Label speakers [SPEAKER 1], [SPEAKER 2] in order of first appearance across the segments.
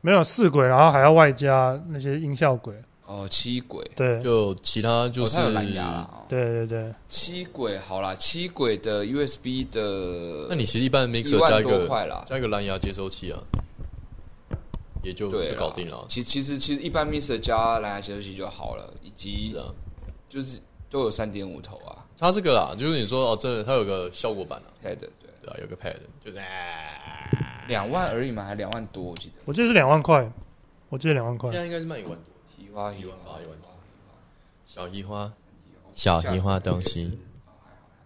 [SPEAKER 1] 没有四轨，然后还要外加那些音效轨，
[SPEAKER 2] 哦，七轨，
[SPEAKER 1] 对对
[SPEAKER 3] 就其他就
[SPEAKER 2] 哦
[SPEAKER 3] 是
[SPEAKER 2] 它有蓝牙啦。哦
[SPEAKER 1] 对对，
[SPEAKER 2] 七轨好啦，七轨的 USB 的，
[SPEAKER 3] 那你其实一般
[SPEAKER 2] 一
[SPEAKER 3] mixer
[SPEAKER 2] 万
[SPEAKER 3] 加一
[SPEAKER 2] 多块
[SPEAKER 3] 个
[SPEAKER 2] 啦
[SPEAKER 3] 加一个蓝牙接收器啊，也就
[SPEAKER 2] 对啊
[SPEAKER 3] 就
[SPEAKER 2] 啦
[SPEAKER 3] 搞定了。
[SPEAKER 2] 其其实其实一般 Mr 加蓝牙接收器就好了，以及
[SPEAKER 3] 是啊，
[SPEAKER 2] 就是都有三点五头啊
[SPEAKER 3] 它这个啦，就是你说哦，真的它有个效果版啊，
[SPEAKER 2] ，Head 对，
[SPEAKER 3] 对啊，有个 pad，就是啊
[SPEAKER 2] 两万而已嘛，还两万多，我记得。
[SPEAKER 1] 我记得是两万块，我记得两万块
[SPEAKER 3] 现，在应该是卖一万多。
[SPEAKER 2] 一花一
[SPEAKER 3] 花
[SPEAKER 2] 花
[SPEAKER 3] 一
[SPEAKER 2] 一
[SPEAKER 3] 万
[SPEAKER 2] 万
[SPEAKER 3] 小一花，小一花东西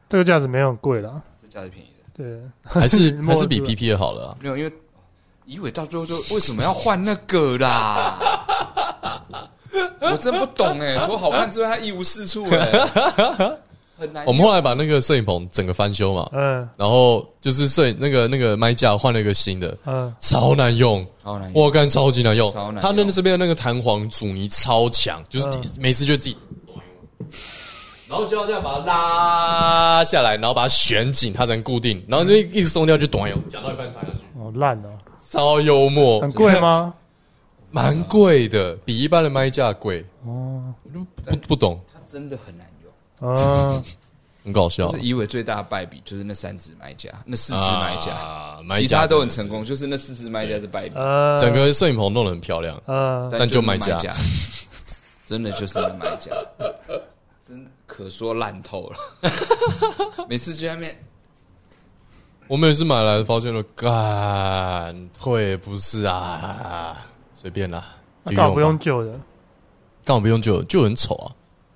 [SPEAKER 1] 这个价值没有很贵啦，
[SPEAKER 2] 这价是便宜的。
[SPEAKER 1] 对，
[SPEAKER 3] 还是
[SPEAKER 1] 默
[SPEAKER 3] 还是
[SPEAKER 1] 认
[SPEAKER 3] 比
[SPEAKER 1] 是吧
[SPEAKER 3] PP 的好了啊。
[SPEAKER 2] 没有，因为哦以伟到最后就为什么要换那个啦？ 我真不懂哎、除了好看之外，他一无是处哎、很难。
[SPEAKER 3] 我们后来把那个摄影棚整个翻修嘛，
[SPEAKER 1] 嗯
[SPEAKER 3] 然后就是摄影那个那个麦架换了一个新的，
[SPEAKER 1] 嗯，
[SPEAKER 3] 超难用，
[SPEAKER 2] 好难，
[SPEAKER 3] 我干超级难用
[SPEAKER 2] 超。难
[SPEAKER 3] 它那
[SPEAKER 2] 用
[SPEAKER 3] 那这边的那个弹簧阻尼超强，就是
[SPEAKER 1] 嗯
[SPEAKER 3] 每次就自己，然后就要这样把它拉下来，然后把它旋紧，它才能固定，然后就一直松掉就短用，讲到一半弹下去，
[SPEAKER 1] 哦烂哦，
[SPEAKER 3] 超幽默，
[SPEAKER 1] 很贵？吗？
[SPEAKER 3] 蛮贵的，比一般的麦架贵，
[SPEAKER 1] 哦，
[SPEAKER 3] 我就不不懂，
[SPEAKER 2] 他真的很难用。
[SPEAKER 1] 嗯，
[SPEAKER 3] 很搞笑
[SPEAKER 2] 就。是以伟最大的败笔就是那三只买家，那四只买家，
[SPEAKER 3] 啊，买
[SPEAKER 2] 其
[SPEAKER 3] 家
[SPEAKER 2] 他都很
[SPEAKER 3] 真的
[SPEAKER 2] 成
[SPEAKER 3] 是
[SPEAKER 2] 功，就是那四只买家是败笔，
[SPEAKER 1] 呃，
[SPEAKER 3] 整个摄影棚弄得很漂亮，
[SPEAKER 1] 呃，
[SPEAKER 3] 但就
[SPEAKER 2] 就
[SPEAKER 3] 买家
[SPEAKER 2] 家， 真的就是那买家，真可说烂透 了。每次去那边
[SPEAKER 3] 我们也是买来发现了，干会不是啊，随便啦，就
[SPEAKER 1] 那干嘛
[SPEAKER 3] 吧
[SPEAKER 1] 啊不用，旧的？
[SPEAKER 3] 干嘛不用就就很丑啊，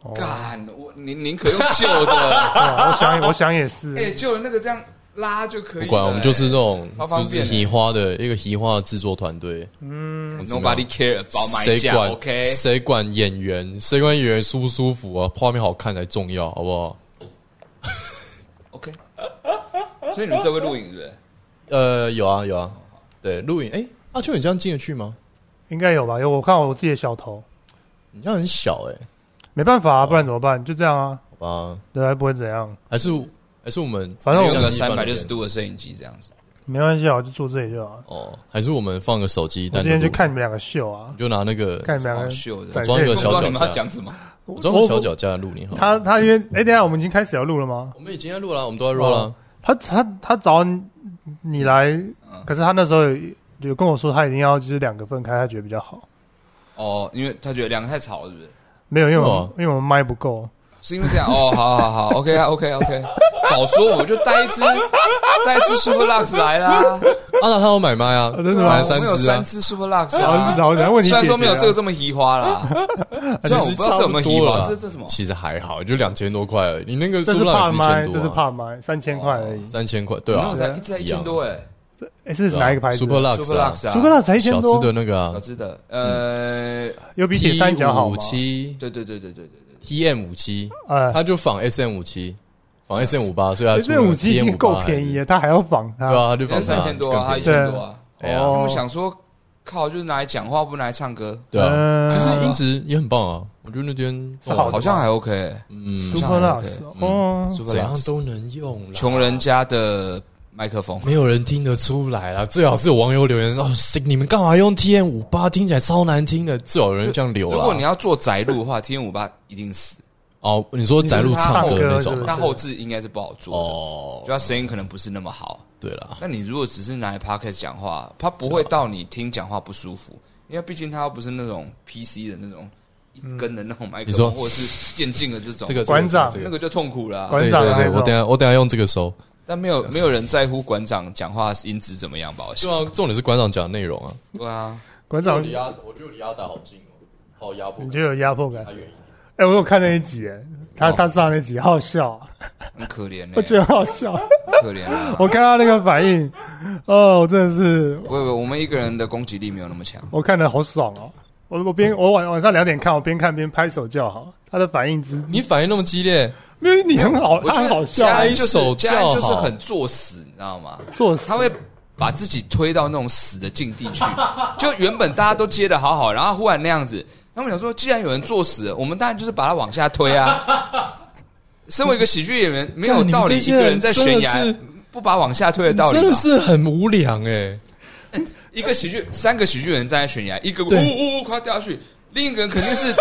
[SPEAKER 1] 哦
[SPEAKER 2] 干，我宁宁可用旧的，
[SPEAKER 1] 对啊我想我想也是，
[SPEAKER 2] 哎，旧的那个这样拉就可以
[SPEAKER 3] 不
[SPEAKER 2] 了。
[SPEAKER 3] 管我们就是这种
[SPEAKER 2] 超方
[SPEAKER 3] 就
[SPEAKER 2] 便
[SPEAKER 3] 是移花的一个移花的制作团队，
[SPEAKER 2] 哎
[SPEAKER 3] 嗯
[SPEAKER 2] nobody care about 买
[SPEAKER 3] 谁
[SPEAKER 2] 家
[SPEAKER 3] 管
[SPEAKER 2] ，OK？
[SPEAKER 3] 谁管演员，谁管演员舒不舒服啊，画面好看才重要，好不好？
[SPEAKER 2] OK。所以你们这会录影是不是？
[SPEAKER 3] 呃，有啊有啊，对，录影，哎、阿秋你这样进得去吗？
[SPEAKER 1] 应该有吧？有我看我自己的小头，
[SPEAKER 3] 你这样很小哎、
[SPEAKER 1] 没办法
[SPEAKER 3] 哦
[SPEAKER 1] 啊，不然怎么办？就这样啊，
[SPEAKER 3] 好吧，
[SPEAKER 1] 对啊，不会怎样，
[SPEAKER 3] 还是还是我们
[SPEAKER 1] 反正我
[SPEAKER 2] 用个
[SPEAKER 3] 相机放
[SPEAKER 2] 三
[SPEAKER 3] 那
[SPEAKER 2] 百
[SPEAKER 3] 边
[SPEAKER 2] 六十度的摄影机这样子，
[SPEAKER 1] 没关系啊，我就坐这里就好了。
[SPEAKER 3] 哦，还是我们放个手机，
[SPEAKER 1] 我
[SPEAKER 3] 但
[SPEAKER 1] 今天
[SPEAKER 3] 就
[SPEAKER 1] 去看你们两个秀啊
[SPEAKER 3] 你，就拿那个
[SPEAKER 1] 看你们两
[SPEAKER 2] 好
[SPEAKER 1] 个
[SPEAKER 2] 秀哦的
[SPEAKER 1] 在。
[SPEAKER 3] 装一
[SPEAKER 2] 我
[SPEAKER 3] 个
[SPEAKER 2] 不知
[SPEAKER 3] 小
[SPEAKER 2] 道
[SPEAKER 3] 脚
[SPEAKER 2] 你们要
[SPEAKER 3] 架，
[SPEAKER 2] 讲什么？
[SPEAKER 3] 我装一个小脚架录你好。
[SPEAKER 1] 他他因为哎、等一下我们已经开始要录了吗？
[SPEAKER 3] 我们已经在录了，我们都在录了
[SPEAKER 1] 哦。他他他找你来，
[SPEAKER 3] 嗯
[SPEAKER 1] 可是他那时候有有跟我说他一定要就是两个分开，他觉得比较好。
[SPEAKER 2] 哦，因为他觉得两个太吵，是不是？
[SPEAKER 1] 没有，因为我们、
[SPEAKER 3] 哦
[SPEAKER 1] 因为我们麦不够，
[SPEAKER 2] 是因为这样 哦，好好好，OK 啊，OK 啊 OK，早说我们就带一只 带一只 Super Lux 来啦，
[SPEAKER 3] 阿达他有买麦啊，
[SPEAKER 1] 真的吗
[SPEAKER 3] 买了
[SPEAKER 2] 我们有
[SPEAKER 3] 三只啊
[SPEAKER 2] 三，只 Super Lux
[SPEAKER 1] 然后
[SPEAKER 2] 啊，
[SPEAKER 1] 然后然后问题
[SPEAKER 2] 虽
[SPEAKER 1] 解决、
[SPEAKER 2] 然说
[SPEAKER 1] 啊，
[SPEAKER 2] 没有这个这么移花啦， 虽然我
[SPEAKER 3] 其实
[SPEAKER 2] 不知道这有没有移
[SPEAKER 3] 多
[SPEAKER 2] 花，
[SPEAKER 3] 了，
[SPEAKER 2] 这这什么？
[SPEAKER 3] 其实还好，就两千多块而已。你那个
[SPEAKER 1] 这
[SPEAKER 3] 数
[SPEAKER 1] 是怕
[SPEAKER 3] 量是一
[SPEAKER 1] 麦，
[SPEAKER 3] 千
[SPEAKER 1] 这是
[SPEAKER 3] 多啊，
[SPEAKER 1] 怕麦，三千块而已。
[SPEAKER 3] 三千块，对
[SPEAKER 2] 没
[SPEAKER 3] 啊
[SPEAKER 2] 有，才一只才一千多哎
[SPEAKER 1] 哎、这是哪一个牌子
[SPEAKER 3] ？Super
[SPEAKER 2] ，Super
[SPEAKER 3] Lux 啊，
[SPEAKER 2] Lux 啊
[SPEAKER 1] 苏格兰才一千
[SPEAKER 3] 小
[SPEAKER 1] 多
[SPEAKER 3] 只，的那个啊
[SPEAKER 2] 我知道，呃，
[SPEAKER 1] 有比铁
[SPEAKER 3] ，T
[SPEAKER 1] 三角好
[SPEAKER 3] 五
[SPEAKER 1] 吗？
[SPEAKER 3] 七
[SPEAKER 2] 对对对对对对对，
[SPEAKER 3] ，TM 五七，
[SPEAKER 1] 哎、
[SPEAKER 3] 它就仿 SM 五七，仿 SM 五八，所以它出
[SPEAKER 1] 这五 G 已经够便宜
[SPEAKER 3] 了，
[SPEAKER 1] 了，他还要仿它。
[SPEAKER 3] 对啊，它就
[SPEAKER 2] 人家
[SPEAKER 3] 仿
[SPEAKER 2] 三千多啊，他
[SPEAKER 3] 它
[SPEAKER 2] 一
[SPEAKER 1] 宜
[SPEAKER 2] 千多啊，
[SPEAKER 3] 哎呀
[SPEAKER 2] 我
[SPEAKER 1] 哦
[SPEAKER 2] 们，想说，靠，就是拿来讲话，不拿来唱歌，
[SPEAKER 3] 对啊，
[SPEAKER 1] 嗯
[SPEAKER 3] 其实音质也很棒啊，我觉得那天
[SPEAKER 1] 是好的
[SPEAKER 2] 好像还 OK，
[SPEAKER 3] 嗯，
[SPEAKER 1] Super
[SPEAKER 2] 好像
[SPEAKER 1] Lux
[SPEAKER 3] 嗯
[SPEAKER 1] 哦，
[SPEAKER 2] Super
[SPEAKER 3] 怎样
[SPEAKER 2] Lux，
[SPEAKER 3] 都能用啦，
[SPEAKER 2] 穷人家的麦克风。
[SPEAKER 3] 没有人听得出来啦。最好是有网友留言哦，谁你们干嘛用 TN 五八？听起来超难听的。最好有啊人这样留
[SPEAKER 2] 如果你
[SPEAKER 3] 啦。
[SPEAKER 2] 要做宅路的话，T 五八一定死，
[SPEAKER 3] 哦，你说载入唱歌那种
[SPEAKER 1] 你说他唱歌是不
[SPEAKER 3] 吗
[SPEAKER 1] 是
[SPEAKER 2] 那后置应该是不好做的，
[SPEAKER 3] 哦
[SPEAKER 2] 就，它声音可能不是那么好。
[SPEAKER 3] 对啦，
[SPEAKER 2] 那你如果只是拿来 podcast 讲话，它不会到你听讲话不舒服，因为毕竟它又不是那种 PC 的那种一根的那种麦克
[SPEAKER 3] 嗯你说
[SPEAKER 2] 风，或者是电竞的这种，
[SPEAKER 3] 这个
[SPEAKER 1] 馆长
[SPEAKER 3] 这
[SPEAKER 2] 那
[SPEAKER 3] 个
[SPEAKER 2] 个就痛苦了啊。
[SPEAKER 1] 馆
[SPEAKER 3] 对
[SPEAKER 1] 长
[SPEAKER 3] 对
[SPEAKER 1] 还
[SPEAKER 3] 对，
[SPEAKER 1] 有
[SPEAKER 3] 我等一下我等一下用这个收。
[SPEAKER 2] 但没有没有人在乎馆长讲话音质怎么样吧？我
[SPEAKER 3] 希
[SPEAKER 2] 想
[SPEAKER 3] 望重点是馆长讲的内容啊。
[SPEAKER 2] 对啊，
[SPEAKER 1] 馆长
[SPEAKER 3] 压，我觉得离阿达好近哦，好压迫
[SPEAKER 1] 你就有压迫感。
[SPEAKER 3] 远一点。
[SPEAKER 1] 哎、我有看那一集，哎，他
[SPEAKER 3] 哦
[SPEAKER 1] 他上那一集，好好笑啊、
[SPEAKER 2] 很可怜欸，
[SPEAKER 1] 我觉得好好笑。
[SPEAKER 2] 很可怜啊。
[SPEAKER 1] 我看他那个反应，哦，我真的是，
[SPEAKER 2] 不会不会，我们一个人的攻击力没有那么强。
[SPEAKER 1] 我看的好爽哦。我我边我晚晚上两点看，我边看边拍手叫好。他的反应之，
[SPEAKER 3] 你反应那么激烈，
[SPEAKER 1] 因为你很好，
[SPEAKER 2] 我
[SPEAKER 1] 他
[SPEAKER 2] 觉
[SPEAKER 1] 很
[SPEAKER 2] 得
[SPEAKER 1] 好笑啊，
[SPEAKER 2] 嘉就是
[SPEAKER 3] 手叫
[SPEAKER 2] 嘉就是
[SPEAKER 3] 好
[SPEAKER 2] 很作死，你知道吗？
[SPEAKER 1] 作死
[SPEAKER 2] 他。会把自己推到那种死的境地去。就原本大家都接的好好，然后忽然那样子，那我想说，既然有人作死，我们当然就是把他往下推啊。身为一个喜剧演员，没有
[SPEAKER 3] 干你们
[SPEAKER 2] 道理
[SPEAKER 3] 这
[SPEAKER 2] 一
[SPEAKER 3] 些
[SPEAKER 2] 个
[SPEAKER 3] 人
[SPEAKER 2] 人在悬崖
[SPEAKER 3] 真的是
[SPEAKER 2] 不把往下推的道理
[SPEAKER 3] 真的
[SPEAKER 2] 吧。
[SPEAKER 3] 是很无良哎。
[SPEAKER 2] 一个喜剧，三个喜剧人站在悬崖，一个呜
[SPEAKER 1] 对
[SPEAKER 2] 呜呜快掉下去，另一个人肯定是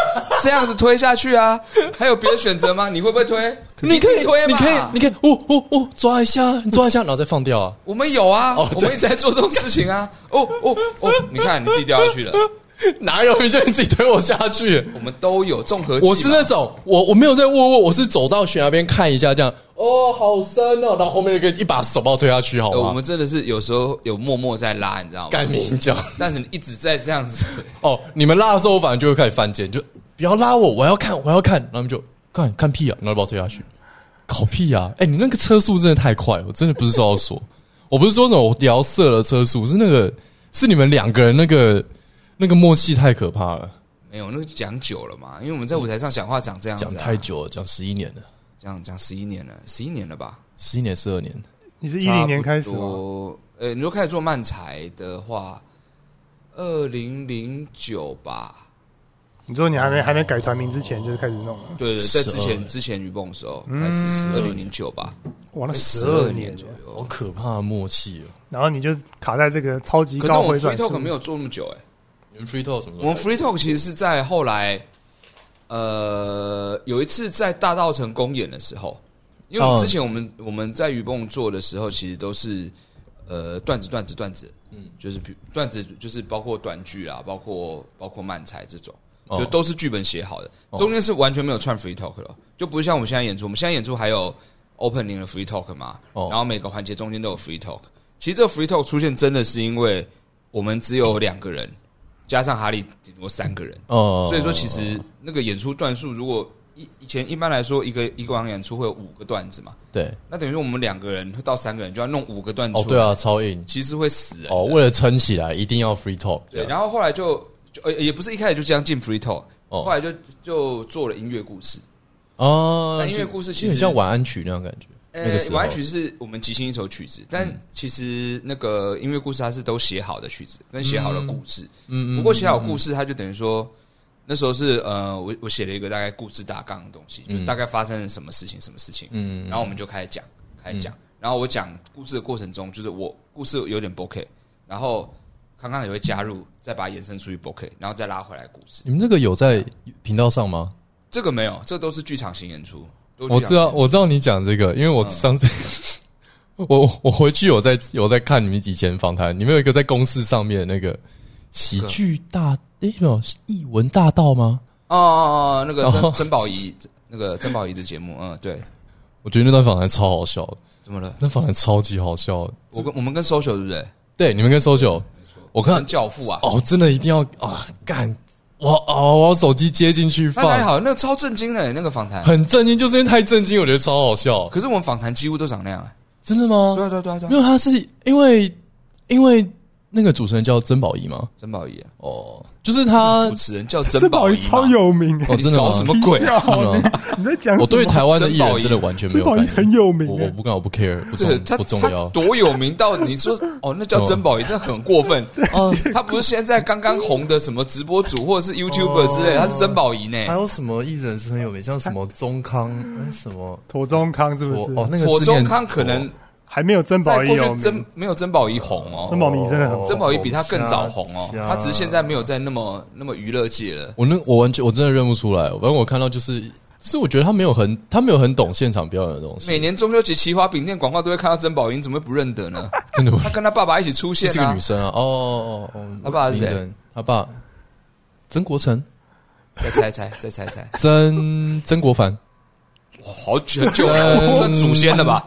[SPEAKER 2] 这样子推下去啊。还有别的选择吗？你会不会推？
[SPEAKER 3] 你可以
[SPEAKER 2] 一定推
[SPEAKER 3] 你
[SPEAKER 2] 嘛
[SPEAKER 3] 可以，你可以，哦哦哦，抓一下，你抓一下，然后再放掉啊。
[SPEAKER 2] 我们有啊，
[SPEAKER 3] 哦
[SPEAKER 2] 我
[SPEAKER 3] 对
[SPEAKER 2] 们一直在做这种事情啊。哦哦哦，你看你自己掉下去了，
[SPEAKER 3] 哪有人叫你自己推我下去？
[SPEAKER 2] 我们都有综合技嘛。
[SPEAKER 3] 我是那种，我我没有在握握，我是走到悬崖边看一下，这样哦，好深哦，然后后面一个一把手把我推下去，好
[SPEAKER 2] 呃
[SPEAKER 3] 吗？
[SPEAKER 2] 我们真的是有时候有默默在拉，你知道吗？
[SPEAKER 3] 干明讲
[SPEAKER 2] 但是你一直在这样子，
[SPEAKER 3] 哦，你们拉的时候，我反正就会开始犯贱，就不要拉我，我要看，我要看，然后他们就看看屁啊，然后把我推下去，搞屁啊！哎、你那个车速真的太快，我真的不是说要说， 我不是说什么我聊色了车速，是那个是你们两个人那个那个默契太可怕了，
[SPEAKER 2] 没有，那个讲久了嘛，因为我们在舞台上讲话讲这样子、啊，
[SPEAKER 3] 讲太，久了，讲十一年了，
[SPEAKER 2] 讲讲十一年了，十一年了吧？
[SPEAKER 3] 十一年十二年，
[SPEAKER 1] 你是一零年开始吗？
[SPEAKER 2] 我呃，你说开始做漫才的话，二零零九吧？
[SPEAKER 1] 你说你
[SPEAKER 2] 嗯
[SPEAKER 1] 还没还没改团名之前就开始弄了，
[SPEAKER 2] 对对，在
[SPEAKER 3] 12
[SPEAKER 2] 之前之前于蹦的时候开始，
[SPEAKER 1] 嗯
[SPEAKER 2] 二零零九吧，
[SPEAKER 1] 玩了十
[SPEAKER 2] 12
[SPEAKER 1] 二年
[SPEAKER 2] 左
[SPEAKER 3] 好
[SPEAKER 2] 右。
[SPEAKER 3] 可怕的默契哦！
[SPEAKER 1] 然后你就卡在这个超级
[SPEAKER 2] 可是
[SPEAKER 1] 高
[SPEAKER 2] 我
[SPEAKER 1] 回
[SPEAKER 2] 们 free
[SPEAKER 1] 转数
[SPEAKER 2] talk，没有做那么久哎、
[SPEAKER 3] 你们 free talk 什么
[SPEAKER 2] 我们 free talk 其实是在后来，呃，有一次在大道城公演的时候，因为我们
[SPEAKER 3] 哦
[SPEAKER 2] 之前我们、我们在雨蹦做的时候，其实都是呃段子段子段子，嗯，就是比段子就是包括短剧啦，包括包括漫才这种。
[SPEAKER 3] 哦
[SPEAKER 2] 就都是剧本写好的，
[SPEAKER 3] 哦
[SPEAKER 2] 中间是完全没有串 free talk 了，就不是像我们现在演出，我们现在演出还有 opening 的 free talk 嘛，
[SPEAKER 3] 哦
[SPEAKER 2] 然后每个环节中间都有 free talk。其实这个 free talk 出现真的是因为我们只有两个人，加上哈利顶多三个人，
[SPEAKER 3] 哦
[SPEAKER 2] 所以说其实那个演出段数，如果以以前一般来说一个一个晚上演出会有五个段子嘛，
[SPEAKER 3] 对
[SPEAKER 2] 那等于说我们两个人到三个人就要弄五个段子，
[SPEAKER 3] 哦对，啊，超硬
[SPEAKER 2] 其实会死人的。
[SPEAKER 3] 哦，为了撑起来一定要 free talk，
[SPEAKER 2] 对，然后后来就就呃也不是一开始就这样进 free talk，、
[SPEAKER 3] 哦
[SPEAKER 2] 后来就就做了音乐故事。
[SPEAKER 3] 哦，
[SPEAKER 2] 那音乐故事其实
[SPEAKER 3] 就很像晚安曲那种感觉。那
[SPEAKER 2] 呃
[SPEAKER 3] 个时，候嗯
[SPEAKER 2] 晚安曲是我们即兴一首曲子，但其实那个音乐故事它是都写好的曲子，跟写好的故事。
[SPEAKER 3] 嗯
[SPEAKER 2] 不过写好故事，它就等于说那时候是呃，我我写了一个大概故事大纲的东西，就大概发生了什么事情，什么事情，
[SPEAKER 3] 嗯
[SPEAKER 2] 然后我们就开始讲，开始讲。然后我讲故事的过程中，就是我故事有点 bokeh，然后康康也会加入，再把它延伸出去 bokeh，然后再拉回来故事。
[SPEAKER 3] 你们这个有在频道上吗？
[SPEAKER 2] 这个没有，这都是剧场型演出。都是
[SPEAKER 3] 我
[SPEAKER 2] 剧场型
[SPEAKER 3] 知道，
[SPEAKER 2] 演出
[SPEAKER 3] 我知道你讲这个，因为
[SPEAKER 2] 嗯
[SPEAKER 3] 我上次、 我我回去有在有在看你们以前访谈，你们有一个在公司上面那个喜剧大诶什么译文大道吗？
[SPEAKER 2] 哦哦哦，那个
[SPEAKER 3] 哦
[SPEAKER 2] 曾曾宝仪， 那个曾宝仪的节目，嗯，对，
[SPEAKER 3] 我觉得那段访谈超好笑的，
[SPEAKER 2] 怎么了？
[SPEAKER 3] 那访谈超级好笑的。
[SPEAKER 2] 我跟我们跟 social 对不对？
[SPEAKER 3] 对，你们跟 social，我看
[SPEAKER 2] 跟教父啊，
[SPEAKER 3] 哦，真的一定要啊干，我哦，我手机接进去
[SPEAKER 2] 那还
[SPEAKER 3] 放，
[SPEAKER 2] 好，那个超震惊的那个访谈。
[SPEAKER 3] 很震惊，就是因为太震惊，我觉得超好笑。
[SPEAKER 2] 可是我们访谈几乎都长那样、欸，
[SPEAKER 3] 真的吗？
[SPEAKER 2] 对啊对啊对啊对
[SPEAKER 3] 哦没
[SPEAKER 2] 啊，
[SPEAKER 3] 有，他是因为因为那个主持人叫曾宝仪嘛，
[SPEAKER 2] 曾宝仪啊、
[SPEAKER 3] 哦，就是他
[SPEAKER 2] 主，持人叫曾
[SPEAKER 1] 这
[SPEAKER 2] 宝
[SPEAKER 1] 宝
[SPEAKER 2] 仪
[SPEAKER 1] 仪
[SPEAKER 2] 嘛
[SPEAKER 1] 超，有名欸，
[SPEAKER 3] 哦，真的吗
[SPEAKER 2] 搞什么鬼 啊？
[SPEAKER 1] 笑哦你你在讲什么？
[SPEAKER 3] 我对台湾的艺
[SPEAKER 2] 曾宝
[SPEAKER 3] 人
[SPEAKER 2] 仪
[SPEAKER 3] 真的完全没
[SPEAKER 1] 这
[SPEAKER 3] 有
[SPEAKER 1] 宝
[SPEAKER 3] 概
[SPEAKER 1] 仪
[SPEAKER 3] 念，
[SPEAKER 1] 很有名
[SPEAKER 3] 我
[SPEAKER 1] 欸
[SPEAKER 3] 我，不敢，我不 care，不
[SPEAKER 2] 对
[SPEAKER 3] 重
[SPEAKER 2] 他
[SPEAKER 3] 不重
[SPEAKER 2] 他
[SPEAKER 3] 要。
[SPEAKER 2] 多有名到你 说哦，那叫曾宝仪，这很过分。
[SPEAKER 3] 哦，
[SPEAKER 2] 他不是现在刚刚红的什么直播主或者是 YouTuber 之类的，他是曾宝仪呢。
[SPEAKER 3] 哦还有什么艺人是很有名，像什么中康，嗯什么
[SPEAKER 1] 妥中康是不
[SPEAKER 3] 我
[SPEAKER 1] 是？
[SPEAKER 3] 哦那个
[SPEAKER 2] 火
[SPEAKER 3] 之前哦
[SPEAKER 2] 中康可能
[SPEAKER 1] 还没有珍
[SPEAKER 2] 在
[SPEAKER 1] 宝仪
[SPEAKER 2] 过
[SPEAKER 1] 有
[SPEAKER 2] 去
[SPEAKER 1] 名，
[SPEAKER 2] 曾没有曾宝仪红哦，
[SPEAKER 1] 曾宝仪真的很红
[SPEAKER 2] 曾宝仪比他更早红哦，他只是现
[SPEAKER 3] 在
[SPEAKER 2] 在没有在那么那么娱乐界了。
[SPEAKER 3] 我那我完全我真的认不出来，反正我看到就是。是我觉得他没有很，他没有很懂现场表演的东西，
[SPEAKER 2] 每年中秋节旗华饼店广告都会看到曾宝仪，你怎么会不认得呢？
[SPEAKER 3] 真的不
[SPEAKER 2] 他跟他爸爸一起出
[SPEAKER 3] 这
[SPEAKER 2] 现
[SPEAKER 3] 是个
[SPEAKER 2] 啊
[SPEAKER 3] 女，生啊，哦哦哦哦，
[SPEAKER 2] 她爸是谁
[SPEAKER 3] 名人？他爸曾国成，
[SPEAKER 2] 再猜猜，再猜猜，
[SPEAKER 3] 曾曾国藩，
[SPEAKER 2] 哇，好久很久了， 我算祖先了吧？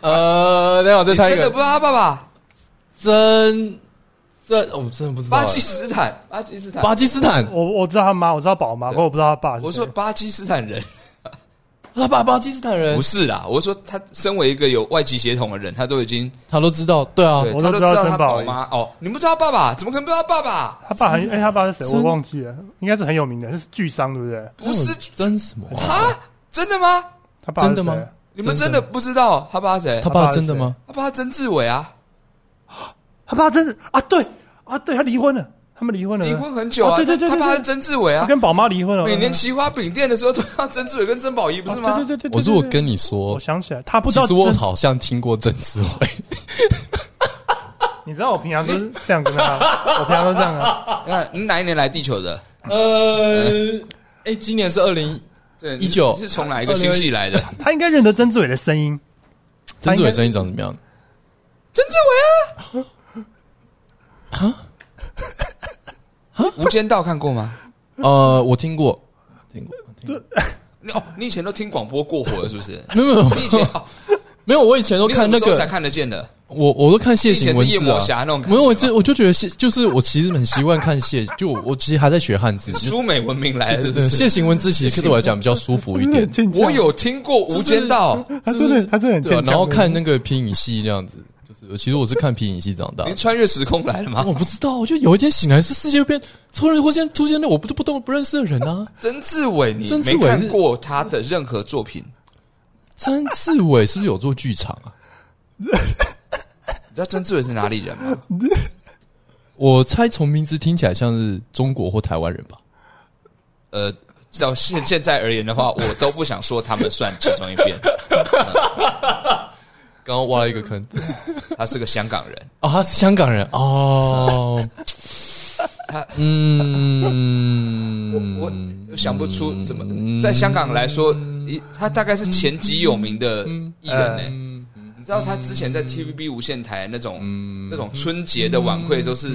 [SPEAKER 3] 呃，等一下我再
[SPEAKER 2] 你
[SPEAKER 3] 猜一
[SPEAKER 2] 真的不
[SPEAKER 3] 个，
[SPEAKER 2] 知道他爸爸？
[SPEAKER 3] 真这我真的不知道欸，
[SPEAKER 2] 巴基斯坦，巴基斯坦，
[SPEAKER 3] 巴基斯坦，
[SPEAKER 1] 我我知道他妈，我知道宝妈，不过我不知道他爸是谁。
[SPEAKER 2] 我说巴基斯坦人
[SPEAKER 3] 他爸巴基斯坦人
[SPEAKER 2] 不，是啦，我说他身为一个有外籍血统的人，他都已经
[SPEAKER 3] 他都知道，对啊，
[SPEAKER 2] 对，
[SPEAKER 1] 我
[SPEAKER 2] 他
[SPEAKER 1] 都
[SPEAKER 2] 都
[SPEAKER 1] 知道
[SPEAKER 2] 知道他
[SPEAKER 1] 曾宝
[SPEAKER 2] 宝
[SPEAKER 1] 仪
[SPEAKER 2] 妈哦，你不知道他爸爸，怎么可能不知道他爸爸？
[SPEAKER 1] 他爸很哎，他爸是谁？
[SPEAKER 3] 真
[SPEAKER 1] 我忘记了，应该是很有名的，是巨商对不对？
[SPEAKER 2] 不是
[SPEAKER 3] 真什么啊，
[SPEAKER 2] 啊，真的吗？
[SPEAKER 1] 他爸是谁
[SPEAKER 3] 真的吗？
[SPEAKER 2] 你们
[SPEAKER 3] 真
[SPEAKER 2] 真
[SPEAKER 3] 的
[SPEAKER 2] 的不知道他爸谁
[SPEAKER 3] 他？爸真的吗？
[SPEAKER 2] 他爸曾志伟啊，
[SPEAKER 1] 他爸真的啊，对啊，对他离婚了，他们离婚了，
[SPEAKER 2] 离婚很久啊，
[SPEAKER 1] 对对对，
[SPEAKER 2] 他
[SPEAKER 1] 对
[SPEAKER 2] 爸
[SPEAKER 1] 对
[SPEAKER 2] 是曾志伟
[SPEAKER 1] 他
[SPEAKER 2] 啊。
[SPEAKER 1] 跟宝妈离婚了。
[SPEAKER 2] 每年奇花饼店的时候，都要曾志伟跟曾宝仪，不
[SPEAKER 1] 啊
[SPEAKER 2] 是吗？
[SPEAKER 1] 对对对对，
[SPEAKER 3] 我如果
[SPEAKER 1] 对对
[SPEAKER 3] 跟你
[SPEAKER 1] 我
[SPEAKER 3] 说，
[SPEAKER 1] 想起来，他不知
[SPEAKER 3] 其
[SPEAKER 1] 道
[SPEAKER 3] 实
[SPEAKER 1] 真，
[SPEAKER 3] 我好像听过曾志伟，
[SPEAKER 1] 你知道我平常都是这样跟他，我平常都这样啊。
[SPEAKER 2] 那你哪一年来地球的？
[SPEAKER 3] 呃，哎，今年是二零，
[SPEAKER 2] 对，你
[SPEAKER 3] 19
[SPEAKER 2] 你是从哪一个星系来的？
[SPEAKER 1] 他应该认得曾志伟的声音，
[SPEAKER 3] 曾志伟声音长怎么样？
[SPEAKER 2] 曾志伟啊！啊？无间道看过吗？
[SPEAKER 3] 呃，我听过，听过，听过
[SPEAKER 2] 你哦，你以前都听广播过火了是不是？
[SPEAKER 3] 没有没 有
[SPEAKER 2] 你以前哦，
[SPEAKER 3] 没有，我以前都
[SPEAKER 2] 你什
[SPEAKER 3] 看
[SPEAKER 2] 么
[SPEAKER 3] 那
[SPEAKER 2] 时候才
[SPEAKER 3] 个，
[SPEAKER 2] 看得见的？
[SPEAKER 3] 我我都看谢行文
[SPEAKER 2] 你以前是
[SPEAKER 3] 字
[SPEAKER 2] 夜魔
[SPEAKER 3] 啊
[SPEAKER 2] 侠那种感觉
[SPEAKER 3] 没有，我
[SPEAKER 2] 吗
[SPEAKER 3] 这我就觉得谢，就是我其实很习惯看谢，就我我其实还在学汉字，就
[SPEAKER 2] 苏美文明来的是
[SPEAKER 3] 对
[SPEAKER 2] 不
[SPEAKER 3] 对，
[SPEAKER 2] 是？
[SPEAKER 3] 谢行文字其实对我来讲比较舒服一
[SPEAKER 1] 真的
[SPEAKER 3] 点
[SPEAKER 1] 很，欠
[SPEAKER 2] 我
[SPEAKER 1] 强。
[SPEAKER 2] 有听过《无间道》，
[SPEAKER 1] 他真的，他真的很
[SPEAKER 3] 对啊
[SPEAKER 1] 欠，强。
[SPEAKER 3] 然后看那个皮影戏那样子，就是其实我是看皮影戏长大的啊
[SPEAKER 2] 您。穿越时空来了吗
[SPEAKER 3] 我？不知道，我就有一天醒来，是世界变突然出现出现那我不都不都不认识的人啊。
[SPEAKER 2] 曾志伟，你
[SPEAKER 3] 曾志
[SPEAKER 2] 没
[SPEAKER 3] 伟
[SPEAKER 2] 看
[SPEAKER 3] 是
[SPEAKER 2] 过他的任何作品？
[SPEAKER 3] 曾志伟是不是有做剧场啊？
[SPEAKER 2] 你知道曾志伟是哪里人吗？
[SPEAKER 3] 我猜从名字听起来像是中国或台湾人吧。
[SPEAKER 2] 呃，到现现在而言的 话，我都不想说他们算其中一边，呃
[SPEAKER 3] 刚刚挖了一个坑
[SPEAKER 2] 他是个香港人。
[SPEAKER 3] 哦，他是香港人哦。
[SPEAKER 2] 他
[SPEAKER 3] 嗯，嗯
[SPEAKER 2] 我我想不出怎么在香港来说，一他大概是前几有名的艺人呢、
[SPEAKER 3] 嗯
[SPEAKER 2] 你知道他之前在 TVB 无线台那种
[SPEAKER 3] 嗯
[SPEAKER 2] 那种春节的晚会都是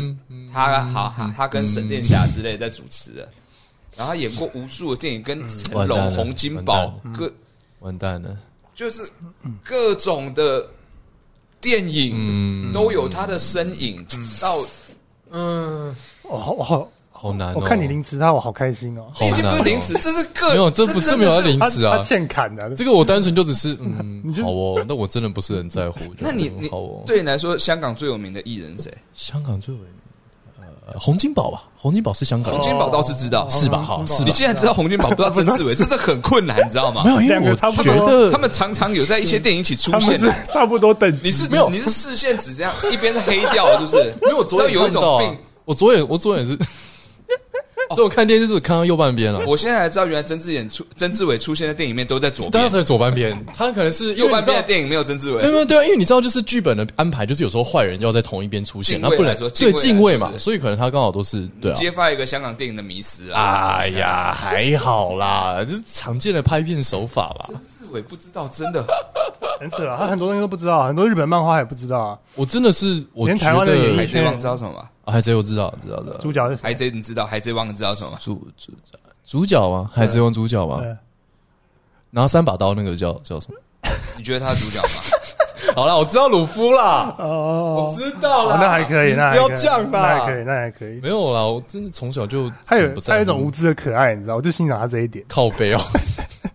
[SPEAKER 2] 他好哈他跟沈殿霞之类在主持的，然后他演过无数的电影，跟成
[SPEAKER 3] 嗯完蛋
[SPEAKER 2] 龙、
[SPEAKER 3] 了
[SPEAKER 2] 洪金宝
[SPEAKER 3] 完
[SPEAKER 2] 各
[SPEAKER 3] 完蛋了。
[SPEAKER 2] 就是各种的电影都有他的身影，到
[SPEAKER 3] 嗯，
[SPEAKER 1] 我好，我好，
[SPEAKER 3] 好难、哦。
[SPEAKER 1] 我看你凌迟他，我好开心哦。
[SPEAKER 3] 好
[SPEAKER 2] 已经
[SPEAKER 3] 难、
[SPEAKER 2] 不是
[SPEAKER 3] 哦。
[SPEAKER 2] 凌迟，这是个
[SPEAKER 3] 没有，这不
[SPEAKER 2] 真
[SPEAKER 3] 没
[SPEAKER 2] 的
[SPEAKER 3] 有要
[SPEAKER 2] 是
[SPEAKER 3] 凌
[SPEAKER 1] 他
[SPEAKER 3] 迟啊
[SPEAKER 1] 他。欠砍的，
[SPEAKER 3] 这个我单纯就只是嗯，
[SPEAKER 1] 你就
[SPEAKER 3] 好哦，那我真的不是很在乎。
[SPEAKER 2] 那你
[SPEAKER 3] 就
[SPEAKER 2] 你
[SPEAKER 3] 好哦，
[SPEAKER 2] 对你来说，香港最有名的艺人谁？
[SPEAKER 3] 香港最有名呃，洪金宝吧，洪金宝是香港
[SPEAKER 2] 洪
[SPEAKER 3] 人
[SPEAKER 2] 金宝倒是知道，
[SPEAKER 3] 是吧好是吧
[SPEAKER 2] 你竟然知道洪金宝，不知道曾志 伟，这这很困难，你知道吗
[SPEAKER 3] 没？有，因为
[SPEAKER 1] 两
[SPEAKER 3] 我
[SPEAKER 1] 个差不
[SPEAKER 3] 觉
[SPEAKER 1] 多
[SPEAKER 3] 得
[SPEAKER 2] 他们常常有在一些电影一起出
[SPEAKER 1] 他们
[SPEAKER 2] 现
[SPEAKER 1] 是。差不多等级。
[SPEAKER 2] 你是
[SPEAKER 3] 没有
[SPEAKER 2] 你是视线只这样一边是黑掉了，是不是？
[SPEAKER 3] 因为我昨
[SPEAKER 2] 知道
[SPEAKER 3] 眼
[SPEAKER 2] 有一
[SPEAKER 3] 看到
[SPEAKER 2] 种
[SPEAKER 3] 啊
[SPEAKER 2] 病，哦
[SPEAKER 3] 我左眼我左眼是， 所以我看电视是看到右半边了。啊
[SPEAKER 2] 我现在才知道，原来曾志远出曾志伟出现的电影里面都在左
[SPEAKER 3] 当然
[SPEAKER 2] 边，
[SPEAKER 3] 在左半边，他可能是
[SPEAKER 2] 右半边的
[SPEAKER 3] 边。
[SPEAKER 2] 电影没有曾志
[SPEAKER 3] 没有
[SPEAKER 2] 伟。
[SPEAKER 3] 没有对啊，因为你知道，就是剧本的安排，就是有时候坏人要在同一边出现，
[SPEAKER 2] 敬
[SPEAKER 3] 那
[SPEAKER 2] 畏
[SPEAKER 3] 不能
[SPEAKER 2] 来说敬
[SPEAKER 3] 对
[SPEAKER 2] 畏来
[SPEAKER 3] 敬畏
[SPEAKER 2] 说
[SPEAKER 3] 嘛，
[SPEAKER 2] 是
[SPEAKER 3] 所以可能他刚好都是对啊。
[SPEAKER 2] 揭发一个香港电影的迷失啊！
[SPEAKER 3] 哎呀，还好啦，这是常见的拍片手法吧。
[SPEAKER 2] 曾志伟不知道，真的
[SPEAKER 1] 很扯啊，他很多东西都不知道，很多日本漫画也不知道啊。
[SPEAKER 3] 我真的是，我
[SPEAKER 1] 连
[SPEAKER 3] 觉
[SPEAKER 1] 台湾的
[SPEAKER 3] 得
[SPEAKER 1] 也
[SPEAKER 2] 海贼王知道什么吗？
[SPEAKER 3] 啊海贼我知道，知道知道。
[SPEAKER 1] 呃主角是谁？
[SPEAKER 2] 海贼你知道海贼王你知道什么吗？
[SPEAKER 3] 主主主角吗？海贼王主角吗？
[SPEAKER 1] 呃
[SPEAKER 3] 拿三把刀那个叫叫什么？
[SPEAKER 2] 你觉得他是主角吗？
[SPEAKER 3] 好啦，我知道鲁夫啦，
[SPEAKER 1] 哦，
[SPEAKER 3] 知道
[SPEAKER 1] 哦那还可以，那还
[SPEAKER 3] 不要
[SPEAKER 1] 可以
[SPEAKER 3] 这样啦
[SPEAKER 1] 那还可以，那还可以。
[SPEAKER 3] 没有啦，我真的从小就
[SPEAKER 1] 他
[SPEAKER 3] 很
[SPEAKER 1] 有
[SPEAKER 3] 不在
[SPEAKER 1] 他
[SPEAKER 3] 乎
[SPEAKER 1] 有一种无知的可爱，你知道，我就欣赏他这一点。
[SPEAKER 3] 靠背哦，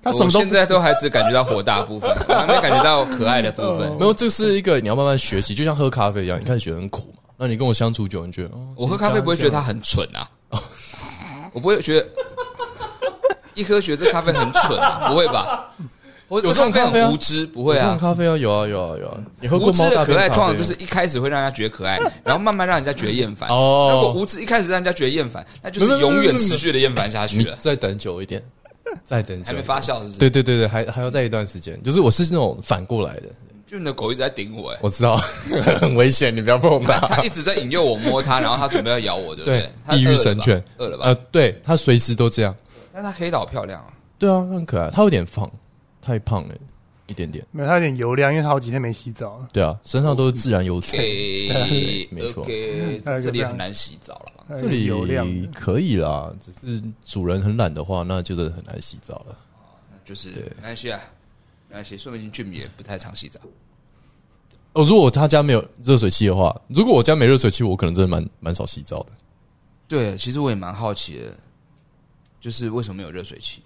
[SPEAKER 1] 他什
[SPEAKER 2] 我
[SPEAKER 1] 么都
[SPEAKER 2] 现在都还只感觉到火大的部分， 我还没感觉到可爱的部分。
[SPEAKER 3] 没有，这是一个你要慢慢学习，就像喝咖啡一样，你开始觉得很苦嘛，那你跟我相处久，你觉得哦，
[SPEAKER 2] 我喝咖啡不会觉得它
[SPEAKER 3] 他
[SPEAKER 2] 很蠢 啊，我不会觉得一喝觉得这咖啡很蠢、啊，不会吧？我
[SPEAKER 3] 有这种
[SPEAKER 2] 咖
[SPEAKER 3] 咖啡
[SPEAKER 2] 啡
[SPEAKER 3] 啊
[SPEAKER 2] 很无知，不会
[SPEAKER 3] 这种
[SPEAKER 2] 啊。
[SPEAKER 3] 咖啡啊，有啊有啊有啊，你喝
[SPEAKER 2] 无
[SPEAKER 3] 过
[SPEAKER 2] 知
[SPEAKER 3] 猫
[SPEAKER 2] 的
[SPEAKER 3] 大
[SPEAKER 2] 可
[SPEAKER 3] 便
[SPEAKER 2] 爱
[SPEAKER 3] 咖
[SPEAKER 2] 通
[SPEAKER 3] 啡啊
[SPEAKER 2] 常就是一开始会让人家觉得可爱，然后慢慢让人家觉得厌烦。
[SPEAKER 3] 哦
[SPEAKER 2] 如果无知一开始让人家觉得厌烦，那就是永远持续的厌烦下去
[SPEAKER 3] 你
[SPEAKER 2] 了，
[SPEAKER 3] 再等久 一点，再等久一点
[SPEAKER 2] 还没发。酵是不是？
[SPEAKER 3] 对，对对对，还还要再一段时间，就是我是那种反过来的，
[SPEAKER 2] 就你的狗一直在顶我、欸，
[SPEAKER 3] 我知道 很危险，你不要碰它。
[SPEAKER 2] 它一直在引诱我摸它，然后它准备要咬我，对不
[SPEAKER 3] 对
[SPEAKER 2] 对？，它
[SPEAKER 3] 地
[SPEAKER 2] 饿了
[SPEAKER 3] 狱
[SPEAKER 2] 吧
[SPEAKER 3] 神犬，
[SPEAKER 2] 饿了吧？
[SPEAKER 3] 呃，对，它随时都这样。
[SPEAKER 2] 但它黑到漂亮啊！
[SPEAKER 3] 对啊，很可爱。它有点胖，太胖了，一点点。
[SPEAKER 1] 没有，他有点油亮，因为他好几天没洗澡了。
[SPEAKER 3] 对啊，身上都是自然油脂。
[SPEAKER 2] OK，
[SPEAKER 3] 没错
[SPEAKER 2] OK，
[SPEAKER 1] 还有一个
[SPEAKER 2] 这里
[SPEAKER 1] 这样
[SPEAKER 2] 很难洗澡了吧？
[SPEAKER 1] 哎他有
[SPEAKER 3] 这
[SPEAKER 1] 点油亮，
[SPEAKER 3] 里可以啦，只是主人很懒的话，那就真的很难洗澡了。
[SPEAKER 2] 就是没关系啊，没关系，说明俊也不太常洗澡。
[SPEAKER 3] 哦，如果他家没有热水器的话，如果我家没热水器，我可能真的蛮蛮少洗澡的。
[SPEAKER 2] 对，其实我也蛮好奇的，就是为什么没有热水器？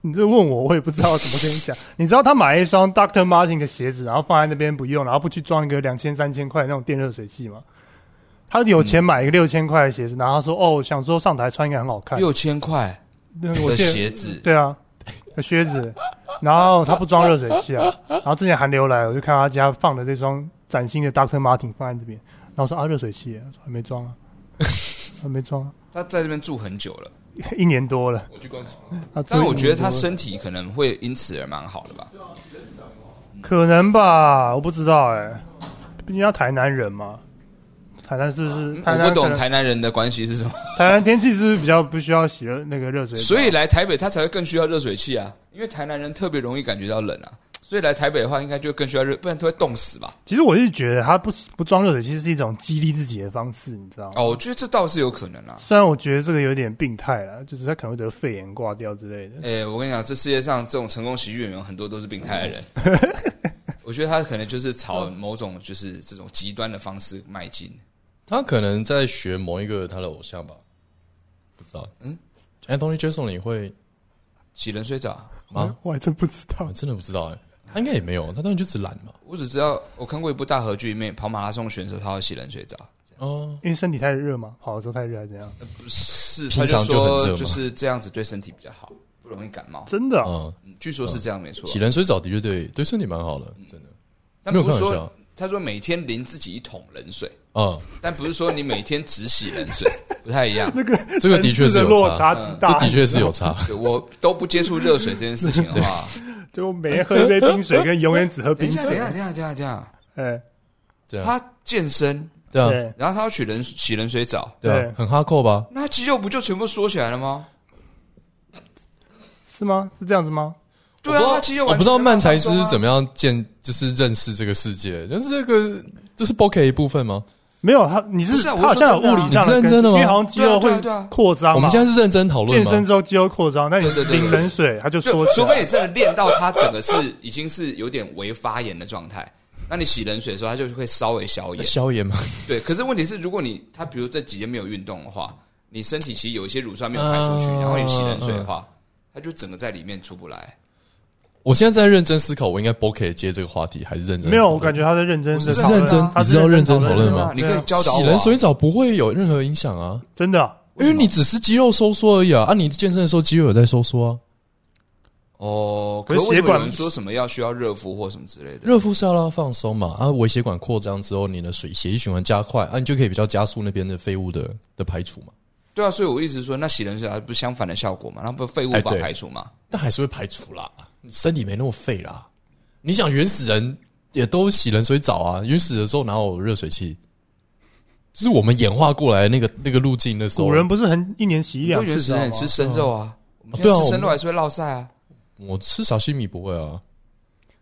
[SPEAKER 1] 你这问我，我也不知道怎么跟你讲。 你知道他买一双 Doctor Martin 的鞋子，然后放在那边不用，然后不去装一个两千三千块那种电热水器吗？他有钱买一个六千块的鞋子，然后他说：“哦，想说上台穿应该很好看。
[SPEAKER 2] 六千块
[SPEAKER 1] 那个我
[SPEAKER 2] 的
[SPEAKER 1] 记得
[SPEAKER 2] 鞋子，
[SPEAKER 1] 对啊，靴子，然后他不装热水器啊。然后之前寒流来，我就看他家放的这双崭新的 Doctor Martin 放在这边，然后我说啊，热水器耶，他说还没装啊，还没装、啊，
[SPEAKER 2] 他在这边住很久了，
[SPEAKER 1] 一年多了。
[SPEAKER 2] 我去观察。
[SPEAKER 1] 他住
[SPEAKER 2] 但我
[SPEAKER 1] 一年
[SPEAKER 2] 觉得
[SPEAKER 1] 多
[SPEAKER 2] 他
[SPEAKER 1] 了
[SPEAKER 2] 身体可能会因此而蛮好的吧。
[SPEAKER 1] 可能吧，我不知道哎、毕竟他台南人嘛。台南是不是？台
[SPEAKER 2] 嗯我
[SPEAKER 1] 南
[SPEAKER 2] 不懂
[SPEAKER 1] 可能
[SPEAKER 2] 台南人的关系是什么，
[SPEAKER 1] 台南天气是不是比较不需要洗热那个热水？啊
[SPEAKER 2] 所以来台北他才会更需要热水器啊，因为台南人特别容易感觉到冷啊，所以来台北的话应该就更需要热，不然都会冻死吧。
[SPEAKER 1] 其实我是觉得他不不装热水器是一种激励自己的方式，你知道吗？
[SPEAKER 2] 哦，我觉得这倒是有可能啊。
[SPEAKER 1] 虽然我觉得这个有点病态了，就是他可能会得肺炎挂掉之类的。
[SPEAKER 2] 哎、我跟你讲，这世界上这种成功喜剧演员很多都是病态的人。 我觉得他可能就是朝某种就是这种极端的方式迈进。
[SPEAKER 3] 他可能在学某一个他的偶像吧，不知道。嗯
[SPEAKER 2] 嗯
[SPEAKER 3] ，Anthony Jackson 你会
[SPEAKER 2] 洗冷水澡，
[SPEAKER 3] 啊？
[SPEAKER 1] 我还真不知道
[SPEAKER 3] 我。真的不知道哎、他应该也没有，他当然就只懒嘛。
[SPEAKER 2] 我只知道我看过一部大合剧，里面跑马拉松选手他会洗冷水澡，
[SPEAKER 3] 哦，
[SPEAKER 1] 因为身体太热嘛，跑的时候太热还是怎样？
[SPEAKER 2] 不是
[SPEAKER 3] 平
[SPEAKER 2] 他就
[SPEAKER 3] 常就很热
[SPEAKER 2] 说
[SPEAKER 3] 吗
[SPEAKER 2] 就是这样子对身体比较好，不容易感冒。
[SPEAKER 1] 真的、哦，
[SPEAKER 3] 嗯，
[SPEAKER 2] 嗯据说是这样没错，
[SPEAKER 3] 洗冷水澡的确对对身体蛮好的，真的。
[SPEAKER 2] 但
[SPEAKER 3] 没有
[SPEAKER 2] 不
[SPEAKER 3] 开
[SPEAKER 2] 是
[SPEAKER 3] 玩
[SPEAKER 2] 说
[SPEAKER 3] 笑。
[SPEAKER 2] 他说每天淋自己一桶冷水，
[SPEAKER 3] 嗯，
[SPEAKER 2] 但不是说你每天只洗冷水，不太一 样。
[SPEAKER 3] 这个的确
[SPEAKER 1] 层
[SPEAKER 3] 是
[SPEAKER 1] 次
[SPEAKER 3] 有
[SPEAKER 1] 落差
[SPEAKER 3] 差，
[SPEAKER 1] 之大，
[SPEAKER 2] 嗯
[SPEAKER 3] 这的确是有差。
[SPEAKER 2] 对我都不接触热水这件事情的 话，
[SPEAKER 1] 就每天喝一杯冰水， 跟永远只喝
[SPEAKER 2] 等
[SPEAKER 1] 冰
[SPEAKER 2] 一下，等一
[SPEAKER 1] 水。
[SPEAKER 2] 下，等一下，等一下，等一下。
[SPEAKER 1] 哎，
[SPEAKER 3] 对啊，
[SPEAKER 2] 他健身，
[SPEAKER 3] 对啊，
[SPEAKER 1] 对，
[SPEAKER 2] 然后他要取冷洗冷水澡，
[SPEAKER 3] 对啊
[SPEAKER 1] 对，
[SPEAKER 3] 很哈扣吧？
[SPEAKER 2] 那他肌肉不就全部缩起来了吗？
[SPEAKER 1] 是吗？是这样子吗？
[SPEAKER 2] 对啊，
[SPEAKER 3] 我不知道
[SPEAKER 2] 他肌肉
[SPEAKER 3] 我
[SPEAKER 2] 完全
[SPEAKER 3] 不知道漫才师
[SPEAKER 2] 没办法放松啊
[SPEAKER 3] 怎么样见，就是认识这个世界，就是这个这是 b o k 一部分吗？
[SPEAKER 1] 没有，他你
[SPEAKER 2] 不
[SPEAKER 1] 是
[SPEAKER 2] 是啊
[SPEAKER 1] 他
[SPEAKER 2] 我
[SPEAKER 1] 好
[SPEAKER 2] 是说
[SPEAKER 1] 像有
[SPEAKER 2] 真的啊
[SPEAKER 1] 物理上
[SPEAKER 3] 你是认
[SPEAKER 1] 根
[SPEAKER 3] 真的吗
[SPEAKER 1] 因为好像肌肉
[SPEAKER 2] 对啊
[SPEAKER 1] 会
[SPEAKER 2] 对啊对啊
[SPEAKER 1] 扩张嘛。
[SPEAKER 3] 我们现在是认真讨论
[SPEAKER 1] 健
[SPEAKER 3] 吗？
[SPEAKER 1] 身之后肌肉扩张，那你
[SPEAKER 2] 对对对
[SPEAKER 1] 淋冷水，它就缩
[SPEAKER 2] 就
[SPEAKER 1] 起
[SPEAKER 2] 除
[SPEAKER 1] 来。
[SPEAKER 2] 非你真的练到他整个是已经是有点微发炎的状态，那你洗冷水的时候，他就会稍微消炎。
[SPEAKER 3] 消炎吗？
[SPEAKER 2] 对，可是问题是，如果你他比如这几天没有运动的话，你身体其实有一些乳酸没有排出去，
[SPEAKER 3] 嗯
[SPEAKER 2] 然后你洗冷水的
[SPEAKER 3] 呃
[SPEAKER 2] 话，它就整个在里面出不来。
[SPEAKER 3] 我现在在认真思考，我应该 b o k 接这个话题还是认真？
[SPEAKER 1] 没有，我感觉他在认真
[SPEAKER 2] 不
[SPEAKER 1] 的
[SPEAKER 2] 是
[SPEAKER 1] 讨论啊，
[SPEAKER 2] 认真
[SPEAKER 1] 他
[SPEAKER 3] 你知道认真
[SPEAKER 1] 讨
[SPEAKER 3] 讨
[SPEAKER 1] 论
[SPEAKER 3] 论
[SPEAKER 1] 的
[SPEAKER 3] 吗
[SPEAKER 1] 啊
[SPEAKER 2] 你可以教导我、
[SPEAKER 3] 洗
[SPEAKER 2] 啊。
[SPEAKER 3] 冷水澡不会有任何影响啊，
[SPEAKER 1] 真的啊
[SPEAKER 2] 为
[SPEAKER 3] 因
[SPEAKER 2] 什
[SPEAKER 3] 为
[SPEAKER 2] 么
[SPEAKER 3] 你只是肌肉收缩而已啊。啊，你健身的时候肌肉有在收缩啊，
[SPEAKER 2] 哦，
[SPEAKER 1] 可
[SPEAKER 2] 可
[SPEAKER 1] 是
[SPEAKER 2] 是为什
[SPEAKER 1] 血
[SPEAKER 2] 么
[SPEAKER 1] 管
[SPEAKER 2] 有人说什么要需要热敷或什么之类的？
[SPEAKER 3] 热敷是要让它放松嘛。啊，微血管扩张之后，你的水血液循环加快，啊，你就可以比较加速那边的废物的的排除嘛。
[SPEAKER 2] 对啊，所以我一直说，那洗冷水它不是相反的效果嘛？那不是废物无法
[SPEAKER 3] 哎对
[SPEAKER 2] 排除嘛？
[SPEAKER 3] 但还是会排除啦，你身体没那么废啦。你想原始人也都洗冷水澡啊，原始的时候哪有热水器？就是我们演化过来的那个那个路径的
[SPEAKER 2] 啊
[SPEAKER 3] 时候，
[SPEAKER 1] 古人不是很一年洗一
[SPEAKER 2] 因
[SPEAKER 1] 两
[SPEAKER 2] 为原
[SPEAKER 1] 次
[SPEAKER 2] 始
[SPEAKER 1] 知道
[SPEAKER 2] 人
[SPEAKER 1] 吗
[SPEAKER 2] 也？吃生肉啊，我们
[SPEAKER 3] 对啊
[SPEAKER 2] 现在吃
[SPEAKER 3] 我
[SPEAKER 2] 生
[SPEAKER 3] 们
[SPEAKER 2] 肉还是会落晒啊。
[SPEAKER 3] 我吃沙西米不会啊，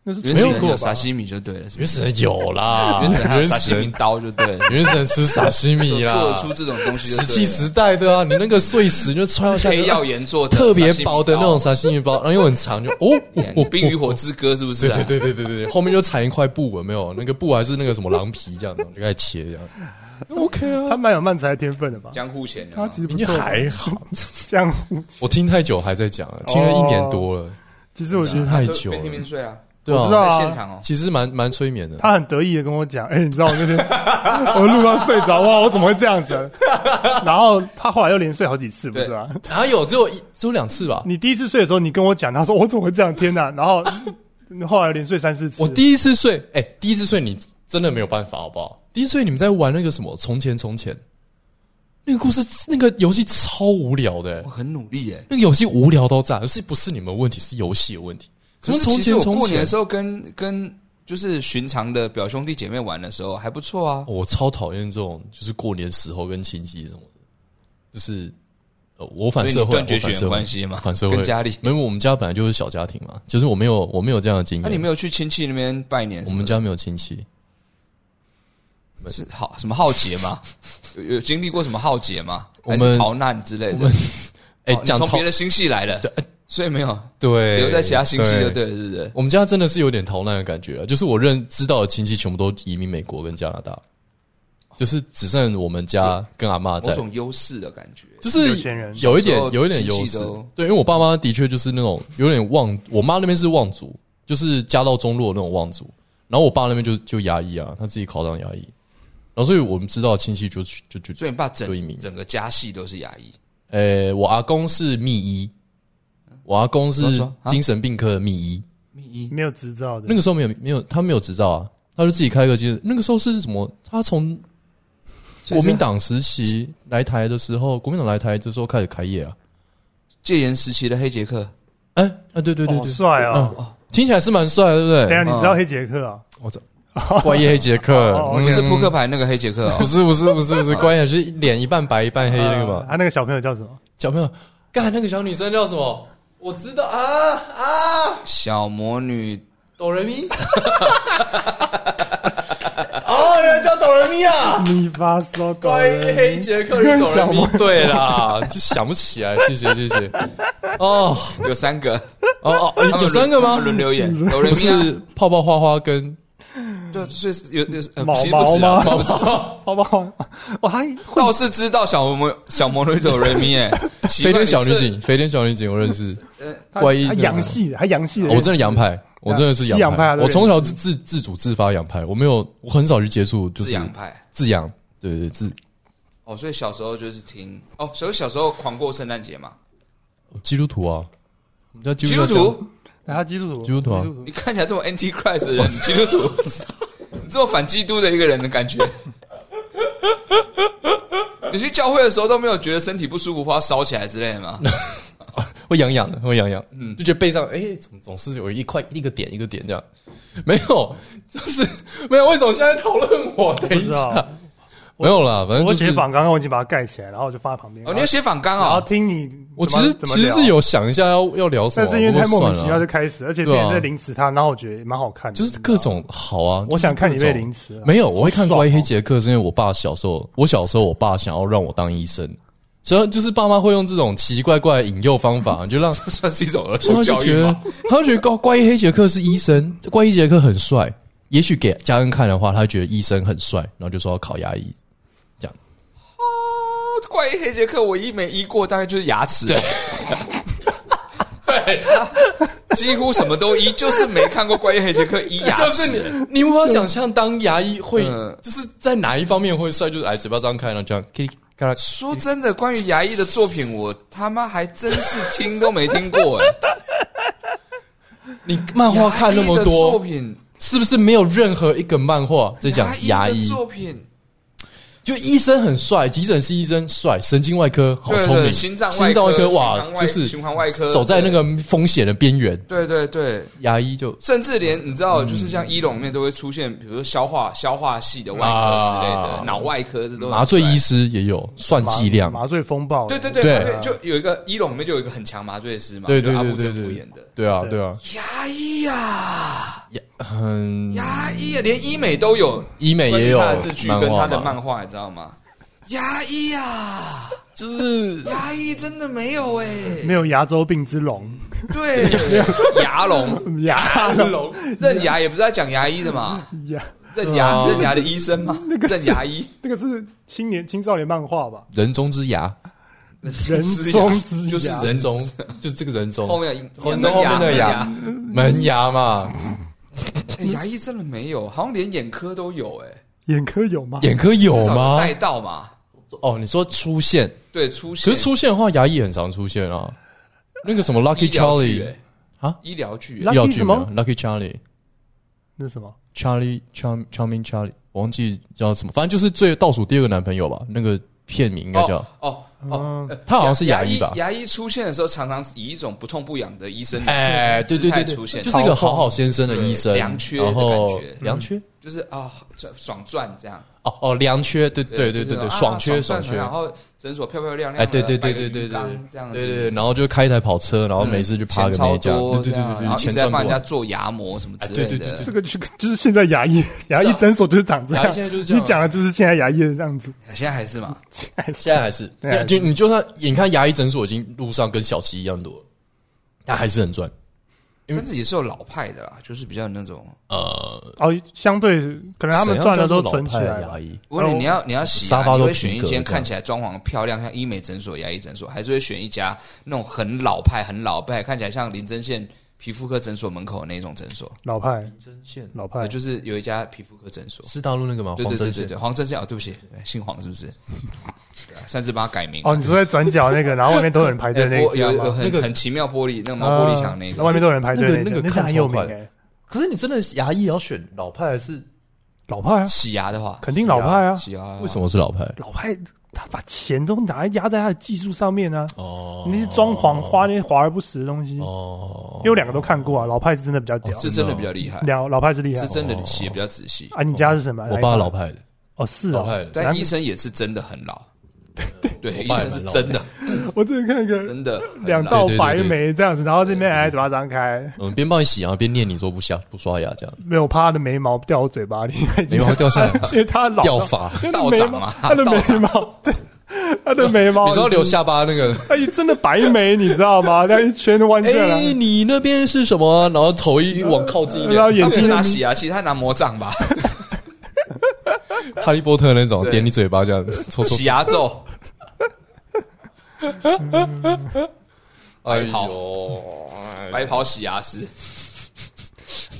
[SPEAKER 1] 那是
[SPEAKER 2] 原始
[SPEAKER 1] 没
[SPEAKER 2] 人
[SPEAKER 1] 过吧
[SPEAKER 2] 有沙西米就对了，是不
[SPEAKER 3] 原
[SPEAKER 2] 是
[SPEAKER 3] 始人有啦，
[SPEAKER 2] 原始人还有
[SPEAKER 3] 原
[SPEAKER 2] 沙
[SPEAKER 3] 始
[SPEAKER 2] 西米
[SPEAKER 3] 人
[SPEAKER 2] 刀就对了，
[SPEAKER 3] 原始人吃沙西
[SPEAKER 2] 所
[SPEAKER 3] 米
[SPEAKER 2] 做得
[SPEAKER 3] 啦
[SPEAKER 2] 出，这种东西就
[SPEAKER 3] 石
[SPEAKER 2] 对
[SPEAKER 3] 器
[SPEAKER 2] 了
[SPEAKER 3] 时代的啊，你那个碎石就穿到下
[SPEAKER 2] 黑
[SPEAKER 3] 去，
[SPEAKER 2] 曜岩做的
[SPEAKER 3] 特别
[SPEAKER 2] 沙西米
[SPEAKER 3] 薄的那种
[SPEAKER 2] 刀。
[SPEAKER 3] 沙西米包，然后又很长，就哦，
[SPEAKER 2] 对啊你冰与火之歌是不是
[SPEAKER 3] 对
[SPEAKER 2] 啊？
[SPEAKER 3] 对对对对对对，后面就缠一块布，有没有？那个布还是那个什么狼皮这样，就开始切这样。OK 啊，
[SPEAKER 1] 他蛮有漫才的天分的吧？
[SPEAKER 2] 江户前有没
[SPEAKER 1] 他
[SPEAKER 2] 有
[SPEAKER 1] 其实不
[SPEAKER 3] 你
[SPEAKER 1] 错，
[SPEAKER 3] 还好，
[SPEAKER 1] 江湖。
[SPEAKER 3] 我听太久还在讲了，听了一年多了，
[SPEAKER 1] 其实我觉
[SPEAKER 3] 听
[SPEAKER 1] 得
[SPEAKER 3] 太
[SPEAKER 2] 都
[SPEAKER 3] 久
[SPEAKER 2] 边听
[SPEAKER 3] 了
[SPEAKER 2] 边，睡啊，
[SPEAKER 3] 对
[SPEAKER 1] 我知道
[SPEAKER 3] 啊，
[SPEAKER 1] 啊
[SPEAKER 2] 在现场哦。
[SPEAKER 3] 其实蛮蛮催眠的。
[SPEAKER 1] 他很得意的跟我讲：“哎、你知道我那天我录到睡着哇，我怎么会这样子？”啊然后他后来又连睡好几次，不是吧？
[SPEAKER 3] 哪有只有一只有两次吧？
[SPEAKER 1] 你第一次睡的时候，你跟我讲，他说：“我怎么会这样？天哪！”然后后来连睡三四次。
[SPEAKER 3] 我第一次睡，哎，第一次睡你真的没有办法，好不好？第一次睡你们在玩那个什么《从前从前》，那个故事那个游戏超无聊的、
[SPEAKER 2] 我很努力耶。
[SPEAKER 3] 那个游戏无聊到炸，是不是你们问题？是游戏的问题。
[SPEAKER 2] 可
[SPEAKER 3] 什
[SPEAKER 2] 是
[SPEAKER 3] 么从
[SPEAKER 2] 其实
[SPEAKER 3] 前
[SPEAKER 2] 我
[SPEAKER 3] 从
[SPEAKER 2] 过年
[SPEAKER 3] 前
[SPEAKER 2] 的？时候跟跟就是寻常的表兄弟姐妹玩的时候还不错啊。
[SPEAKER 3] 哦我超讨厌这种，就是过年时候跟亲戚什么的，就是呃，我反
[SPEAKER 2] 所以
[SPEAKER 3] 社
[SPEAKER 2] 你
[SPEAKER 3] 会，
[SPEAKER 2] 断绝
[SPEAKER 3] 我
[SPEAKER 2] 血
[SPEAKER 3] 反
[SPEAKER 2] 缘
[SPEAKER 3] 社会
[SPEAKER 2] 关，系嘛，
[SPEAKER 3] 反社会
[SPEAKER 2] 跟家里。
[SPEAKER 3] 没有，我们家本来就是小家庭嘛，就是我没有我没有这样的经
[SPEAKER 2] 那
[SPEAKER 3] 验，
[SPEAKER 2] 你没哦有去亲戚那边拜年什
[SPEAKER 3] 我
[SPEAKER 2] 么
[SPEAKER 3] 们
[SPEAKER 2] 的？
[SPEAKER 3] 家没有亲戚，
[SPEAKER 2] 是浩什么浩劫吗？ 有有经历过什么浩劫吗？
[SPEAKER 3] 我
[SPEAKER 2] 还
[SPEAKER 3] 们
[SPEAKER 2] 是逃难之类的？
[SPEAKER 3] 哎、
[SPEAKER 2] 哦你
[SPEAKER 3] 讲
[SPEAKER 2] 从
[SPEAKER 3] 逃哎
[SPEAKER 2] 别的星系来的，所以没有
[SPEAKER 3] 对，
[SPEAKER 2] 留在其他星系就对
[SPEAKER 3] 对。
[SPEAKER 2] 了，是不是？
[SPEAKER 3] 我们家真的是有点逃难的感觉啊，就是我认知道的亲戚全部都移民美国跟加拿大，就是只剩我们家跟阿嬷
[SPEAKER 2] 某
[SPEAKER 3] 在，
[SPEAKER 2] 种优势的感觉。
[SPEAKER 3] 就是
[SPEAKER 1] 有钱人
[SPEAKER 3] 有一点
[SPEAKER 2] 小时候
[SPEAKER 3] 有一点优
[SPEAKER 2] 亲戚
[SPEAKER 3] 势
[SPEAKER 2] 都，
[SPEAKER 3] 对，因为我爸妈的确就是那种有点望，我妈那边是望族，就是家道中落的那种望族，然后我爸那边就就牙医啊，他自己考上牙医，然后所以我们知道亲戚就去就就，
[SPEAKER 2] 所以你爸
[SPEAKER 3] 对民
[SPEAKER 2] 整整个家系都是牙医，
[SPEAKER 3] 呃、我阿公是密医，我阿公
[SPEAKER 2] 怎么
[SPEAKER 3] 是
[SPEAKER 2] 说啊
[SPEAKER 3] 精神病科的密医，
[SPEAKER 2] 密医
[SPEAKER 1] 没有执照的
[SPEAKER 3] 那个时候没有没有他没有执照啊，他就自己开个精，那个时候是什么？他从国民党时期来台的时候，国民党来台的时候开始开业啊，
[SPEAKER 2] 戒严时期的黑杰克，
[SPEAKER 3] 哎、啊，对对对嗯
[SPEAKER 1] 好
[SPEAKER 3] 对，
[SPEAKER 1] 帅哦！
[SPEAKER 3] 听起来是蛮帅的，对
[SPEAKER 1] 等一
[SPEAKER 3] 不
[SPEAKER 1] 下
[SPEAKER 3] 对？
[SPEAKER 1] 你知道黑杰克啊？
[SPEAKER 3] 我操，怪夜黑杰克
[SPEAKER 1] 哦，
[SPEAKER 3] 嗯
[SPEAKER 2] 不是扑克，牌那个黑杰克
[SPEAKER 3] 不
[SPEAKER 2] 哦，
[SPEAKER 3] 是不是不是不是怪夜，是脸一半白一半黑那个
[SPEAKER 1] 啊
[SPEAKER 3] 嘛。
[SPEAKER 1] 他那个小朋友叫什么？
[SPEAKER 3] 小朋友，干那个小女生叫什么？我知道啊啊，
[SPEAKER 2] 小魔女
[SPEAKER 3] 哆瑞咪。哦，原来叫哆瑞咪啊！
[SPEAKER 1] 你发烧高
[SPEAKER 3] 怪夜黑杰克与哆瑞
[SPEAKER 1] 跟小
[SPEAKER 3] 咪。对啦，就想不起来，谢谢谢谢。哦
[SPEAKER 2] 有三个，
[SPEAKER 3] 哦哦，
[SPEAKER 2] 他们
[SPEAKER 3] 有三个
[SPEAKER 2] 他
[SPEAKER 3] 吗
[SPEAKER 2] 们？轮流演，有人
[SPEAKER 3] 不是泡泡花花跟
[SPEAKER 2] 啊对，所以有有呃
[SPEAKER 1] 毛
[SPEAKER 2] 其实不
[SPEAKER 1] 毛
[SPEAKER 2] 止啊
[SPEAKER 1] 吗？
[SPEAKER 2] 毛不止
[SPEAKER 1] 好不好？我还
[SPEAKER 2] 倒是知道小魔小魔女哆瑞 咪哎，奇
[SPEAKER 3] 飞
[SPEAKER 2] 怪
[SPEAKER 3] 天小女，
[SPEAKER 2] 你
[SPEAKER 3] 警，飞天小女警我认识，
[SPEAKER 1] 他
[SPEAKER 3] 怪异
[SPEAKER 1] 他
[SPEAKER 3] 那
[SPEAKER 1] 洋
[SPEAKER 3] 种
[SPEAKER 1] 气的，还洋气的，
[SPEAKER 3] 哦我真的洋派，我真的是
[SPEAKER 1] 是洋派啊
[SPEAKER 3] 派。
[SPEAKER 1] 对
[SPEAKER 3] 我从小自自自主自发洋派，我没有，我很少去接触，就是
[SPEAKER 2] 是自洋派
[SPEAKER 3] 自洋，对对对自。
[SPEAKER 2] 哦，所以小时候就是听哦，所以小时候狂过圣诞节嘛，
[SPEAKER 3] 基督徒啊，我们叫基
[SPEAKER 2] 基督
[SPEAKER 3] 督教
[SPEAKER 2] 徒，
[SPEAKER 1] 他基督徒，
[SPEAKER 3] 基督徒啊
[SPEAKER 2] 你看起来这么 anti Christ 的人， 你基督 徒，你这么反基督的一个人的感觉。 你去教会的时候都没有觉得身体不舒服，或要烧起来之类的吗？
[SPEAKER 3] 会痒痒的，会痒痒，嗯，就觉得背上哎，总总是有一块一个点一个点这样，没有，就是没有。为什么现在讨论我？等一
[SPEAKER 1] 知
[SPEAKER 3] 下
[SPEAKER 1] 道，
[SPEAKER 3] 没有啦，反正
[SPEAKER 1] 我
[SPEAKER 3] 就是
[SPEAKER 1] 写访刚刚我已经把它盖起来，然后我就放在旁边。
[SPEAKER 2] 哦，你要写反纲
[SPEAKER 1] 然后
[SPEAKER 2] 哦，
[SPEAKER 1] 听你怎么，
[SPEAKER 3] 啊我其实
[SPEAKER 1] 怎么
[SPEAKER 3] 其实
[SPEAKER 1] 聊啊
[SPEAKER 3] 是，有想一下要要聊什么，
[SPEAKER 1] 但是因为
[SPEAKER 3] 不过
[SPEAKER 1] 太莫名
[SPEAKER 3] 算
[SPEAKER 1] 其
[SPEAKER 3] 了
[SPEAKER 1] 妙就开始，而且别
[SPEAKER 3] 对啊
[SPEAKER 1] 人在凌迟他，然后我觉得也蛮好看的，
[SPEAKER 3] 就是各种好啊，
[SPEAKER 1] 哦我想看你被
[SPEAKER 3] 凌。
[SPEAKER 1] 凌迟啊，
[SPEAKER 3] 没有，我会看《
[SPEAKER 1] 好爽
[SPEAKER 3] 怪
[SPEAKER 1] 哦
[SPEAKER 3] 黑杰克》，是因为我爸小时候，我小时候我爸想要让我当医生，所以就是爸妈会用这种奇奇怪怪的引诱方 法，就让
[SPEAKER 2] 这算是一种儿
[SPEAKER 3] 他
[SPEAKER 2] 童
[SPEAKER 3] 就
[SPEAKER 2] 教育
[SPEAKER 3] 觉得
[SPEAKER 2] 吗？
[SPEAKER 3] 他就觉得怪怪医黑杰克是医生，怪医杰克很帅，也许给家恩看的话，他会觉得医生很帅，然后就说要考牙医。
[SPEAKER 2] 哦怪医黑杰克唯一没医过，大概就是牙齿。 对，他几乎什么都医，就是没看过怪医黑杰克医牙齿。
[SPEAKER 3] 你，你无法想象当牙医会
[SPEAKER 2] 嗯
[SPEAKER 3] 就是在哪一方面会帅，就是哎嘴巴张开，然后这样，叽里嘎啦
[SPEAKER 2] 说真的，关于牙医的作品，我他妈还真是听都没听过 哎。
[SPEAKER 3] 你漫画看那么
[SPEAKER 2] 牙医的作
[SPEAKER 3] 多，
[SPEAKER 2] 品，
[SPEAKER 3] 是不是没有任何一个漫画在讲牙
[SPEAKER 2] 医
[SPEAKER 3] 医
[SPEAKER 2] 的？作品，
[SPEAKER 3] 就医生很帅，急诊室医生帅，神经外科好
[SPEAKER 2] 对
[SPEAKER 3] 聪
[SPEAKER 2] 对，
[SPEAKER 3] 明，
[SPEAKER 2] 心脏
[SPEAKER 3] 心脏外科
[SPEAKER 2] 科
[SPEAKER 3] 哇
[SPEAKER 2] 循环，外
[SPEAKER 3] 就是
[SPEAKER 2] 循环外科
[SPEAKER 3] 走在那，个风险的边缘。
[SPEAKER 2] 对对对对，
[SPEAKER 3] 牙医就
[SPEAKER 2] 甚至连你知道，就是像医笼里面都会出现，比如说消化消化系的外科之类
[SPEAKER 3] 啊
[SPEAKER 2] 的，脑外科这都很
[SPEAKER 3] 麻醉
[SPEAKER 2] 帅
[SPEAKER 3] 医。师也有算
[SPEAKER 1] 麻
[SPEAKER 3] 剂量，
[SPEAKER 1] 麻醉风暴，
[SPEAKER 2] 对对对，
[SPEAKER 3] 对
[SPEAKER 2] 麻醉就有一个医笼里面就有一个很强麻醉师嘛，
[SPEAKER 3] 对
[SPEAKER 2] 就
[SPEAKER 3] 对
[SPEAKER 2] 阿
[SPEAKER 3] 对
[SPEAKER 2] 布
[SPEAKER 3] 对
[SPEAKER 2] 正夫
[SPEAKER 3] 对
[SPEAKER 2] 演的，
[SPEAKER 3] 对啊
[SPEAKER 1] 对
[SPEAKER 3] 对啊，
[SPEAKER 2] 牙医啊，
[SPEAKER 3] 很
[SPEAKER 2] 牙医啊，连医美都有，
[SPEAKER 3] 医美
[SPEAKER 2] 关于
[SPEAKER 3] 嗯也有
[SPEAKER 2] 他的日剧跟
[SPEAKER 3] 漫画
[SPEAKER 2] 他的
[SPEAKER 3] 嘛，
[SPEAKER 2] 漫画，你知道吗？牙医啊，
[SPEAKER 3] 就是
[SPEAKER 2] 牙医真的没有哎、
[SPEAKER 1] 没有牙周病之龙，
[SPEAKER 2] 对，牙龙
[SPEAKER 1] 牙
[SPEAKER 2] 龙认牙也不是在讲牙医的嘛，
[SPEAKER 1] 牙
[SPEAKER 2] 认牙
[SPEAKER 3] 哦
[SPEAKER 2] 认牙的医生嘛，认牙医
[SPEAKER 1] 那个是青年青少年漫画吧？
[SPEAKER 3] 人中之牙，
[SPEAKER 1] 人中之牙
[SPEAKER 2] 就是人
[SPEAKER 3] 人中就这个人中
[SPEAKER 2] 后面
[SPEAKER 3] 后
[SPEAKER 2] 后
[SPEAKER 3] 面嗯后面的牙，门牙嘛，
[SPEAKER 2] 哎牙医真的没有，好像连眼科都有哎，
[SPEAKER 1] 眼科有吗？
[SPEAKER 3] 眼科有
[SPEAKER 2] 至少
[SPEAKER 3] 吗？
[SPEAKER 2] 带到嘛，
[SPEAKER 3] 哦，你说出现，
[SPEAKER 2] 对，出
[SPEAKER 3] 可
[SPEAKER 2] 血
[SPEAKER 3] 是出现的话，牙医很常出现啊。那个什么 Lucky
[SPEAKER 2] 医疗剧
[SPEAKER 3] Charlie
[SPEAKER 2] 哎
[SPEAKER 3] 啊
[SPEAKER 2] 医疗剧哎
[SPEAKER 1] Lucky
[SPEAKER 3] 药局
[SPEAKER 1] 什
[SPEAKER 3] 没
[SPEAKER 1] 么
[SPEAKER 3] 有 Lucky Charlie。
[SPEAKER 1] 那什么？
[SPEAKER 3] Charlie Charm Charming Charlie，我忘记叫什么，反正就是最倒数第二个男朋友吧，那个片名应该叫、
[SPEAKER 2] 哦哦哦
[SPEAKER 1] 嗯，
[SPEAKER 2] 呃
[SPEAKER 3] 他好像是
[SPEAKER 2] 牙
[SPEAKER 3] 牙医吧
[SPEAKER 2] 牙医出现的时候，常常以一种不痛不痒的医生，
[SPEAKER 3] 哎，对对对
[SPEAKER 2] 姿态
[SPEAKER 3] 对，
[SPEAKER 2] 出现
[SPEAKER 3] 就是一个好好先生的医生，
[SPEAKER 2] 对良缺的
[SPEAKER 3] 然后
[SPEAKER 2] 感觉
[SPEAKER 3] 良缺，
[SPEAKER 2] 就是啊爽爽赚这样。
[SPEAKER 3] 哦哦良缺，对对对
[SPEAKER 2] 就是
[SPEAKER 3] 对
[SPEAKER 2] 那种
[SPEAKER 3] 对，
[SPEAKER 2] 啊
[SPEAKER 3] 爽缺
[SPEAKER 2] 爽
[SPEAKER 3] 爽
[SPEAKER 2] 赚
[SPEAKER 3] 缺，
[SPEAKER 2] 然后诊所漂漂亮亮的，
[SPEAKER 3] 哎对对对
[SPEAKER 2] 摆
[SPEAKER 3] 对
[SPEAKER 2] 个
[SPEAKER 3] 对
[SPEAKER 2] 鱼
[SPEAKER 3] 对
[SPEAKER 2] 缸这样子，嗯
[SPEAKER 3] 对对，然后就开一台跑车，然后每次去趴个
[SPEAKER 2] 超
[SPEAKER 3] 美甲，
[SPEAKER 2] 多
[SPEAKER 3] 对对
[SPEAKER 2] 这样，
[SPEAKER 3] 对对
[SPEAKER 2] 然后一
[SPEAKER 3] 对，
[SPEAKER 2] 直
[SPEAKER 3] 钱
[SPEAKER 2] 在
[SPEAKER 3] 赚
[SPEAKER 2] 帮
[SPEAKER 3] 不
[SPEAKER 2] 人家
[SPEAKER 3] 完。
[SPEAKER 2] 做牙膜什么之
[SPEAKER 3] 哎
[SPEAKER 2] 类
[SPEAKER 3] 对对对
[SPEAKER 2] 的
[SPEAKER 3] 对
[SPEAKER 1] 这。个就就是现在牙医牙医诊所就是长这
[SPEAKER 3] 啊牙
[SPEAKER 1] 样
[SPEAKER 3] 医，现在就是这
[SPEAKER 1] 你
[SPEAKER 3] 样，
[SPEAKER 1] 讲的就是现在牙医的样子。
[SPEAKER 2] 现在还是嘛，
[SPEAKER 3] 现在还是，
[SPEAKER 1] 现在还是
[SPEAKER 3] 就你就算你看牙医诊所已经路上跟小七一样多了，但还是很赚。因为
[SPEAKER 2] 但是也是有老派的啦，就是比较那种。
[SPEAKER 3] 呃，
[SPEAKER 1] 哦，相对可能他们赚的都存起
[SPEAKER 3] 谁要
[SPEAKER 1] 来
[SPEAKER 3] 叫做老派的牙
[SPEAKER 1] 了。
[SPEAKER 3] 医，
[SPEAKER 2] 如果你要你要洗牙，
[SPEAKER 3] 沙发都
[SPEAKER 2] 你会选一
[SPEAKER 3] 皮革这
[SPEAKER 2] 间
[SPEAKER 3] 样
[SPEAKER 2] 看起来装潢漂亮，像医美诊所、牙医诊所，还是会选一家那种很老派、很老派，看起来像林真县皮肤科诊所门口那种诊所？
[SPEAKER 1] 老派，
[SPEAKER 3] 针线
[SPEAKER 1] 老派，
[SPEAKER 2] 就是有一家皮肤科诊所，
[SPEAKER 3] 是大陆那个吗？
[SPEAKER 2] 对
[SPEAKER 3] 哎
[SPEAKER 2] 对对
[SPEAKER 3] 黄针
[SPEAKER 2] 对
[SPEAKER 3] 线
[SPEAKER 2] 对，黄针县哦，对不起，姓黄是不 是？对啊擅自帮他改名
[SPEAKER 1] 哦，你说在转角那个，然后外面都有人排队
[SPEAKER 2] 哎
[SPEAKER 1] 那
[SPEAKER 2] 玻
[SPEAKER 1] 一
[SPEAKER 2] 有
[SPEAKER 1] 家
[SPEAKER 2] 有
[SPEAKER 1] 吗？
[SPEAKER 2] 很
[SPEAKER 3] 那个
[SPEAKER 2] 很奇妙玻璃，那个毛玻璃墙那
[SPEAKER 1] 啊
[SPEAKER 2] 个，
[SPEAKER 1] 外面都有人排队一家哎
[SPEAKER 3] 那个那个
[SPEAKER 1] 那家很有名
[SPEAKER 3] 看超快
[SPEAKER 1] 哎。
[SPEAKER 3] 可是你真的牙医也要选老派还是
[SPEAKER 1] 老派啊，
[SPEAKER 2] 洗牙的话，
[SPEAKER 1] 肯定老派啊。
[SPEAKER 2] 洗牙
[SPEAKER 3] 为什么是老牌？
[SPEAKER 1] 老派他把钱都拿来压在他的技术上面啊，
[SPEAKER 3] 哦
[SPEAKER 1] 那些装潢花那些华而不实的东西。
[SPEAKER 3] 哦
[SPEAKER 1] 因为我两个都看过啊，老派是真的比较屌，
[SPEAKER 2] 哦是真的比较厉害，
[SPEAKER 1] 两老派是厉害
[SPEAKER 2] 是。真
[SPEAKER 3] 哦
[SPEAKER 2] 的洗的比较仔细，
[SPEAKER 1] 啊，你家是什么？
[SPEAKER 3] 我爸老派的，
[SPEAKER 1] 哦，是
[SPEAKER 3] 老
[SPEAKER 1] 啊，
[SPEAKER 3] 派的，
[SPEAKER 2] 但医生也是真的很老。对，医
[SPEAKER 3] 我爸也
[SPEAKER 2] 生是
[SPEAKER 3] 蛮老的
[SPEAKER 2] 真的，
[SPEAKER 1] 我之前看一个
[SPEAKER 2] 真的很老
[SPEAKER 1] 两道
[SPEAKER 3] 对对对
[SPEAKER 1] 白
[SPEAKER 3] 对
[SPEAKER 1] 眉这样子，然后这边还嘴巴张开，
[SPEAKER 3] 嗯，边帮你洗牙边念你说不刷不刷牙这 样，
[SPEAKER 1] 没有怕他的眉毛掉我嘴巴里，
[SPEAKER 3] 眉毛掉下 来吗
[SPEAKER 1] 因为他老
[SPEAKER 3] 掉发。
[SPEAKER 1] 因为他
[SPEAKER 2] 道
[SPEAKER 1] 眉
[SPEAKER 2] 长
[SPEAKER 1] 毛
[SPEAKER 2] 啊
[SPEAKER 1] 他的
[SPEAKER 2] 道
[SPEAKER 1] 眉毛，对， 他的眉毛，
[SPEAKER 3] 你说留下巴那个？
[SPEAKER 1] 哎，真的白眉，你知道 吗？那一圈弯下来，
[SPEAKER 3] 哎，你那边是什么？啊然后头一往靠近一
[SPEAKER 1] 然后
[SPEAKER 2] 他
[SPEAKER 3] 点，
[SPEAKER 1] 眼
[SPEAKER 2] 不是
[SPEAKER 1] 睛
[SPEAKER 2] 拿洗牙器，他拿魔杖吧，
[SPEAKER 3] 哈利波特那种
[SPEAKER 2] 对
[SPEAKER 3] 点你嘴巴这 样，搓搓
[SPEAKER 2] 洗。牙咒。
[SPEAKER 3] 哎
[SPEAKER 2] 好
[SPEAKER 3] 呦，
[SPEAKER 2] 白袍洗牙师，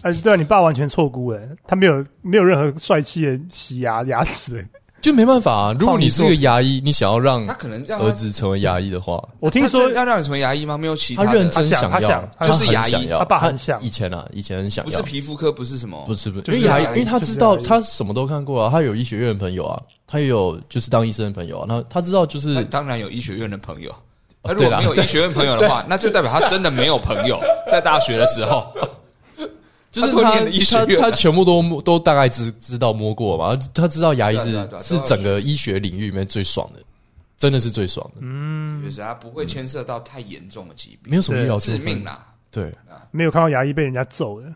[SPEAKER 1] 哎，对啊，你爸完全错估哎，他没有没有任何帅气的洗牙牙齿哎。
[SPEAKER 3] 就没办法啊。如果你是个牙医，你想要让
[SPEAKER 2] 他可能让他
[SPEAKER 3] 儿子成为牙医的话，
[SPEAKER 1] 我听说
[SPEAKER 2] 他真要让你成为牙医吗？没有其
[SPEAKER 3] 他
[SPEAKER 2] 的
[SPEAKER 3] 认真
[SPEAKER 1] 他想他
[SPEAKER 3] 要
[SPEAKER 1] 想，
[SPEAKER 3] 他
[SPEAKER 2] 就是
[SPEAKER 3] 很
[SPEAKER 2] 牙医
[SPEAKER 3] 想要
[SPEAKER 1] 他爸很想
[SPEAKER 3] 以前啊，以前很想
[SPEAKER 2] 不
[SPEAKER 3] 要
[SPEAKER 2] 是，皮肤科，不是什么，
[SPEAKER 3] 不是不是，
[SPEAKER 1] 就
[SPEAKER 3] 因为
[SPEAKER 1] 是
[SPEAKER 3] 牙医
[SPEAKER 2] 牙，医
[SPEAKER 3] 因为他
[SPEAKER 1] 就是
[SPEAKER 3] 知道
[SPEAKER 1] 牙医
[SPEAKER 3] 他什么都看过啊，他有医学院的朋友啊，他也有就是当医生的朋友啊，那他知道就
[SPEAKER 2] 他
[SPEAKER 3] 是
[SPEAKER 2] 当然有医学院的朋友。
[SPEAKER 3] 哦
[SPEAKER 2] 他如果
[SPEAKER 3] 对啦
[SPEAKER 2] 没有医学院朋友的话，那就代表他真的没有朋 友。在大学的时候，
[SPEAKER 3] 就是
[SPEAKER 2] 他都
[SPEAKER 3] 他
[SPEAKER 2] 念了医学院啊
[SPEAKER 3] 他他全部都摸都大概知知道摸过嘛，他他知道牙医
[SPEAKER 2] 对啊
[SPEAKER 3] 是
[SPEAKER 2] 对啊对啊
[SPEAKER 3] 是整个医学领域里面最爽的，真的是最爽的，
[SPEAKER 2] 就是他不会牵涉到太严重的疾病，
[SPEAKER 3] 没有什么医疗
[SPEAKER 2] 致
[SPEAKER 3] 纠纷
[SPEAKER 2] 命，啊啦。
[SPEAKER 3] 对，
[SPEAKER 1] 没有看到牙医被人家揍的，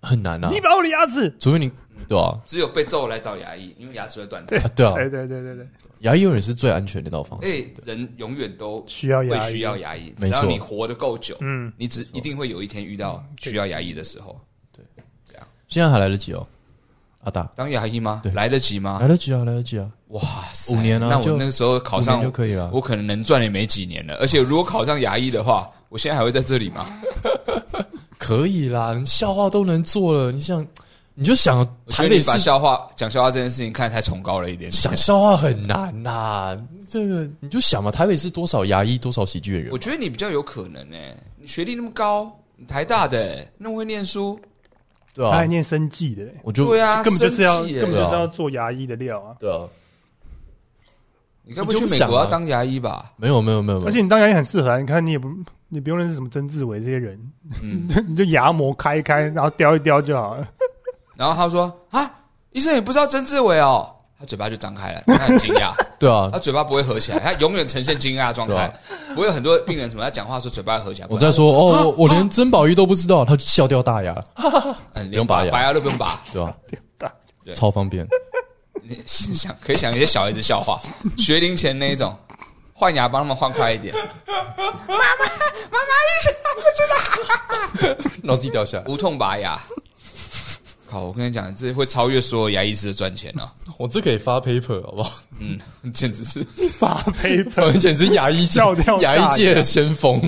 [SPEAKER 3] 很难啊
[SPEAKER 1] 你，把我的牙齿，
[SPEAKER 3] 除非你对啊，
[SPEAKER 2] 只有被揍来找牙医，因为牙齿会断掉
[SPEAKER 1] 对。
[SPEAKER 3] 啊对啊，
[SPEAKER 1] 对对对对对，
[SPEAKER 3] 牙医永远是最安全的一道方式，
[SPEAKER 2] 哎，人永远都
[SPEAKER 1] 需要
[SPEAKER 2] 会
[SPEAKER 1] 牙
[SPEAKER 2] 需
[SPEAKER 1] 医，
[SPEAKER 2] 要牙医，
[SPEAKER 3] 没
[SPEAKER 2] 只要
[SPEAKER 3] 错
[SPEAKER 2] 你活得够久，
[SPEAKER 1] 嗯，
[SPEAKER 2] 你只一定会有一天遇到需要牙医的时候。
[SPEAKER 3] 现在还来得及哦，阿大
[SPEAKER 2] 当牙医吗
[SPEAKER 3] 对？
[SPEAKER 2] 来得及吗？
[SPEAKER 3] 来得及啊，来得及啊，
[SPEAKER 2] 哇塞，
[SPEAKER 3] 五年啊
[SPEAKER 2] 那我
[SPEAKER 3] 就
[SPEAKER 2] 那个时候考
[SPEAKER 3] 五
[SPEAKER 2] 上
[SPEAKER 3] 年就可以了
[SPEAKER 2] 我可能能赚也没几年了。而且如果考上牙医的 话，我现在还会在这里吗？
[SPEAKER 3] 可以啦，你笑话都能做了，你想你就想
[SPEAKER 2] 我觉
[SPEAKER 3] 台
[SPEAKER 2] 得
[SPEAKER 3] 北
[SPEAKER 2] 你
[SPEAKER 3] 市
[SPEAKER 2] 把笑话讲笑话这件事情看得太崇高了一点点。
[SPEAKER 3] 想笑话很难呐、这个你就想嘛，台北是多少牙医，多少喜剧演员
[SPEAKER 2] 我？觉得你比较有可能呢、你学历那么高，你台大的、欸，那么会念书，
[SPEAKER 3] 对
[SPEAKER 1] 他
[SPEAKER 3] 啊
[SPEAKER 1] 还，念生计的，
[SPEAKER 3] 我就
[SPEAKER 2] 对啊，
[SPEAKER 1] 根本就是要
[SPEAKER 2] 生气欸
[SPEAKER 1] 根本就是
[SPEAKER 3] 对啊
[SPEAKER 1] 要做牙医的料啊。
[SPEAKER 3] 对啊，
[SPEAKER 2] 你该不会去美国要当牙医吧？
[SPEAKER 3] 没有没有没有，
[SPEAKER 1] 而且你当牙医很适合啊，你看你也不你不用认识什么曾志伟这些人，
[SPEAKER 2] 嗯，
[SPEAKER 1] 你就牙模开一开，然后雕一雕就好了。
[SPEAKER 2] 然后他说啊，医生也不知道曾志伟哦，他嘴巴就张 开了，他很惊讶，
[SPEAKER 3] 对啊
[SPEAKER 2] 他，嘴巴不会合起来，他永远呈现惊讶的状
[SPEAKER 3] 对
[SPEAKER 2] 态
[SPEAKER 3] 啊。
[SPEAKER 2] 不会有很多病人什么他讲话的时候嘴巴合起来，
[SPEAKER 3] 我在说
[SPEAKER 1] 啊
[SPEAKER 3] 哦，我我连曾宝仪都不知道，他就笑掉大牙，
[SPEAKER 2] 嗯，
[SPEAKER 3] 不
[SPEAKER 2] 连
[SPEAKER 3] 用拔牙
[SPEAKER 2] 拔牙都不用拔，
[SPEAKER 3] 对吧
[SPEAKER 1] 大？
[SPEAKER 2] 对
[SPEAKER 3] 超方便，
[SPEAKER 2] 你想可以想一些小孩子笑话，学龄前那一种，换牙帮他们换快一点。
[SPEAKER 3] 然后自己掉下来。
[SPEAKER 2] 无痛拔牙。靠！我跟你讲，这会超越所有牙医师的赚钱了、
[SPEAKER 3] 我这可以发 paper 好不好？
[SPEAKER 2] 嗯，简直是
[SPEAKER 1] 发 paper，
[SPEAKER 3] 反正简直是牙医界
[SPEAKER 1] 笑掉大
[SPEAKER 3] 牙
[SPEAKER 1] 牙
[SPEAKER 3] 医界的先锋，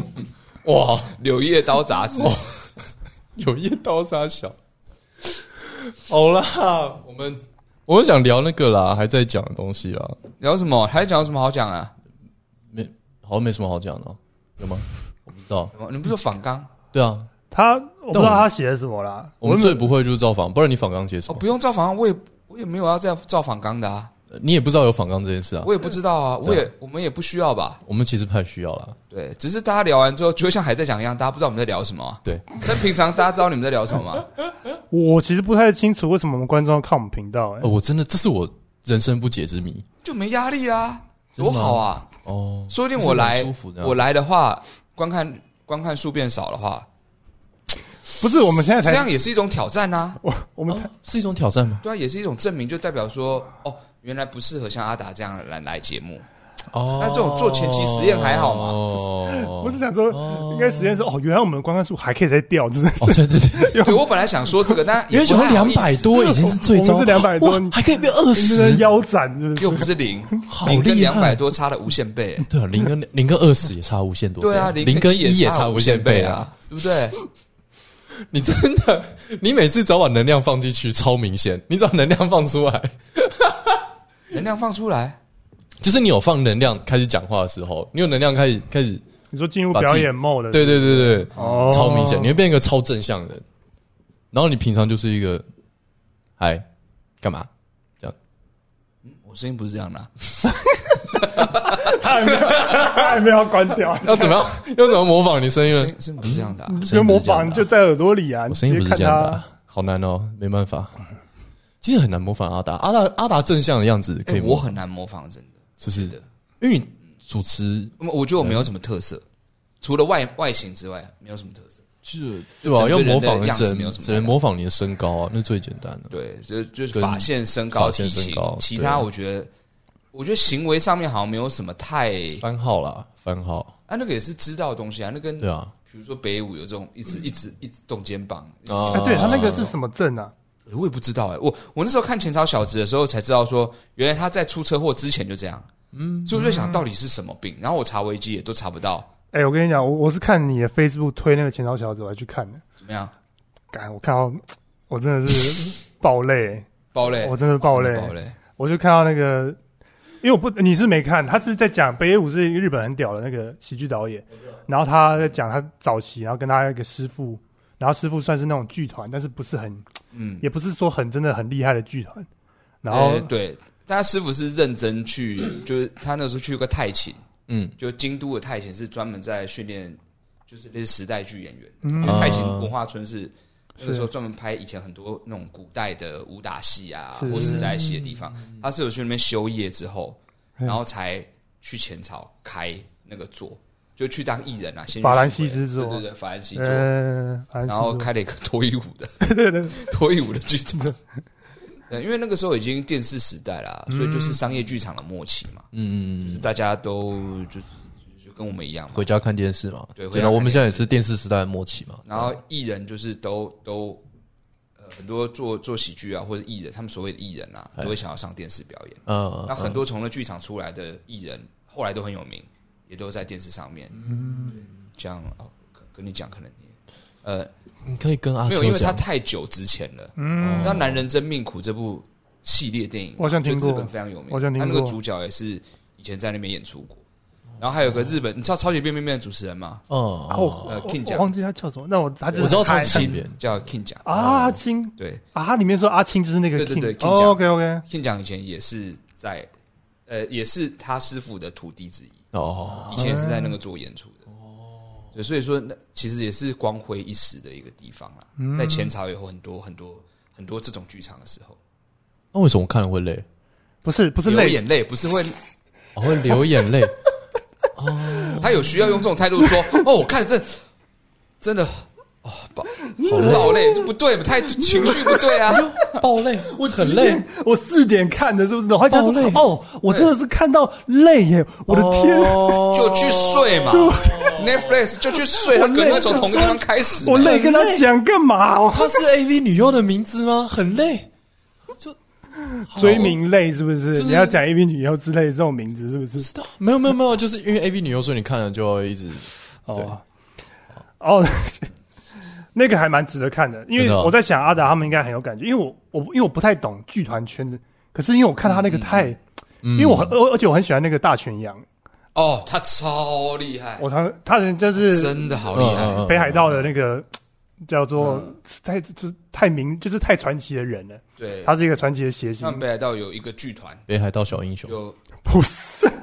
[SPEAKER 3] 哇！
[SPEAKER 2] 《柳叶刀》杂志。
[SPEAKER 3] 有一刀杀小。好啦，我们我们想聊那个啦，还在讲的东西啊啦，
[SPEAKER 2] 聊什么？还讲有什么好讲啊？
[SPEAKER 3] 没好像没什么好讲的哦，有吗？我不知道。
[SPEAKER 2] 你们不是说反刚
[SPEAKER 3] 对啊，
[SPEAKER 1] 他我不知道他写的什么啦。
[SPEAKER 3] 我们
[SPEAKER 1] 原
[SPEAKER 3] 最
[SPEAKER 1] 本
[SPEAKER 3] 不会就是造访，不然你访刚接什
[SPEAKER 2] 哦？
[SPEAKER 3] 么？
[SPEAKER 2] 不用造反，我也我也没有要再造反刚的啊，
[SPEAKER 3] 你也不知道有访刚这件事啊。
[SPEAKER 2] 我也不知道啊，我也我们也不需要吧？
[SPEAKER 3] 我们其实不太需要啦。
[SPEAKER 2] 对，只是大家聊完之后，就会像还在讲一样，大家不知道我们在聊什么、啊。
[SPEAKER 3] 对，
[SPEAKER 2] 但平常大家知道你们在聊什么 吗？
[SPEAKER 1] 我其实不太清楚为什么我们观众要看我们频道哎
[SPEAKER 3] 呃，。我真的这是我人生不解之谜
[SPEAKER 2] 就没压力啊，
[SPEAKER 3] 真
[SPEAKER 2] 多
[SPEAKER 3] 的吗
[SPEAKER 2] 好啊！
[SPEAKER 3] 哦。
[SPEAKER 2] 说不定我来
[SPEAKER 3] 就是蛮舒服的啊
[SPEAKER 2] 我来的话，观看观看数变少的 话，
[SPEAKER 1] 不是，我们现在
[SPEAKER 2] 这
[SPEAKER 1] 才
[SPEAKER 2] 样也是一种挑战啊。
[SPEAKER 1] 我我们才
[SPEAKER 3] 哦是一种挑战吗？
[SPEAKER 2] 对啊，也是一种证明，就代表说，哦，原来不适合像阿达这样的人来节目。
[SPEAKER 3] 哦，
[SPEAKER 2] 那这种做前期实验还好嘛
[SPEAKER 3] 哦，
[SPEAKER 1] 我只想说，应该实验说哦，原来我们的观看数还可以再掉， 真的是
[SPEAKER 3] 哦，对对对，
[SPEAKER 2] 对我本来想说这个， 但
[SPEAKER 3] 因为
[SPEAKER 2] 也
[SPEAKER 3] 什
[SPEAKER 2] 不
[SPEAKER 3] 么
[SPEAKER 2] 太好
[SPEAKER 3] 两
[SPEAKER 2] 意思
[SPEAKER 3] 百，多已经是最
[SPEAKER 1] 我
[SPEAKER 3] 糟，
[SPEAKER 1] 们是200多
[SPEAKER 3] 哇还可以 变二
[SPEAKER 1] 真的
[SPEAKER 3] 十，
[SPEAKER 1] 腰斩，是不
[SPEAKER 2] 又
[SPEAKER 1] 是？
[SPEAKER 2] 不是 零，
[SPEAKER 3] 好
[SPEAKER 2] 零跟
[SPEAKER 3] 厉
[SPEAKER 2] 两
[SPEAKER 3] 害
[SPEAKER 2] 百多差了无限 倍、欸
[SPEAKER 3] 对啊，零跟零跟二十也差无限多倍，
[SPEAKER 2] 对啊，
[SPEAKER 3] 零
[SPEAKER 2] 跟
[SPEAKER 3] 跟一也
[SPEAKER 2] 差
[SPEAKER 3] 无限
[SPEAKER 2] 倍
[SPEAKER 3] 啊！，
[SPEAKER 2] 对不对？
[SPEAKER 3] 你真的，你每次只要把能量放进去，超明显。你只要能量放出来，
[SPEAKER 2] 能量放出来，
[SPEAKER 3] 就是你有放能量开始讲话的时候，你有能量开始开始，
[SPEAKER 1] 你说进入表演 mode 了，
[SPEAKER 3] 对对对对，
[SPEAKER 1] 哦
[SPEAKER 3] 超明显，你会变一个超正向的人。然后你平常就是一个，嗨，干嘛？
[SPEAKER 2] 我声音不是这样的啊、
[SPEAKER 1] 他还没有，他 还没有关 掉，
[SPEAKER 3] 要怎么样？ 要怎么模仿你声音
[SPEAKER 2] 声
[SPEAKER 3] 呢？
[SPEAKER 2] 音声音不是这样的、啊。
[SPEAKER 1] 你
[SPEAKER 3] 嗯
[SPEAKER 1] 就模仿就在耳朵里啊，
[SPEAKER 3] 我
[SPEAKER 1] 你
[SPEAKER 3] 声
[SPEAKER 1] 直
[SPEAKER 3] 音不
[SPEAKER 1] 接
[SPEAKER 3] 是
[SPEAKER 1] 看
[SPEAKER 3] 这样的
[SPEAKER 1] 他
[SPEAKER 3] 啊，好难哦，没办法。其实很难模仿阿达，阿达阿达正向的样子可以
[SPEAKER 2] 哎我
[SPEAKER 3] 模仿，
[SPEAKER 2] 很难模仿，真的。
[SPEAKER 3] 就是
[SPEAKER 2] 的
[SPEAKER 3] 因为你主持
[SPEAKER 2] 那么嗯我觉得我没有什么特色，
[SPEAKER 3] 嗯
[SPEAKER 2] 除了外外形之外，没有什么特色。
[SPEAKER 3] 是对吧？
[SPEAKER 2] 整个
[SPEAKER 3] 要
[SPEAKER 2] 人的
[SPEAKER 3] 模仿的
[SPEAKER 2] 样子
[SPEAKER 3] 只
[SPEAKER 2] 没有
[SPEAKER 3] 能
[SPEAKER 2] 什么
[SPEAKER 3] 只能
[SPEAKER 2] 太大
[SPEAKER 3] 模仿你的身高啊，那最简单的。
[SPEAKER 2] 对，就就是
[SPEAKER 3] 跟
[SPEAKER 2] 发线、身高、
[SPEAKER 3] 发线
[SPEAKER 2] 体型
[SPEAKER 3] 身高，
[SPEAKER 2] 其
[SPEAKER 3] 对啊
[SPEAKER 2] 他我觉得，我觉得行为上面好像没有什么太
[SPEAKER 3] 番号啦，番号，
[SPEAKER 2] 啊，那个也是知道的东西啊。那跟
[SPEAKER 3] 对啊，
[SPEAKER 2] 比如说北舞有这种一直一直一直动肩膀，
[SPEAKER 3] 啊
[SPEAKER 1] 哎，对他那个是什么症啊？
[SPEAKER 2] 我也不知道哎、我我那时候看前朝小子的时候才知道说，原来他在出车祸之前就这样。嗯，所以我就想到底是什么病，然后我查维基也都查不到，
[SPEAKER 1] 哎，我跟你讲，我我是看你的 Facebook 推那个前朝小子，我还去看的，
[SPEAKER 2] 怎么样？
[SPEAKER 1] 干，我看到我真的 是爆泪，
[SPEAKER 2] 爆泪，
[SPEAKER 1] 我真的爆泪
[SPEAKER 2] 真的爆泪。
[SPEAKER 1] 我就看到那个，因为我不你是没看，他是在讲北野武是一个日本很屌的那个喜剧导演，然后他在讲他早期，然后跟他一个师傅，然后师傅算是那种剧团，但是不是很，
[SPEAKER 2] 嗯，
[SPEAKER 1] 也不是说很真的很厉害的剧团，然后、
[SPEAKER 2] 呃对，但他师傅是认真 去，就是他那时候去过泰琴，
[SPEAKER 3] 嗯，
[SPEAKER 2] 就京都的泰琴是专门在训练，就是那些时代剧演员。
[SPEAKER 1] 嗯
[SPEAKER 2] 因为泰琴
[SPEAKER 3] 啊
[SPEAKER 2] 文化村是那个
[SPEAKER 1] 是
[SPEAKER 2] 时候专门拍以前很多那种古代的武打戏啊
[SPEAKER 1] 是
[SPEAKER 2] 或时代戏的地方。他是有去那边修业之后，
[SPEAKER 1] 嗯
[SPEAKER 2] 然后才去前朝开那个座，就去当艺人啊，先去
[SPEAKER 1] 法兰
[SPEAKER 2] 巡回
[SPEAKER 1] 西之座
[SPEAKER 2] 对对对，法兰西座，
[SPEAKER 1] 呃，反正
[SPEAKER 2] 然
[SPEAKER 1] 是
[SPEAKER 2] 后开了一个脱衣舞的。
[SPEAKER 1] 对对对
[SPEAKER 2] 脱衣舞的剧场。对，因为那个时候已经电视时代啦，所以就是商业剧场的末期嘛，
[SPEAKER 3] 嗯嗯
[SPEAKER 2] 就是
[SPEAKER 3] 嗯，
[SPEAKER 2] 大家都就是就跟我们一样嘛。
[SPEAKER 3] 回家看电视嘛，
[SPEAKER 2] 对回家
[SPEAKER 3] 然后我
[SPEAKER 2] 看电视
[SPEAKER 3] 们现在也是电视时代的末期嘛，
[SPEAKER 2] 然后艺人就是都都呃很多做做喜剧啊，或者艺人，他们所谓的艺人啊，都会想要上电视表演。
[SPEAKER 3] 哎嗯，
[SPEAKER 2] 那很多从那剧场出来的艺人，后来都很有名，也都在电视上面。嗯，这样哦，跟跟你讲，可能你呃
[SPEAKER 3] 你可以跟阿
[SPEAKER 2] 没有，因
[SPEAKER 3] 秋
[SPEAKER 2] 为他
[SPEAKER 3] 啊讲，
[SPEAKER 2] 太久之前了。你
[SPEAKER 1] 嗯
[SPEAKER 2] 知道《男人真命苦》这部系列电影吗，
[SPEAKER 1] 我好像听过
[SPEAKER 2] 就日本非常有名。
[SPEAKER 1] 我好像听
[SPEAKER 2] 他
[SPEAKER 1] 过
[SPEAKER 2] 那个主角也是以前在那边演出过，然后还有个日本，你知道《超级变变变》的主持人吗？
[SPEAKER 3] 嗯，
[SPEAKER 1] 啊
[SPEAKER 3] 嗯
[SPEAKER 1] 我
[SPEAKER 2] 呃
[SPEAKER 1] 我
[SPEAKER 2] ，King
[SPEAKER 1] 我
[SPEAKER 2] 讲
[SPEAKER 1] 忘记他叫什么，那我他就是
[SPEAKER 3] 我知道
[SPEAKER 1] 他
[SPEAKER 3] 超级
[SPEAKER 2] 青
[SPEAKER 3] 变变
[SPEAKER 2] 叫 King 讲
[SPEAKER 1] 啊阿青
[SPEAKER 2] 对
[SPEAKER 1] 啊，他里面说阿青就是那个哦
[SPEAKER 2] 对对对 King 讲
[SPEAKER 1] o k OK，
[SPEAKER 2] ，King 讲以前也是在，呃，也是他师傅的徒弟之一，
[SPEAKER 3] 哦，
[SPEAKER 2] 以前也是在那个做演出的。
[SPEAKER 1] 哦
[SPEAKER 2] 对，所以说那其实也是光辉一时的一个地方
[SPEAKER 1] 嗯
[SPEAKER 2] 啦，在前朝以后很多很多很多这种剧场的时候，
[SPEAKER 3] 那为什么看了会累？
[SPEAKER 1] 不是不是
[SPEAKER 2] 流
[SPEAKER 1] 泪，
[SPEAKER 2] 眼泪不是会
[SPEAKER 3] 我会流眼泪，
[SPEAKER 2] 他有需要用这种态度 说：“哦，我看这真的哦，爆
[SPEAKER 3] 好
[SPEAKER 2] 爆泪，这不对，不太情绪不对啊。
[SPEAKER 3] 爆泪，我很
[SPEAKER 1] 几
[SPEAKER 3] 累
[SPEAKER 1] 点，我四点看的，是不是？然后他
[SPEAKER 3] 爆
[SPEAKER 1] 说
[SPEAKER 3] 泪
[SPEAKER 1] 哦，我真的是看到泪耶！我的天，啊
[SPEAKER 3] 哦
[SPEAKER 2] 就去睡嘛，Netflix 就去睡。他
[SPEAKER 1] 我
[SPEAKER 2] 可能
[SPEAKER 1] 累
[SPEAKER 2] 从同一个地方开始嘛，
[SPEAKER 1] 我累跟他讲干嘛？我
[SPEAKER 3] 她是 AV 女优的名字吗？很累，就
[SPEAKER 1] 追名类是不是？
[SPEAKER 3] 就是
[SPEAKER 1] 你要讲 A B 女优之类的这种名字是不是？
[SPEAKER 3] 没有没有没有，就是因为 AV 女优，所以你看了就会一直
[SPEAKER 1] 哦，哦， 那个还蛮值得看的，因为
[SPEAKER 3] 真的哦
[SPEAKER 1] 我在想阿达他们应该很有感觉，因为我我因为我不太懂剧团圈的，可是因为我看他那个太，因为我很而而且我很喜欢那个大全羊，
[SPEAKER 2] 哦，他超厉害，
[SPEAKER 1] 我常他人就是嗯
[SPEAKER 2] 真的好厉
[SPEAKER 3] 嗯
[SPEAKER 2] 害。
[SPEAKER 1] 北海道的那个叫做太就是太名就是太传奇的人了，
[SPEAKER 2] 对，
[SPEAKER 1] 他是一个传奇的谐
[SPEAKER 2] 像
[SPEAKER 1] 星，
[SPEAKER 2] 北海道有一个剧团，
[SPEAKER 3] 北海道小 英雄，
[SPEAKER 2] 有
[SPEAKER 1] 不是。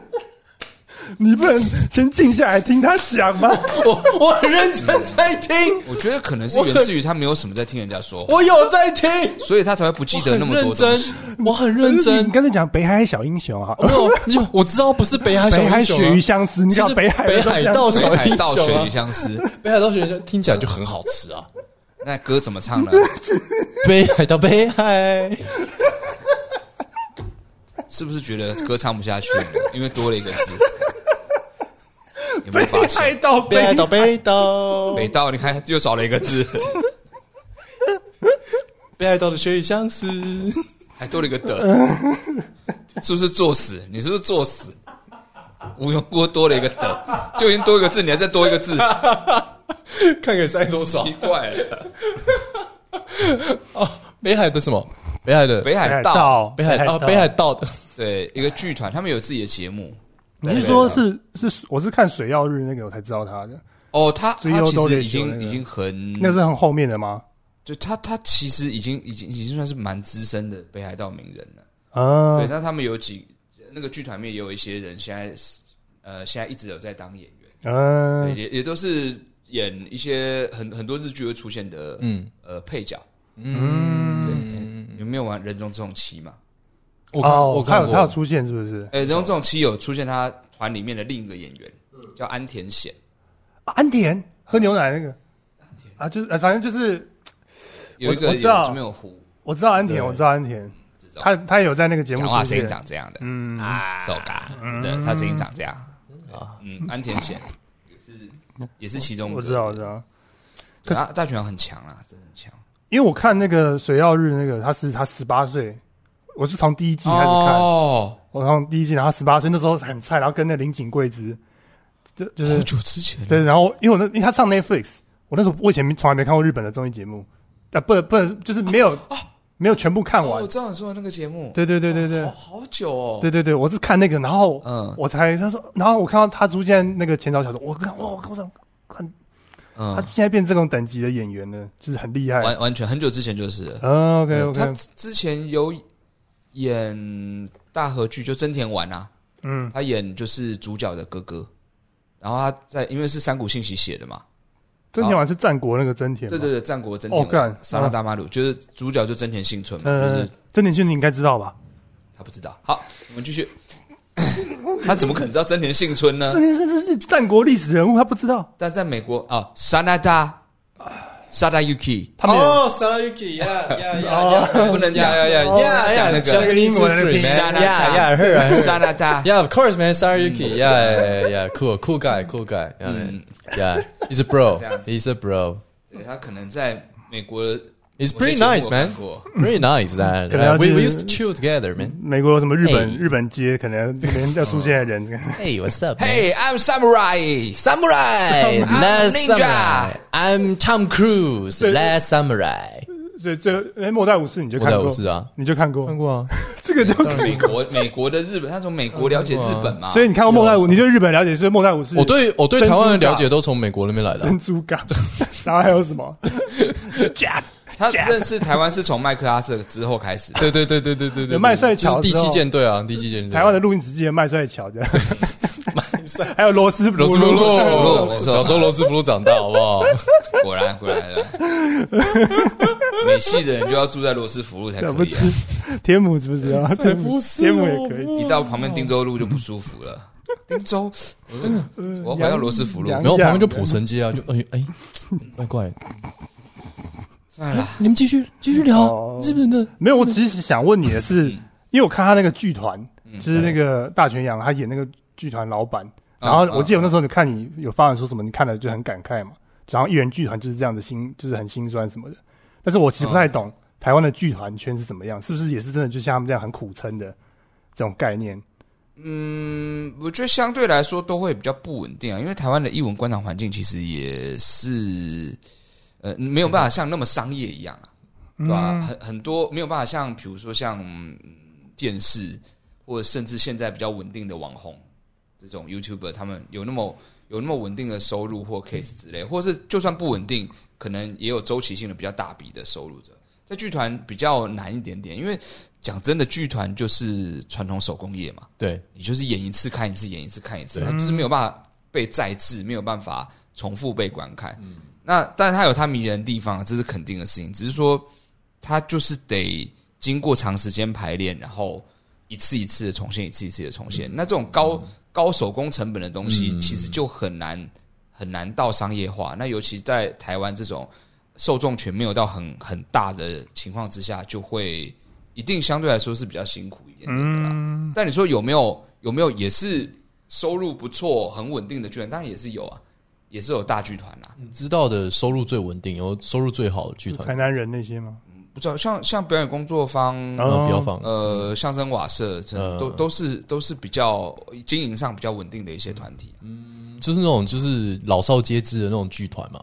[SPEAKER 1] 你不能先静下来听他讲吗？
[SPEAKER 3] 我我很认真在听，
[SPEAKER 2] 我觉得可能是源自于他没有什么在听人家说，
[SPEAKER 3] 我有在听，
[SPEAKER 2] 所以他才会不记得那么多东西。，
[SPEAKER 3] 我很认
[SPEAKER 1] 你
[SPEAKER 3] 真。哦
[SPEAKER 1] 刚才讲北海小英雄哈，
[SPEAKER 3] 没有，你我知道不是北海小
[SPEAKER 1] 北海
[SPEAKER 3] 英
[SPEAKER 1] 鳕
[SPEAKER 3] 雄
[SPEAKER 1] 鱼
[SPEAKER 3] 啊，
[SPEAKER 1] 相思，你
[SPEAKER 3] 就
[SPEAKER 1] 讲
[SPEAKER 3] 是
[SPEAKER 1] 北海
[SPEAKER 3] 北
[SPEAKER 1] 都
[SPEAKER 3] 海
[SPEAKER 1] 这样
[SPEAKER 3] 道小
[SPEAKER 2] 北海
[SPEAKER 3] 英
[SPEAKER 2] 道
[SPEAKER 3] 雄
[SPEAKER 2] 雪
[SPEAKER 3] 啊
[SPEAKER 2] 鱼，相思，
[SPEAKER 3] 北海道小英雄听起来就很好吃 啊。
[SPEAKER 2] 那歌怎么唱呢？
[SPEAKER 3] 北海道北海，
[SPEAKER 2] 是不是觉得歌唱不下去了？因为多了一个字，有没有发
[SPEAKER 1] 北
[SPEAKER 2] 现
[SPEAKER 1] 海？道
[SPEAKER 3] 北海
[SPEAKER 1] 北
[SPEAKER 3] 道北道，
[SPEAKER 2] 北道，你看又少了一个字，
[SPEAKER 3] 北海道的雪鱼相思。
[SPEAKER 2] 还多了一个的，是不是作死？你是不是作死？无缘无故多了一个的，就已经多一个字，你还再多一个字，
[SPEAKER 3] 看看塞多少
[SPEAKER 2] 奇怪了。
[SPEAKER 3] 哦，北海的什么？北海的
[SPEAKER 2] 北海道
[SPEAKER 1] 道
[SPEAKER 3] 北海啊，北海，道的
[SPEAKER 2] 对一个剧团，他们有自己的节目。
[SPEAKER 1] 你是说是是我是看水曜日那个我才知道他的，
[SPEAKER 2] 哦，他
[SPEAKER 1] 最
[SPEAKER 2] 他
[SPEAKER 1] 后
[SPEAKER 2] 其
[SPEAKER 1] 都
[SPEAKER 2] 实
[SPEAKER 1] 得
[SPEAKER 2] 已
[SPEAKER 1] 修那
[SPEAKER 2] 经
[SPEAKER 1] 个
[SPEAKER 2] 已经很
[SPEAKER 1] 那是很后面的吗？
[SPEAKER 2] 就他他其实已经已经已经算是蛮资深的北海道名人了。
[SPEAKER 1] 啊
[SPEAKER 2] 对，，那他们有几那个剧团里面也有一些人现在是呃现在一直有在当演员，对，
[SPEAKER 1] 嗯，
[SPEAKER 2] 也也都是演一些很很多日剧会出现的
[SPEAKER 3] 嗯
[SPEAKER 2] 呃配角。
[SPEAKER 3] 嗯，
[SPEAKER 2] 有没有玩《人中这种七》嘛？
[SPEAKER 3] 我看
[SPEAKER 1] 哦
[SPEAKER 3] 我，
[SPEAKER 1] 他
[SPEAKER 3] 看
[SPEAKER 1] 有他有
[SPEAKER 3] 过，
[SPEAKER 1] 出现是不是？
[SPEAKER 2] 呃，《人中这种七》有出现他团里面的另一个演员，
[SPEAKER 1] 嗯
[SPEAKER 2] 叫安田显。
[SPEAKER 1] 啊安田喝牛奶那个啊，就是呃反正就是
[SPEAKER 2] 有一
[SPEAKER 1] 我
[SPEAKER 2] 个
[SPEAKER 1] 我知道
[SPEAKER 2] 有这边有湖，
[SPEAKER 1] 我知道安田，
[SPEAKER 3] 对
[SPEAKER 1] 我知道安田，
[SPEAKER 2] 这种
[SPEAKER 1] 他他有在那个节目
[SPEAKER 2] 讲话
[SPEAKER 1] 出
[SPEAKER 2] 声音
[SPEAKER 1] 现。
[SPEAKER 2] 长这样的，
[SPEAKER 1] 嗯，
[SPEAKER 2] 啊，手嘎，对，他声音长这样。嗯，安田显也是也是其中一个，
[SPEAKER 1] 我知道，我知道，
[SPEAKER 2] 对。啊，大拳王很强啊，真的很强。
[SPEAKER 1] 因为我看那个水曜日那个，他是他十八岁，我是从第一季开始看，
[SPEAKER 3] 哦，
[SPEAKER 1] 我从第一季，然后十八岁那时候很菜，然后跟那林井贵之，就就是
[SPEAKER 3] 好久之前了，
[SPEAKER 1] 对，然后因为我那因为他上 Netflix，我那时候我以前从来没看过日本的综艺节目，啊，不不能就是没有没有全部看
[SPEAKER 2] 哦，
[SPEAKER 1] 完
[SPEAKER 2] 我，知道你说的那个节目，
[SPEAKER 1] 对对对对对
[SPEAKER 2] 哦，好久哦。
[SPEAKER 1] 对对对，我是看那个，然后
[SPEAKER 2] 嗯
[SPEAKER 1] 我才他说，然后我看到他出现那个前导小说，我看哇，我靠，看他
[SPEAKER 2] 嗯，
[SPEAKER 1] 现在变这种等级的演员了，就是很厉害。
[SPEAKER 2] 完完全很久之前就是了。
[SPEAKER 1] 嗯，OK
[SPEAKER 2] 他
[SPEAKER 1] OK，
[SPEAKER 2] 之之前有演大和剧，就真田丸啊，
[SPEAKER 1] 嗯
[SPEAKER 2] 他演就是主角的哥哥。然后他在，因为是山谷信息写的嘛，
[SPEAKER 1] 真田丸是战国那个真田，
[SPEAKER 2] 对对
[SPEAKER 1] 对，
[SPEAKER 2] 对，战国真
[SPEAKER 1] 哦干
[SPEAKER 2] 田沙拉大马鲁，就是主角就真田幸村嘛，就
[SPEAKER 1] 呃
[SPEAKER 2] 是，
[SPEAKER 1] 真田幸你应该知道吧？
[SPEAKER 2] 他不知道。好，我们继续。 他怎么可能知道真田幸村呢
[SPEAKER 1] 真？田是是是战国历史人物，他不知道，
[SPEAKER 2] 但在美国啊，沙拉达，沙拉 Yuki
[SPEAKER 1] 他没有。
[SPEAKER 3] ，Salayuki 呀呀
[SPEAKER 1] 哦哎
[SPEAKER 2] 不能讲呀讲那个
[SPEAKER 1] Japanese history,
[SPEAKER 2] man.
[SPEAKER 3] yeah, her, right, her.
[SPEAKER 2] 沙拉达，
[SPEAKER 3] Yeah, of course, man. Sarayuki. Yeah, yeah, yeah. Cool, cool guy, cool guy. Yeah, man. yeah. He's a bro.
[SPEAKER 2] 这样子。
[SPEAKER 3] He's a bro.
[SPEAKER 2] 对他可能在美国的
[SPEAKER 3] He's
[SPEAKER 2] 某些
[SPEAKER 3] pretty
[SPEAKER 2] 节目我
[SPEAKER 3] nice,
[SPEAKER 2] 看
[SPEAKER 3] man.
[SPEAKER 2] 过
[SPEAKER 3] Pretty nice. That
[SPEAKER 1] 可能要
[SPEAKER 3] uh, we,
[SPEAKER 1] 去-
[SPEAKER 3] we used to chill together, man.
[SPEAKER 1] 美国有什么日本
[SPEAKER 3] Hey
[SPEAKER 1] 日本街，可能这边要出现的人，
[SPEAKER 3] Hey, what's up? man?
[SPEAKER 2] Hey, I'm samurai.
[SPEAKER 3] samurai.
[SPEAKER 2] I'm
[SPEAKER 3] last
[SPEAKER 2] ninja.
[SPEAKER 3] samurai. I'm Tom Cruise. Last samurai.
[SPEAKER 1] 所以最后哎，末代武士你就看
[SPEAKER 3] 末代
[SPEAKER 1] 过
[SPEAKER 3] 武士啊
[SPEAKER 1] 你就看过
[SPEAKER 3] 看过啊，
[SPEAKER 1] 这个就看
[SPEAKER 2] 美国美国的日本，他从美国了解日本嘛，
[SPEAKER 1] 所以你看过末代武，你对日本了解是末代武士，
[SPEAKER 3] 我对我对台湾的了解都从美国那边来的。
[SPEAKER 1] 珍珠港， 然后还有什么 Jap
[SPEAKER 2] 他认识台湾是从麦克阿瑟之后开始的。
[SPEAKER 3] 对对对对对对对，
[SPEAKER 1] 有麦穗桥
[SPEAKER 3] 就是第
[SPEAKER 1] 之
[SPEAKER 3] 七
[SPEAKER 1] 后
[SPEAKER 3] 舰队啊，第七舰队，
[SPEAKER 1] 台湾的录音只记得麦穗桥的，还有罗斯
[SPEAKER 3] 罗
[SPEAKER 1] 罗斯
[SPEAKER 3] 斯福
[SPEAKER 1] 福路
[SPEAKER 2] 路
[SPEAKER 3] 路
[SPEAKER 2] 没，错
[SPEAKER 3] 哦小时候罗斯福路长大，好不 好？
[SPEAKER 2] 果然果然，美系的人就要住在罗斯福路才
[SPEAKER 1] 对
[SPEAKER 2] 可
[SPEAKER 1] 不
[SPEAKER 2] 以、啊，
[SPEAKER 1] 起，天母知不
[SPEAKER 2] 哎
[SPEAKER 1] 知道？天母
[SPEAKER 2] 哦
[SPEAKER 1] 天母也可以。
[SPEAKER 2] 一到旁边汀州路就不舒服了。
[SPEAKER 1] 哦
[SPEAKER 2] 汀州，我说我要回到罗斯福路
[SPEAKER 1] 两，
[SPEAKER 3] 然后旁边就普城街啊，就哎哎，怪怪。哎
[SPEAKER 2] 算了，
[SPEAKER 3] 你们继续继续
[SPEAKER 1] 哦
[SPEAKER 3] 聊日本的，
[SPEAKER 1] 没有，我其实想问你的是，
[SPEAKER 2] 嗯
[SPEAKER 1] 因为我看他那个剧团，就是那个大全养，他演那个剧团老板。
[SPEAKER 2] 啊
[SPEAKER 1] 然后我记得我那时候你看你有发文说什么，你看了就很感慨嘛。然后艺人剧团就是这样的心，就是很心酸什么的。但是我其实不太懂台湾的剧团圈是怎么样，是不是也是真的就像他们这样很苦撑的这种概念？
[SPEAKER 2] 嗯，我觉得相对来说都会比较不稳定啊，因为台湾的艺文观赏环境其实也是，呃，没有办法像那么商业一样啊，对吧、
[SPEAKER 1] 嗯
[SPEAKER 2] 很很多没有办法像，比如说像、嗯、电视或者甚至现在比较稳定的网红这种 YouTuber，他们有那么有那么稳定的收入或 case 之类，或是就算不稳定，可能也有周期性的比较大笔的收入者，在剧团比较难一点点，因为讲真的，剧团就是传统手工业嘛。
[SPEAKER 3] 对，
[SPEAKER 2] 你就是演一次看一次，演一次看一次，它就是没有办法被再制，没有办法重复被观看。那但是它有它迷人的地方，这是肯定的事情。只是说，它就是得经过长时间排练，然后一次一次的重现，一次一次的重现。那这种高、高手工成本的东西，其实就很难很难到商业化。那尤其在台湾这种受众群没有到很很大的情况之下，就会一定相对来说是比较辛苦一
[SPEAKER 1] 嗯
[SPEAKER 2] 点点的啦。但你说有没有有没有也是收入不错、很稳定的剧团？当然也是有啊，也是有大剧团啊啦。
[SPEAKER 3] 你知道的收入最稳定，有收入最好的剧
[SPEAKER 1] 台
[SPEAKER 3] 团，
[SPEAKER 1] 南人那些吗？
[SPEAKER 2] 不知道像像表演工作坊、
[SPEAKER 1] 哦
[SPEAKER 3] 啊，不要放。
[SPEAKER 2] 呃相声瓦舍，这
[SPEAKER 3] 呃
[SPEAKER 2] 都都是都是比较经营上比较稳定的一些团体。啊
[SPEAKER 3] 嗯就是那种就是老少皆知的那种剧团嘛，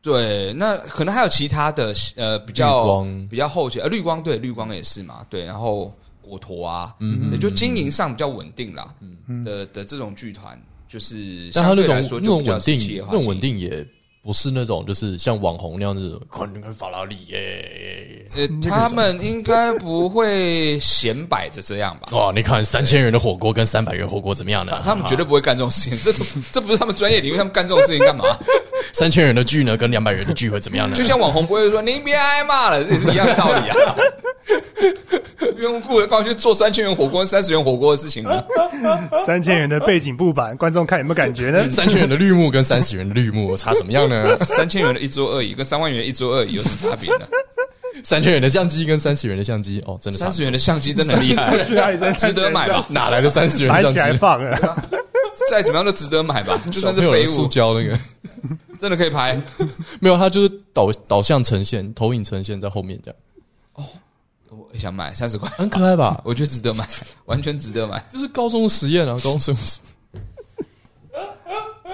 [SPEAKER 2] 对，那可能还有其他的呃比
[SPEAKER 3] 绿
[SPEAKER 2] 较
[SPEAKER 3] 光
[SPEAKER 2] 比较后期，呃绿光对绿光也是嘛，对，然后果陀啊，嗯，就经营上比较稳定啦，嗯的的这种剧团。就是
[SPEAKER 3] 但
[SPEAKER 2] 相
[SPEAKER 3] 他那
[SPEAKER 2] 对
[SPEAKER 3] 种
[SPEAKER 2] 来说
[SPEAKER 3] 那
[SPEAKER 2] 就
[SPEAKER 3] 种
[SPEAKER 2] 比较
[SPEAKER 3] 稳
[SPEAKER 2] 是
[SPEAKER 3] 定
[SPEAKER 2] 企业，化
[SPEAKER 3] 那
[SPEAKER 2] 经
[SPEAKER 3] 种
[SPEAKER 2] 营
[SPEAKER 3] 稳定也不是那种就是像网红那样子，看你看法拉利耶，
[SPEAKER 2] 呃，他们应该不会显摆着这样吧？
[SPEAKER 3] 哇，你看三千元的火锅跟三百元火锅怎么样
[SPEAKER 2] 啊
[SPEAKER 3] 呢？
[SPEAKER 2] 他们绝对不会干这种事情，这都这不是他们专业领域，他们干这种事情干嘛？
[SPEAKER 3] 三千元的剧呢跟两百元的剧会怎么样呢？
[SPEAKER 2] 就像网红不会说“您别挨骂了”，这也是一样的道理啊。冤无故的告去做三千元火锅、三十元火锅的事情吗？
[SPEAKER 1] 三千元的背景布板，观众看有没有感 觉呢？
[SPEAKER 3] 三千元的绿幕跟三十元的绿幕差什么样呢？
[SPEAKER 2] 三千元的一桌二椅跟三万元的一桌二椅有什么差别呢？
[SPEAKER 3] 三千元的相机跟三十元的相机，哦，真的差
[SPEAKER 2] 三十元的相机真的很厉害，
[SPEAKER 1] 去哪里真
[SPEAKER 2] 值得买吧？
[SPEAKER 3] 哪来的三十元
[SPEAKER 1] 买
[SPEAKER 3] 相
[SPEAKER 1] 起来
[SPEAKER 3] 机？
[SPEAKER 1] 放啊了，
[SPEAKER 2] 再怎么样都值得买吧？就算是
[SPEAKER 3] 没有
[SPEAKER 2] 废
[SPEAKER 3] 人塑
[SPEAKER 2] 物，
[SPEAKER 3] 胶那个，
[SPEAKER 2] 真的可以拍。
[SPEAKER 3] 没有，它就是导导向呈现，投影呈现在后面这样，
[SPEAKER 2] 我也想买三十块，
[SPEAKER 3] 很可爱吧？
[SPEAKER 2] 我觉得值得买，完全值得买。
[SPEAKER 3] 这是高中的实验啊，高中生物实验。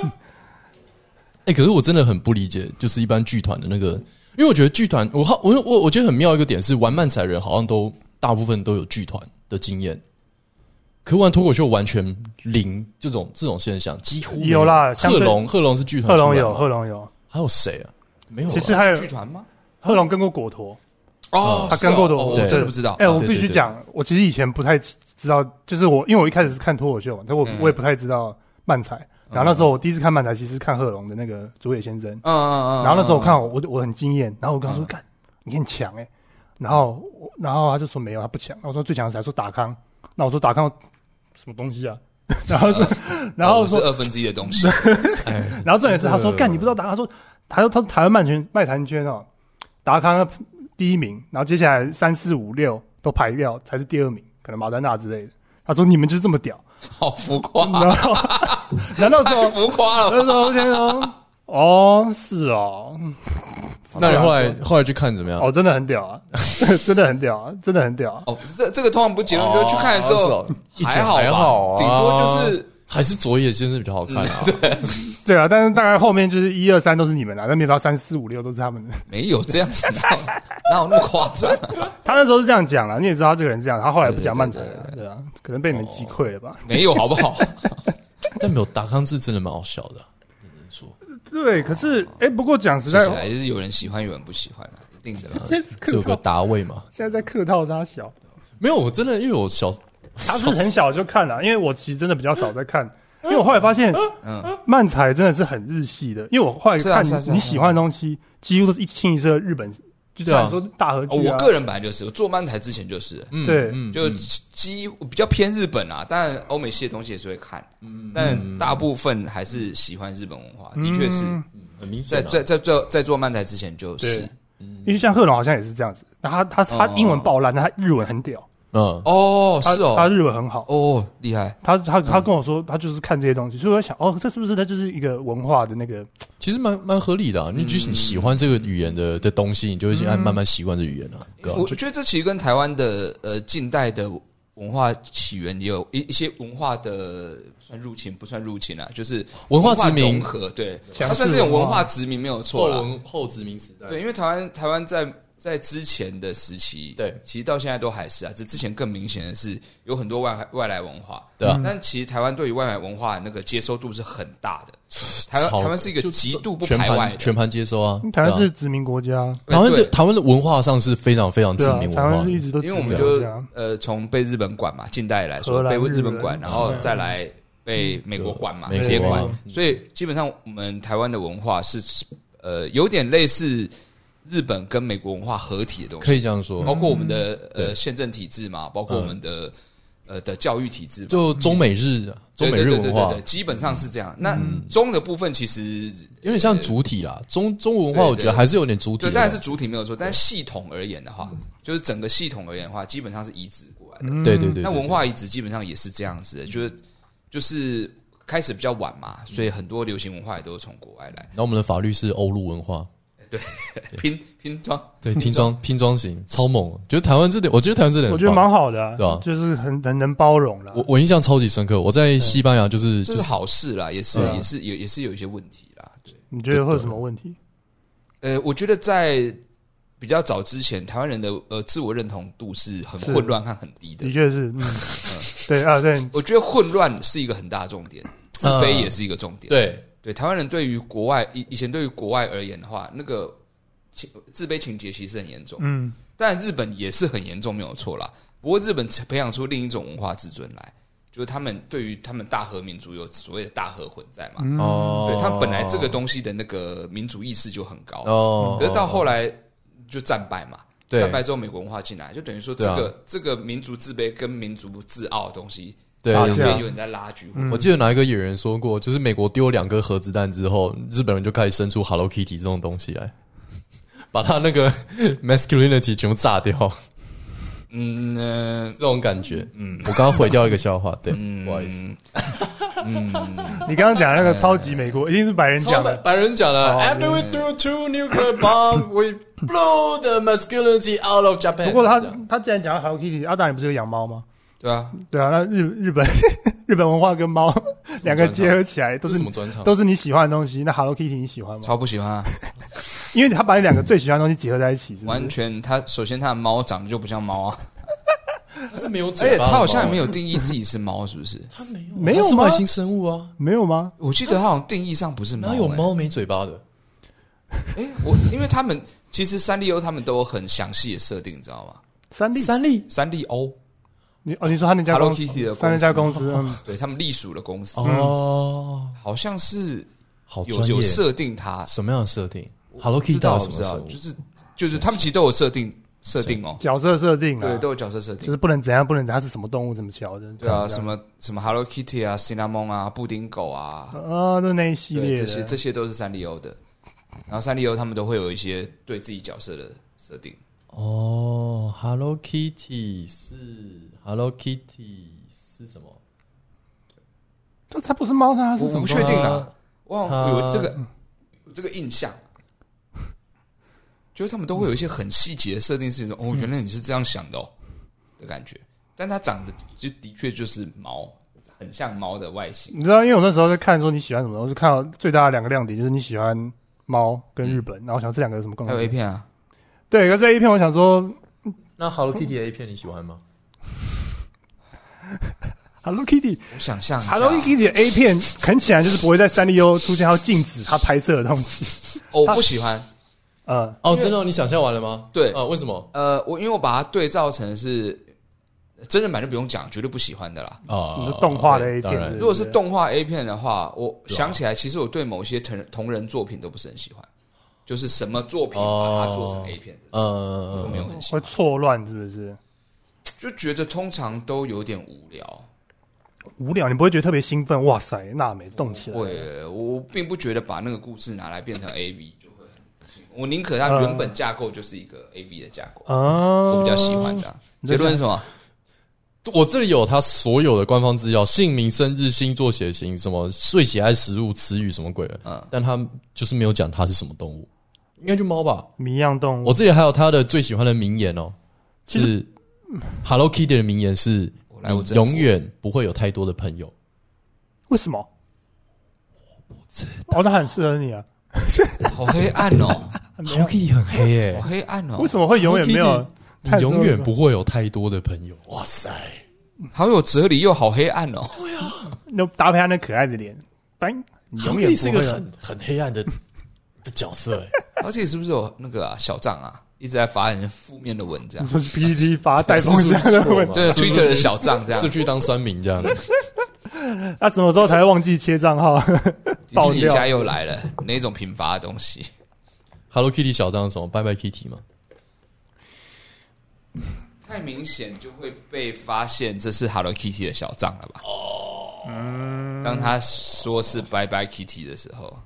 [SPEAKER 3] 哎、可是我真的很不理解，就是一般剧团的那个，因为我觉得剧团，我好，我我我觉得很妙一个点是，玩漫才的人好像都大部分都有剧团的经验，可玩脱口秀完全零这种这种现象，几乎没
[SPEAKER 1] 有啦像
[SPEAKER 3] 贺龙，贺龙是剧团
[SPEAKER 1] 贺
[SPEAKER 3] 出来
[SPEAKER 1] 龙
[SPEAKER 3] 的
[SPEAKER 1] 有，
[SPEAKER 3] 吗
[SPEAKER 1] 贺龙有，
[SPEAKER 3] 还有谁啊？没有吧，
[SPEAKER 1] 其实还有
[SPEAKER 2] 剧团吗？
[SPEAKER 1] 贺龙跟过果陀，
[SPEAKER 2] 哦，
[SPEAKER 1] 他
[SPEAKER 2] 是哦
[SPEAKER 1] 跟过的
[SPEAKER 2] 哦我
[SPEAKER 3] 对
[SPEAKER 2] 真的不知道。
[SPEAKER 1] 哎，我
[SPEAKER 3] 对
[SPEAKER 1] 必须
[SPEAKER 3] 对对
[SPEAKER 1] 讲，我其实以前不太知道，就是我因为我一开始是看脱口秀嘛，但我
[SPEAKER 2] 嗯
[SPEAKER 1] 我也不太知道漫才。然后那时候我第一次看漫才，其实是看贺龙的那个竹野先生。
[SPEAKER 2] 嗯嗯嗯。
[SPEAKER 1] 然后那时候我看我我我很惊艳，然后我跟他说：“干，你很强哎。”然后我然后他就说没有，他不强。那我说最强是谁？他说达康。那我说达康什么东西啊？ 然后说，然
[SPEAKER 2] 哦
[SPEAKER 1] 后
[SPEAKER 2] 我是
[SPEAKER 1] 说，
[SPEAKER 2] 二分之一的东西，
[SPEAKER 1] 然后重点是他
[SPEAKER 3] 真
[SPEAKER 1] 说：“
[SPEAKER 3] 的
[SPEAKER 1] 干，你不知道达康？”他说：“他说他说台湾漫圈漫谈圈哦，达康第一名，然后接下来三四五六都排掉，才是第二名，可能马丹娜之类的。”他说：“你们就是这么屌。
[SPEAKER 2] 好浮夸”，
[SPEAKER 1] 然后，然后那时
[SPEAKER 2] 太
[SPEAKER 1] 候，
[SPEAKER 2] 浮夸了吧。
[SPEAKER 1] 那时候我天哦，哦，是哦，嗯
[SPEAKER 3] 那你后来后来去看怎么样？
[SPEAKER 1] 哦，真的很屌啊，真的很屌啊，真的很屌啊。
[SPEAKER 2] 哦，这这个通常不是结论，就是去看了之后
[SPEAKER 3] 哦是哦一
[SPEAKER 2] 还
[SPEAKER 3] 整
[SPEAKER 2] 好吧，
[SPEAKER 3] 还好啊
[SPEAKER 2] 顶多就是
[SPEAKER 3] 还是佐野先生比较好看啊？
[SPEAKER 1] 对啊，但是大概后面就是一二三都是你们啦，但没有到三四五六都是他们的。
[SPEAKER 2] 没有这样子，哪有哪有那么夸张啊？
[SPEAKER 1] 他那时候是这样讲啦，你也知道他这个人这样，他后来不讲漫才
[SPEAKER 3] 对
[SPEAKER 1] 了，对啊，可能被你们击溃了吧？
[SPEAKER 2] 没有好不 好？
[SPEAKER 3] 但没有达康是真的蛮好笑的啊、
[SPEAKER 1] 对，可是哎，不过讲实
[SPEAKER 2] 听
[SPEAKER 1] 在
[SPEAKER 2] 起，来就是有人喜欢，有人不喜欢啊，一定的啦。
[SPEAKER 1] 现在是
[SPEAKER 3] 是有
[SPEAKER 1] 客
[SPEAKER 3] 个
[SPEAKER 1] 套，
[SPEAKER 3] 达位嘛？
[SPEAKER 1] 现在在客套他小，
[SPEAKER 3] 没有，我真的因为我小
[SPEAKER 1] 他是很小就看啊了，因为我其实真的比较少在看。因为我后来发现，
[SPEAKER 2] 嗯，
[SPEAKER 1] 漫才真的是很日系的。因为我后来
[SPEAKER 2] 是啊
[SPEAKER 1] 看
[SPEAKER 2] 是啊是啊
[SPEAKER 1] 你喜欢的东西，几乎都是一清一色的日本，就
[SPEAKER 3] 对啊
[SPEAKER 1] 像你说大和
[SPEAKER 2] 哦
[SPEAKER 1] 剧
[SPEAKER 2] 我
[SPEAKER 1] 啊，
[SPEAKER 2] 个人本来就是，我做漫才之前就是，
[SPEAKER 3] 嗯
[SPEAKER 1] 对
[SPEAKER 2] 就几乎比较偏日本啊，但欧美系的东西也是会看，
[SPEAKER 1] 嗯
[SPEAKER 2] 但大部分还是喜欢日本文化，的确是
[SPEAKER 1] 嗯
[SPEAKER 3] 很明
[SPEAKER 2] 在
[SPEAKER 3] 显、啊，
[SPEAKER 2] 在在做在做漫才之前就是
[SPEAKER 1] 对。因为像贺龙好像也是这样子，那他他他
[SPEAKER 2] 哦
[SPEAKER 1] 英文爆烂，但他日文很屌，
[SPEAKER 3] 嗯，
[SPEAKER 2] 哦，
[SPEAKER 1] 他
[SPEAKER 2] 是哦，
[SPEAKER 1] 他日文很好。
[SPEAKER 2] 哦，厉害，
[SPEAKER 1] 他他他跟我说，他就是看这些东西，所以我在想，哦，这是不是他就是一个文化的那个？
[SPEAKER 3] 其实蛮蛮合理的、啊。
[SPEAKER 2] 嗯
[SPEAKER 3] 你就是你喜欢这个语言的的东西，你就会按慢慢习惯这语言了、啊。对啊
[SPEAKER 2] 我觉得这其实跟台湾的呃近代的文化起源也有一一些文化的算入侵不算入侵啊，就是
[SPEAKER 3] 文化殖民
[SPEAKER 2] 融合，对，
[SPEAKER 1] 强势
[SPEAKER 2] 它算是一种文
[SPEAKER 1] 文化
[SPEAKER 2] 化殖民没有错
[SPEAKER 3] 啊
[SPEAKER 2] 啦。
[SPEAKER 3] 后殖民时代
[SPEAKER 2] 对，因为台湾台湾在在之前的时期，
[SPEAKER 3] 对
[SPEAKER 2] 其实到现在都还是啊，这之前更明显的是有很多外外来文化，
[SPEAKER 3] 对啊，
[SPEAKER 2] 但其实台湾对于外来文化的那个接收度是很大的，台
[SPEAKER 3] 超
[SPEAKER 2] 湾台湾是一个极度不
[SPEAKER 3] 全
[SPEAKER 2] 排外
[SPEAKER 3] 盘
[SPEAKER 2] 的，
[SPEAKER 3] 全盘接收啊。
[SPEAKER 1] 嗯台湾
[SPEAKER 3] 对
[SPEAKER 1] 是
[SPEAKER 3] 啊
[SPEAKER 1] 殖民国家，
[SPEAKER 2] 呃
[SPEAKER 3] 台湾
[SPEAKER 2] 对
[SPEAKER 3] 这台湾的文化上是非常非常殖
[SPEAKER 1] 对啊
[SPEAKER 3] 民，文
[SPEAKER 1] 台
[SPEAKER 3] 化
[SPEAKER 1] 湾
[SPEAKER 3] 的
[SPEAKER 1] 是一。直都殖
[SPEAKER 2] 因为我
[SPEAKER 1] 民
[SPEAKER 2] 们
[SPEAKER 1] 国
[SPEAKER 2] 就
[SPEAKER 1] 家。
[SPEAKER 2] 呃从被日本管嘛，近代来说
[SPEAKER 1] 荷兰
[SPEAKER 2] 被
[SPEAKER 1] 日
[SPEAKER 2] 日本
[SPEAKER 1] 本
[SPEAKER 2] 管，然后再来被美国管嘛，
[SPEAKER 3] 美
[SPEAKER 2] 直接
[SPEAKER 1] 国
[SPEAKER 2] 管
[SPEAKER 1] 啊，
[SPEAKER 2] 所以基本上我们台湾的文化是呃有点类似日本跟美国文化合体的东
[SPEAKER 3] 可
[SPEAKER 2] 西，
[SPEAKER 3] 以这样说，
[SPEAKER 2] 包括我们的呃
[SPEAKER 3] 对
[SPEAKER 2] 宪政体制嘛，包括我们的呃的教育体制嘛，嗯
[SPEAKER 3] 就中美日啊中美
[SPEAKER 2] 对对
[SPEAKER 3] 日
[SPEAKER 2] 对
[SPEAKER 3] 文
[SPEAKER 2] 对
[SPEAKER 3] 化
[SPEAKER 2] 对，，基本上是这样。那中的部分其实
[SPEAKER 3] 有点像主体啦。中中文化
[SPEAKER 2] 对对
[SPEAKER 3] 我觉得还是有点主体嗯
[SPEAKER 2] 对，
[SPEAKER 3] 的，
[SPEAKER 2] 当然是主体没有错，但系统而言的话，就是整个系统而言的话，基本上是移植过来的。
[SPEAKER 1] 嗯
[SPEAKER 3] 对对对。
[SPEAKER 2] 那
[SPEAKER 3] 对嗯
[SPEAKER 2] 文化移植基本上也是这样子的，就是就是开始比较晚嘛，所以很多流行文化也都是从国外来
[SPEAKER 3] 然后我们的法律是欧陆文化，
[SPEAKER 2] 拼拼装。
[SPEAKER 3] 对拼装拼装型超猛，觉得台湾这点，我觉得台湾这
[SPEAKER 2] 嗯
[SPEAKER 3] 点很
[SPEAKER 1] 我觉得
[SPEAKER 3] 棒
[SPEAKER 1] 蛮好的啊
[SPEAKER 3] 对啊，
[SPEAKER 1] 就是很很能包容了。
[SPEAKER 3] 我我印象超级深刻，我在西班牙就是
[SPEAKER 2] 这
[SPEAKER 3] 就是是
[SPEAKER 2] 好事啦，也是
[SPEAKER 1] 对啊
[SPEAKER 2] 也是也也是有一些问题啦。对，
[SPEAKER 1] 你觉得会有什么问题？
[SPEAKER 2] 呃，我觉得在比较早之前，台湾人的呃自我认同度是很
[SPEAKER 1] 是
[SPEAKER 2] 混乱和很低的
[SPEAKER 1] 的。确是， 嗯，对啊，对，
[SPEAKER 2] 我觉得混乱是一个很大的重点，自卑也是一个重点。
[SPEAKER 3] 嗯对
[SPEAKER 2] 对台湾人对于国外以以前对于国外而言的话，那个情自卑情节其实很严重。
[SPEAKER 1] 嗯，
[SPEAKER 2] 但日本也是很严重，没有错啦。不过日本培养出另一种文化自尊来，就是他们对于他们大和民族有所谓的大和混在嘛，
[SPEAKER 3] 哦
[SPEAKER 2] 对他们本来这个东西的那个民族意识就很高，
[SPEAKER 3] 哦，
[SPEAKER 2] 可是到后来就战败嘛，
[SPEAKER 3] 对
[SPEAKER 2] 战败之后美国文化进来，就等于说这
[SPEAKER 3] 对啊
[SPEAKER 2] 个、这个民族自卑跟民族自傲的东西，
[SPEAKER 3] 对啊
[SPEAKER 1] 打
[SPEAKER 2] 两
[SPEAKER 1] 架
[SPEAKER 2] 边有人在拉锯，
[SPEAKER 1] 嗯
[SPEAKER 3] 我记得哪一个演员说过，就是美国丢两颗核子弹之后，日本人就开始生出 Hello Kitty 这种东西来， 把他那个 masculinity 全部炸掉，
[SPEAKER 2] 嗯呃
[SPEAKER 3] 这种感觉。嗯，我刚刚毁掉一个笑话，对，不好意思。
[SPEAKER 2] 嗯，
[SPEAKER 1] 你刚刚讲的那个超级美国，一定是白人讲的，
[SPEAKER 3] 白人讲的
[SPEAKER 1] 哦
[SPEAKER 3] ，After we threw two nuclear bombs, we blew the masculinity out of
[SPEAKER 2] 哎
[SPEAKER 3] Japan。
[SPEAKER 1] 不过他
[SPEAKER 3] 这样
[SPEAKER 1] 他既然讲到 Hello Kitty，阿达你不是有养猫吗？
[SPEAKER 2] 对啊，
[SPEAKER 1] 对啊，那日日本日本文化跟猫 两个结合起来，都
[SPEAKER 3] 这是
[SPEAKER 1] 是
[SPEAKER 3] 什么专场？
[SPEAKER 1] 都是你喜欢的东西。那 Hello Kitty 你喜欢吗？
[SPEAKER 2] 超不喜欢、啊，
[SPEAKER 1] 因为他把你两个最喜欢的东西结合在一起，是不
[SPEAKER 2] 完
[SPEAKER 1] 是？
[SPEAKER 2] 全他首先他的猫长得就不像猫啊，
[SPEAKER 3] 他是没有
[SPEAKER 2] 而
[SPEAKER 3] 嘴
[SPEAKER 2] 且
[SPEAKER 3] 巴，啊
[SPEAKER 2] 他好像也没，有定义自己是猫，是不是？
[SPEAKER 3] 他没有，啊
[SPEAKER 1] 没有
[SPEAKER 3] 他是
[SPEAKER 1] 吗
[SPEAKER 3] 外星生物啊，
[SPEAKER 1] 没有吗？
[SPEAKER 2] 我记得他好像定义上不是猫、
[SPEAKER 3] 哪有
[SPEAKER 2] 欸？
[SPEAKER 3] 猫没嘴巴的？
[SPEAKER 2] 哎、我因为他们其实三丽鸥他们都有很详细的设定，你知道吗？
[SPEAKER 1] 三丽，
[SPEAKER 3] 三立
[SPEAKER 2] 三丽鸥
[SPEAKER 1] 你哦，你说他那家
[SPEAKER 2] Hello
[SPEAKER 1] 公司，
[SPEAKER 2] Kitty 的
[SPEAKER 1] 他那
[SPEAKER 2] 公
[SPEAKER 1] 家
[SPEAKER 2] 司，
[SPEAKER 1] 公司，嗯，
[SPEAKER 2] 对他们隶属的公司，
[SPEAKER 3] 哦，
[SPEAKER 2] 好像是
[SPEAKER 3] 好
[SPEAKER 2] 有
[SPEAKER 3] 专业
[SPEAKER 2] 有设定它
[SPEAKER 3] 什么样的设定？Hello
[SPEAKER 2] 不知
[SPEAKER 3] Kitty
[SPEAKER 2] 道
[SPEAKER 3] 到
[SPEAKER 2] 我
[SPEAKER 3] 底
[SPEAKER 2] 不
[SPEAKER 3] 什
[SPEAKER 2] 知
[SPEAKER 3] 么
[SPEAKER 2] 道，
[SPEAKER 3] 生物
[SPEAKER 2] 就？是就是他们其实都有设定设定哦，
[SPEAKER 1] 角色设定
[SPEAKER 2] 对，
[SPEAKER 1] 啊，
[SPEAKER 2] 都有角色设
[SPEAKER 1] 就
[SPEAKER 2] 定
[SPEAKER 1] 是，不能怎样，不能怎样，它是什么动物，怎么瞧的？
[SPEAKER 2] 对啊，什
[SPEAKER 1] 么
[SPEAKER 2] 么什么 Hello Kitty 啊，Cinnamon 啊，布丁狗啊，
[SPEAKER 1] 啊，都那一系
[SPEAKER 2] 对，
[SPEAKER 1] 列
[SPEAKER 2] 这些
[SPEAKER 1] 的。
[SPEAKER 2] 这些都是三丽鸥的。然后三丽鸥他们都会有一些对自己角色的设定，
[SPEAKER 3] 哦，Hello Kitty 是 Hello Kitty 是什么？
[SPEAKER 1] 就它不是猫，它是
[SPEAKER 2] 我
[SPEAKER 1] 什
[SPEAKER 2] 我
[SPEAKER 1] 么
[SPEAKER 2] 不？确定啊嗯
[SPEAKER 3] 啊，
[SPEAKER 2] 哇，
[SPEAKER 3] 它
[SPEAKER 2] 我有这个有这个印象，就是他们都会有一些很细节的设定，是说哦，原来你是这样想的哦的感觉。但它长得就的确就是毛，很像猫的外形。
[SPEAKER 1] 你知道，因为我那时候在看说你喜欢什么，我就看到最大的两个亮点就是你喜欢猫跟日本，然后想这两个有什么共
[SPEAKER 2] 嗯还
[SPEAKER 1] 同
[SPEAKER 2] 有 A
[SPEAKER 1] 点？
[SPEAKER 2] 片啊，
[SPEAKER 1] 对，可是 A 片我想说
[SPEAKER 3] 那 Hello Kitty 的 A 片你喜欢吗？
[SPEAKER 1] Hello Kitty。
[SPEAKER 2] 我想象一下
[SPEAKER 1] Hello Kitty 的 A 片很显然就是不会在三丽鸥出现，要禁止它拍摄的东西。
[SPEAKER 2] 哦，我不喜欢。
[SPEAKER 1] 呃，
[SPEAKER 3] 哦，
[SPEAKER 2] 因为
[SPEAKER 3] 真的哦，你想象完了吗？
[SPEAKER 2] 对
[SPEAKER 3] 啊，为什么？
[SPEAKER 2] 呃，我因为我把它对照成是真人版就不用讲，绝对不喜欢的啦。
[SPEAKER 1] 你
[SPEAKER 3] 啊
[SPEAKER 1] 说动画的 A
[SPEAKER 3] 当
[SPEAKER 1] 片
[SPEAKER 3] 然
[SPEAKER 1] 是
[SPEAKER 2] 如果是动画 A 片的话，我
[SPEAKER 1] 啊
[SPEAKER 2] 想起来，其实我对某些同人同人作品都不是很喜欢，就是什么作品
[SPEAKER 1] 哦
[SPEAKER 2] 把它做成 A 片，
[SPEAKER 3] 呃
[SPEAKER 1] 嗯
[SPEAKER 2] 都没有很喜欢
[SPEAKER 1] 会错乱是不是？
[SPEAKER 2] 就觉得通常都有点无聊。
[SPEAKER 1] 无聊，你不会觉得特别兴奋？哇塞，娜美动起来了，
[SPEAKER 2] 会，我并不觉得把那个故事拿来变成 A V 就会很喜欢，我宁可它原本架构就是一个 A V 的架构，
[SPEAKER 1] 啊，
[SPEAKER 2] 我比较喜欢的啊。
[SPEAKER 1] 你在
[SPEAKER 2] 结论是什 么？
[SPEAKER 3] 我这里有他所有的官方资料，姓名、生日、星座、血型，什么最喜爱食物、词语什么鬼的，
[SPEAKER 2] 嗯
[SPEAKER 3] 但他就是没有讲他是什么动物，应该就猫吧。
[SPEAKER 1] 谜样动
[SPEAKER 3] 我
[SPEAKER 1] 物。
[SPEAKER 3] 这里还有他的最喜欢的名言哦，
[SPEAKER 1] 其实
[SPEAKER 3] 是 Hello Kitty 的名言是
[SPEAKER 2] 我来我
[SPEAKER 3] 你
[SPEAKER 2] 征服
[SPEAKER 3] 永远不会有太多的朋友。
[SPEAKER 1] 为什么？哦，那很适合你啊！
[SPEAKER 2] 好黑暗哦，
[SPEAKER 3] Hello Kitty 很黑耶、
[SPEAKER 2] 好 黑暗哦，
[SPEAKER 1] 为什么会永远没有
[SPEAKER 3] Hello？你永远不会有太多的朋友。哇塞，
[SPEAKER 2] 好有哲理又好黑暗哦？
[SPEAKER 1] 那搭配他那可爱的脸，拜，你永远
[SPEAKER 3] Hello Kitty
[SPEAKER 1] 不会有。
[SPEAKER 3] 很黑暗的的角色 哎、
[SPEAKER 2] 而且是不是有那个啊小账啊，一直在发很负面的文章
[SPEAKER 1] 你？说是 PPT 发带 风
[SPEAKER 3] 是
[SPEAKER 1] 向的问
[SPEAKER 3] 吗
[SPEAKER 1] 题，
[SPEAKER 2] 对，Twitter 的小账这样
[SPEAKER 3] 是，去当酸民这样。
[SPEAKER 1] 那什么时候才会忘记切账号？
[SPEAKER 2] 迪
[SPEAKER 1] 爆
[SPEAKER 2] 士尼
[SPEAKER 1] 掉
[SPEAKER 2] 家又来了，哪种贫乏的东西？
[SPEAKER 3] Hello Kitty 小张什么拜拜 Kitty 嘛？
[SPEAKER 2] 太明显就会被发现这是 Hello Kitty 的小账了吧？哦，当他说是 Bye Bye Kitty 的时候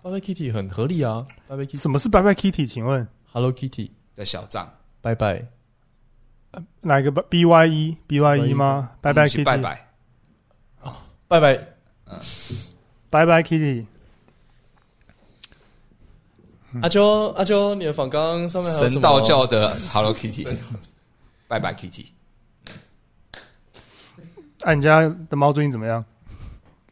[SPEAKER 3] 拜拜 Kitty 很合理啊，拜拜 Kitty
[SPEAKER 1] 什么是拜拜 Kitty？请问
[SPEAKER 3] Hello Kitty
[SPEAKER 2] 的小账，
[SPEAKER 3] 拜拜
[SPEAKER 1] 哪一个 B Y E B Y E 吗？拜拜
[SPEAKER 2] 我们去
[SPEAKER 1] Kitty，
[SPEAKER 2] 拜拜，
[SPEAKER 3] 拜拜，
[SPEAKER 1] 拜拜 Kitty，嗯
[SPEAKER 3] 阿秋阿秋，你的访纲上面还有什
[SPEAKER 2] 神
[SPEAKER 3] 么
[SPEAKER 2] 道教的 Hello Kitty，拜拜 Kitty，
[SPEAKER 1] 哎，你家的猫最近怎么样？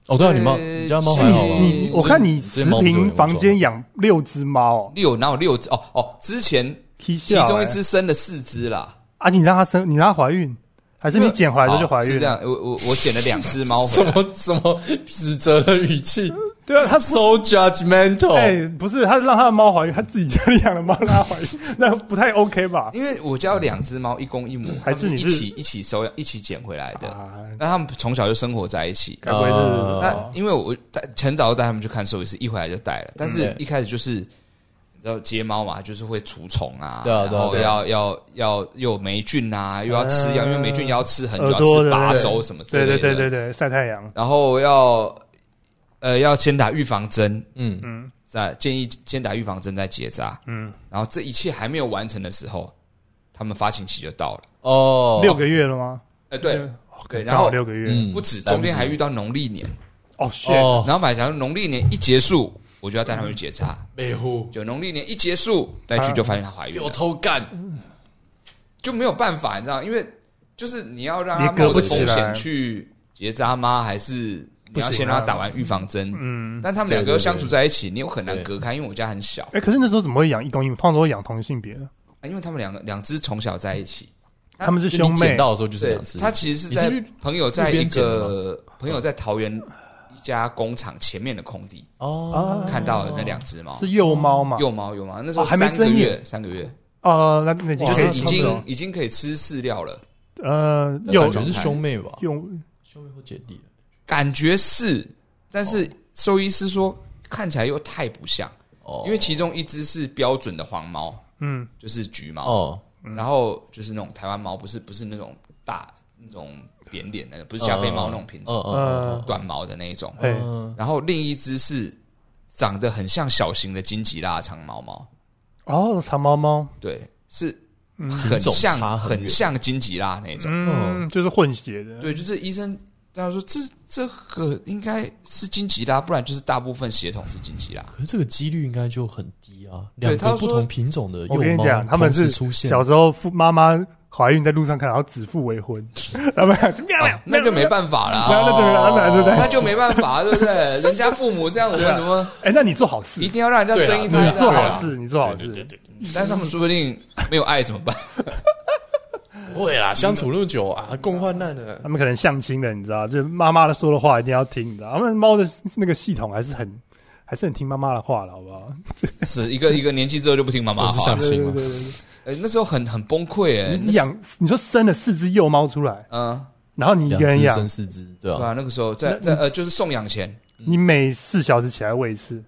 [SPEAKER 3] 哦，对啊，你猫
[SPEAKER 2] 呃
[SPEAKER 3] 你家猫
[SPEAKER 2] 是
[SPEAKER 3] 还好啊
[SPEAKER 2] 呃
[SPEAKER 3] 吧？
[SPEAKER 1] 你我看你十平房间养六只猫哦，
[SPEAKER 2] 六哪有六只？哦哦，之前
[SPEAKER 1] 其
[SPEAKER 2] 其中一只生了四只啦。哦
[SPEAKER 1] 啊，你让它生，你让它怀孕，还是你捡回来之后就怀
[SPEAKER 2] 好是
[SPEAKER 1] 这
[SPEAKER 2] 这
[SPEAKER 1] 样。
[SPEAKER 2] 样，我我我捡了两只猫
[SPEAKER 3] 什
[SPEAKER 2] 回来。
[SPEAKER 3] 么什么指责的语气？
[SPEAKER 1] 对啊，他不
[SPEAKER 3] so judgmental。
[SPEAKER 1] 哎、不是，他让他的猫怀孕，他自己家里养的猫让它怀孕，那不太 OK 吧？
[SPEAKER 2] 因为我家有两只猫，一公一母，
[SPEAKER 1] 还是
[SPEAKER 2] 它们
[SPEAKER 1] 你
[SPEAKER 2] 一
[SPEAKER 1] 是
[SPEAKER 2] 起一起收养一起捡回来的？
[SPEAKER 1] 啊，
[SPEAKER 2] 那他们从小就生活在一起。
[SPEAKER 1] 该不会是、啊
[SPEAKER 3] 哦
[SPEAKER 2] 那因为我带很早就带他们去看兽医师，一回来就带了。但
[SPEAKER 1] 嗯
[SPEAKER 2] 是一开始就是你知道接猫嘛，就是会除虫啊，
[SPEAKER 3] 对啊
[SPEAKER 2] 然
[SPEAKER 3] 对啊
[SPEAKER 2] 后
[SPEAKER 3] 对啊
[SPEAKER 2] 要要要又有霉菌啊，又要吃药，
[SPEAKER 1] 嗯
[SPEAKER 2] 因为霉菌也要吃很久，
[SPEAKER 1] 耳
[SPEAKER 2] 要
[SPEAKER 1] 朵
[SPEAKER 2] 吃八
[SPEAKER 1] 对
[SPEAKER 2] 周什么之
[SPEAKER 1] 对
[SPEAKER 2] 类的。
[SPEAKER 1] 对对对对，晒太阳，
[SPEAKER 2] 然后要呃要先打预防针，
[SPEAKER 3] 嗯，
[SPEAKER 1] 嗯
[SPEAKER 2] 再建议先打预防针再结扎。
[SPEAKER 1] 嗯，
[SPEAKER 2] 然后这一切还没有完成的时候，他们发情期就到了。
[SPEAKER 3] 哦，
[SPEAKER 1] 六个月了吗？
[SPEAKER 2] 哎，对，
[SPEAKER 1] 哦
[SPEAKER 2] 对
[SPEAKER 1] 刚
[SPEAKER 2] 然
[SPEAKER 1] 好
[SPEAKER 2] 后
[SPEAKER 1] 六个月，
[SPEAKER 3] 嗯
[SPEAKER 2] 不止，中间还遇到农历年，
[SPEAKER 1] 哦，是、
[SPEAKER 3] 哦，
[SPEAKER 2] 然后反正农历年一结束，我就要带他们去结扎。
[SPEAKER 3] 美虎
[SPEAKER 2] 就农历年一结束带去，就发现她怀孕
[SPEAKER 3] 给
[SPEAKER 2] 了
[SPEAKER 3] 我，偷干，
[SPEAKER 2] 就没有办法，你知道，因为就是你要让
[SPEAKER 1] 你
[SPEAKER 2] 她
[SPEAKER 1] 隔
[SPEAKER 2] 冒着
[SPEAKER 1] 不起
[SPEAKER 2] 风
[SPEAKER 1] 来
[SPEAKER 2] 险去结扎吗？还是你要先让她打完预防针？
[SPEAKER 1] 嗯，
[SPEAKER 2] 但他们两个
[SPEAKER 3] 对对
[SPEAKER 2] 又
[SPEAKER 3] 对
[SPEAKER 2] 相处在一起，你又很难
[SPEAKER 3] 对
[SPEAKER 2] 隔开，因为我家很小
[SPEAKER 1] 哎、，可是那时候怎么会养一公一母？通常都会养同性别的，
[SPEAKER 2] 啊因为他们两个两只从小在一起，
[SPEAKER 1] 他们是
[SPEAKER 3] 就
[SPEAKER 1] 兄
[SPEAKER 3] 你捡
[SPEAKER 1] 妹，
[SPEAKER 3] 到的时候就是
[SPEAKER 2] 对
[SPEAKER 3] 两，只。
[SPEAKER 2] 他其实是
[SPEAKER 3] 你
[SPEAKER 2] 在
[SPEAKER 3] 是去
[SPEAKER 2] 朋友在
[SPEAKER 3] 路
[SPEAKER 2] 一
[SPEAKER 3] 边捡的
[SPEAKER 2] 个朋友在桃园一家工厂前面的空地
[SPEAKER 3] 哦
[SPEAKER 2] 看到了那两只猫，
[SPEAKER 1] 是幼猫嘛？
[SPEAKER 2] 幼猫幼猫，那时候
[SPEAKER 1] 哦还没
[SPEAKER 2] 三个
[SPEAKER 1] 睁
[SPEAKER 2] 月
[SPEAKER 1] 眼，
[SPEAKER 2] 三个月
[SPEAKER 1] 哦、那那已经
[SPEAKER 2] 就
[SPEAKER 3] 哇
[SPEAKER 2] 是
[SPEAKER 3] 那
[SPEAKER 2] 已
[SPEAKER 3] 差不
[SPEAKER 2] 经
[SPEAKER 3] 多
[SPEAKER 2] 已经可以吃饲料了，
[SPEAKER 1] 呃
[SPEAKER 3] 那
[SPEAKER 1] 幼
[SPEAKER 3] 感觉是兄妹吧？
[SPEAKER 1] 幼
[SPEAKER 3] 兄妹或姐弟？
[SPEAKER 2] 感觉是，但是兽医师说看起来又太不像，
[SPEAKER 3] 哦，
[SPEAKER 2] 因为其中一只是标准的黄猫，
[SPEAKER 1] 嗯
[SPEAKER 2] 就是橘猫，
[SPEAKER 3] 哦，
[SPEAKER 2] 然后就是那种台湾猫，不是不是那种大那种扁脸的，不是加菲猫那种品种，
[SPEAKER 3] 嗯
[SPEAKER 1] 呃
[SPEAKER 3] 嗯
[SPEAKER 2] 短毛的那一种，
[SPEAKER 1] 哎、
[SPEAKER 3] 嗯，
[SPEAKER 2] 然后另一只是长得很像小型的金吉拉长毛猫，
[SPEAKER 1] 哦长毛猫，
[SPEAKER 2] 对，是
[SPEAKER 1] 嗯
[SPEAKER 2] 很
[SPEAKER 3] 种
[SPEAKER 2] 像
[SPEAKER 3] 差很远
[SPEAKER 2] 像金吉拉那种。
[SPEAKER 1] 嗯，就是混血的，
[SPEAKER 2] 对，就是医生他说这这个应该是金吉拉，不然就是大部分血统是金吉拉。
[SPEAKER 3] 可是这个几率应该就很低啊。
[SPEAKER 2] 对
[SPEAKER 3] 两
[SPEAKER 2] 他
[SPEAKER 3] 个
[SPEAKER 2] 说
[SPEAKER 3] 不同品种的幼
[SPEAKER 1] 我跟你
[SPEAKER 3] 猫
[SPEAKER 1] 讲，他们
[SPEAKER 3] 同时
[SPEAKER 1] 是
[SPEAKER 3] 出现，
[SPEAKER 1] 小时候父妈妈怀孕在路上看，然后指腹为 婚，他们俩就喵喵
[SPEAKER 2] 啊，那就没
[SPEAKER 1] 法。
[SPEAKER 2] 办法
[SPEAKER 1] 然
[SPEAKER 2] 啦，哦
[SPEAKER 1] 后那就没办法，对不对？
[SPEAKER 2] 那就没办法，对不对？人家父母这样， 我们怎么
[SPEAKER 1] 哎，那你做好事，
[SPEAKER 2] 一
[SPEAKER 1] 你
[SPEAKER 2] 定要啊让人家生一胎
[SPEAKER 3] 对啦
[SPEAKER 2] 呢？
[SPEAKER 1] 啊做好事，你做好事，
[SPEAKER 2] 但是他们说不定没有爱怎么办？
[SPEAKER 3] 不会啦，相处那么久啊，共患难的。
[SPEAKER 1] 他们可能相亲了，你知道，就是妈妈的说的话一定要听，你知道，他们猫的那个系统还是很还是很听妈妈的话的，好不好？
[SPEAKER 2] 是一个一个年纪之后就不听妈妈
[SPEAKER 3] 都是
[SPEAKER 2] 话
[SPEAKER 3] 像
[SPEAKER 2] 了，
[SPEAKER 1] 对对对对
[SPEAKER 2] 哎那时候很很崩溃哎
[SPEAKER 1] 对，，你养你说生了四只幼猫出来，
[SPEAKER 2] 嗯，
[SPEAKER 1] 然后你一
[SPEAKER 3] 两
[SPEAKER 1] 个人
[SPEAKER 3] 只
[SPEAKER 1] 养
[SPEAKER 3] 生，四只，对
[SPEAKER 2] 对
[SPEAKER 3] 吧？
[SPEAKER 2] 啊，那个时候在在呃，就是送养前，
[SPEAKER 1] 你每四小时起来喂一次。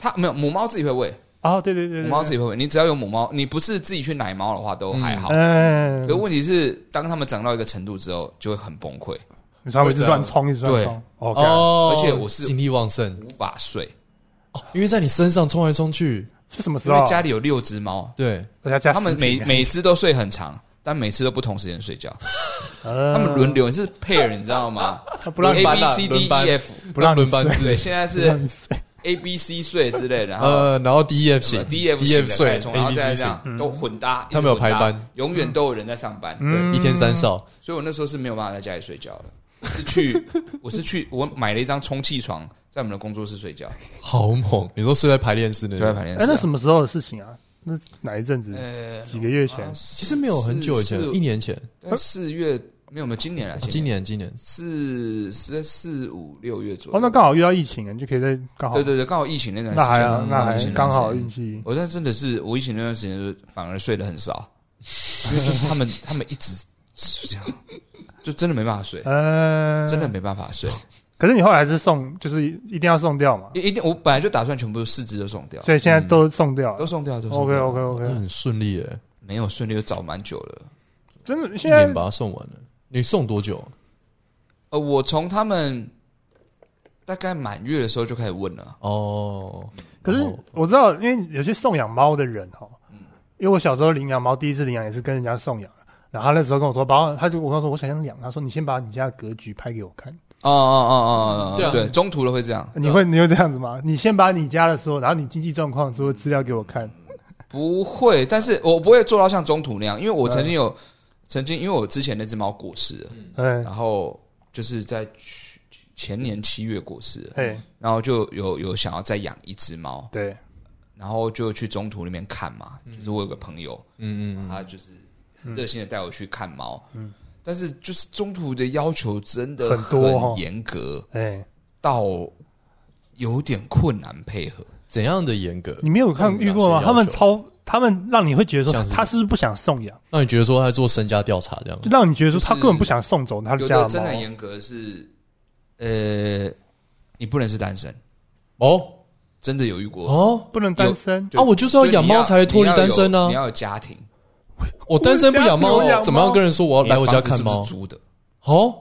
[SPEAKER 2] 它没有母猫自己会喂，
[SPEAKER 1] 哦，对对对，对
[SPEAKER 2] 母猫自己会喂。你只要有母猫，你不是自己去奶猫的话都还好。
[SPEAKER 1] 嗯
[SPEAKER 2] 可，问题是，当它们长到一个程度之后，就会很崩溃，
[SPEAKER 1] 你说他们一直乱冲，一直乱
[SPEAKER 2] 对
[SPEAKER 1] 冲，哦，
[SPEAKER 3] 哦
[SPEAKER 2] 而且我是
[SPEAKER 3] 精力旺盛，
[SPEAKER 2] 无法睡。
[SPEAKER 3] 哦因为在你身上冲来冲去，
[SPEAKER 1] 是什么时
[SPEAKER 2] 因
[SPEAKER 1] 候
[SPEAKER 2] 为
[SPEAKER 1] 啊？
[SPEAKER 2] 家里有六只猫，
[SPEAKER 3] 对，
[SPEAKER 1] 大家加
[SPEAKER 2] 它们
[SPEAKER 1] 视
[SPEAKER 2] 每
[SPEAKER 1] 频
[SPEAKER 2] 每只都睡很长，但每次都不同时间睡觉，
[SPEAKER 3] 嗯
[SPEAKER 1] 呃
[SPEAKER 2] 它们轮流是 pair，你知道吗？
[SPEAKER 1] 不让你
[SPEAKER 2] A
[SPEAKER 3] 搬
[SPEAKER 2] B
[SPEAKER 3] 啊
[SPEAKER 2] C D
[SPEAKER 3] 轮班
[SPEAKER 2] E F，
[SPEAKER 1] 不让你
[SPEAKER 3] 轮班
[SPEAKER 2] 对，
[SPEAKER 3] 制，
[SPEAKER 2] 现在
[SPEAKER 1] 不让
[SPEAKER 2] 是
[SPEAKER 1] 你睡
[SPEAKER 2] A B C 睡之类的，然后。
[SPEAKER 3] 呃，然后 D E F 型
[SPEAKER 2] D F
[SPEAKER 3] D F
[SPEAKER 2] 睡，
[SPEAKER 3] 睡
[SPEAKER 2] 然后
[SPEAKER 3] ，A B
[SPEAKER 2] 再
[SPEAKER 3] C
[SPEAKER 2] 这
[SPEAKER 3] 型，
[SPEAKER 2] 样都混搭，
[SPEAKER 3] 他们有
[SPEAKER 2] 一直混搭
[SPEAKER 3] 排班，
[SPEAKER 2] 永远都有人在上班。对，
[SPEAKER 1] 嗯
[SPEAKER 3] 一天三少，
[SPEAKER 2] 所以我那时候是没有办法在家里睡觉的，是去 我是去我买了一张充气床，在我们的工作室睡觉，
[SPEAKER 3] 好猛！你说睡在排练室那
[SPEAKER 2] 对，
[SPEAKER 3] 种，
[SPEAKER 2] 排练
[SPEAKER 1] 哎，
[SPEAKER 2] 室
[SPEAKER 1] 那
[SPEAKER 2] 啊。
[SPEAKER 1] 什么时候的事情啊？那是哪一阵子？
[SPEAKER 2] 呃
[SPEAKER 1] 几个月前？
[SPEAKER 3] 其
[SPEAKER 2] 其
[SPEAKER 3] 实没有很久以前，一年前，
[SPEAKER 2] 四月没有没有今年啊，
[SPEAKER 3] 今年今年，
[SPEAKER 2] 四四四五六月左右。
[SPEAKER 1] 哦，那刚好遇到疫情了，你就可以在刚好
[SPEAKER 2] 对对对，刚好疫情那段时
[SPEAKER 1] 那还
[SPEAKER 2] 间
[SPEAKER 1] 啊
[SPEAKER 2] 啊，
[SPEAKER 1] 那
[SPEAKER 2] 疫
[SPEAKER 1] 还
[SPEAKER 2] 情那
[SPEAKER 1] 刚
[SPEAKER 2] 段时间
[SPEAKER 1] 好运气。
[SPEAKER 2] 我那真的是，我疫情那段时间就反而睡得很少，因为就是他们他们一直是这样，就真的没办法睡，
[SPEAKER 1] 呃，
[SPEAKER 2] 真的。没办法睡。
[SPEAKER 1] 可是你后来还是送，就是一定要送掉嘛，
[SPEAKER 2] 一一定，我本来就打算全部四肢都送掉，
[SPEAKER 1] 所以现在都送掉
[SPEAKER 2] 都
[SPEAKER 1] 了。
[SPEAKER 2] 送掉，都嗯送
[SPEAKER 1] OK
[SPEAKER 2] 掉。
[SPEAKER 1] OK
[SPEAKER 3] 那
[SPEAKER 1] OK，
[SPEAKER 3] 很顺利诶，
[SPEAKER 2] 没有顺利又找蛮久了。
[SPEAKER 1] 真的
[SPEAKER 3] 一
[SPEAKER 1] 现
[SPEAKER 3] 年
[SPEAKER 1] 在
[SPEAKER 3] 把它送完了。你送多久？
[SPEAKER 2] 呃，我从他们大概满月的时候就开始问了，
[SPEAKER 3] 哦，
[SPEAKER 1] 可是我知道，因为有些送养猫的人哦，
[SPEAKER 2] 嗯
[SPEAKER 1] 因为我小时候领养猫，第一次领养也是跟人家送养，然后他那时候跟我说，把我他就我跟他说我想养，他说你先把你家的格局拍给我看，
[SPEAKER 2] 哦哦哦哦
[SPEAKER 3] 对
[SPEAKER 2] 哦
[SPEAKER 3] 啊，
[SPEAKER 2] 对，中途了会这样，
[SPEAKER 1] 你会你会这样子吗？你先把你家的所有，然后你经济状况所有资料给我看，
[SPEAKER 2] 不会，但是我不会做到像中途那样，因为我曾经有曾经，因为我之前那只猫过世了，
[SPEAKER 1] 嗯，
[SPEAKER 2] 然后就是在去前年七月过世了，
[SPEAKER 1] 哎，
[SPEAKER 2] 然后就有有想要再养一只猫，
[SPEAKER 1] 对，
[SPEAKER 2] 然后就去中途那边看嘛，就是我有个朋友，
[SPEAKER 3] 嗯嗯嗯
[SPEAKER 2] 他就是热心的带我去看猫，嗯，但是就是中途的要求真的
[SPEAKER 1] 很多哦
[SPEAKER 2] 很严格，
[SPEAKER 1] 哎，
[SPEAKER 2] 到有点困难配合。
[SPEAKER 3] 怎样的严格？
[SPEAKER 1] 你没有看遇过吗？他
[SPEAKER 3] 那你
[SPEAKER 1] 们
[SPEAKER 3] 哪些要
[SPEAKER 1] 超，
[SPEAKER 3] 求
[SPEAKER 1] 他们让你会觉得说
[SPEAKER 3] 像是嗯
[SPEAKER 1] 他是不是不想送养，
[SPEAKER 3] 让你觉得说他在做身家调查这样
[SPEAKER 1] 就？让你觉得说他
[SPEAKER 2] 就是
[SPEAKER 1] 根本不想送走他
[SPEAKER 2] 有
[SPEAKER 1] 家
[SPEAKER 2] 的
[SPEAKER 1] 的
[SPEAKER 2] 真
[SPEAKER 1] 猫
[SPEAKER 2] 的。严格是，呃，你不能是单身，
[SPEAKER 3] 哦
[SPEAKER 2] 真的有遇过。
[SPEAKER 3] 哦
[SPEAKER 1] 不能单身，
[SPEAKER 2] 就
[SPEAKER 3] 啊我就是要养猫才脱离单身
[SPEAKER 2] 你要
[SPEAKER 3] 啊
[SPEAKER 2] 有你要有家庭，
[SPEAKER 3] 我单身不
[SPEAKER 1] 我家只有
[SPEAKER 3] 养
[SPEAKER 1] 养
[SPEAKER 3] 猫，啊
[SPEAKER 1] 猫
[SPEAKER 3] 怎么样跟人说我哦要来我家看
[SPEAKER 2] 你的房
[SPEAKER 3] 猫
[SPEAKER 2] 子？是不是租的，
[SPEAKER 3] 哦，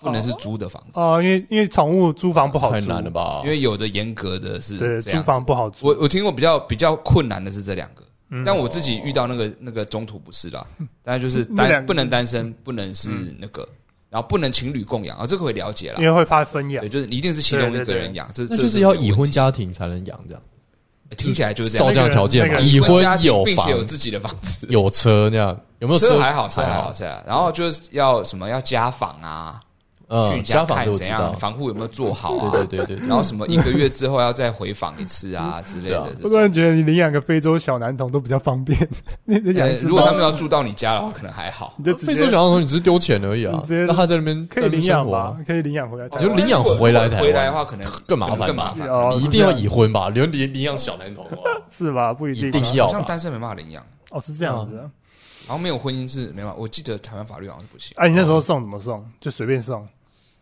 [SPEAKER 2] 不能是租的房子，
[SPEAKER 1] 哦，因为因为宠物租房不好
[SPEAKER 3] 太
[SPEAKER 1] 租，
[SPEAKER 3] 难了吧
[SPEAKER 2] 因？为有的严格的是
[SPEAKER 1] 对，
[SPEAKER 2] 这
[SPEAKER 1] 租
[SPEAKER 2] 样子
[SPEAKER 1] 房不好租。
[SPEAKER 2] 我我听过比较比较困难的是这两个，
[SPEAKER 3] 嗯
[SPEAKER 2] 但我自己遇到那个那个中途不是啦，当然就是
[SPEAKER 1] 那两
[SPEAKER 2] 单
[SPEAKER 1] 个
[SPEAKER 2] 不能单身，不能是
[SPEAKER 3] 嗯
[SPEAKER 2] 那个，然后不能情侣共养啊，这个会了解啦
[SPEAKER 1] 因。为会怕分养
[SPEAKER 2] 对，，就是你一定是其中一个人养，这
[SPEAKER 3] 那
[SPEAKER 2] 这
[SPEAKER 3] 就是要已婚家庭才能养这样，
[SPEAKER 2] 这听起来就是这
[SPEAKER 3] 照
[SPEAKER 2] 样，
[SPEAKER 3] 这样的条件
[SPEAKER 1] 那
[SPEAKER 3] 嘛，
[SPEAKER 1] 个
[SPEAKER 3] 已婚
[SPEAKER 2] 家庭
[SPEAKER 3] 有
[SPEAKER 2] 并
[SPEAKER 3] 房
[SPEAKER 2] 且有自己的房子，
[SPEAKER 3] 有车那样，有没有
[SPEAKER 2] 车还好，车
[SPEAKER 3] 车
[SPEAKER 2] 还好，，车还好。然后就是要什么要家访啊，去
[SPEAKER 3] 嗯，
[SPEAKER 2] 你
[SPEAKER 3] 家
[SPEAKER 2] 家
[SPEAKER 3] 访
[SPEAKER 2] 看
[SPEAKER 3] 这我
[SPEAKER 2] 怎
[SPEAKER 3] 知
[SPEAKER 2] 样，
[SPEAKER 3] 道，
[SPEAKER 2] 防护有没有做好啊？
[SPEAKER 3] 对对对对对
[SPEAKER 2] 然后什么一个月之后要再回访一次啊之类的
[SPEAKER 3] 对啊。
[SPEAKER 1] 我
[SPEAKER 2] 这
[SPEAKER 1] 突
[SPEAKER 2] 种
[SPEAKER 1] 然觉得你领养个非洲小男童都比较方便。你你养
[SPEAKER 2] 呃
[SPEAKER 1] 一只
[SPEAKER 2] 如果
[SPEAKER 1] 猫
[SPEAKER 2] 他们要住到你家的话，可能还好。
[SPEAKER 1] 你就直
[SPEAKER 3] 非
[SPEAKER 1] 接
[SPEAKER 3] 洲小浣熊你只是丢钱而已啊
[SPEAKER 1] 你直接，
[SPEAKER 3] 那他在那边
[SPEAKER 1] 可以领
[SPEAKER 3] 在那边生
[SPEAKER 1] 养
[SPEAKER 3] 活
[SPEAKER 1] 吧
[SPEAKER 3] 啊，？
[SPEAKER 1] 可以领养回来台
[SPEAKER 3] 你就
[SPEAKER 1] 湾。
[SPEAKER 3] 领养回来台湾
[SPEAKER 2] 回来的话，可能
[SPEAKER 3] 更麻烦
[SPEAKER 2] 更麻
[SPEAKER 3] 吧？
[SPEAKER 2] 烦。
[SPEAKER 1] 哦
[SPEAKER 3] 你一定要啊已婚吧？连领领养小男童啊，
[SPEAKER 1] 是吧？ 不一定啊
[SPEAKER 3] 一
[SPEAKER 1] 吧，
[SPEAKER 3] 定
[SPEAKER 2] 好
[SPEAKER 3] 要
[SPEAKER 2] 像
[SPEAKER 3] 吧？
[SPEAKER 2] 单身没办法领养，
[SPEAKER 1] 哦，是这样子啊。
[SPEAKER 2] 然后没有婚姻是没办法。我记得台湾法律好像是不行。
[SPEAKER 1] 哎，你那时候送怎么送？就随便送，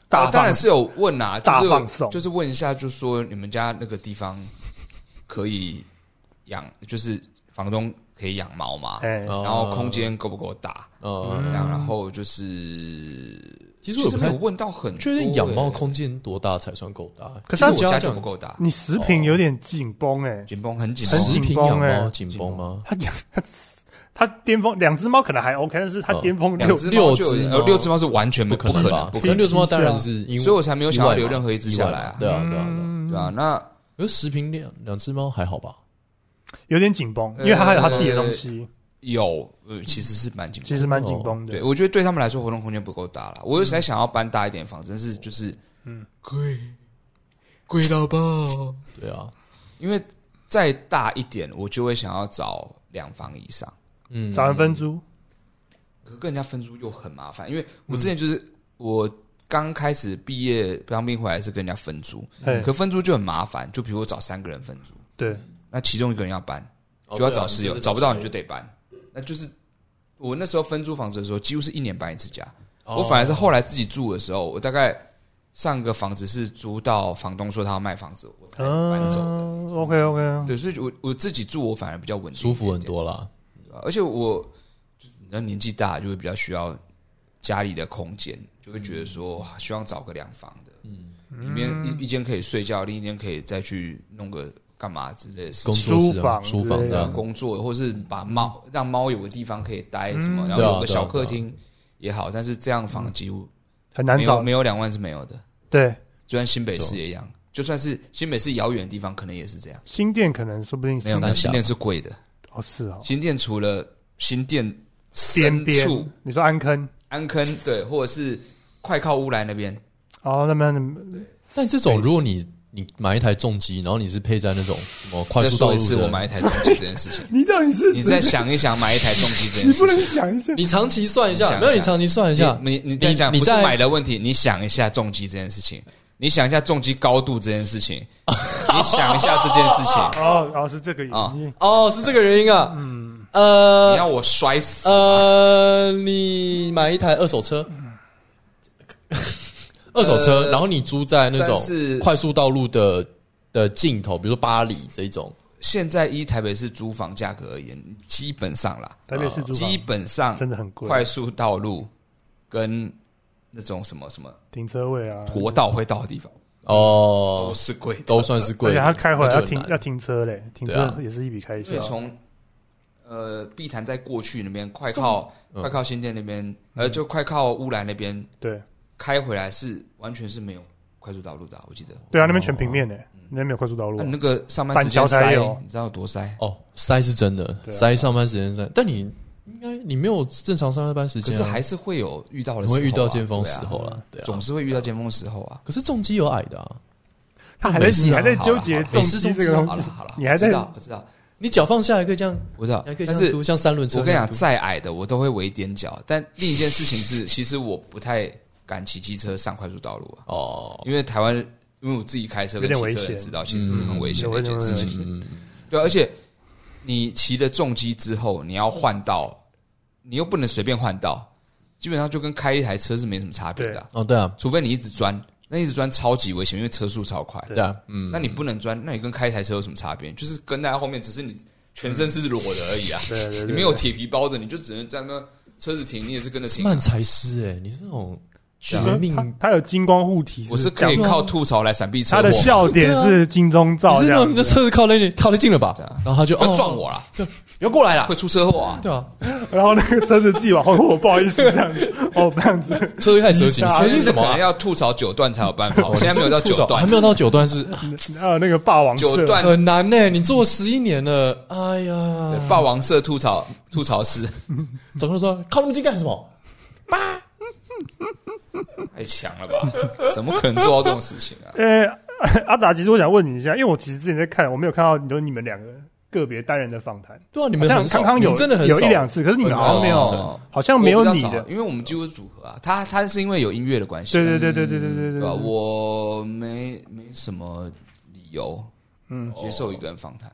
[SPEAKER 1] 大
[SPEAKER 2] 我当然
[SPEAKER 1] 放
[SPEAKER 2] 是有问啊，
[SPEAKER 1] 大
[SPEAKER 2] 就是
[SPEAKER 1] 放送
[SPEAKER 2] 就是问一下，就说你们家那个地方可以养，就是房东可以养猫吗？
[SPEAKER 1] 哎，
[SPEAKER 3] 哦
[SPEAKER 2] 然后空间够不够大？
[SPEAKER 3] 嗯，
[SPEAKER 2] 这样，然后就是
[SPEAKER 3] 其实
[SPEAKER 2] 其
[SPEAKER 3] 我
[SPEAKER 2] 实
[SPEAKER 3] 不
[SPEAKER 2] 没
[SPEAKER 3] 太
[SPEAKER 2] 有问到很多
[SPEAKER 3] 确定养猫
[SPEAKER 2] 欸，
[SPEAKER 3] 空间多大才算够大，
[SPEAKER 1] 可
[SPEAKER 2] 可
[SPEAKER 1] 是他
[SPEAKER 2] 我
[SPEAKER 3] 家嗯
[SPEAKER 2] 家
[SPEAKER 3] 这
[SPEAKER 2] 就
[SPEAKER 3] 样
[SPEAKER 2] 不够大，
[SPEAKER 1] 你食品有点紧绷哎，
[SPEAKER 2] 紧绷很紧
[SPEAKER 1] 很
[SPEAKER 3] 十
[SPEAKER 1] 紧
[SPEAKER 2] 绷。
[SPEAKER 3] 平
[SPEAKER 1] 绷
[SPEAKER 3] 养
[SPEAKER 1] 欸
[SPEAKER 3] 猫紧绷吗？
[SPEAKER 1] 他养他他巅峰两只猫可能还 OK，但是他
[SPEAKER 3] 哦
[SPEAKER 1] 巅峰
[SPEAKER 2] 两
[SPEAKER 1] 六
[SPEAKER 2] 只
[SPEAKER 3] 六
[SPEAKER 2] 猫就
[SPEAKER 3] 只
[SPEAKER 2] 呃
[SPEAKER 3] 猫
[SPEAKER 2] 六只猫是完全
[SPEAKER 3] 不
[SPEAKER 2] 不
[SPEAKER 3] 可
[SPEAKER 2] 可
[SPEAKER 3] 能
[SPEAKER 2] 能
[SPEAKER 3] 吧？
[SPEAKER 2] 不可
[SPEAKER 3] 那
[SPEAKER 2] 能。啊
[SPEAKER 3] 六十猫当然是因为意外嘛，
[SPEAKER 2] 所以我才没有想要留任何一只下来啊
[SPEAKER 3] 意外嘛对啊，对啊，对啊。
[SPEAKER 1] 嗯
[SPEAKER 2] 对啊，那
[SPEAKER 3] 可是十平两两只猫还好吧？
[SPEAKER 1] 有点紧绷，因为他还有他自己的东西，
[SPEAKER 2] 有呃，其实是蛮紧
[SPEAKER 1] 其
[SPEAKER 2] 绷。
[SPEAKER 1] 实蛮紧绷的
[SPEAKER 2] 对，。我觉得对他们来说活动空间不够大了。我有实
[SPEAKER 3] 嗯
[SPEAKER 2] 在想要搬大一点房子，但是就是
[SPEAKER 3] 贵贵到爆，对啊，
[SPEAKER 2] 因为再大一点，我就会想要找两房以上。
[SPEAKER 3] 嗯，
[SPEAKER 1] 找人分租，
[SPEAKER 2] 可跟人家分租又很麻烦，因为我
[SPEAKER 3] 嗯
[SPEAKER 2] 之前就是、我刚开始毕业当兵回来是跟人家分租，
[SPEAKER 1] 哎，
[SPEAKER 3] 嗯
[SPEAKER 2] 可分租就很麻烦。就比如我找三个人分租，
[SPEAKER 1] 对，
[SPEAKER 2] 那其中一个人要搬，
[SPEAKER 3] 哦
[SPEAKER 2] 就要
[SPEAKER 3] 对啊
[SPEAKER 2] 找室友，
[SPEAKER 3] 你
[SPEAKER 2] 找不到你就
[SPEAKER 3] 得
[SPEAKER 2] 得搬。那就是我那时候分租房子的时候，几乎是一年搬一次家。
[SPEAKER 3] 哦
[SPEAKER 2] 我反而是后来自己住的时候，我大概上个房子是租到房东说他要卖房子，我才搬
[SPEAKER 3] 啊
[SPEAKER 2] 走。
[SPEAKER 1] 嗯，OK OK，
[SPEAKER 2] 对，所以我我自己住，我反而比较稳定，
[SPEAKER 3] 舒服很。多
[SPEAKER 2] 嗯
[SPEAKER 3] 啦。
[SPEAKER 2] 而且我就你知道年纪大，就会比较需要家里的空间，就会
[SPEAKER 1] 嗯
[SPEAKER 2] 觉得说哇希望找个两房的，里面一一间可以睡觉，另一间可以再去弄个干嘛之类的事
[SPEAKER 3] 工
[SPEAKER 2] 情。
[SPEAKER 3] 作
[SPEAKER 1] 书
[SPEAKER 3] 室啊，
[SPEAKER 1] 房
[SPEAKER 3] 书
[SPEAKER 1] 之
[SPEAKER 3] 房
[SPEAKER 1] 类
[SPEAKER 3] 的
[SPEAKER 1] 的
[SPEAKER 3] 啊，
[SPEAKER 2] 工作，或是把猫让猫有个地方可以待什
[SPEAKER 1] 嗯
[SPEAKER 2] 么，然
[SPEAKER 3] 对啊
[SPEAKER 2] 后有个
[SPEAKER 3] 对啊
[SPEAKER 2] 小客厅也好，但是这样房几乎
[SPEAKER 1] 很嗯难
[SPEAKER 2] 没有
[SPEAKER 1] 找
[SPEAKER 2] 没。有两万是没有的，
[SPEAKER 1] 对，
[SPEAKER 2] 就算新北市也一样，就算是新北市遥远的地方，可能也是这样。
[SPEAKER 1] 新店可能说不定是
[SPEAKER 2] 没有，没有
[SPEAKER 3] 三峡
[SPEAKER 2] 新店是贵的，
[SPEAKER 1] 哦，是哦，
[SPEAKER 2] 新店除了新店
[SPEAKER 1] 边
[SPEAKER 2] 深
[SPEAKER 1] 边
[SPEAKER 2] 处，
[SPEAKER 1] 你说安坑，
[SPEAKER 2] 安坑对，或者是快靠乌来那边，
[SPEAKER 1] 哦，那边，
[SPEAKER 3] 但这种如果你你买一台重机，然后你是配在那种什么快
[SPEAKER 2] 再
[SPEAKER 3] 速道
[SPEAKER 2] 说一
[SPEAKER 3] 路
[SPEAKER 2] 次，
[SPEAKER 3] 的，
[SPEAKER 2] 我买一台重机这件事 情
[SPEAKER 1] 你到底是
[SPEAKER 2] 你再想一想买一台重机这件事情。
[SPEAKER 1] 想一下，
[SPEAKER 3] 你长期算一
[SPEAKER 2] 你想
[SPEAKER 3] 下，
[SPEAKER 2] 一
[SPEAKER 3] 没有你
[SPEAKER 2] 下
[SPEAKER 3] 长期算一下，
[SPEAKER 2] 你你你再讲
[SPEAKER 3] 你
[SPEAKER 2] 不是
[SPEAKER 3] 在
[SPEAKER 2] 买的问题，你想一下重机这件事情，你想一下重机高度这件事情， 你想一下这件事情，
[SPEAKER 1] 哦哦，是这个原因，
[SPEAKER 3] 哦，是这个原因啊，嗯，
[SPEAKER 2] 你
[SPEAKER 3] 呃
[SPEAKER 2] 要我摔死，
[SPEAKER 3] 呃，你买一台二手车， 二手车，
[SPEAKER 2] 嗯呃
[SPEAKER 3] 然后你租在那种
[SPEAKER 2] 但是
[SPEAKER 3] 快速道路的的尽头，比如说巴黎这一种，
[SPEAKER 2] 现在依台北市租房价格而言，基本上啦，
[SPEAKER 1] 台北市租房
[SPEAKER 2] 基本上
[SPEAKER 1] 真的很贵，
[SPEAKER 2] 快速道路跟那种什么什么
[SPEAKER 1] 停车位啊，
[SPEAKER 2] 国道会到的地方
[SPEAKER 3] 哦
[SPEAKER 2] 都，是贵的，
[SPEAKER 3] 都算是
[SPEAKER 1] 而
[SPEAKER 3] 贵
[SPEAKER 1] 且
[SPEAKER 3] 的，
[SPEAKER 1] 他开回来要
[SPEAKER 3] 那就很
[SPEAKER 1] 停
[SPEAKER 3] 难
[SPEAKER 1] 要停车嘞，停
[SPEAKER 3] 对啊
[SPEAKER 1] 车也是一笔开
[SPEAKER 2] 所
[SPEAKER 1] 销
[SPEAKER 2] 以。从呃碧潭再过去那边，快靠
[SPEAKER 3] 嗯
[SPEAKER 2] 快靠新店那边，呃就快靠乌来那边
[SPEAKER 1] 对
[SPEAKER 2] 开回来是完全是没有快速道路的啊，我记得。
[SPEAKER 1] 对啊，那边全平面嘞，那边没有快速道路
[SPEAKER 2] 那
[SPEAKER 1] 啊
[SPEAKER 2] 你。那个上班时间
[SPEAKER 1] 板桥才
[SPEAKER 2] 塞
[SPEAKER 1] 有，
[SPEAKER 2] 你知道有多塞？
[SPEAKER 3] 哦，塞是真的，
[SPEAKER 1] 对啊
[SPEAKER 3] 塞上班时间塞，但你应该你没有正常上下班时
[SPEAKER 2] 可
[SPEAKER 3] 间啊、
[SPEAKER 2] 是还是会有遇到的
[SPEAKER 3] 你
[SPEAKER 2] 时候啊，
[SPEAKER 3] 会遇到尖峰
[SPEAKER 2] 对
[SPEAKER 3] 时
[SPEAKER 2] 啊
[SPEAKER 3] 候啦，对啊
[SPEAKER 2] 总。是会遇到尖峰时候啊。
[SPEAKER 3] 可是重机有矮的啊，
[SPEAKER 1] 他还在
[SPEAKER 3] 没事啊
[SPEAKER 1] 你还在
[SPEAKER 2] 好啦
[SPEAKER 1] 纠结
[SPEAKER 2] 好啦
[SPEAKER 1] 重
[SPEAKER 3] 没事
[SPEAKER 1] 机这个
[SPEAKER 2] 好
[SPEAKER 1] 东
[SPEAKER 2] 了
[SPEAKER 1] 西
[SPEAKER 2] 好了好了，
[SPEAKER 1] 嗯你还在
[SPEAKER 2] 知道我知道
[SPEAKER 3] 你脚放下来可以这样，
[SPEAKER 2] 我知道
[SPEAKER 3] 还，可以这
[SPEAKER 2] 但
[SPEAKER 3] 样
[SPEAKER 2] 是
[SPEAKER 3] 嘟，像三轮车
[SPEAKER 2] 我
[SPEAKER 3] 那
[SPEAKER 2] 跟你
[SPEAKER 3] 样
[SPEAKER 2] 讲，
[SPEAKER 3] 嘟。
[SPEAKER 2] 再矮的我都会围踮脚，但另一件事情是，其实我不太敢骑机车上快速道路啊，
[SPEAKER 3] 哦，
[SPEAKER 2] 因为台湾因为我自己开车
[SPEAKER 1] 有
[SPEAKER 2] 跟
[SPEAKER 1] 点
[SPEAKER 2] 骑车
[SPEAKER 1] 危
[SPEAKER 2] 的人
[SPEAKER 1] 险
[SPEAKER 2] 知道，其实是很危险的一件事
[SPEAKER 1] 嗯有点危
[SPEAKER 2] 情。
[SPEAKER 1] 险
[SPEAKER 3] 嗯，
[SPEAKER 2] 对，而且你骑了重机之后，你要换道，你又不能随便换道，基本上就跟开一台车是没什么差别的啊、
[SPEAKER 3] 哦，对啊，
[SPEAKER 2] 除非你一直钻，那一直钻超级危险，因为车速超快。
[SPEAKER 3] 对啊，嗯，
[SPEAKER 2] 那你不能钻，那你跟开一台车有什么差别？就是跟在后面，只是你全身是裸的而已啊，
[SPEAKER 1] 对对对对
[SPEAKER 2] 你没有铁皮包着，你就只能在那车子停，你也是跟着
[SPEAKER 3] 是
[SPEAKER 2] 停啊、
[SPEAKER 3] 慢才师哎，你是那种绝命，
[SPEAKER 1] 他他有金光护体，
[SPEAKER 2] 我是
[SPEAKER 1] 是
[SPEAKER 2] 可以
[SPEAKER 1] 讲
[SPEAKER 2] 靠吐槽来闪避车
[SPEAKER 1] 他
[SPEAKER 2] 祸啊
[SPEAKER 1] 的，笑点是金钟罩
[SPEAKER 3] 你是
[SPEAKER 1] 这
[SPEAKER 3] 那
[SPEAKER 1] 样
[SPEAKER 3] 种你
[SPEAKER 1] 子，
[SPEAKER 3] 的车子靠那里靠得近了吧
[SPEAKER 2] 对啊？
[SPEAKER 3] 然后他就
[SPEAKER 2] 不要
[SPEAKER 3] 哦
[SPEAKER 2] 撞我啦，啊
[SPEAKER 3] 不要过来啦
[SPEAKER 2] 会，出车祸啊！
[SPEAKER 3] 对啊，
[SPEAKER 1] 然后那个车子自己往后拖，不好意思这样子，哦这样子，
[SPEAKER 3] 车子开始蛇形，
[SPEAKER 1] 啊
[SPEAKER 3] 蛇形什么
[SPEAKER 2] 可能
[SPEAKER 3] 啊？
[SPEAKER 2] 要吐槽九段才有 办法，我现在没有到
[SPEAKER 3] 吐
[SPEAKER 2] 九
[SPEAKER 3] 槽还
[SPEAKER 2] 段
[SPEAKER 3] 没，有到九段 是
[SPEAKER 1] 还有那个霸王
[SPEAKER 2] 九
[SPEAKER 1] 色
[SPEAKER 2] 段
[SPEAKER 3] 很难呢，你做十一年了，哎呀，
[SPEAKER 2] 霸王色吐槽吐槽师
[SPEAKER 3] 总是说靠那么近干什么？
[SPEAKER 2] 太强了吧？怎么可能做到这种事情啊？
[SPEAKER 1] 呃，阿达，其实我想问你一下，因为我其实之前在看，我没有看到你说你们两个个别单人的访谈，
[SPEAKER 3] 对啊，你
[SPEAKER 1] 好
[SPEAKER 3] 们
[SPEAKER 1] 像
[SPEAKER 3] 很少
[SPEAKER 1] 康康有
[SPEAKER 3] 你真的很
[SPEAKER 1] 有一
[SPEAKER 3] 少
[SPEAKER 1] 两次，可是你 们好像没有
[SPEAKER 2] 我比较少，
[SPEAKER 1] 好像没有
[SPEAKER 2] 哦我比
[SPEAKER 1] 你
[SPEAKER 2] 较少
[SPEAKER 1] 的，
[SPEAKER 2] 因为我们几乎是组合啊。他他是因为有音乐的关系啊，
[SPEAKER 1] 对对对对对对对对
[SPEAKER 2] 对吧？我没没什么理由，
[SPEAKER 1] 嗯
[SPEAKER 2] 嗯，接受一个人访谈。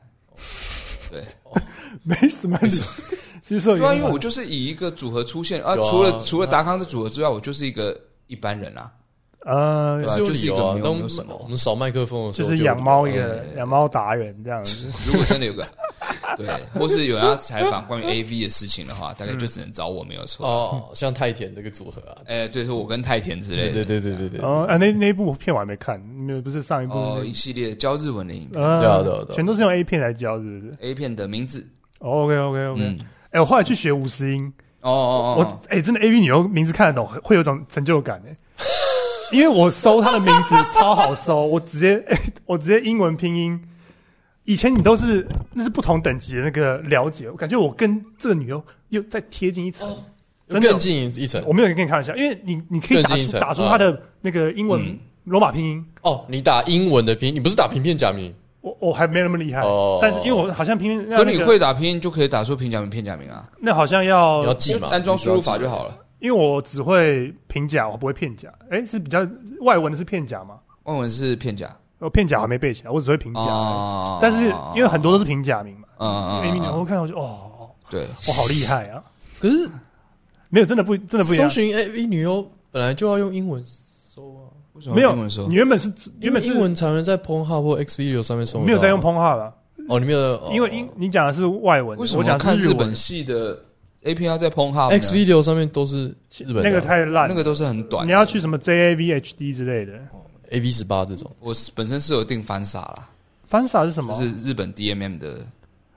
[SPEAKER 2] 对，
[SPEAKER 1] 没什么理，其实有
[SPEAKER 2] 对啊，因为
[SPEAKER 1] 点
[SPEAKER 2] 我就是以一个组合出现啊，
[SPEAKER 3] 有啊
[SPEAKER 2] 除了除了达康的组合之外，我就是一个一般人啊。
[SPEAKER 1] 呃
[SPEAKER 2] 对吧
[SPEAKER 3] 是有
[SPEAKER 2] 就是
[SPEAKER 3] 理
[SPEAKER 2] 一个
[SPEAKER 3] 由啊
[SPEAKER 2] 没。有
[SPEAKER 3] 当
[SPEAKER 2] 没有什么
[SPEAKER 3] 我们扫麦克风的时
[SPEAKER 1] 就
[SPEAKER 3] 候，
[SPEAKER 1] 是养猫一
[SPEAKER 2] 对
[SPEAKER 1] 个
[SPEAKER 2] 对对
[SPEAKER 1] 养猫达人这样子，
[SPEAKER 2] 如果真的有个 对，或是有人要采访关于 AV 的事情的话，大概就只能找我没有
[SPEAKER 1] 嗯
[SPEAKER 2] 错。
[SPEAKER 3] 哦，像太田这个组合啊，
[SPEAKER 2] 哎，对，是我跟太田之类
[SPEAKER 3] 对
[SPEAKER 2] 的，
[SPEAKER 3] 对对对对对，
[SPEAKER 1] 然后啊那那一部片我还没看，没有不是上一部
[SPEAKER 2] 哦，
[SPEAKER 1] 那
[SPEAKER 2] 一系列教日文的影片
[SPEAKER 1] 呃
[SPEAKER 3] 对啊对啊对啊
[SPEAKER 1] 全都是用 A 片来教，是不是
[SPEAKER 2] A 片的名字，
[SPEAKER 1] ？OK OK OK，
[SPEAKER 2] 嗯，
[SPEAKER 1] 哎，我后来去学五十音，
[SPEAKER 2] 哦哦哦
[SPEAKER 1] 我
[SPEAKER 2] 哦，
[SPEAKER 1] 哎、真的 A V 女优名字看得懂，会有种成就感哎、 因为我搜她的名字超好搜，我直接、 哎，我直接英文拼音。以前你都是那是不同等级的那个了解，我感觉我跟这个女优又再贴近一层。真的
[SPEAKER 3] 哦更进一层
[SPEAKER 1] 我没有跟你开玩笑，因为你你可以
[SPEAKER 3] 更
[SPEAKER 1] 打
[SPEAKER 3] 进一
[SPEAKER 1] 出
[SPEAKER 3] 层
[SPEAKER 1] 打出
[SPEAKER 3] 嗯
[SPEAKER 1] 她的那个英文
[SPEAKER 2] 嗯
[SPEAKER 1] 罗马拼音，
[SPEAKER 3] 哦。你打英文的拼音，你不是打平片假名？
[SPEAKER 1] 我我还没那么厉害，
[SPEAKER 3] 哦
[SPEAKER 1] 但是因为我好像拼音，那
[SPEAKER 2] 可你
[SPEAKER 1] 个
[SPEAKER 2] 会打拼音就可以打出平假名、片假名啊，
[SPEAKER 1] 那好像要
[SPEAKER 3] 你要记嘛？
[SPEAKER 2] 安装输入法
[SPEAKER 3] 你
[SPEAKER 2] 就
[SPEAKER 3] 知道记
[SPEAKER 2] 好了。
[SPEAKER 1] 因为我只会平假，我不会片假。哎、是比较外文的是片假吗？
[SPEAKER 2] 外文是片假
[SPEAKER 1] 我哦片假我还没背起来，我只会平假而已。
[SPEAKER 2] 啊
[SPEAKER 1] 但是因为很多都是平假名嘛
[SPEAKER 2] 嗯嗯
[SPEAKER 1] ，A
[SPEAKER 2] 嗯
[SPEAKER 1] 名，然
[SPEAKER 2] 嗯
[SPEAKER 1] 后看到就哦，
[SPEAKER 2] 对，
[SPEAKER 1] 我好厉害啊！
[SPEAKER 3] 可是
[SPEAKER 1] 没有，真的不真的不一
[SPEAKER 3] 搜
[SPEAKER 1] 样。
[SPEAKER 3] 寻 AV 女优本来就要用英文搜啊，
[SPEAKER 2] 为什么
[SPEAKER 1] 没有
[SPEAKER 2] 英文说
[SPEAKER 1] 你原本是原本
[SPEAKER 3] 因为
[SPEAKER 1] 是
[SPEAKER 3] 英文才能在 Pornhub 或 X Video 上面搜得到啊。
[SPEAKER 1] 没有在用 p o n h u 了，
[SPEAKER 3] 哦，你没有哦
[SPEAKER 1] 因为英你讲的是外文，
[SPEAKER 2] 为什么
[SPEAKER 1] 我讲的
[SPEAKER 2] 看
[SPEAKER 1] 是
[SPEAKER 2] 日
[SPEAKER 1] 日文
[SPEAKER 2] 本，系的 A 片要在 p o n h u b
[SPEAKER 3] X Video 上面都是日本的啊
[SPEAKER 1] 那个太烂了。
[SPEAKER 2] 那个哦都是很短的，
[SPEAKER 1] 你要去什么 JAVHD 之类的
[SPEAKER 3] AV 十八这种，
[SPEAKER 2] 我是本身是有订翻傻啦，
[SPEAKER 1] 翻傻是什
[SPEAKER 2] 就
[SPEAKER 1] 么？
[SPEAKER 2] 是日本 DMM 的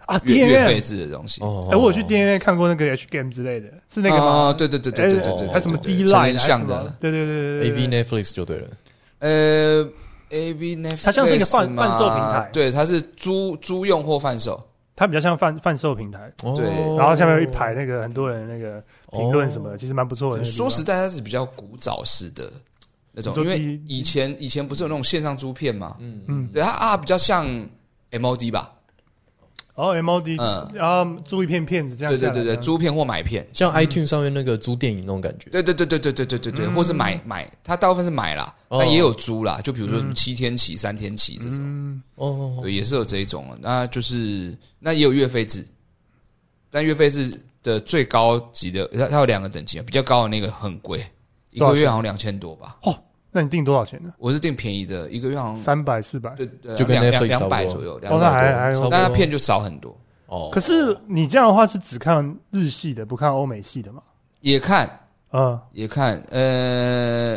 [SPEAKER 1] 啊
[SPEAKER 2] 月月
[SPEAKER 1] DNA。
[SPEAKER 2] 费制的东西。
[SPEAKER 3] 哦，
[SPEAKER 1] 哎，我有去 DNA 看过那个 H Game 之类的，是那个
[SPEAKER 2] 啊，
[SPEAKER 1] 吗？
[SPEAKER 2] 对对对对对
[SPEAKER 1] 哎
[SPEAKER 2] 对对，
[SPEAKER 1] 还有什么 D
[SPEAKER 2] 成
[SPEAKER 1] Line
[SPEAKER 2] 人向的，
[SPEAKER 1] 对对对对
[SPEAKER 3] AV
[SPEAKER 1] 呢？
[SPEAKER 3] Netflix 就对了。
[SPEAKER 2] 呃，AV Netflix
[SPEAKER 1] 它像是一个贩
[SPEAKER 2] 嘛
[SPEAKER 1] 贩售平台
[SPEAKER 2] 对，它是租租用或贩售，
[SPEAKER 1] 它比较像贩贩售平台，
[SPEAKER 3] 哦
[SPEAKER 2] 对
[SPEAKER 1] 然后下面有一排那个很多人那个评论什么的，
[SPEAKER 3] 哦
[SPEAKER 1] 其实蛮不错的那个地方。
[SPEAKER 2] 说实在，它是比较古早式的那种
[SPEAKER 1] 你，说
[SPEAKER 2] 因为
[SPEAKER 1] 第一
[SPEAKER 2] 以前以前不是有那种线上租片嘛，
[SPEAKER 3] 嗯
[SPEAKER 1] 嗯
[SPEAKER 3] 嗯，
[SPEAKER 2] 对它啊比较像 MOD 吧，
[SPEAKER 1] 哦，MOD，
[SPEAKER 2] 嗯
[SPEAKER 1] 然后租一片片子这样
[SPEAKER 2] 对
[SPEAKER 1] 下
[SPEAKER 2] 对
[SPEAKER 1] 来。
[SPEAKER 2] 对对，租片或买片，
[SPEAKER 3] 像 iTunes 上面那个租电影那种感觉。
[SPEAKER 2] 对对对对对对对对对，
[SPEAKER 1] 嗯
[SPEAKER 2] 或是买买，它大部分是买啦，
[SPEAKER 3] 哦
[SPEAKER 2] 但也有租啦，就比如说什么
[SPEAKER 1] 嗯
[SPEAKER 2] 七天起、三天起这种，
[SPEAKER 1] 嗯，
[SPEAKER 3] 哦哦，哦
[SPEAKER 2] 对，也是有这一种，那就是那也有月费制，但月费制的最高级的，它它有两个等级，比较高的那个很贵，一
[SPEAKER 1] 多少
[SPEAKER 2] 个
[SPEAKER 1] 钱
[SPEAKER 2] 月好像两千多吧，
[SPEAKER 1] 那你定多少钱呢？
[SPEAKER 2] 我是订便宜的，一个月好像
[SPEAKER 1] 三百、四百。
[SPEAKER 2] 嗯对对
[SPEAKER 3] 就跟
[SPEAKER 2] 两两
[SPEAKER 3] Netflix 差
[SPEAKER 2] 两
[SPEAKER 3] 不
[SPEAKER 2] 百
[SPEAKER 3] 多
[SPEAKER 2] 左右，两
[SPEAKER 1] 哦，那
[SPEAKER 2] 百，
[SPEAKER 1] 还还
[SPEAKER 3] 差不多
[SPEAKER 2] 但它片就少很多，
[SPEAKER 3] 哦，
[SPEAKER 1] 可是你这样的话是只看日系的，不看欧美系的嘛？
[SPEAKER 2] 也看
[SPEAKER 1] 嗯，
[SPEAKER 2] 也看，呃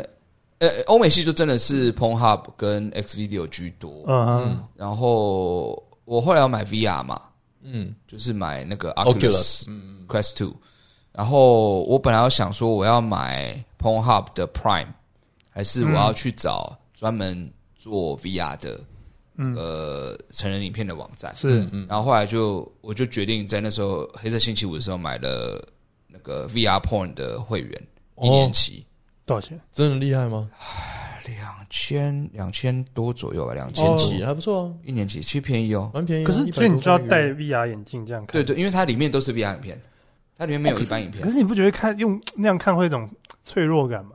[SPEAKER 2] 呃，欧美系就真的是 Pornhub 跟 Xvideo 居多，
[SPEAKER 1] 嗯
[SPEAKER 2] 然后我后来要买 VR 嘛，
[SPEAKER 3] 嗯
[SPEAKER 2] 就是买那个
[SPEAKER 3] Oculus，
[SPEAKER 2] Oculus 嗯 Quest Two，然后我本来要想说我要买 Pornhub 的 Prime，还是我要去找专门做 VR 的、呃成人影片的网站，
[SPEAKER 1] 是
[SPEAKER 3] 嗯嗯，
[SPEAKER 2] 然后后来就我就决定在那时候黑色星期五的时候买了那个 VR Porn 的会员，一年
[SPEAKER 3] 哦
[SPEAKER 2] 期
[SPEAKER 1] 多少钱？
[SPEAKER 3] 真的厉害吗？
[SPEAKER 2] 两千两千多左右吧，两千
[SPEAKER 1] 哦
[SPEAKER 2] 多
[SPEAKER 3] 前期还不错啊，
[SPEAKER 2] 一年期其实便宜哦。
[SPEAKER 3] 蛮便宜啊。
[SPEAKER 1] 可是
[SPEAKER 3] 100
[SPEAKER 1] 所以你就要
[SPEAKER 3] 多块
[SPEAKER 1] 戴
[SPEAKER 3] 一个月
[SPEAKER 1] VR 眼镜这样看。
[SPEAKER 2] 对对，因为它里面都是 VR
[SPEAKER 3] 哦
[SPEAKER 2] 影片，它里面没有一般影
[SPEAKER 1] 可
[SPEAKER 2] 片。
[SPEAKER 1] 是你不觉得看用那样看会有一种脆弱感吗？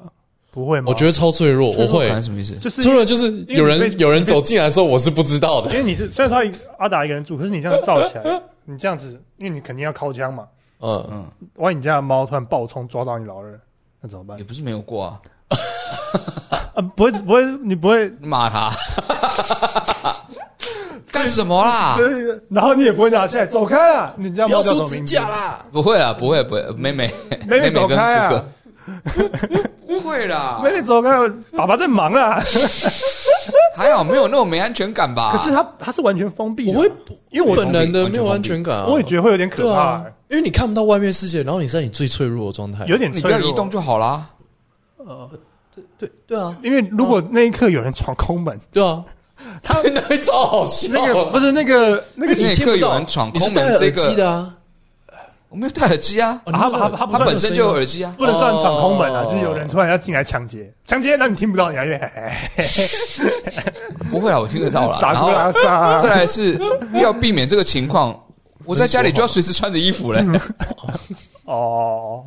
[SPEAKER 1] 不会吗？
[SPEAKER 3] 我觉得超脆弱，我会
[SPEAKER 2] 感觉什么意思？
[SPEAKER 1] 就是
[SPEAKER 3] 脆弱就是有
[SPEAKER 1] 因为你
[SPEAKER 3] 人
[SPEAKER 1] 被
[SPEAKER 3] 有人走进来的时候，我是不知道
[SPEAKER 1] 因
[SPEAKER 3] 的。
[SPEAKER 1] 为你是虽然他一个阿达一个人住，可是你这样照起来，你这样子，因为你肯定要靠枪嘛，
[SPEAKER 3] 嗯，
[SPEAKER 2] 嗯，
[SPEAKER 1] 万一你家的猫突然暴冲抓到你老人，那怎么办
[SPEAKER 2] 也？不是没有过啊，
[SPEAKER 1] 啊，不会不会，你不 会，
[SPEAKER 2] 你骂他 干什么啦？
[SPEAKER 1] 然后你也不会拿下来，走开啦！你家
[SPEAKER 3] 啊不
[SPEAKER 1] 猫
[SPEAKER 3] 要
[SPEAKER 1] 叫什
[SPEAKER 3] 出
[SPEAKER 1] 么
[SPEAKER 3] 指
[SPEAKER 1] 名字？
[SPEAKER 3] 甲啦！
[SPEAKER 2] 不会啦，不会，不会，妹妹，
[SPEAKER 1] 妹妹
[SPEAKER 2] 妹
[SPEAKER 1] 走
[SPEAKER 2] 跟
[SPEAKER 1] 开啊
[SPEAKER 2] 哥哥，不会啦，
[SPEAKER 1] 妹妹走开，爸爸在忙啊。
[SPEAKER 2] 还好没有那种没安全感吧？
[SPEAKER 1] 可是他他是完全封闭的，
[SPEAKER 3] 我会，
[SPEAKER 1] 因为我
[SPEAKER 3] 本人的
[SPEAKER 2] 完全
[SPEAKER 3] 没有安全感啊，
[SPEAKER 1] 我也觉得会有点
[SPEAKER 3] 对
[SPEAKER 1] 可怕
[SPEAKER 3] 啊，，因为你看不到外面世界，然后你是在你最脆弱的状态，
[SPEAKER 1] 有点
[SPEAKER 2] 你
[SPEAKER 1] 脆
[SPEAKER 2] 不
[SPEAKER 1] 弱
[SPEAKER 2] 要移动。就好啦。
[SPEAKER 3] 对对啊，
[SPEAKER 1] 因为如果那一刻有人闯空
[SPEAKER 2] 哦
[SPEAKER 1] 门，
[SPEAKER 3] 对 啊，
[SPEAKER 1] 他
[SPEAKER 3] 那会超好笑啊。
[SPEAKER 1] 那个不是那个那个
[SPEAKER 2] 那一
[SPEAKER 3] 你听
[SPEAKER 2] 刻
[SPEAKER 3] 不
[SPEAKER 2] 有
[SPEAKER 3] 到
[SPEAKER 2] 人闯
[SPEAKER 3] 你是
[SPEAKER 2] 空门
[SPEAKER 3] 戴耳
[SPEAKER 2] 这个
[SPEAKER 3] 机的啊，
[SPEAKER 2] 我没有戴耳机啊，
[SPEAKER 1] 啊
[SPEAKER 3] 哦你没有
[SPEAKER 1] 他他
[SPEAKER 3] 你
[SPEAKER 1] 他
[SPEAKER 2] 我
[SPEAKER 3] 没有
[SPEAKER 2] 本身就有
[SPEAKER 3] 声
[SPEAKER 2] 耳机
[SPEAKER 3] 音啊
[SPEAKER 2] 啊。
[SPEAKER 1] 不能算闯空门啊，
[SPEAKER 3] 哦
[SPEAKER 1] 就是有人突然要进来抢劫，抢劫，那你听不到，你还以为嘿嘿嘿
[SPEAKER 2] 不会啦，我听得到啦。
[SPEAKER 1] 傻
[SPEAKER 2] 然
[SPEAKER 1] 不
[SPEAKER 2] 后
[SPEAKER 1] 拉撒，
[SPEAKER 2] 再来是要避免这个情况，我在家里就要随时穿着衣服 嘞。
[SPEAKER 1] 嗯哦，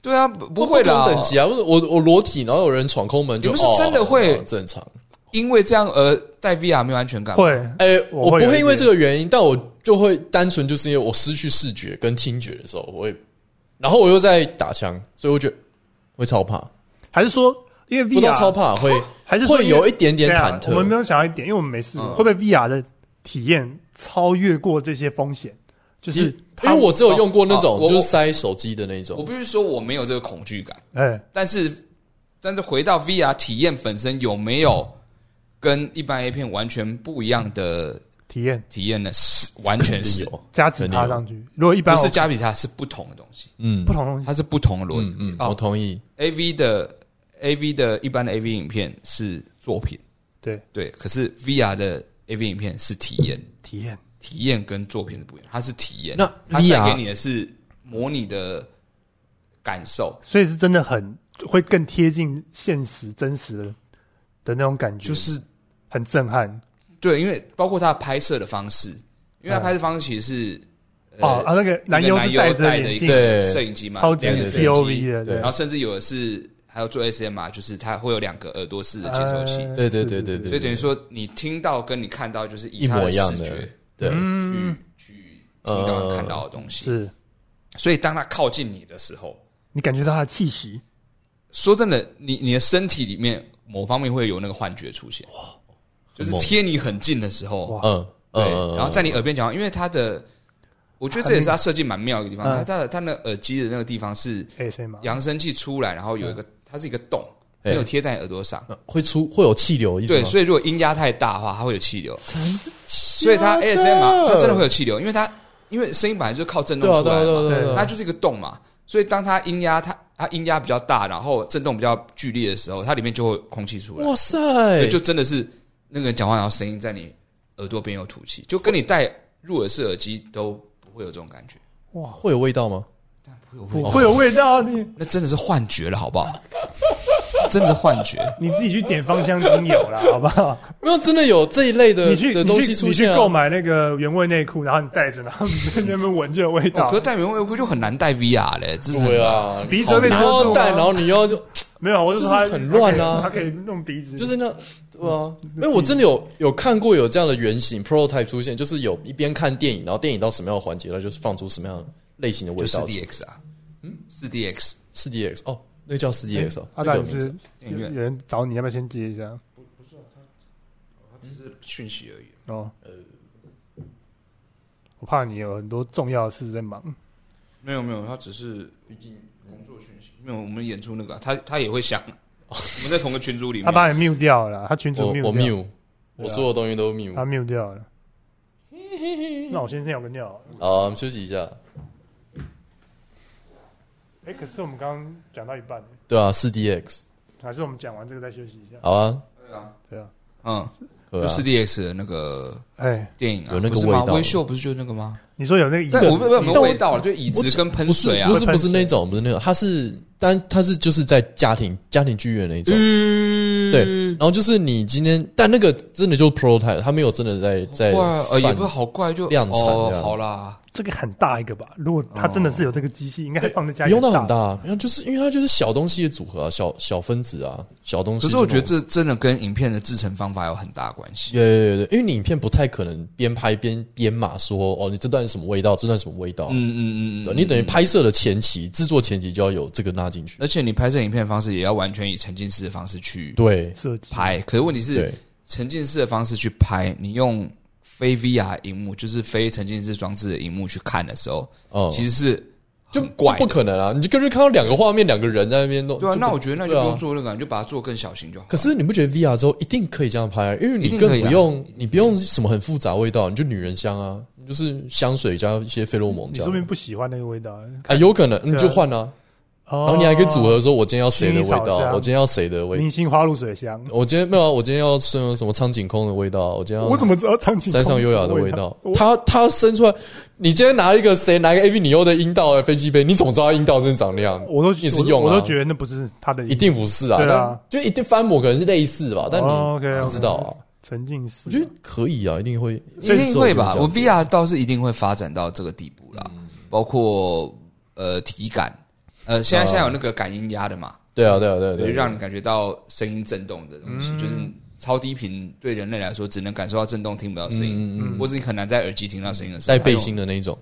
[SPEAKER 2] 对啊，不不
[SPEAKER 3] 不
[SPEAKER 2] 会啦
[SPEAKER 3] 同，等级啊，我我我裸体，然后有人闯空门就，
[SPEAKER 2] 你不是真的
[SPEAKER 3] 哦
[SPEAKER 2] 会
[SPEAKER 3] 哦正常。
[SPEAKER 2] 因为这样呃而戴 VR 没有安全感。，
[SPEAKER 1] 会
[SPEAKER 3] 哎，
[SPEAKER 1] 我
[SPEAKER 3] 我
[SPEAKER 1] 会
[SPEAKER 3] 不
[SPEAKER 1] 有一
[SPEAKER 3] 会因为
[SPEAKER 1] 点
[SPEAKER 3] 这个原因，但我就会单纯就是因为我失去视觉跟听觉的时候，我会，然后我又在打枪，所以我觉得会超怕，
[SPEAKER 1] 还是说因为
[SPEAKER 3] 不到超
[SPEAKER 1] VR
[SPEAKER 3] 怕会
[SPEAKER 1] 还是说
[SPEAKER 3] 会
[SPEAKER 1] 因为
[SPEAKER 3] 有一点点
[SPEAKER 1] 对啊
[SPEAKER 3] 忐
[SPEAKER 1] 我们没
[SPEAKER 3] 忑。
[SPEAKER 1] 有想到一点，因为我们没试过，
[SPEAKER 2] 嗯
[SPEAKER 1] 会不会 VR 的体验超越过这些风险？就是
[SPEAKER 3] 因为我只有用过那
[SPEAKER 2] 哦
[SPEAKER 3] 种
[SPEAKER 2] 我
[SPEAKER 3] 就是塞手机的那
[SPEAKER 2] 我
[SPEAKER 3] 种，
[SPEAKER 2] 必须说我没有这个恐惧感，
[SPEAKER 1] 哎，
[SPEAKER 2] 但是但是回到 VR 体验本身有没有跟一般 A 片完全不一样的
[SPEAKER 1] 体验
[SPEAKER 2] 体验呢？是完全是，
[SPEAKER 3] 有，
[SPEAKER 1] 加几趴上去，如果一般
[SPEAKER 2] 不
[SPEAKER 1] 我
[SPEAKER 2] 是加比它是不同的东西，
[SPEAKER 3] 嗯
[SPEAKER 1] 不同东西，
[SPEAKER 2] 它是不同的逻
[SPEAKER 3] 嗯
[SPEAKER 2] 辑。
[SPEAKER 3] 嗯，
[SPEAKER 2] 哦
[SPEAKER 3] 我同意。
[SPEAKER 2] A V 的 A V 的一般的 A V 影片是作品，
[SPEAKER 1] 对
[SPEAKER 2] 对，可是 V R 的 A V 影片是体验，
[SPEAKER 1] 体验
[SPEAKER 2] 体验跟作品是不一样，它是体验，
[SPEAKER 3] 那
[SPEAKER 2] 它
[SPEAKER 3] VR
[SPEAKER 2] 带给你的是模拟的感受，
[SPEAKER 1] 所以是真的很会更贴近现实真实的的那种感觉，
[SPEAKER 2] 就是
[SPEAKER 1] 很震撼
[SPEAKER 2] 对，因为包括它拍摄的方式，因为它拍摄方式其实是
[SPEAKER 1] 哦啊！那个男优是戴着眼
[SPEAKER 2] 一个男优戴
[SPEAKER 1] 镜，
[SPEAKER 2] 的一个
[SPEAKER 3] 对
[SPEAKER 2] 摄影机嘛，
[SPEAKER 1] 超级
[SPEAKER 2] 两个摄影
[SPEAKER 1] POV
[SPEAKER 2] 机
[SPEAKER 1] 的，
[SPEAKER 3] 对
[SPEAKER 1] 对
[SPEAKER 2] 然后甚至有的是还有做 S M R，就是它会有两个耳朵式的接收器，
[SPEAKER 1] 呃
[SPEAKER 3] 对对
[SPEAKER 1] 是是是
[SPEAKER 3] 对对对
[SPEAKER 2] 所以等于说你听到跟你看到就是以
[SPEAKER 3] 一
[SPEAKER 2] 它
[SPEAKER 3] 模一样
[SPEAKER 2] 视
[SPEAKER 3] 的
[SPEAKER 2] 觉
[SPEAKER 3] 对，
[SPEAKER 1] 嗯
[SPEAKER 2] 去，去听到看到的东西。
[SPEAKER 3] 呃
[SPEAKER 1] 是
[SPEAKER 2] 所以当它靠近你的时候，
[SPEAKER 1] 你感觉到他的气息，
[SPEAKER 2] 说真的，你你的身体里面某方面会有那个幻觉出现，就是
[SPEAKER 3] 猛
[SPEAKER 2] 贴你很近的时候，
[SPEAKER 3] 嗯，
[SPEAKER 2] 对，
[SPEAKER 3] 嗯
[SPEAKER 2] 然后在你耳边讲话，因为它的，我觉得这也是它设计蛮妙的一个
[SPEAKER 1] 嗯
[SPEAKER 2] 地方，它的它的耳机的那个地方是
[SPEAKER 1] 哎，所以嘛，
[SPEAKER 2] 扬声器出来，然后有一个它是一个洞，
[SPEAKER 3] 哎
[SPEAKER 2] 没有贴在你耳朵上。
[SPEAKER 3] 嗯会出会有气流，意思
[SPEAKER 2] 对，
[SPEAKER 3] 吗？
[SPEAKER 2] 所以如果音压太大的话，它会有气流，所以它 ASMR 它真的会有气流，因为它因为声音本来就靠震动
[SPEAKER 3] 对啊
[SPEAKER 2] 出
[SPEAKER 3] 对
[SPEAKER 2] 来嘛，
[SPEAKER 3] 啊对啊对啊
[SPEAKER 1] 对
[SPEAKER 3] 对
[SPEAKER 2] 它
[SPEAKER 3] 啊，
[SPEAKER 2] 就是一个洞嘛。所以当它音压它它音压比较大，然后震动比较剧烈的时候，它里面就会有空气出来，
[SPEAKER 3] 哇塞，
[SPEAKER 2] 对就真的是那个人讲话，然后声音在你耳朵边有吐气，就跟你戴入耳式耳机都不会有这种感觉，
[SPEAKER 3] 会有味道吗？
[SPEAKER 2] 但不会有味
[SPEAKER 1] 我会有味道，你
[SPEAKER 2] 那真的是幻觉了，好 不好？真的是幻觉，哦
[SPEAKER 1] 你自己去点芳香精油 啦，好不好？
[SPEAKER 3] 没有，真的有这一类的
[SPEAKER 1] 你去
[SPEAKER 3] 的
[SPEAKER 1] 你
[SPEAKER 3] 东西
[SPEAKER 1] 去
[SPEAKER 3] 出
[SPEAKER 1] 你去
[SPEAKER 3] 现啊
[SPEAKER 1] 购买那个原味内裤，然后你带着，然后你在那边闻就有味
[SPEAKER 2] 哦
[SPEAKER 3] 啊
[SPEAKER 1] 道
[SPEAKER 2] 可是。戴原味裤就很难戴 VR 嘞，真
[SPEAKER 3] 对
[SPEAKER 2] 的。
[SPEAKER 3] 啊，
[SPEAKER 1] 鼻子会被
[SPEAKER 3] 然
[SPEAKER 1] 遮住
[SPEAKER 3] 后
[SPEAKER 1] 吗
[SPEAKER 3] 戴，然后你又要就
[SPEAKER 1] 没有，啊我是说它
[SPEAKER 3] 就是很乱啊
[SPEAKER 1] 它可以它可以弄鼻子，
[SPEAKER 3] 就是那对啊，因为我真的有有看过有这样的原型 prototype 出现，就是有一边看电影，然后电影到什么样的环节，它就是放出什么样的类型的味
[SPEAKER 2] 就四
[SPEAKER 3] 道。
[SPEAKER 2] DX 啊，嗯，四 DX
[SPEAKER 3] 四 DX 哦，那个叫四 DX 哦，
[SPEAKER 1] 哎阿
[SPEAKER 3] 那
[SPEAKER 1] 达
[SPEAKER 3] 个
[SPEAKER 1] 你
[SPEAKER 3] 名字
[SPEAKER 1] 啊是
[SPEAKER 2] 电
[SPEAKER 1] 有
[SPEAKER 2] 影院
[SPEAKER 1] 有人找你，要不要先接一下？
[SPEAKER 2] 讯息而已。
[SPEAKER 1] 哦，我怕你有很多重要的事在忙。
[SPEAKER 2] 没有没有，他只是毕竟工作讯息。没有，我们演出那个啊，他他也会想， 我们在同个群组里
[SPEAKER 1] 他
[SPEAKER 2] 面。
[SPEAKER 1] 把你 mute 掉了啦，他群主
[SPEAKER 3] 我
[SPEAKER 1] mute
[SPEAKER 3] 我
[SPEAKER 1] 掉
[SPEAKER 3] mute，我所有东西都 mute
[SPEAKER 1] 啊他 mute 掉了。 那我先尿个尿。
[SPEAKER 3] 好，啊我们休息一下。
[SPEAKER 1] 哎、可是我们刚刚讲到一半，
[SPEAKER 3] 对啊，四 DX
[SPEAKER 1] 还是我们讲完这个再休息一下？
[SPEAKER 3] 好啊，
[SPEAKER 2] 对啊，
[SPEAKER 1] 对啊，
[SPEAKER 2] 嗯，
[SPEAKER 3] 可
[SPEAKER 2] 就
[SPEAKER 3] 啊
[SPEAKER 2] 四，DX 的那个
[SPEAKER 1] 哎、
[SPEAKER 2] 电影啊，
[SPEAKER 3] 有那个
[SPEAKER 2] 不是吗
[SPEAKER 3] 味道
[SPEAKER 2] 微秀不是就那个吗？
[SPEAKER 1] 你说有那个椅
[SPEAKER 2] 但我
[SPEAKER 1] 子，
[SPEAKER 2] 们我们
[SPEAKER 3] 但我
[SPEAKER 2] 回啊到了就椅
[SPEAKER 3] 我
[SPEAKER 2] 子
[SPEAKER 3] 只
[SPEAKER 2] 跟喷水啊
[SPEAKER 3] 不，
[SPEAKER 1] 会
[SPEAKER 3] 是不是
[SPEAKER 1] 喷
[SPEAKER 3] 不是
[SPEAKER 1] 水
[SPEAKER 3] 那种，不是那种，它是但它是就是在家庭家庭剧院那一种。对，然后就是你今天，但那个真的就是 prototype，它没有真的在在
[SPEAKER 2] 怪呃也
[SPEAKER 3] 贩
[SPEAKER 2] 不是好怪就
[SPEAKER 3] 量产
[SPEAKER 2] 哦
[SPEAKER 3] 这样
[SPEAKER 2] 好啦，
[SPEAKER 1] 这个很大一个吧？如果它真的是有这个机器，应该放在家
[SPEAKER 3] 不
[SPEAKER 1] 里
[SPEAKER 3] 哦用到很大，然后就是因为它就是小东西的组合啊，小小分子啊，小东西。
[SPEAKER 2] 可是我觉得这真的跟影片的制成方法有很大关系。
[SPEAKER 3] 也也也，因为你影片不太可能边拍边编码说哦，你这段是什么味道，这段是什么味道。
[SPEAKER 2] 嗯嗯嗯
[SPEAKER 3] 对
[SPEAKER 2] 嗯，
[SPEAKER 3] 你等于拍摄的前期、制作前期就要有这个纳进去。
[SPEAKER 2] 而且你拍摄影片的方式也要完全以沉浸式的方式去
[SPEAKER 3] 对
[SPEAKER 1] 设计。
[SPEAKER 2] 拍，可是问题是
[SPEAKER 3] 对，
[SPEAKER 2] 沉浸式的方式去拍，你用非 VR 荧幕，就是非沉浸式装置的荧幕去看的时候，
[SPEAKER 3] 嗯，
[SPEAKER 2] 其实是
[SPEAKER 3] 就
[SPEAKER 2] 很怪
[SPEAKER 3] 就不
[SPEAKER 2] 的。
[SPEAKER 3] 可能啊！你就就是看到两个画面，两个人在那边弄。
[SPEAKER 2] 对啊，
[SPEAKER 3] 就
[SPEAKER 2] 那我觉得那就
[SPEAKER 3] 对啊
[SPEAKER 2] 不用做那个，你就把它做更小型就好了。
[SPEAKER 3] 可是你不觉得 VR 之后一定可以这样拍、啊？因为
[SPEAKER 2] 一
[SPEAKER 3] 你
[SPEAKER 2] 定
[SPEAKER 3] 更
[SPEAKER 2] 可以啊
[SPEAKER 3] 不用，你不用什么很复杂味道，你就女人香啊，你就是香水加一些费洛蒙
[SPEAKER 1] 你
[SPEAKER 3] 这
[SPEAKER 1] 说明
[SPEAKER 3] 样。
[SPEAKER 1] 不喜欢那个味道，
[SPEAKER 3] 啊，有可能你
[SPEAKER 1] 对啊
[SPEAKER 3] 就换啊，
[SPEAKER 1] 然
[SPEAKER 3] 然后你还可以组合说，我今天要谁的
[SPEAKER 1] 薰
[SPEAKER 3] 味
[SPEAKER 1] 衣草
[SPEAKER 3] 道，
[SPEAKER 1] 香
[SPEAKER 3] 我今天要谁的味，
[SPEAKER 1] 哦明星花露水香。
[SPEAKER 3] 我今天没有啊，我今天要什么什么苍井空的味道，我今天要
[SPEAKER 1] 我怎么知道苍井
[SPEAKER 3] 山上
[SPEAKER 1] 空
[SPEAKER 3] 优雅的
[SPEAKER 1] 什么
[SPEAKER 3] 味
[SPEAKER 1] 味
[SPEAKER 3] 道。
[SPEAKER 1] 我
[SPEAKER 3] 他他生出来，你今天拿一个谁拿一个 AV 女优的阴道的飞机杯，你怎么知道阴道真的长那样？
[SPEAKER 1] 我都
[SPEAKER 3] 你是用啊
[SPEAKER 1] 我都觉得那不是他的
[SPEAKER 3] 一定不是啊，
[SPEAKER 1] 对啊
[SPEAKER 3] 那就一定翻模可能是类似吧，但你
[SPEAKER 1] 哦，OK，
[SPEAKER 3] 不知道啊。
[SPEAKER 1] 沉浸式。
[SPEAKER 3] 我觉得可以啊，一定会，
[SPEAKER 2] 一定会吧？
[SPEAKER 3] 所以之后
[SPEAKER 2] 我
[SPEAKER 3] 就这样
[SPEAKER 2] VR 倒是一定会发展到这个地步啦，包
[SPEAKER 3] 嗯
[SPEAKER 2] 括呃体感，呃现在
[SPEAKER 3] 啊
[SPEAKER 2] 现在有那个感应压的嘛，
[SPEAKER 3] 对啊，对啊，对啊，
[SPEAKER 2] 就
[SPEAKER 3] 对啊，嗯
[SPEAKER 2] 让你感觉到声音震动的东西，就是超低频对人类来说只能感受到震动，听不到声
[SPEAKER 3] 嗯
[SPEAKER 2] 音，或者你很难在耳机听到声音的时候。
[SPEAKER 3] 带背心的那一种。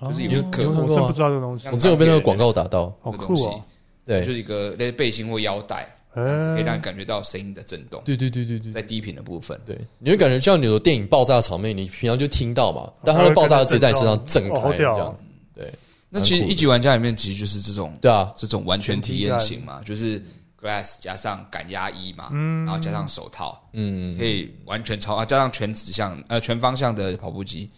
[SPEAKER 2] 还有，就
[SPEAKER 1] 哦
[SPEAKER 2] 是有
[SPEAKER 3] 你
[SPEAKER 2] 可
[SPEAKER 3] 有看啊
[SPEAKER 1] 我
[SPEAKER 3] 过
[SPEAKER 1] 真
[SPEAKER 3] 吗
[SPEAKER 1] 不知道这个东西
[SPEAKER 2] 像
[SPEAKER 3] 我，之前有被那个广告打到，
[SPEAKER 1] 好
[SPEAKER 2] 的
[SPEAKER 1] 酷
[SPEAKER 2] 东西，
[SPEAKER 1] 哦！
[SPEAKER 3] 对嗯
[SPEAKER 2] 就，是一个类似背心或腰带，这样子
[SPEAKER 1] 嗯
[SPEAKER 2] 可以让你感觉到声音的震动，
[SPEAKER 3] 对对对对对
[SPEAKER 2] 在低频的部分。
[SPEAKER 3] 对，你会感觉像你的电影爆炸场面，你平常就听到嘛，但它的爆炸直接在你身上震
[SPEAKER 1] 哦好
[SPEAKER 3] 开，这
[SPEAKER 1] 屌哦
[SPEAKER 3] 样。对
[SPEAKER 2] 那其实
[SPEAKER 3] 蛮酷的
[SPEAKER 2] 一级玩家里面其实就是这种
[SPEAKER 3] 对啊，
[SPEAKER 2] 这种完全体验型嘛，就是 glass 加上感压衣嘛，然后加上手套，
[SPEAKER 3] 嗯，
[SPEAKER 2] 可以完全朝啊，加上全指向呃全方向的跑步机，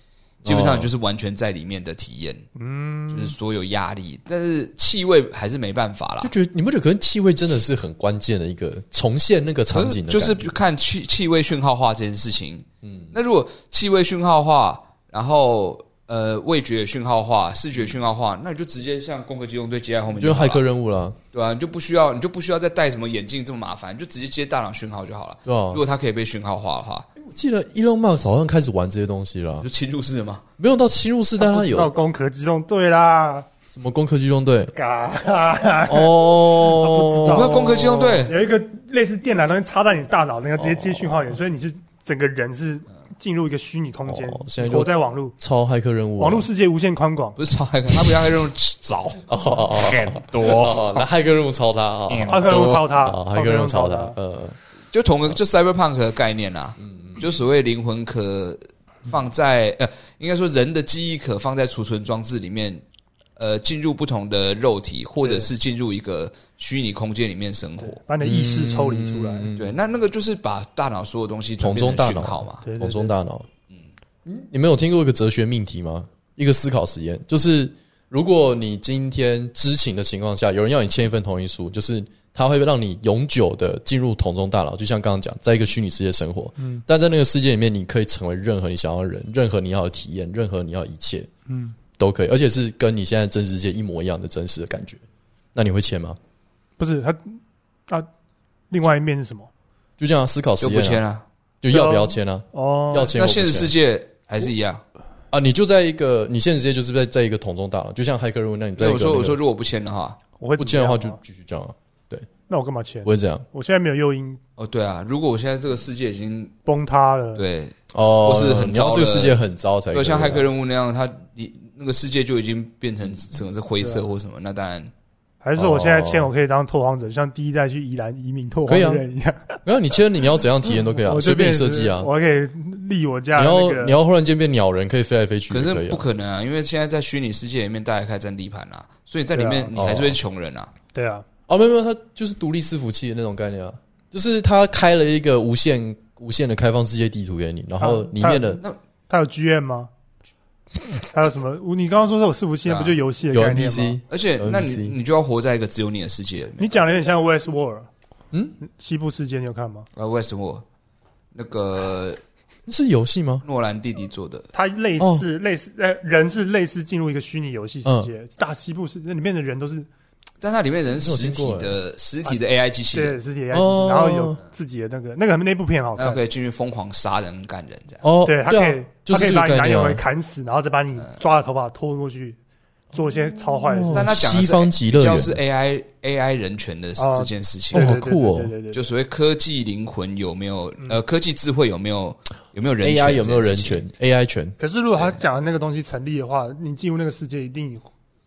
[SPEAKER 2] 基
[SPEAKER 3] 哦
[SPEAKER 2] 本上就是完全在里面的体验，嗯，就是所有压力，但是气味还是没办法啦
[SPEAKER 3] 就。觉得你不觉得可能气味真的是很关键的一个重现那个场景的
[SPEAKER 2] 就是
[SPEAKER 3] 感觉
[SPEAKER 2] 看气气味讯号化这件事情，嗯，那如果气味讯号化，然后呃味觉讯号化、视觉讯号化，那你就直接像攻壳机动队接在后面
[SPEAKER 3] 就是
[SPEAKER 2] 好了
[SPEAKER 3] 骇客任务啦，
[SPEAKER 2] 对啊，你就不需要，你就不需要再戴什么眼镜这么麻烦，你就直接接大脑讯号就好了。
[SPEAKER 3] 对吧
[SPEAKER 2] 如？果它可以被讯号化的话，
[SPEAKER 3] 我记得 Elon Musk 好像开始玩这些东西了
[SPEAKER 2] 就，侵入式的嘛。
[SPEAKER 3] 没有到侵入式，但他有
[SPEAKER 1] 到攻壳机动队啦，
[SPEAKER 3] 什么攻壳机动队
[SPEAKER 1] 嘎，
[SPEAKER 3] 哦
[SPEAKER 1] 不知道
[SPEAKER 2] 那攻壳机动队
[SPEAKER 1] 有一个类似电缆东西插在你大脑，那个直接接讯号源，
[SPEAKER 3] 哦
[SPEAKER 1] 所以你是整个人是进入一个虚拟空间
[SPEAKER 3] 哦现在，就
[SPEAKER 1] 活在网络，
[SPEAKER 3] 超骇客任务啊，
[SPEAKER 1] 网络世界无限宽广。
[SPEAKER 2] 不是超骇客，他比骇客 任务早
[SPEAKER 3] 哦哦哦，
[SPEAKER 2] 很多，
[SPEAKER 3] 哦，那骇客任务超他啊，
[SPEAKER 1] 骇客任务超他，
[SPEAKER 3] 啊，骇客任务超他，呃，
[SPEAKER 2] 就同个就 cyberpunk 的概念啊，
[SPEAKER 3] 嗯
[SPEAKER 2] 就所谓灵魂壳放在呃，应该说人的记忆壳放在储存装置里面，呃，进入不同的肉体，或者是进入一个虚拟空间里面生活。
[SPEAKER 1] 把你的意
[SPEAKER 3] 嗯
[SPEAKER 1] 识抽离出来。
[SPEAKER 2] 对，那那个就是把大脑所有东西
[SPEAKER 3] 统中大
[SPEAKER 2] 转变成讯号
[SPEAKER 3] 脑
[SPEAKER 2] 嘛。
[SPEAKER 1] 对对对
[SPEAKER 3] 统中大脑。嗯，你们有听过一个哲学命题吗？一个思考实验，就是如果你今天知情的情况下，有人要你签一份同意书，就是它会让你永久的进入统中大脑，就像刚刚讲，在一个虚拟世界生活。嗯，但在那个世界里面，你可以成为任何你想要的人，任何你要的体验，任何你要的一切，嗯，都可以，而且是跟你现在真实世界一模一样的真实的感觉。那你会签吗？
[SPEAKER 1] 不是他，他啊另外一面是什么？
[SPEAKER 3] 就这样思考实
[SPEAKER 2] 就不
[SPEAKER 3] 验、
[SPEAKER 2] 签
[SPEAKER 3] 啊，
[SPEAKER 2] 了、
[SPEAKER 3] 就要不要签啊？
[SPEAKER 1] 哦，
[SPEAKER 3] 要签
[SPEAKER 2] 那
[SPEAKER 3] 或不
[SPEAKER 2] 现实
[SPEAKER 3] 签
[SPEAKER 2] 世界还是一样。
[SPEAKER 3] 啊，你就在一个你现实世界就是在在一个桶中大脑，就像骇客任务那样，你在
[SPEAKER 2] 对，
[SPEAKER 3] 一个
[SPEAKER 2] 我说
[SPEAKER 3] 那
[SPEAKER 2] 我
[SPEAKER 3] 个
[SPEAKER 2] 说，如果不签的话，
[SPEAKER 1] 我会
[SPEAKER 3] 不
[SPEAKER 1] 这
[SPEAKER 3] 见
[SPEAKER 1] 样
[SPEAKER 3] 的话
[SPEAKER 1] 吗
[SPEAKER 3] 就继续这样啊，
[SPEAKER 1] 那我干嘛签
[SPEAKER 3] 不？会这样
[SPEAKER 1] 我现在没有诱因
[SPEAKER 2] 哦，对啊，如果我现在这个世界已经
[SPEAKER 1] 崩塌了，
[SPEAKER 2] 对，
[SPEAKER 3] 哦
[SPEAKER 2] 或。是很
[SPEAKER 3] 你要
[SPEAKER 2] 糟
[SPEAKER 3] 这个
[SPEAKER 2] 的
[SPEAKER 3] 世界很糟才可
[SPEAKER 2] 就
[SPEAKER 3] 以，
[SPEAKER 2] 像骇客任务那样，它你那个世界就已经变
[SPEAKER 3] 嗯
[SPEAKER 2] 成整个是灰色或什么，那当然
[SPEAKER 1] 还是说我现在签
[SPEAKER 3] 哦
[SPEAKER 1] 我可以当拓荒者，像第一代去宜兰移民拓
[SPEAKER 3] 可
[SPEAKER 1] 荒
[SPEAKER 3] 以啊
[SPEAKER 1] 的人一样，
[SPEAKER 3] 然后你签了你要怎样体验都可以啊，
[SPEAKER 1] 我
[SPEAKER 3] 随
[SPEAKER 1] 就
[SPEAKER 3] 便
[SPEAKER 1] 变
[SPEAKER 3] 你
[SPEAKER 1] 成
[SPEAKER 3] 设计啊。
[SPEAKER 1] 我可以立我家
[SPEAKER 3] 你
[SPEAKER 1] 的那
[SPEAKER 3] 要你
[SPEAKER 1] 个。
[SPEAKER 3] 要忽然间变鸟人，可以飞来飞去，
[SPEAKER 2] 可
[SPEAKER 3] 可
[SPEAKER 2] 是
[SPEAKER 3] 以
[SPEAKER 2] 不
[SPEAKER 3] 啊。
[SPEAKER 2] 可能啊，因为现在在虚拟世界里面，大家开占地盘啦，所以在里
[SPEAKER 1] 对
[SPEAKER 2] 面
[SPEAKER 1] 啊
[SPEAKER 2] 你还是会穷人啊。
[SPEAKER 1] 对啊，
[SPEAKER 3] 哦，没有没有，它就是独立伺服器的那种概念啊，就是它开了一个无限无限的开放世界地图给你，然后
[SPEAKER 2] 啊
[SPEAKER 1] 它
[SPEAKER 3] 里面的
[SPEAKER 1] 他有 GM 吗？还有什么？你刚刚说这种伺服器，
[SPEAKER 2] 对
[SPEAKER 1] 那
[SPEAKER 2] 啊
[SPEAKER 1] 不就游戏的
[SPEAKER 3] 有
[SPEAKER 1] 概念吗？
[SPEAKER 3] NPC，
[SPEAKER 2] 而且
[SPEAKER 3] 有，
[SPEAKER 2] 那
[SPEAKER 3] NPC
[SPEAKER 2] 你你就要活在一个只有你的世界里面。
[SPEAKER 1] 你讲的有点像 West World，
[SPEAKER 3] 嗯
[SPEAKER 2] 啊
[SPEAKER 1] 嗯，西部世界你有看吗？
[SPEAKER 2] 啊，为什么？那个
[SPEAKER 3] 是游戏吗？
[SPEAKER 2] 诺兰弟弟做的，
[SPEAKER 1] 它类
[SPEAKER 3] 哦
[SPEAKER 1] 似、类似，呃，人是类似进入一个虚拟游戏世
[SPEAKER 3] 嗯
[SPEAKER 1] 界，大西部是那里面的人都是
[SPEAKER 2] 但它里面人是实
[SPEAKER 3] 没
[SPEAKER 2] 体
[SPEAKER 3] 啊有听
[SPEAKER 2] 的实体的 AI 机器
[SPEAKER 1] 对
[SPEAKER 2] 人，
[SPEAKER 1] 实体 AI，、
[SPEAKER 3] 哦
[SPEAKER 1] 哎然后有自己的那个那个那部片很好
[SPEAKER 2] 那
[SPEAKER 1] 看
[SPEAKER 2] 可，以进去疯狂杀人干人这样。
[SPEAKER 3] 哦，
[SPEAKER 1] 对，他
[SPEAKER 3] 啊
[SPEAKER 1] 可以、
[SPEAKER 3] 就
[SPEAKER 1] 他可
[SPEAKER 3] 是
[SPEAKER 1] 以
[SPEAKER 3] 这个
[SPEAKER 1] 把你
[SPEAKER 3] 概
[SPEAKER 1] 男
[SPEAKER 3] 念
[SPEAKER 1] 友
[SPEAKER 3] 啊
[SPEAKER 1] 给砍死，然后再把你抓的头发拖过去，做一些超坏的事。
[SPEAKER 3] 哦
[SPEAKER 2] 但他讲的
[SPEAKER 3] 西
[SPEAKER 2] 是
[SPEAKER 3] 方极
[SPEAKER 2] 比
[SPEAKER 3] 乐
[SPEAKER 2] 较
[SPEAKER 3] 园
[SPEAKER 2] 是 AI AI 人权的
[SPEAKER 1] 哦
[SPEAKER 2] 这件事情
[SPEAKER 1] 对
[SPEAKER 3] 哦，
[SPEAKER 1] 对对
[SPEAKER 3] 好
[SPEAKER 1] 对
[SPEAKER 3] 酷哦
[SPEAKER 1] 对对对，
[SPEAKER 2] 就所谓科技灵魂有没有呃科技智慧有没有有没有人权
[SPEAKER 3] ，AI 有没有
[SPEAKER 2] 这
[SPEAKER 3] 人
[SPEAKER 2] 件事情？
[SPEAKER 3] 权？AI 权
[SPEAKER 1] 可是如果他讲的那个东西成立的话，你进入那个世界一定，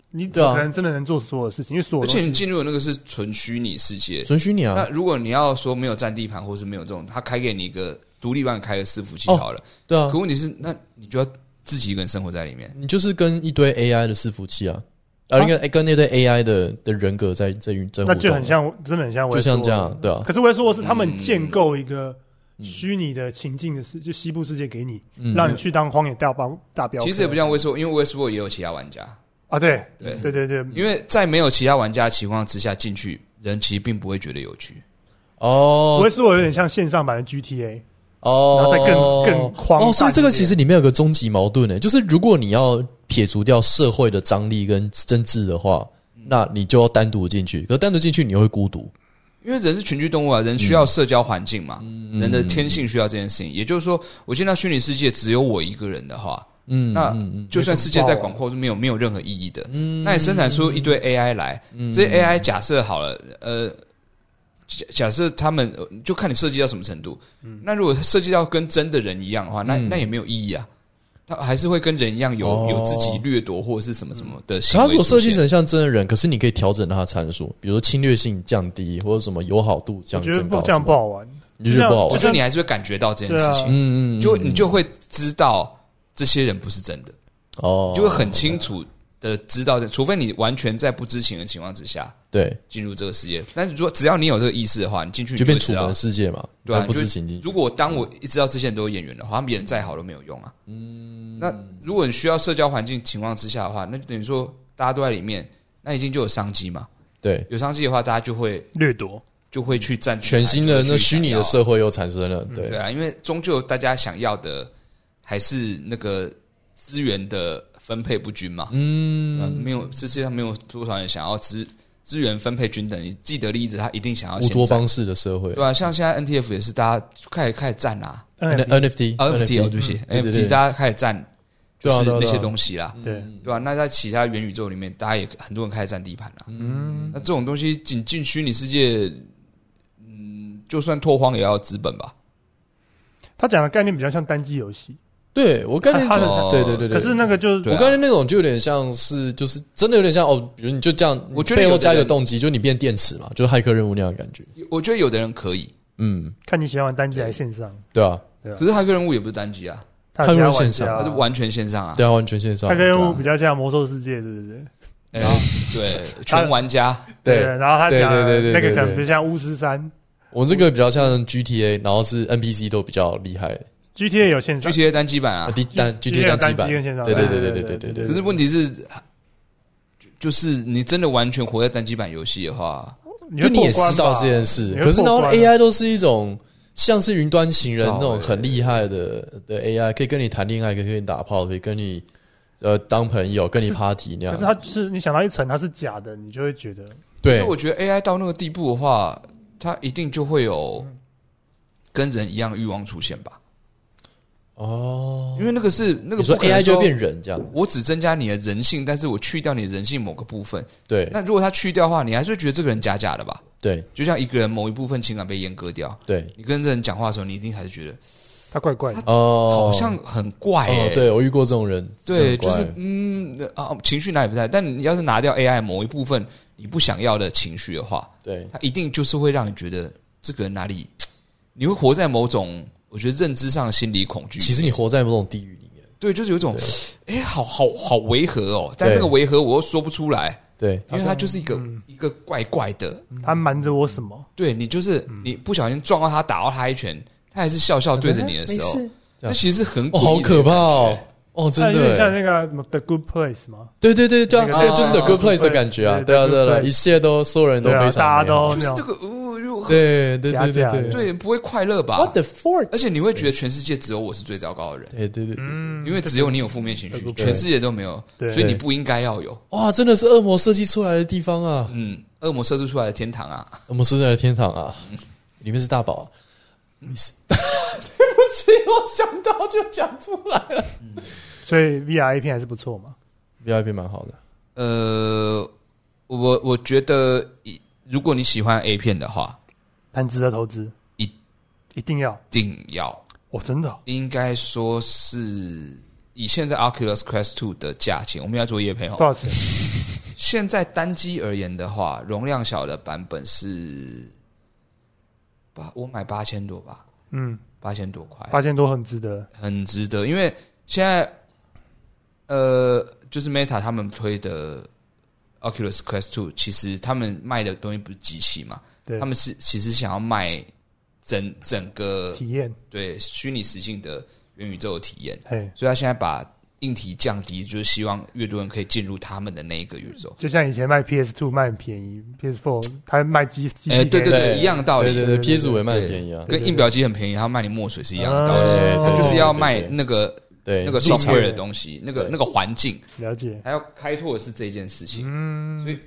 [SPEAKER 1] 你
[SPEAKER 3] 对啊
[SPEAKER 1] 可能真的能做所有事情，因为所有
[SPEAKER 2] 而
[SPEAKER 1] 东
[SPEAKER 2] 且
[SPEAKER 1] 西
[SPEAKER 2] 你进入的那个是纯虚拟世界，
[SPEAKER 3] 准许你啊
[SPEAKER 2] 那，如果你要说没有占地盘或是没有这种，他开给你一个独立帮你开个伺服器
[SPEAKER 3] 哦
[SPEAKER 2] 好了，
[SPEAKER 3] 对啊
[SPEAKER 2] 可，问题是那你就要自己一个人生活在里面。
[SPEAKER 3] 你就是跟一堆 AI 的伺服器啊，啊，跟跟那堆 AI 的的人格在在运在互
[SPEAKER 1] 那
[SPEAKER 3] 动，啊
[SPEAKER 1] 就很，像，真的很像，
[SPEAKER 3] 就像这。样，对啊，
[SPEAKER 1] 可是我也说我是他们建构一个虚拟的情境的世，就西部世界给你，
[SPEAKER 3] 嗯
[SPEAKER 1] 让你去当荒野大镖大镖客。
[SPEAKER 2] 其实也不像 Westworld，因为 Westworld 也有其他玩家，
[SPEAKER 1] 啊，对
[SPEAKER 2] 对
[SPEAKER 1] 对对对，
[SPEAKER 2] 因为在没有其他玩家的情况之下进去，人其实并不会觉得有趣。
[SPEAKER 3] 哦
[SPEAKER 1] 我也说我有点像线上版的 GTA，然
[SPEAKER 3] 哦，
[SPEAKER 1] 后再更更狂
[SPEAKER 3] 哦，所以这个
[SPEAKER 1] 大一点
[SPEAKER 3] 其实里面有个终极矛盾呢，欸就是如果你要撇除掉社会的张力跟争执的话，
[SPEAKER 1] 嗯
[SPEAKER 3] 那你就要单独进去，可是单独进去你又会孤独，
[SPEAKER 2] 因为人是群居动物啊，人需要社交环境嘛，
[SPEAKER 3] 嗯
[SPEAKER 2] 人的天性需要这件事情。也就是说，我进到虚拟世界只有我一个人的话，
[SPEAKER 3] 嗯，
[SPEAKER 2] 那
[SPEAKER 3] 嗯嗯
[SPEAKER 2] 就算世界再广阔是没有没有任何意义的。那你生产出一
[SPEAKER 3] 嗯
[SPEAKER 2] 堆 AI 来，这些 AI 假设好了，呃，假假设他们呃就看你设计到什么程度。
[SPEAKER 1] 嗯
[SPEAKER 2] 那如果设计到跟真的人一样的话，那
[SPEAKER 3] 嗯
[SPEAKER 2] 那也没有意义啊。他还是会跟人一样有
[SPEAKER 3] 哦
[SPEAKER 2] 有自己掠夺或者是什么什么的行
[SPEAKER 3] 可
[SPEAKER 2] 为
[SPEAKER 3] 它如果
[SPEAKER 2] 出
[SPEAKER 3] 设计
[SPEAKER 2] 现
[SPEAKER 3] 成像真的人，可是你可以调整它的参数，比如说侵略性降低，或者什么友好度
[SPEAKER 1] 我
[SPEAKER 3] 降
[SPEAKER 1] 觉得
[SPEAKER 3] 增高
[SPEAKER 1] 不，这样不
[SPEAKER 3] 好，
[SPEAKER 1] 好玩。
[SPEAKER 3] 你就觉得不好
[SPEAKER 2] 我
[SPEAKER 3] 玩
[SPEAKER 2] 觉？得你还是会感觉到这件
[SPEAKER 1] 对
[SPEAKER 2] 事
[SPEAKER 1] 啊
[SPEAKER 2] 情，
[SPEAKER 3] 嗯嗯，嗯
[SPEAKER 2] 就你就会知道这些人不是真的，
[SPEAKER 3] 哦，
[SPEAKER 2] 就会很清楚的知道这，除非你完全在不知情的情况之下
[SPEAKER 3] 对，
[SPEAKER 2] 进入这个世界。但是如果只要你有这个意识的话，你进去你
[SPEAKER 3] 就
[SPEAKER 2] 就会
[SPEAKER 3] 变楚
[SPEAKER 2] 知道
[SPEAKER 3] 门，世界嘛，
[SPEAKER 2] 对啊，
[SPEAKER 3] 不
[SPEAKER 2] 你就
[SPEAKER 3] 知情境。
[SPEAKER 2] 如果当我一知道这些人都是演员的话，他们演得再好都没有用啊。嗯，那如果你需要社交环境情况之下的话，那就等于说大家都在里面，那已经就有商机嘛。
[SPEAKER 3] 对，
[SPEAKER 2] 有商机的话，大家就会
[SPEAKER 1] 掠夺，
[SPEAKER 2] 就会去占据它
[SPEAKER 3] 全新的
[SPEAKER 2] 就会
[SPEAKER 3] 那
[SPEAKER 2] 去
[SPEAKER 3] 虚拟
[SPEAKER 2] 想
[SPEAKER 3] 的
[SPEAKER 2] 要
[SPEAKER 3] 社会又产生了，对
[SPEAKER 2] 对，啊，因为终究大家想要的还是那个资源的分配不均嘛。嗯，没有这世界上没有多少人想要资资源分配均等。你既得利益者他一定想要
[SPEAKER 3] 乌
[SPEAKER 2] 先
[SPEAKER 3] 托
[SPEAKER 2] 占，
[SPEAKER 3] 邦式的社会
[SPEAKER 2] 对吧、像现在 NTF 也是大家开始开始占啦、
[SPEAKER 3] ，N
[SPEAKER 1] NFT
[SPEAKER 3] NFT
[SPEAKER 2] NFT 哦，对不起
[SPEAKER 3] 对对对
[SPEAKER 2] ，NFT 大家开始占就
[SPEAKER 3] 对啊
[SPEAKER 2] 是
[SPEAKER 3] 对
[SPEAKER 2] 那
[SPEAKER 3] 啊对啊
[SPEAKER 2] 些东西啦，
[SPEAKER 1] 对，
[SPEAKER 2] 对吧、那在其他元宇宙里面，大家也很多人开始占地盘啦。
[SPEAKER 1] 嗯，
[SPEAKER 2] 那这种东西仅进虚拟世界，嗯，就算拓荒也要资本吧。
[SPEAKER 1] 他讲的概念比较像单机游戏，
[SPEAKER 3] 对我概念
[SPEAKER 1] 它
[SPEAKER 3] 就
[SPEAKER 2] 的
[SPEAKER 3] 对对对对，
[SPEAKER 1] 可是那个就是
[SPEAKER 2] 对
[SPEAKER 3] 我
[SPEAKER 2] 啊
[SPEAKER 3] 刚才那种就有点像是，就是真的有点像哦，比如你就这样，
[SPEAKER 2] 我觉得
[SPEAKER 3] 背
[SPEAKER 2] 有
[SPEAKER 3] 后
[SPEAKER 2] 的
[SPEAKER 3] 加一个
[SPEAKER 2] 人
[SPEAKER 3] 动机，就你变电池嘛，就是骇客任务那样的感觉。
[SPEAKER 2] 我觉得有的人可以，
[SPEAKER 3] 嗯，
[SPEAKER 1] 看你喜欢玩单机还是线上，
[SPEAKER 3] 对啊，
[SPEAKER 2] 可是骇客任务也不是单机啊，
[SPEAKER 1] 他
[SPEAKER 3] 它
[SPEAKER 1] 有其
[SPEAKER 3] 如
[SPEAKER 1] 他
[SPEAKER 3] 果
[SPEAKER 1] 玩
[SPEAKER 3] 线上
[SPEAKER 1] 家
[SPEAKER 2] 它是完全线上啊。
[SPEAKER 3] 对啊，完全线上。
[SPEAKER 1] 他跟
[SPEAKER 3] 对
[SPEAKER 1] 任务
[SPEAKER 3] 啊
[SPEAKER 1] 比较像魔兽世界，是不是？
[SPEAKER 2] 哎，对，全玩家
[SPEAKER 3] 对，
[SPEAKER 1] 然后他讲的
[SPEAKER 3] 对对对对
[SPEAKER 1] 那个可
[SPEAKER 3] 对
[SPEAKER 1] 能比较像巫师三
[SPEAKER 3] 我这个比较像 GTA，然后是 NPC 都比较厉害，
[SPEAKER 1] ，GTA 有线上，
[SPEAKER 2] ，GTA 单机版啊。
[SPEAKER 3] 低单
[SPEAKER 1] GTA
[SPEAKER 3] GTA 单机版，
[SPEAKER 1] 单机跟线上
[SPEAKER 3] 对对
[SPEAKER 1] 对
[SPEAKER 3] 对
[SPEAKER 1] 对
[SPEAKER 3] 对
[SPEAKER 1] 对
[SPEAKER 3] 对对
[SPEAKER 1] 对
[SPEAKER 3] 对
[SPEAKER 2] 可
[SPEAKER 1] 对
[SPEAKER 2] 是问题是，就就是你真的完全活在单机版游戏的话，
[SPEAKER 1] 你
[SPEAKER 3] 就
[SPEAKER 1] 会
[SPEAKER 3] 你也
[SPEAKER 1] 破关
[SPEAKER 3] 知道
[SPEAKER 1] 吧
[SPEAKER 3] 这件事，
[SPEAKER 1] 你会
[SPEAKER 3] 可是然后
[SPEAKER 1] 破关啊
[SPEAKER 3] AI 都是一种像是云端情人
[SPEAKER 2] 知道
[SPEAKER 3] 那种很厉害的的 AI，可以跟你谈恋爱，可以跟你打炮，可以跟你呃当朋友，跟你 party 那
[SPEAKER 1] 可是
[SPEAKER 3] 样。
[SPEAKER 1] 它是你想到一层它是假的，你就会觉得
[SPEAKER 2] 所以
[SPEAKER 3] 对，
[SPEAKER 2] 我觉得 AI 到那个地步的话，它一定就会有跟人一样的欲望出现吧？
[SPEAKER 3] 哦，
[SPEAKER 2] 因为那个是那个
[SPEAKER 3] 你说
[SPEAKER 2] 不可能
[SPEAKER 3] AI 就会变人这样，
[SPEAKER 2] 我只增加你的人性，但是我去掉你的人性某个部分。
[SPEAKER 3] 对
[SPEAKER 2] 那如果它去掉的话，你还是会觉得这个人假假的吧？
[SPEAKER 3] 对
[SPEAKER 2] 就像一个人某一部分情感被阉割掉，
[SPEAKER 3] 对，
[SPEAKER 2] 你跟这人讲话的时候，你一定还是觉得
[SPEAKER 1] 它怪怪的。
[SPEAKER 3] 哦，
[SPEAKER 2] 好像很怪哎、
[SPEAKER 3] 哦，对我遇过这种人，
[SPEAKER 2] 对，
[SPEAKER 3] 很怪
[SPEAKER 2] 就是嗯啊，情绪哪里不在？但你要是拿掉 AI 某一部分你不想要的情绪的话，
[SPEAKER 3] 对
[SPEAKER 2] 它一定就是会让你觉得这个人哪里，你会活在某种我觉得认知上的心理恐惧。
[SPEAKER 3] 其实你活在某种地狱里面，
[SPEAKER 2] 对，就是有一种哎、好好好违和哦，但
[SPEAKER 3] 对
[SPEAKER 2] 那个违和我又说不出来，
[SPEAKER 3] 对
[SPEAKER 2] 因为它就是一个、
[SPEAKER 1] 嗯
[SPEAKER 2] 一个怪怪的。
[SPEAKER 1] 它瞒着我什么？
[SPEAKER 2] 对你就是你不小心撞到他，打到他一拳，他还是笑笑对着你的时候，那其实是很诡
[SPEAKER 3] 哦，
[SPEAKER 2] 异的
[SPEAKER 3] 好可怕
[SPEAKER 2] 感
[SPEAKER 3] 哦
[SPEAKER 2] 觉。，
[SPEAKER 3] 哦，
[SPEAKER 1] 它
[SPEAKER 3] 真
[SPEAKER 1] 有点像
[SPEAKER 3] 的
[SPEAKER 1] 那
[SPEAKER 3] 欸，
[SPEAKER 1] 个什么 The Good Place 吗？
[SPEAKER 3] 对对对，对啊
[SPEAKER 1] 那
[SPEAKER 2] 个
[SPEAKER 3] 对，就是 The Good
[SPEAKER 2] The
[SPEAKER 1] Good
[SPEAKER 3] Place 的感觉啊，
[SPEAKER 1] Place，
[SPEAKER 3] 对啊
[SPEAKER 1] 对
[SPEAKER 3] 对啊
[SPEAKER 1] The
[SPEAKER 3] 对啊，
[SPEAKER 1] Good Place
[SPEAKER 3] 一切都所有人都
[SPEAKER 1] 对啊
[SPEAKER 3] 非常
[SPEAKER 1] 大家
[SPEAKER 3] 美好
[SPEAKER 1] 都
[SPEAKER 2] 就是这个，呜、如如 何？
[SPEAKER 3] 对对对
[SPEAKER 1] 假假
[SPEAKER 3] 对
[SPEAKER 1] 的
[SPEAKER 3] 对
[SPEAKER 2] 对，不会快乐吧
[SPEAKER 3] What？the fuck？
[SPEAKER 2] 而且你会觉得全世界只有我是最糟糕的人，
[SPEAKER 3] 对对对，对
[SPEAKER 1] 嗯，
[SPEAKER 2] 因为只有你有负面情
[SPEAKER 1] 这
[SPEAKER 2] 绪
[SPEAKER 1] 个，
[SPEAKER 2] 全世界都没有，
[SPEAKER 1] 对
[SPEAKER 2] 所以你不应该要有。
[SPEAKER 3] 哇，真的是恶魔设计出来的地方啊！
[SPEAKER 2] 嗯，恶魔射出出来的天堂啊，
[SPEAKER 3] 恶魔设计出来的天堂啊，里面是大宝。
[SPEAKER 2] 嗯
[SPEAKER 3] 没事 对不起，我想到就讲出来了。
[SPEAKER 1] 所以 VR 一片还是不错嘛。
[SPEAKER 3] VIP 蛮好的，
[SPEAKER 2] 呃，我我觉得，一如果你喜欢 A 片的话，
[SPEAKER 1] 很值得投资，
[SPEAKER 2] 一
[SPEAKER 1] 一定要
[SPEAKER 2] 一定要，
[SPEAKER 1] 哦，真的哦
[SPEAKER 2] 应该说是以现在 Oculus Quest Two 的价钱，我们要做夜配
[SPEAKER 1] 多少
[SPEAKER 2] 哦。
[SPEAKER 1] 钱？
[SPEAKER 2] 现在单机而言的话，容量小的版本是八，我买八千多吧，
[SPEAKER 1] 嗯，
[SPEAKER 2] 八千多块，
[SPEAKER 1] 八千多很值得。
[SPEAKER 2] 很值得，因为现在呃，就是 Meta 他们推的 Oculus Quest Two，其实他们卖的东西不是机器嘛，
[SPEAKER 1] 对，
[SPEAKER 2] 他们是其实想要卖整整个
[SPEAKER 1] 体验，
[SPEAKER 2] 对虚拟实境的元宇宙的体验，
[SPEAKER 3] 呃
[SPEAKER 1] 嘿，
[SPEAKER 2] 所以他现在把硬体降低，就是希望越多人可以进入他们的那一个宇宙。
[SPEAKER 1] 就像以前卖 PS Two 卖很便宜，PS Four 它卖机机器
[SPEAKER 2] 哎
[SPEAKER 1] 给你，
[SPEAKER 2] 对对一样的道理
[SPEAKER 3] 对对
[SPEAKER 1] 对对
[SPEAKER 3] 对
[SPEAKER 1] 对
[SPEAKER 3] ，PS 五也卖很
[SPEAKER 2] 对
[SPEAKER 3] 便宜啊。
[SPEAKER 2] 跟印表机很便宜，他卖你墨水是一样的道理，
[SPEAKER 3] 对
[SPEAKER 1] 哦
[SPEAKER 3] 对
[SPEAKER 2] 他就是要
[SPEAKER 3] 对
[SPEAKER 2] 卖
[SPEAKER 3] 对
[SPEAKER 2] 那个
[SPEAKER 3] 对
[SPEAKER 2] 那个
[SPEAKER 1] 理解
[SPEAKER 2] software 的东西，那个
[SPEAKER 3] 对
[SPEAKER 2] 那个环境，
[SPEAKER 1] 了解，
[SPEAKER 2] 还要开拓的是这件事情。
[SPEAKER 1] 嗯，
[SPEAKER 2] 所以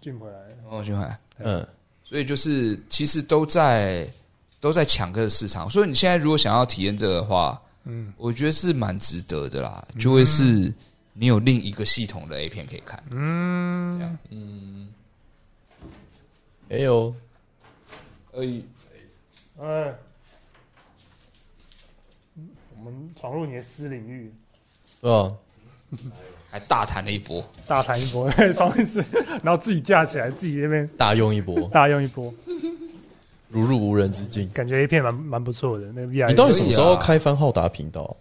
[SPEAKER 1] 进回来了，
[SPEAKER 2] 哦，循环，
[SPEAKER 3] 嗯，
[SPEAKER 2] 所以就是其实都在都在抢这个市场，所以你现在如果想要体验这个的话，
[SPEAKER 1] 嗯
[SPEAKER 2] 我觉得是蛮值得的啦，就会是你有另一个系统的 A 片可以看。这样
[SPEAKER 1] 嗯，
[SPEAKER 3] 也有
[SPEAKER 2] 呃，
[SPEAKER 1] 哎，我们闯入你的私领域，
[SPEAKER 3] 对吧？
[SPEAKER 2] 还大谈了一波，
[SPEAKER 1] 大谈一波， 双面私，然后自己架起来，自己那边
[SPEAKER 3] 大用一 波，
[SPEAKER 1] 大用一波，
[SPEAKER 3] 如入无人之境。
[SPEAKER 1] 感觉 A 片蛮蛮不错的。那个 VR，
[SPEAKER 3] 你到底什么时
[SPEAKER 2] 可以
[SPEAKER 3] 候
[SPEAKER 2] 啊
[SPEAKER 3] 开翻浩达频道？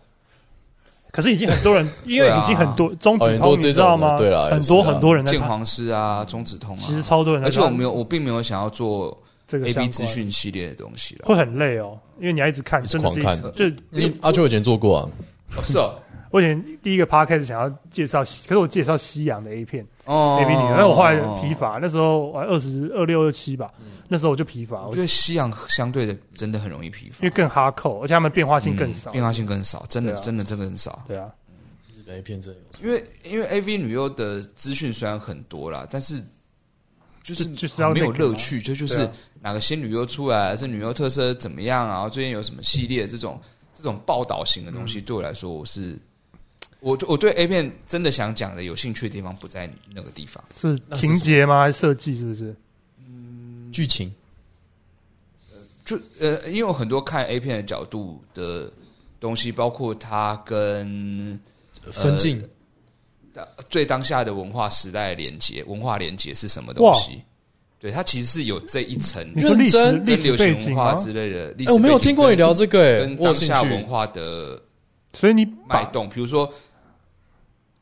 [SPEAKER 1] 可是已经很多 人，因为已经很多中指
[SPEAKER 3] 哦很多
[SPEAKER 1] 通，
[SPEAKER 3] 这
[SPEAKER 1] 你
[SPEAKER 3] 种
[SPEAKER 1] 知道吗？
[SPEAKER 3] 的对啦
[SPEAKER 1] 很
[SPEAKER 3] 也
[SPEAKER 1] 多
[SPEAKER 3] 是啊
[SPEAKER 1] 很多人在
[SPEAKER 2] 鉴
[SPEAKER 1] 看，
[SPEAKER 2] 黄师啊，中指通啊，
[SPEAKER 1] 其实超多人在
[SPEAKER 2] 而且
[SPEAKER 1] 看，
[SPEAKER 2] 我没有，我并没有想要做
[SPEAKER 1] 这个
[SPEAKER 2] A
[SPEAKER 1] 相
[SPEAKER 2] B
[SPEAKER 1] 关
[SPEAKER 2] 资讯系列的东西了。
[SPEAKER 1] 会很累哦，因为你要一直看，
[SPEAKER 3] 一直
[SPEAKER 1] 真的是一
[SPEAKER 3] 狂
[SPEAKER 1] 直就
[SPEAKER 3] 因为阿秋以前做过啊，
[SPEAKER 2] 哦，是哦，
[SPEAKER 1] 我以前第一个 p 开始想要介绍西，可是我介绍西洋的 A 片 A
[SPEAKER 2] 哦
[SPEAKER 1] B 女，但我后来疲，乏，那时候我二十二六二七吧，
[SPEAKER 2] 嗯
[SPEAKER 1] 那时候我就疲乏，
[SPEAKER 2] 我
[SPEAKER 1] 我
[SPEAKER 2] 觉
[SPEAKER 1] 就
[SPEAKER 2] 得西洋相对的真的很容易疲乏
[SPEAKER 1] 因为，更哈扣，而且他们变化性更少，
[SPEAKER 2] 嗯变化性更少，真的
[SPEAKER 1] 对啊
[SPEAKER 2] 真的真的很少。
[SPEAKER 1] 对啊，
[SPEAKER 3] 日本 A 片真的有。
[SPEAKER 2] 因为因为 A V 女优的资讯虽然很多啦，但是就是
[SPEAKER 1] 就就是要
[SPEAKER 2] 没有
[SPEAKER 1] 那个嘛
[SPEAKER 2] 乐趣，这就
[SPEAKER 1] 对
[SPEAKER 2] 是
[SPEAKER 1] 啊
[SPEAKER 2] 哪个新女优出来，这女优特色怎么样，然后最近有什么系列这种这种报道型的
[SPEAKER 1] 嗯
[SPEAKER 2] 东西，对我来说，我是我我对 A 片真的想讲的有兴趣的地方不在那个地方，
[SPEAKER 1] 是
[SPEAKER 3] 那是
[SPEAKER 1] 情节吗？还是设计？是不是？
[SPEAKER 3] 剧情
[SPEAKER 2] 就呃，因为有很多看 A 片的角度的东西，包括它跟
[SPEAKER 3] 分镜
[SPEAKER 2] 最当下的文化时代的连接，文化连接是什么东西？对，它其实是有这一层
[SPEAKER 1] 你说历史
[SPEAKER 3] 认真
[SPEAKER 1] 历
[SPEAKER 2] 跟
[SPEAKER 1] 史
[SPEAKER 2] 流
[SPEAKER 1] 背
[SPEAKER 2] 行文
[SPEAKER 1] 景
[SPEAKER 2] 化
[SPEAKER 1] 吗？
[SPEAKER 2] 之类的历史背景
[SPEAKER 3] 哎、
[SPEAKER 2] 跟。
[SPEAKER 3] 我没有听过你聊这个哎、
[SPEAKER 2] 跟
[SPEAKER 3] 我有
[SPEAKER 2] 当
[SPEAKER 3] 兴
[SPEAKER 2] 下文
[SPEAKER 3] 趣。
[SPEAKER 2] 化的
[SPEAKER 1] 所以你把
[SPEAKER 2] 脉动，比如说，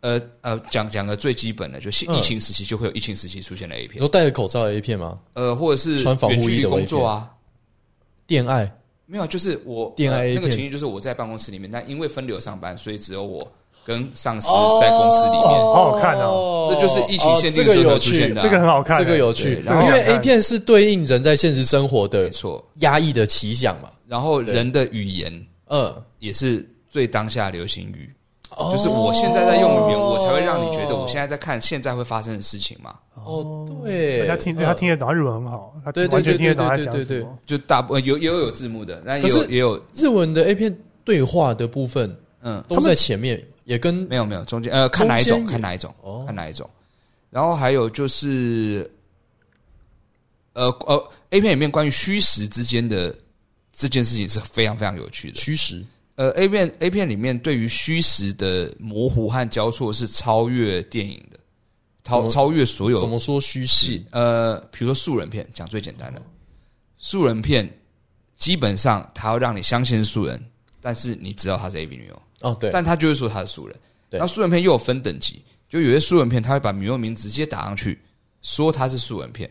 [SPEAKER 2] 呃呃，讲讲个最基本的，就是
[SPEAKER 3] 嗯
[SPEAKER 2] 疫情时期就会有疫情时期出现的 A
[SPEAKER 3] 你
[SPEAKER 2] 片
[SPEAKER 3] 说，戴着口罩的 A 片吗？
[SPEAKER 2] 呃，或者是
[SPEAKER 3] 穿防护
[SPEAKER 2] 远距
[SPEAKER 3] 衣
[SPEAKER 2] 离
[SPEAKER 3] 的
[SPEAKER 2] 工
[SPEAKER 3] A
[SPEAKER 2] 作啊，
[SPEAKER 3] 恋爱
[SPEAKER 2] 没有，就是我
[SPEAKER 3] 恋爱
[SPEAKER 2] 呃
[SPEAKER 3] A
[SPEAKER 2] 那个
[SPEAKER 3] 片
[SPEAKER 2] 情境就是我在办公室里面，但因为分流上班，所以只有我跟上司
[SPEAKER 3] 哦
[SPEAKER 2] 在公司里面。
[SPEAKER 1] 好好看哦
[SPEAKER 2] 这就是疫情限定
[SPEAKER 3] 这个
[SPEAKER 2] 的时候
[SPEAKER 3] 有
[SPEAKER 2] 出现
[SPEAKER 3] 趣
[SPEAKER 2] 的，啊
[SPEAKER 1] 这个很好看，
[SPEAKER 3] 哦
[SPEAKER 1] 哎
[SPEAKER 3] 这个有趣
[SPEAKER 2] 对。然后
[SPEAKER 3] 因为
[SPEAKER 1] 想看
[SPEAKER 3] A 片是对应人在现实生活
[SPEAKER 2] 没
[SPEAKER 3] 的
[SPEAKER 2] 错。
[SPEAKER 3] 压抑的奇想嘛。
[SPEAKER 2] 然后
[SPEAKER 3] 对
[SPEAKER 2] 人的语言
[SPEAKER 3] 嗯，
[SPEAKER 2] 也是最当下流行语，
[SPEAKER 3] 哦
[SPEAKER 2] 就是我现在在用语言，我才会让你觉得我现在在看现在会发生的事情嘛。
[SPEAKER 3] 哦，对，
[SPEAKER 1] 他听
[SPEAKER 3] 嗯
[SPEAKER 1] 他听得懂，他日文很好，他
[SPEAKER 3] 对对
[SPEAKER 1] 完全
[SPEAKER 3] 对
[SPEAKER 1] 听得懂他
[SPEAKER 3] 对
[SPEAKER 1] 在
[SPEAKER 3] 对
[SPEAKER 1] 讲
[SPEAKER 3] 对
[SPEAKER 1] 什
[SPEAKER 3] 对
[SPEAKER 1] 么。
[SPEAKER 2] 就大部分呃有也有有字幕的，那也
[SPEAKER 3] 可
[SPEAKER 2] 有
[SPEAKER 3] 是
[SPEAKER 2] 也有
[SPEAKER 3] 日文的 A 片对话的部分
[SPEAKER 2] 嗯，
[SPEAKER 3] 都在前面，也跟
[SPEAKER 2] 没有没有中间呃看哪一种
[SPEAKER 3] 中间也
[SPEAKER 2] 看哪一种
[SPEAKER 3] 哦
[SPEAKER 2] 看哪一种，然后还有就是呃呃 A 片里面关于虚实之间的这件事情是非常非常有趣的。
[SPEAKER 3] 虚实
[SPEAKER 2] 呃 A 片 A 片里面对于虚实的模糊和交错是超越电影的，
[SPEAKER 3] 怎
[SPEAKER 2] 超
[SPEAKER 3] 么
[SPEAKER 2] 超越所有
[SPEAKER 3] 怎么说虚实
[SPEAKER 2] 是？呃，比如说素人片，讲最简单的，素人片基本上他要让你相信素人，但是你知道他是 A B 女优，
[SPEAKER 3] 哦，对，
[SPEAKER 2] 但他就是说他是素人。
[SPEAKER 3] 对
[SPEAKER 2] 然后素人片又有分等级，就有些素人片他会把女优名直接打上去，说他是素人片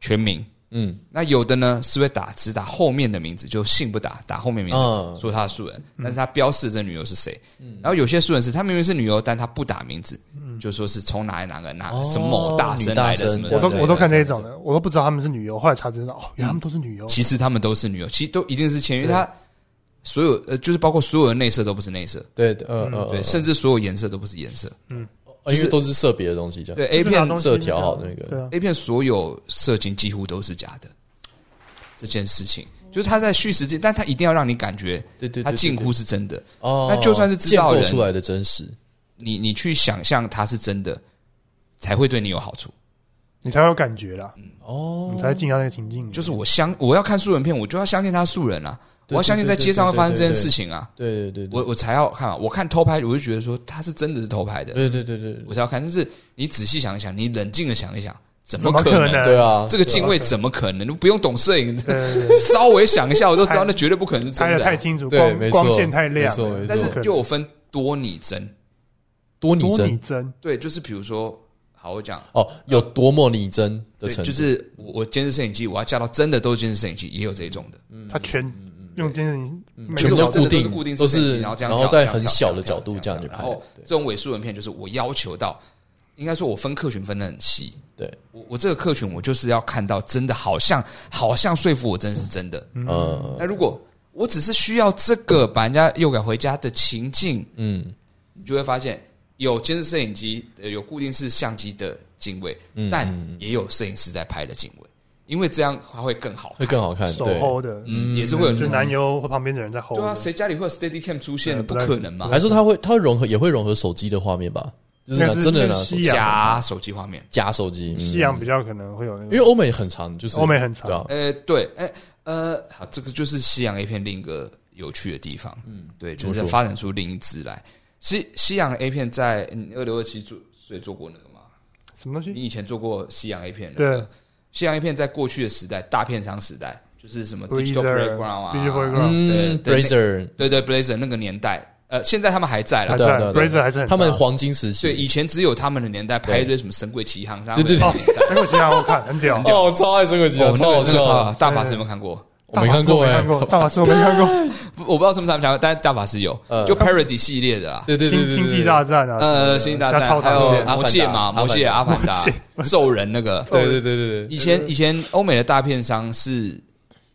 [SPEAKER 2] 全名。
[SPEAKER 3] 嗯
[SPEAKER 2] 那有的呢是会打只打后面的名字，就姓不打，打后面名字、
[SPEAKER 3] 嗯
[SPEAKER 2] 说他是素人，但是他标示这女优是谁。然后有些素人是他明明是女优，但他不打名字，就说是从哪里哪个哪
[SPEAKER 3] 嗯哦
[SPEAKER 2] 什么某大生来的什
[SPEAKER 1] 我
[SPEAKER 2] 么
[SPEAKER 3] 女大
[SPEAKER 1] 都
[SPEAKER 3] 生
[SPEAKER 2] 的，
[SPEAKER 1] 我都看
[SPEAKER 3] 对
[SPEAKER 1] 这
[SPEAKER 3] 对
[SPEAKER 1] 种的，我都不知道他们是女优，后来才知道哦，原来他们都是女优。
[SPEAKER 2] 其实他们都是女友，其实都一定是前因为他所有呃，就是包括所有的内射都不是内射，
[SPEAKER 3] 对，嗯嗯，
[SPEAKER 2] 对，甚至所有颜色都不是颜色，
[SPEAKER 3] 呃因为都是色别的东西，这样
[SPEAKER 2] 对 A
[SPEAKER 1] 就拿
[SPEAKER 2] 片
[SPEAKER 1] 东西
[SPEAKER 3] 色调好的那个
[SPEAKER 1] 对啊，
[SPEAKER 2] A 片所有色情几乎都是假的，这件事情就是他在叙事间，但他一定要让你感觉
[SPEAKER 3] 对对，
[SPEAKER 2] 他
[SPEAKER 3] 对
[SPEAKER 2] 近
[SPEAKER 3] 对
[SPEAKER 2] 乎是真的，
[SPEAKER 3] 哦，
[SPEAKER 2] 那就算是知
[SPEAKER 3] 建
[SPEAKER 2] 道
[SPEAKER 3] 构
[SPEAKER 2] 人
[SPEAKER 3] 出来的真实，
[SPEAKER 2] 你你去想象它是真的，才会对你有好处。
[SPEAKER 1] 你才会有感觉啦，
[SPEAKER 3] 哦
[SPEAKER 1] 你才会进到那个情境里。
[SPEAKER 2] 就是我相我要看素人片，我就要相信他是素人啊，
[SPEAKER 3] 对
[SPEAKER 2] 我要相信在街上会发生这件
[SPEAKER 3] 对对对
[SPEAKER 2] 事情啊，
[SPEAKER 3] 对对对，
[SPEAKER 2] 我我才要看嘛。啊我看偷拍，我就觉得说他是真的是偷拍的，
[SPEAKER 3] 对对对对
[SPEAKER 2] 我才要看。但是你仔细想一想，你冷静的想一想，怎
[SPEAKER 1] 怎
[SPEAKER 2] 么
[SPEAKER 1] 么
[SPEAKER 2] 可
[SPEAKER 1] 可
[SPEAKER 2] 能？
[SPEAKER 1] 能
[SPEAKER 3] 对啊，
[SPEAKER 2] 这个敬畏
[SPEAKER 1] 对啊
[SPEAKER 2] 怎么可能？你不用懂摄影，
[SPEAKER 1] 对对 对，
[SPEAKER 2] 稍微想一下，我都知道
[SPEAKER 1] 拍
[SPEAKER 2] 那绝对不可能是真
[SPEAKER 1] 拍的
[SPEAKER 2] 的啊、
[SPEAKER 1] 太清楚，
[SPEAKER 3] 对
[SPEAKER 1] 光
[SPEAKER 3] 没错
[SPEAKER 1] 光线太亮
[SPEAKER 3] 没错没
[SPEAKER 1] 了，
[SPEAKER 3] 错
[SPEAKER 2] 但
[SPEAKER 1] 不
[SPEAKER 2] 是
[SPEAKER 1] 可能
[SPEAKER 2] 又有分多拟真，
[SPEAKER 3] 多拟
[SPEAKER 1] 多拟
[SPEAKER 3] 真
[SPEAKER 1] 真，
[SPEAKER 2] 对，就是比如说，好，我讲，
[SPEAKER 3] 哦，有多么拟真的
[SPEAKER 2] 对，
[SPEAKER 3] 程度，
[SPEAKER 2] 就是我我监视摄影机，我要架到真的都是监视摄影机，也有这种的。
[SPEAKER 3] 嗯
[SPEAKER 1] 他全用监视器每
[SPEAKER 3] 全
[SPEAKER 1] 个
[SPEAKER 3] 部
[SPEAKER 1] 角度
[SPEAKER 3] 都固
[SPEAKER 2] 就是
[SPEAKER 3] 定，
[SPEAKER 2] 固定
[SPEAKER 3] 都
[SPEAKER 2] 摄影机
[SPEAKER 3] 是
[SPEAKER 2] 然后这样
[SPEAKER 3] 然后
[SPEAKER 2] 跳
[SPEAKER 3] 在
[SPEAKER 2] 跳
[SPEAKER 3] 很
[SPEAKER 2] 跳
[SPEAKER 3] 小
[SPEAKER 2] 跳
[SPEAKER 3] 的
[SPEAKER 2] 跳
[SPEAKER 3] 角度
[SPEAKER 2] 跳
[SPEAKER 3] 这样去
[SPEAKER 2] 跳
[SPEAKER 3] 拍
[SPEAKER 2] 然后，
[SPEAKER 3] 对
[SPEAKER 2] 这种伪素人片就是我要求到，应该说我分客群分得很细。
[SPEAKER 3] 对，
[SPEAKER 2] 我我这个客群我就是要看到真的好像好像说服我真的是真的。
[SPEAKER 3] 嗯
[SPEAKER 2] 那如果我只是需要这个把人家诱拐回家的情境，
[SPEAKER 3] 嗯，
[SPEAKER 2] 你就会发现有监视摄影机，呃有固定式相机的敬畏，但也有摄影师在拍的敬畏，因为这样它会更好看。
[SPEAKER 3] 会更好看，
[SPEAKER 1] 手
[SPEAKER 3] 对。
[SPEAKER 1] hold 的，
[SPEAKER 2] 嗯，也是会有
[SPEAKER 1] 就男优和旁边的人在 hold
[SPEAKER 2] 对啊，
[SPEAKER 1] 的。
[SPEAKER 2] 谁家里会有 steady cam 出现？
[SPEAKER 1] 对
[SPEAKER 2] 不
[SPEAKER 1] 不太
[SPEAKER 2] 可能嘛
[SPEAKER 3] 还。是说它会，它会融合，也会融合手机的画面吧？就是拿
[SPEAKER 1] 那是
[SPEAKER 3] 真的拿
[SPEAKER 1] 那是
[SPEAKER 3] 手
[SPEAKER 1] 西洋
[SPEAKER 2] 假手机画面。
[SPEAKER 3] 假手机，嗯
[SPEAKER 1] 西洋比较可能会有那
[SPEAKER 3] 因为
[SPEAKER 1] 个，
[SPEAKER 3] 欧美很长，就是
[SPEAKER 1] 欧美很长
[SPEAKER 3] 对啊，
[SPEAKER 2] 呃，对，哎、呃，好，这个就是西洋 A 片另一个有趣的地方，嗯，对，就
[SPEAKER 3] 怎
[SPEAKER 2] 是
[SPEAKER 3] 么说
[SPEAKER 2] 发展出另一支来。西西洋 A 片在嗯二六二七做，所以做过那个嘛？
[SPEAKER 1] 什么东西？
[SPEAKER 2] 你以前做过西洋 A 片的？
[SPEAKER 1] 对，
[SPEAKER 2] 西洋 A 片在过去的时代，大片商时代，就是什么 Digital
[SPEAKER 1] Breezer
[SPEAKER 2] Playground 啊
[SPEAKER 1] Digital Playground
[SPEAKER 2] 对
[SPEAKER 3] 嗯
[SPEAKER 2] 对
[SPEAKER 3] ，Brazer，
[SPEAKER 2] 对对 Blazer 那个年代，呃，现在他们还在
[SPEAKER 1] 还
[SPEAKER 2] 了。
[SPEAKER 3] 对啊对
[SPEAKER 1] 在
[SPEAKER 3] 啊对啊
[SPEAKER 1] Razer 还是很
[SPEAKER 3] 他们
[SPEAKER 1] 大
[SPEAKER 3] 黄金时期，
[SPEAKER 2] 对，以前只有他们的年代拍一堆什么《神鬼奇航》啥的。
[SPEAKER 3] 对对
[SPEAKER 1] 哦，那个其他我看很屌，
[SPEAKER 3] 哦，我超爱这个节
[SPEAKER 2] 哦
[SPEAKER 3] 目，，
[SPEAKER 2] 那个
[SPEAKER 3] 超好
[SPEAKER 2] 那个超好
[SPEAKER 3] 笑，
[SPEAKER 2] 大法师有没有看过？
[SPEAKER 3] 我没看过
[SPEAKER 1] 大
[SPEAKER 3] 哎
[SPEAKER 1] 法师，我没看过，大法师我没看过，
[SPEAKER 2] 不我不知道是不是他们家，但大法师有，
[SPEAKER 3] 嗯
[SPEAKER 2] 就 parody 系列的啦。
[SPEAKER 3] 对对对
[SPEAKER 1] 星
[SPEAKER 3] 对，
[SPEAKER 1] 星际
[SPEAKER 3] 对
[SPEAKER 1] 大，战啊，
[SPEAKER 2] 呃，星际大
[SPEAKER 1] 加
[SPEAKER 2] 战
[SPEAKER 1] 超
[SPEAKER 2] 还
[SPEAKER 1] 长
[SPEAKER 2] 有
[SPEAKER 1] 剑
[SPEAKER 2] 魔戒嘛，
[SPEAKER 3] 阿凡达
[SPEAKER 2] 魔戒、阿
[SPEAKER 3] 阿
[SPEAKER 2] 凡达、兽人那个。
[SPEAKER 3] 对对对对对，
[SPEAKER 2] 以前以前欧美的大片商是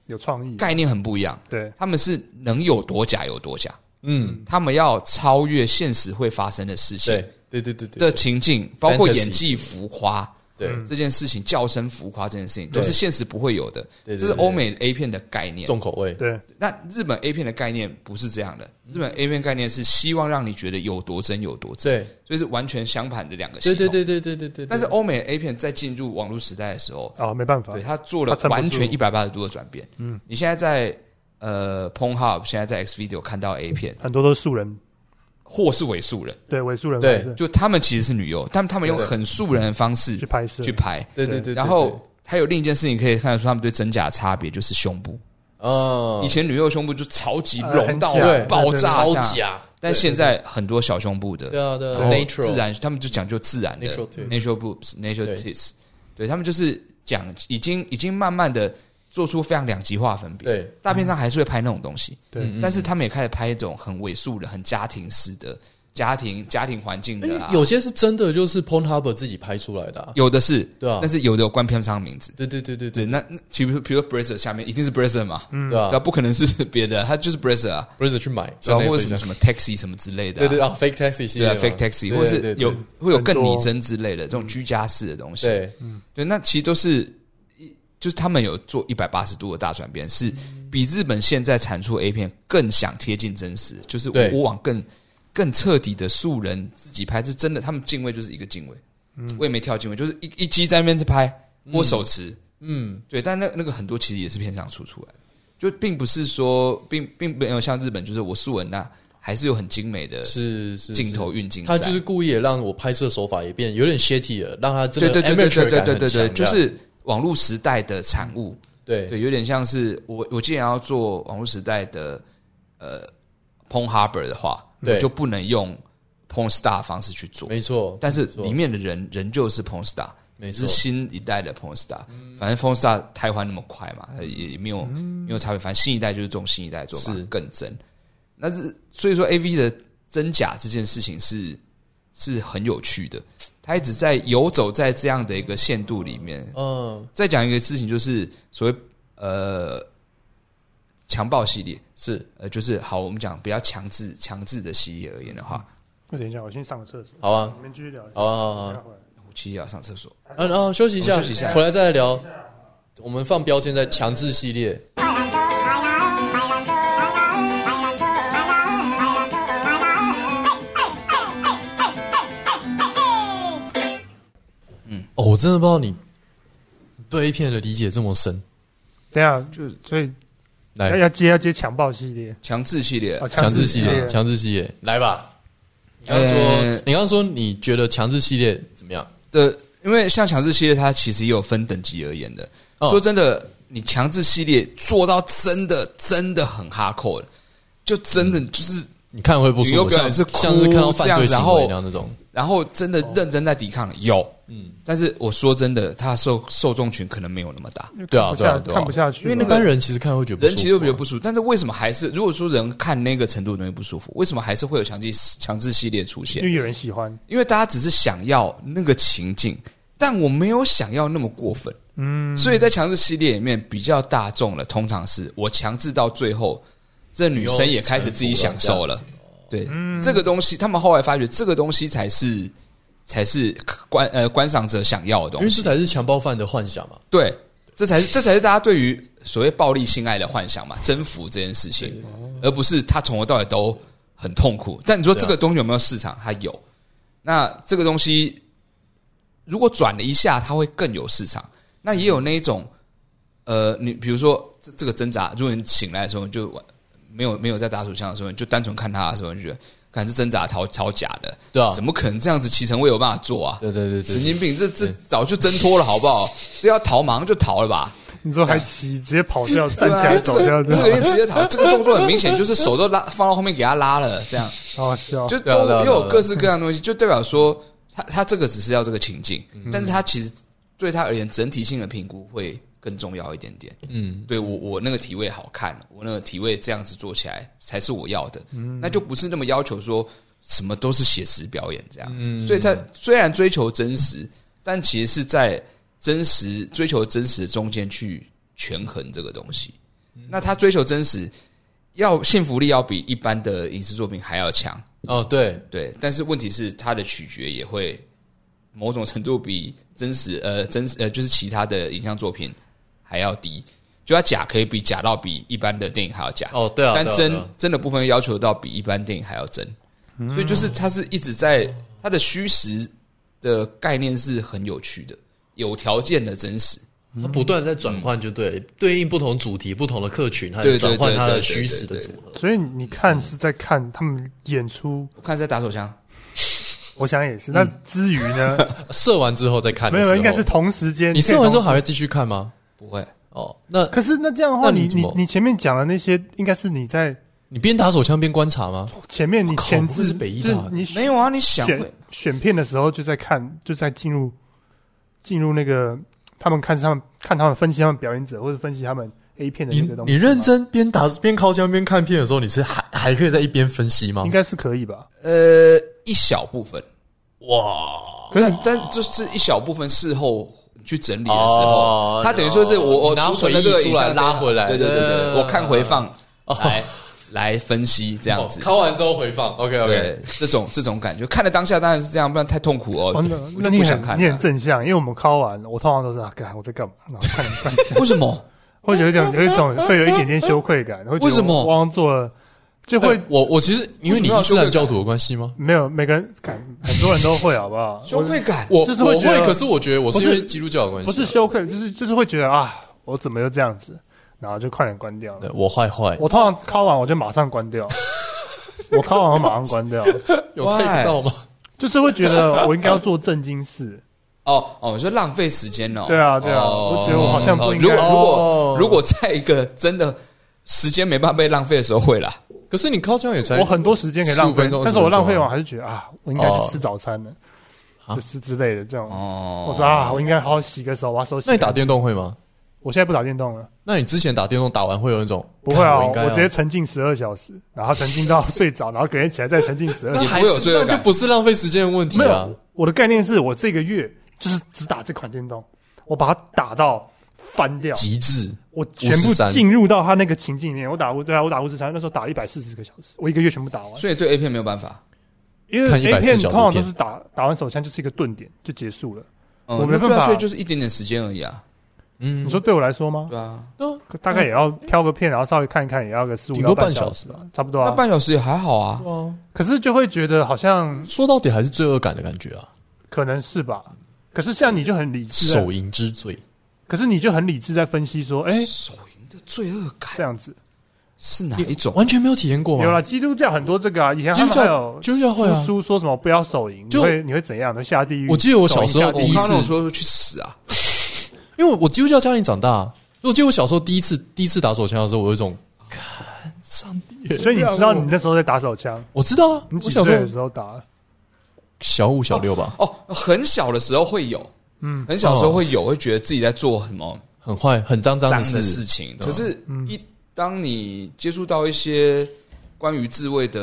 [SPEAKER 1] 有创意，
[SPEAKER 2] 概念很不一样，
[SPEAKER 1] 对，
[SPEAKER 2] 他们是能有多假有多假，
[SPEAKER 3] 嗯，
[SPEAKER 2] 他们要超越现实会发生的事情
[SPEAKER 3] 对对对对对
[SPEAKER 2] 的情境，包括
[SPEAKER 3] Fantasy
[SPEAKER 2] 演技浮夸
[SPEAKER 3] 对，
[SPEAKER 2] 这件事情、叫声浮夸这件事情，都
[SPEAKER 3] 对
[SPEAKER 2] 是现实不会有的。
[SPEAKER 3] 对对对
[SPEAKER 2] 这是欧美 A 片的概念。
[SPEAKER 3] 重口味，
[SPEAKER 1] 对，
[SPEAKER 2] 那日本 A 片的概念不是这样的，
[SPEAKER 3] 嗯
[SPEAKER 2] 日本 A 片概念是希望让你觉得有多真有多真，
[SPEAKER 3] 对
[SPEAKER 2] 所以是完全相反的两个系
[SPEAKER 3] 对
[SPEAKER 2] 统。
[SPEAKER 3] 对对对对对对，
[SPEAKER 2] 但是欧美 A 片在进入网络时代的时候，
[SPEAKER 1] 啊，没办法
[SPEAKER 2] 对，它做了
[SPEAKER 1] 它撑不住
[SPEAKER 2] 完全一百八十度的转变。嗯，你现在在呃 Pornhub，现在在 Xvideo 看到 A 片，
[SPEAKER 1] 很多都是素人，
[SPEAKER 2] 或是伪素人，
[SPEAKER 1] 对，伪素人
[SPEAKER 3] 对
[SPEAKER 1] 拍摄
[SPEAKER 2] 就他们其实是女优，但他们用
[SPEAKER 3] 对对
[SPEAKER 2] 很素人的方式
[SPEAKER 1] 去拍摄
[SPEAKER 2] 去，拍。
[SPEAKER 3] 对对对，
[SPEAKER 2] 然后还有另一件事情可以看得出他们对真假的差别，就是胸部。
[SPEAKER 3] 啊
[SPEAKER 2] 以，前女优胸部就超级
[SPEAKER 1] 呃
[SPEAKER 2] 隆到
[SPEAKER 1] 哦很
[SPEAKER 3] 假
[SPEAKER 2] 爆
[SPEAKER 1] 对
[SPEAKER 2] 炸
[SPEAKER 3] 超
[SPEAKER 2] 这样，
[SPEAKER 3] 假，
[SPEAKER 2] 但现在很多小胸部的
[SPEAKER 3] 对啊对啊
[SPEAKER 2] 然后
[SPEAKER 3] ，natural
[SPEAKER 2] 呃自然，他们就讲究自然的
[SPEAKER 3] Natural tits
[SPEAKER 2] natural boobs、natural
[SPEAKER 3] 对
[SPEAKER 2] tits，对他们就是讲已经已经慢慢的做出非常两极化分别。
[SPEAKER 3] 对，
[SPEAKER 2] 大片上还是会拍那种东西，嗯
[SPEAKER 1] 对
[SPEAKER 2] 但是他们也开始拍一种很伪素的、很家庭式的家庭家庭环境的、啊，
[SPEAKER 3] 哎有些是真的，就是 Pornhub 自己拍出来的啊，
[SPEAKER 2] 有的是，
[SPEAKER 3] 对啊
[SPEAKER 2] 但是有的有关片商的名字。
[SPEAKER 3] 对对对对
[SPEAKER 2] 对，
[SPEAKER 3] 对
[SPEAKER 2] 那那其实比如说 Bracer 下面一定是 Bracer 嘛，
[SPEAKER 3] 对啊
[SPEAKER 2] 对啊，不可能是别的，它就是 Bracer 啊，
[SPEAKER 3] ，Brazer 去买，
[SPEAKER 2] 然
[SPEAKER 3] 像
[SPEAKER 2] 后或者什
[SPEAKER 3] Netflix
[SPEAKER 2] 么
[SPEAKER 3] 一
[SPEAKER 2] 什
[SPEAKER 3] 样
[SPEAKER 2] 么 Taxi 什么之类的、
[SPEAKER 3] 对对啊，fake taxi 系
[SPEAKER 2] 对
[SPEAKER 3] 列
[SPEAKER 2] 啊
[SPEAKER 3] 嘛
[SPEAKER 2] ，fake taxi，
[SPEAKER 3] 对
[SPEAKER 2] 或
[SPEAKER 3] 对
[SPEAKER 2] 是
[SPEAKER 3] 对嗯
[SPEAKER 2] 有会有
[SPEAKER 1] 很
[SPEAKER 2] 更拟
[SPEAKER 1] 多
[SPEAKER 2] 真之类的这种居家式的东西。
[SPEAKER 3] 对
[SPEAKER 2] 对，那其实都是就是他们有做一百八十度的大转变，是比日本现在产出 A 片更想贴近真实，就是我
[SPEAKER 3] 对
[SPEAKER 2] 我往更更彻底的素人自己拍，就真的他们敬畏就是一个敬畏，我也没跳敬畏，就是一一击在那边去拍，摸手持，
[SPEAKER 3] 嗯，
[SPEAKER 2] 对，但那那个很多其实也是片商出出来的，就并不是说并并没有像日本就是我素人呐、啊还是有很精美的
[SPEAKER 3] 是是
[SPEAKER 2] 镜。头
[SPEAKER 3] 是
[SPEAKER 2] 运镜在，
[SPEAKER 3] 他就是故意也让我拍摄手法也变有点 shitty 了，让他真
[SPEAKER 2] 对
[SPEAKER 3] 的
[SPEAKER 2] 对对对
[SPEAKER 3] amateur
[SPEAKER 2] 对对
[SPEAKER 3] 感
[SPEAKER 2] 对
[SPEAKER 3] 很
[SPEAKER 2] 对对，就
[SPEAKER 3] 强，这样
[SPEAKER 2] 是嗯网络时代的产物，
[SPEAKER 3] 对
[SPEAKER 2] 对，有点像是我我既然要做网络时代的呃 Pong Harbor 的话，
[SPEAKER 3] 对
[SPEAKER 2] 就不能用 Pong Star 方式去做，
[SPEAKER 3] 没错，
[SPEAKER 2] 但是
[SPEAKER 3] 没错
[SPEAKER 2] 里面的人仍旧是 Pong Star，
[SPEAKER 3] 没
[SPEAKER 2] 只是
[SPEAKER 3] 错，嗯
[SPEAKER 2] 新一代的 Pong Star，反正 Pong Star 太换那么快嘛，也也没有没有差别，反正新一代就是这种新一代的做法
[SPEAKER 3] 是
[SPEAKER 2] 更真，那是所以说 A V 的真假这件事情是是很有趣的，它一直在游走在这样的一个限度里面。
[SPEAKER 3] 嗯，
[SPEAKER 2] 再讲一个事情，就是所谓呃强暴系列，
[SPEAKER 3] 是
[SPEAKER 2] 呃，就是好，我们讲比较强制强制的系列而言的话，
[SPEAKER 1] 等一下，我先上个厕所。
[SPEAKER 3] 好啊，
[SPEAKER 1] 你们继续聊。
[SPEAKER 3] 好啊，好啊，好啊
[SPEAKER 2] 我其实要上厕所。
[SPEAKER 3] 嗯嗯，休息一下，
[SPEAKER 2] 我们休息一下
[SPEAKER 3] 回来再来聊。我们放标签在强制系列。哦，我真的不知道你对 A 片的理解这么深。
[SPEAKER 1] 等一下，就所以要
[SPEAKER 2] 哎
[SPEAKER 3] 来，
[SPEAKER 1] 要接要接强暴系列，
[SPEAKER 2] 强制系列
[SPEAKER 1] 哦，
[SPEAKER 3] 强制系列，
[SPEAKER 1] 列，
[SPEAKER 3] 强制系列，来吧。你刚刚说
[SPEAKER 2] 呃，
[SPEAKER 3] 你刚刚说你觉得强制系列怎么样？
[SPEAKER 2] 的，因为像强制系列，它其实也有分等级而言的。
[SPEAKER 3] 哦
[SPEAKER 2] 说真的，你强制系列做到真的真的很哈扣的，就真
[SPEAKER 3] 嗯
[SPEAKER 2] 的就是，
[SPEAKER 3] 你看会不舒
[SPEAKER 2] 有
[SPEAKER 3] 服，
[SPEAKER 2] 可
[SPEAKER 3] 像
[SPEAKER 2] 能是哭
[SPEAKER 3] 像是看到犯罪
[SPEAKER 2] 这样然
[SPEAKER 3] 行
[SPEAKER 2] 后
[SPEAKER 3] 为那样那种。
[SPEAKER 2] 然后真的认真在抵抗有，
[SPEAKER 3] 哦嗯
[SPEAKER 2] 嗯，但是我说真的，它受受众群可能没有那么大，
[SPEAKER 3] 对
[SPEAKER 1] 看不
[SPEAKER 3] 啊对啊
[SPEAKER 1] 下
[SPEAKER 3] 对啊
[SPEAKER 1] 看不下去了，
[SPEAKER 2] 因为那
[SPEAKER 3] 一
[SPEAKER 2] 个
[SPEAKER 3] 般人其实看会觉得不舒
[SPEAKER 2] 人
[SPEAKER 3] 服啊
[SPEAKER 2] 其实会觉得不舒服。但是为什么还是，如果说人看那个程度容易不舒服，为什么还是会有强制强制系列出现
[SPEAKER 1] 因？为有人喜欢，
[SPEAKER 2] 因为大家只是想要那个情境，但我没有想要那么过分。嗯，所以在强制系列里面比较大众了，通常是我强制到最后，这女生也开始自己享受了。对，这个东西，他们后来发觉这个东西才是才是观呃观赏者想要的
[SPEAKER 3] 因
[SPEAKER 2] 东
[SPEAKER 3] 为这
[SPEAKER 2] 西。
[SPEAKER 3] 才是强暴犯的幻想嘛。
[SPEAKER 2] 对，这才是这才是大家对于所谓暴力性爱的幻想嘛，征服这件事情，而不是他从头到尾都很痛苦。但你说
[SPEAKER 3] 对啊
[SPEAKER 2] 这个东西有没有市场？它有。那这个东西如果转了一下，它会更有市场。那也有那一种，呃，你比如说这这个挣扎，如果你醒来的时候你就没有没有在打手枪的时候，你就单纯看他的时候，你就觉得，看这挣扎超超假的，
[SPEAKER 3] 对啊
[SPEAKER 2] 怎么可能这样子骑乘位有办法做啊？
[SPEAKER 3] 对对对
[SPEAKER 2] 神
[SPEAKER 3] 对，
[SPEAKER 2] 经病，这这早就挣脱了，好不好？这要逃马上就逃了吧？
[SPEAKER 1] 你说还骑直接跑 掉，站起
[SPEAKER 2] 对
[SPEAKER 1] 来
[SPEAKER 2] 啊
[SPEAKER 1] 走掉，
[SPEAKER 2] 这
[SPEAKER 1] 这
[SPEAKER 2] 个这个人直接逃，这个动作很明显就是手都拉放到后面给他拉了，这样
[SPEAKER 1] 好好笑。
[SPEAKER 2] 就
[SPEAKER 3] 对啊
[SPEAKER 2] 都
[SPEAKER 3] 对啊
[SPEAKER 2] 又有
[SPEAKER 3] 对啊
[SPEAKER 2] 各式各样的东西，就代表说他他这个只是要这个情境，
[SPEAKER 1] 嗯
[SPEAKER 2] 但是他其实对他而言整体性的评估会更重要一点点。
[SPEAKER 3] 嗯，
[SPEAKER 2] 对我我那个体位好看，我那个体位这样子做起来才是我要的，那就不是那么要求说什么都是写实表演这样子。所以他虽然追求真实，但其实是在真实追求真实中间去权衡这个东西。那他追求真实，要幸福力要比一般的影视作品还要强，
[SPEAKER 3] 哦对，
[SPEAKER 2] 对。但是问题是，他的取决也会某种程度比真实呃真实呃就是其他的影像作品还要低。就他假可以比假到比一般的电影还要假
[SPEAKER 3] 哦对啊，
[SPEAKER 2] 但
[SPEAKER 3] 对啊
[SPEAKER 2] 真
[SPEAKER 3] 对啊
[SPEAKER 2] 真的部分要求到比一般电影还要真，
[SPEAKER 1] 嗯
[SPEAKER 2] 所以就是它是一直在它的虚实的概念是很有趣的，有条件的真实，
[SPEAKER 3] 它不断地在转换，就对，对应不同主题、不同的客群，它
[SPEAKER 2] 对对
[SPEAKER 3] 转换
[SPEAKER 2] 对
[SPEAKER 3] 它
[SPEAKER 2] 对
[SPEAKER 3] 的
[SPEAKER 2] 对
[SPEAKER 3] 虚
[SPEAKER 2] 对
[SPEAKER 3] 实的
[SPEAKER 2] 对
[SPEAKER 3] 组合。
[SPEAKER 1] 所以你看是在看他们演出，
[SPEAKER 2] 我看是在打手枪，
[SPEAKER 1] 我想也是。
[SPEAKER 3] 嗯
[SPEAKER 1] 那之余 呢，
[SPEAKER 3] 射完之后再看的
[SPEAKER 1] 没
[SPEAKER 3] 时候，
[SPEAKER 1] 有，应该是同时间。
[SPEAKER 3] 你射完之后还
[SPEAKER 1] 可以
[SPEAKER 3] 会继续看吗？
[SPEAKER 2] 不会，
[SPEAKER 3] 哦，那
[SPEAKER 1] 同，可是那这样的话，
[SPEAKER 3] 那你
[SPEAKER 1] 你
[SPEAKER 3] 怎
[SPEAKER 1] 你
[SPEAKER 3] 么
[SPEAKER 1] 你前面讲的那些，应该是你在
[SPEAKER 3] 你边打手枪边观察吗？
[SPEAKER 1] 前面你
[SPEAKER 3] 靠
[SPEAKER 1] 前
[SPEAKER 3] 不愧
[SPEAKER 1] 置
[SPEAKER 3] 是北医大
[SPEAKER 1] 就是你
[SPEAKER 2] 没有啊？你想
[SPEAKER 1] 选
[SPEAKER 2] 会
[SPEAKER 1] 选片的时候就在看，就在进入进入那个他们看他们看他们分析他们表演者或者分析他们 A 片的
[SPEAKER 3] 你
[SPEAKER 1] 那个东西
[SPEAKER 3] 你
[SPEAKER 1] 吗。
[SPEAKER 3] 认真边打边靠枪边看片的时候，你是还还可以在一边分析吗
[SPEAKER 1] 应？该是可以吧？
[SPEAKER 2] 呃一小部分，
[SPEAKER 3] 哇，
[SPEAKER 1] 可是
[SPEAKER 2] 但但就是一小部分事后。去整理的时
[SPEAKER 3] 哦
[SPEAKER 2] 候，他等于说是我我
[SPEAKER 3] 拿
[SPEAKER 2] 储存
[SPEAKER 3] 回忆
[SPEAKER 2] 的这个影
[SPEAKER 3] 出来
[SPEAKER 2] 像
[SPEAKER 3] 拉回来
[SPEAKER 2] 对对对对，
[SPEAKER 3] 嗯
[SPEAKER 2] 我看回放
[SPEAKER 3] 哦
[SPEAKER 2] 来来分析这样
[SPEAKER 3] 哦
[SPEAKER 2] 子，
[SPEAKER 3] 敲完之后回放，OK
[SPEAKER 2] 对
[SPEAKER 3] OK，
[SPEAKER 2] 这种这种感觉，看了当下当然是这样，不然太痛苦哦
[SPEAKER 1] 哦，那，
[SPEAKER 2] 我
[SPEAKER 1] 那
[SPEAKER 2] 就
[SPEAKER 1] 你
[SPEAKER 2] 不
[SPEAKER 1] 很
[SPEAKER 2] 想看
[SPEAKER 1] 你很
[SPEAKER 2] 了。
[SPEAKER 1] 正向，因为我们考完，我通常都是啊，干我在干嘛？然后看看，
[SPEAKER 2] 为什么？
[SPEAKER 1] 会有一种有一种会有一点点羞愧感，会觉得
[SPEAKER 2] 为什么
[SPEAKER 1] 我刚做了就会
[SPEAKER 3] 哎我我其实因为你伊斯兰教徒的关系吗？
[SPEAKER 1] 没有每个人感， 很多人都会好不好？
[SPEAKER 2] 羞愧感？
[SPEAKER 3] 我
[SPEAKER 1] 就是
[SPEAKER 3] 我
[SPEAKER 1] 会觉
[SPEAKER 3] 会，
[SPEAKER 1] 得
[SPEAKER 3] 可是我觉得我是因
[SPEAKER 1] 不
[SPEAKER 3] 为
[SPEAKER 1] 是
[SPEAKER 3] 基督教的关
[SPEAKER 1] 不
[SPEAKER 3] 系啊，
[SPEAKER 1] 是羞愧，就是就是会觉得啊，我怎么又这样子，然后就快点关掉
[SPEAKER 3] 对
[SPEAKER 1] 了。
[SPEAKER 3] 我坏坏，
[SPEAKER 1] 我通常考完我就马上关掉，我考完我马上关掉，
[SPEAKER 3] 有看到吗？
[SPEAKER 1] 就是会觉得我应该要做正经事。
[SPEAKER 2] 哦哦，你说浪费时间哦？
[SPEAKER 1] 对啊对啊
[SPEAKER 2] 哦
[SPEAKER 1] 我觉得我好像不应该
[SPEAKER 2] 如果如
[SPEAKER 3] 哦
[SPEAKER 2] 果如果在一个真的时间没办法被浪费的时候，会啦。
[SPEAKER 3] 可是你靠枪也才
[SPEAKER 1] 我很多时间可以浪
[SPEAKER 3] 15
[SPEAKER 1] 费
[SPEAKER 3] 分钟，
[SPEAKER 1] 但是
[SPEAKER 3] 10
[SPEAKER 1] 我
[SPEAKER 3] 分钟
[SPEAKER 1] 浪费
[SPEAKER 3] 啊
[SPEAKER 1] 完还是觉得啊，我应该
[SPEAKER 3] 哦
[SPEAKER 1] 去吃早餐了，就是之类的这种。
[SPEAKER 2] 哦，
[SPEAKER 1] 我说啊，我应该好好洗个手，把手洗。
[SPEAKER 3] 那你打？电动会吗？
[SPEAKER 1] 我现在不打电动了，
[SPEAKER 3] 那你之前打电动打完会有那种
[SPEAKER 1] 不会
[SPEAKER 3] 看
[SPEAKER 1] 啊，
[SPEAKER 3] 我应
[SPEAKER 1] 我
[SPEAKER 3] 该要
[SPEAKER 1] 直接沉浸十二小时，然后沉浸到睡着，然后隔天起来再沉浸十二
[SPEAKER 2] 你
[SPEAKER 1] 小时。
[SPEAKER 2] 不会有罪恶
[SPEAKER 3] 那就
[SPEAKER 2] 感。
[SPEAKER 3] 不 是浪费时间的问题
[SPEAKER 1] 没
[SPEAKER 3] 啊
[SPEAKER 1] 有，。我的概念是我这个月就是只打这款电动，我把它打到翻掉，
[SPEAKER 3] 极致
[SPEAKER 1] 我全部
[SPEAKER 3] 53
[SPEAKER 1] 进入到他那个情境里面。我打过，对啊，我打巫师三，那时候打一百四十个小时，我一个月全部打完。
[SPEAKER 2] 所以对 A 片没有办法。
[SPEAKER 1] 因为
[SPEAKER 3] 看
[SPEAKER 1] A
[SPEAKER 3] 140
[SPEAKER 1] 片通
[SPEAKER 3] 小时
[SPEAKER 1] 常都
[SPEAKER 3] 片
[SPEAKER 1] 是打打完手枪就是一个顿点就结束了。
[SPEAKER 2] 嗯
[SPEAKER 1] 我没
[SPEAKER 2] 那对
[SPEAKER 1] 办
[SPEAKER 2] 啊，
[SPEAKER 1] 法
[SPEAKER 2] 所以就是一点点时间而已啊。
[SPEAKER 3] 嗯
[SPEAKER 1] 你说对我来说吗？
[SPEAKER 2] 对啊，
[SPEAKER 1] 可大概也要挑个片，然后稍微看一看，也要个十五
[SPEAKER 3] 顶
[SPEAKER 1] 到
[SPEAKER 3] 多
[SPEAKER 1] 半
[SPEAKER 3] 半小
[SPEAKER 1] 时
[SPEAKER 3] 时吧
[SPEAKER 1] 吧，差不多
[SPEAKER 2] 那
[SPEAKER 1] 啊。
[SPEAKER 2] 半小时也还好啊。
[SPEAKER 3] 哇，
[SPEAKER 1] 可是就会觉得好像
[SPEAKER 3] 说到底还是罪恶感的感觉啊，
[SPEAKER 1] 可能是吧。可是像你就很理智啊在，
[SPEAKER 3] 手淫之罪。
[SPEAKER 1] 可是你就很理智在分析说，哎、
[SPEAKER 2] 手淫的罪恶感
[SPEAKER 1] 这样子
[SPEAKER 2] 是哪一种？
[SPEAKER 3] 完全没有体验过
[SPEAKER 1] 有
[SPEAKER 3] 吗
[SPEAKER 1] 啦，？基督教很多这个啊，以前
[SPEAKER 3] 基
[SPEAKER 1] 他
[SPEAKER 3] 督
[SPEAKER 1] 们还有
[SPEAKER 3] 教基督教会
[SPEAKER 1] 出
[SPEAKER 3] 啊，
[SPEAKER 1] 书说什么不要手淫，你
[SPEAKER 3] 就
[SPEAKER 1] 会你会怎样的下地狱？
[SPEAKER 3] 我记得我小时候
[SPEAKER 1] 手
[SPEAKER 2] 我
[SPEAKER 1] 淫下地狱
[SPEAKER 2] 刚
[SPEAKER 3] 第一
[SPEAKER 2] 刚那种
[SPEAKER 3] 次，
[SPEAKER 2] 说去死啊！
[SPEAKER 3] 因为我基督教家庭长大，我记得我小时候第一次第一次打手枪的时候，我有一种看上帝，
[SPEAKER 1] 所以你知道你那时候在打手枪，
[SPEAKER 3] 我知道啊，
[SPEAKER 1] 你
[SPEAKER 3] 我
[SPEAKER 1] 几
[SPEAKER 3] 小
[SPEAKER 1] 岁
[SPEAKER 3] 时
[SPEAKER 1] 的
[SPEAKER 3] 候
[SPEAKER 1] 时候打？
[SPEAKER 3] 小五小六吧，
[SPEAKER 2] 哦，很小的时候会有，
[SPEAKER 1] 嗯
[SPEAKER 2] 很小的时候会有，会觉得自己在做什么
[SPEAKER 3] 很坏很脏脏
[SPEAKER 2] 脏
[SPEAKER 3] 的
[SPEAKER 2] 的事
[SPEAKER 3] 事，
[SPEAKER 2] 情。
[SPEAKER 3] 对
[SPEAKER 2] 可
[SPEAKER 3] 啊
[SPEAKER 2] 是
[SPEAKER 1] 嗯
[SPEAKER 2] 一当你接触到一些关于自卫的，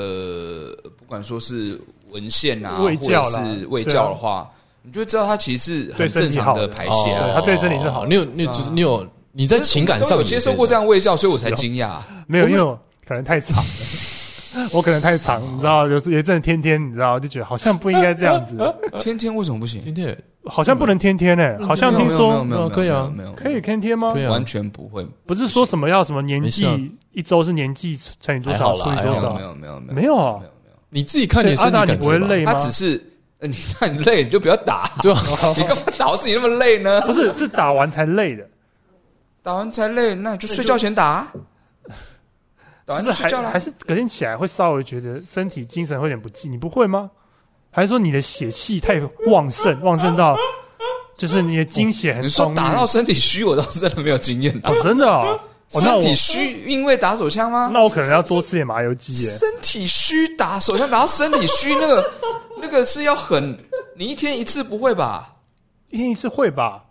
[SPEAKER 2] 不管说是文献啊，
[SPEAKER 1] 卫
[SPEAKER 2] 或
[SPEAKER 1] 教
[SPEAKER 2] 者
[SPEAKER 1] 啦
[SPEAKER 2] 是卫
[SPEAKER 1] 对啊
[SPEAKER 2] 教的话，你就会知道它其实是
[SPEAKER 1] 对
[SPEAKER 2] 很
[SPEAKER 1] 身体
[SPEAKER 2] 正常的
[SPEAKER 1] 好的
[SPEAKER 2] 排泄啊
[SPEAKER 1] 哦。对他对身体是好的啊
[SPEAKER 3] 你有你有就是你有你在情感
[SPEAKER 2] 都
[SPEAKER 3] 上
[SPEAKER 2] 有
[SPEAKER 3] 也
[SPEAKER 2] 接受过这样卫教，所以我才惊讶啊。
[SPEAKER 1] 没有，
[SPEAKER 3] 我
[SPEAKER 1] 因
[SPEAKER 3] 们
[SPEAKER 1] 为我可能太长了， 我可能太长，你知道，有时有一阵天天，你知道，就觉得好像不应该这样子，
[SPEAKER 2] 天天为什么不行？
[SPEAKER 3] 今天也
[SPEAKER 1] 好像不能天天
[SPEAKER 3] 嗯
[SPEAKER 1] 诶、好像
[SPEAKER 2] 没
[SPEAKER 1] 听
[SPEAKER 2] 有没有
[SPEAKER 1] 说
[SPEAKER 2] 没有没有
[SPEAKER 3] 哦可以啊
[SPEAKER 2] 没有，没有
[SPEAKER 1] 可以天天吗？
[SPEAKER 3] 对啊
[SPEAKER 2] 完全不会，
[SPEAKER 1] 不是说什么要什么年纪、
[SPEAKER 3] 没啊
[SPEAKER 1] 一周是年纪乘以多少
[SPEAKER 3] 还好啦
[SPEAKER 1] 除以
[SPEAKER 2] 没
[SPEAKER 1] 多
[SPEAKER 2] 有
[SPEAKER 3] 还
[SPEAKER 1] 少
[SPEAKER 2] 没，有没有没有
[SPEAKER 1] 没有啊
[SPEAKER 2] 没有没有
[SPEAKER 3] 你自己看
[SPEAKER 1] 所以
[SPEAKER 3] 你身
[SPEAKER 1] 阿
[SPEAKER 3] 体
[SPEAKER 1] 达啊你
[SPEAKER 3] 感觉
[SPEAKER 1] 不会
[SPEAKER 3] 吧
[SPEAKER 1] 累吗哦
[SPEAKER 2] 他？只是呃你 那你累你就不要打，
[SPEAKER 3] 对啊，
[SPEAKER 2] 你干嘛打到自己那么累呢？
[SPEAKER 1] 不是，是打完才累的，
[SPEAKER 2] 打完才累，那你就睡觉前打啊， 打完
[SPEAKER 1] 就
[SPEAKER 2] 就是啊睡觉
[SPEAKER 1] 还还
[SPEAKER 2] 了。
[SPEAKER 1] 是隔天起来会稍微觉得身体精神会有点不济，你不会吗？还是说你的血气太旺盛，旺盛 到就是你的精血很
[SPEAKER 2] 你说
[SPEAKER 1] 充裕
[SPEAKER 2] 打到身体虚，我倒是真的没有经验啊。
[SPEAKER 1] 哦，真的哦，哦那
[SPEAKER 2] 身
[SPEAKER 1] 我
[SPEAKER 2] 体虚，因为打手枪吗？
[SPEAKER 1] 那我可能要多吃点麻油鸡耶。
[SPEAKER 2] 身体虚打手枪打到身体虚，那个 那个是要很，你一天一次不会吧？
[SPEAKER 1] 一天一次会吧？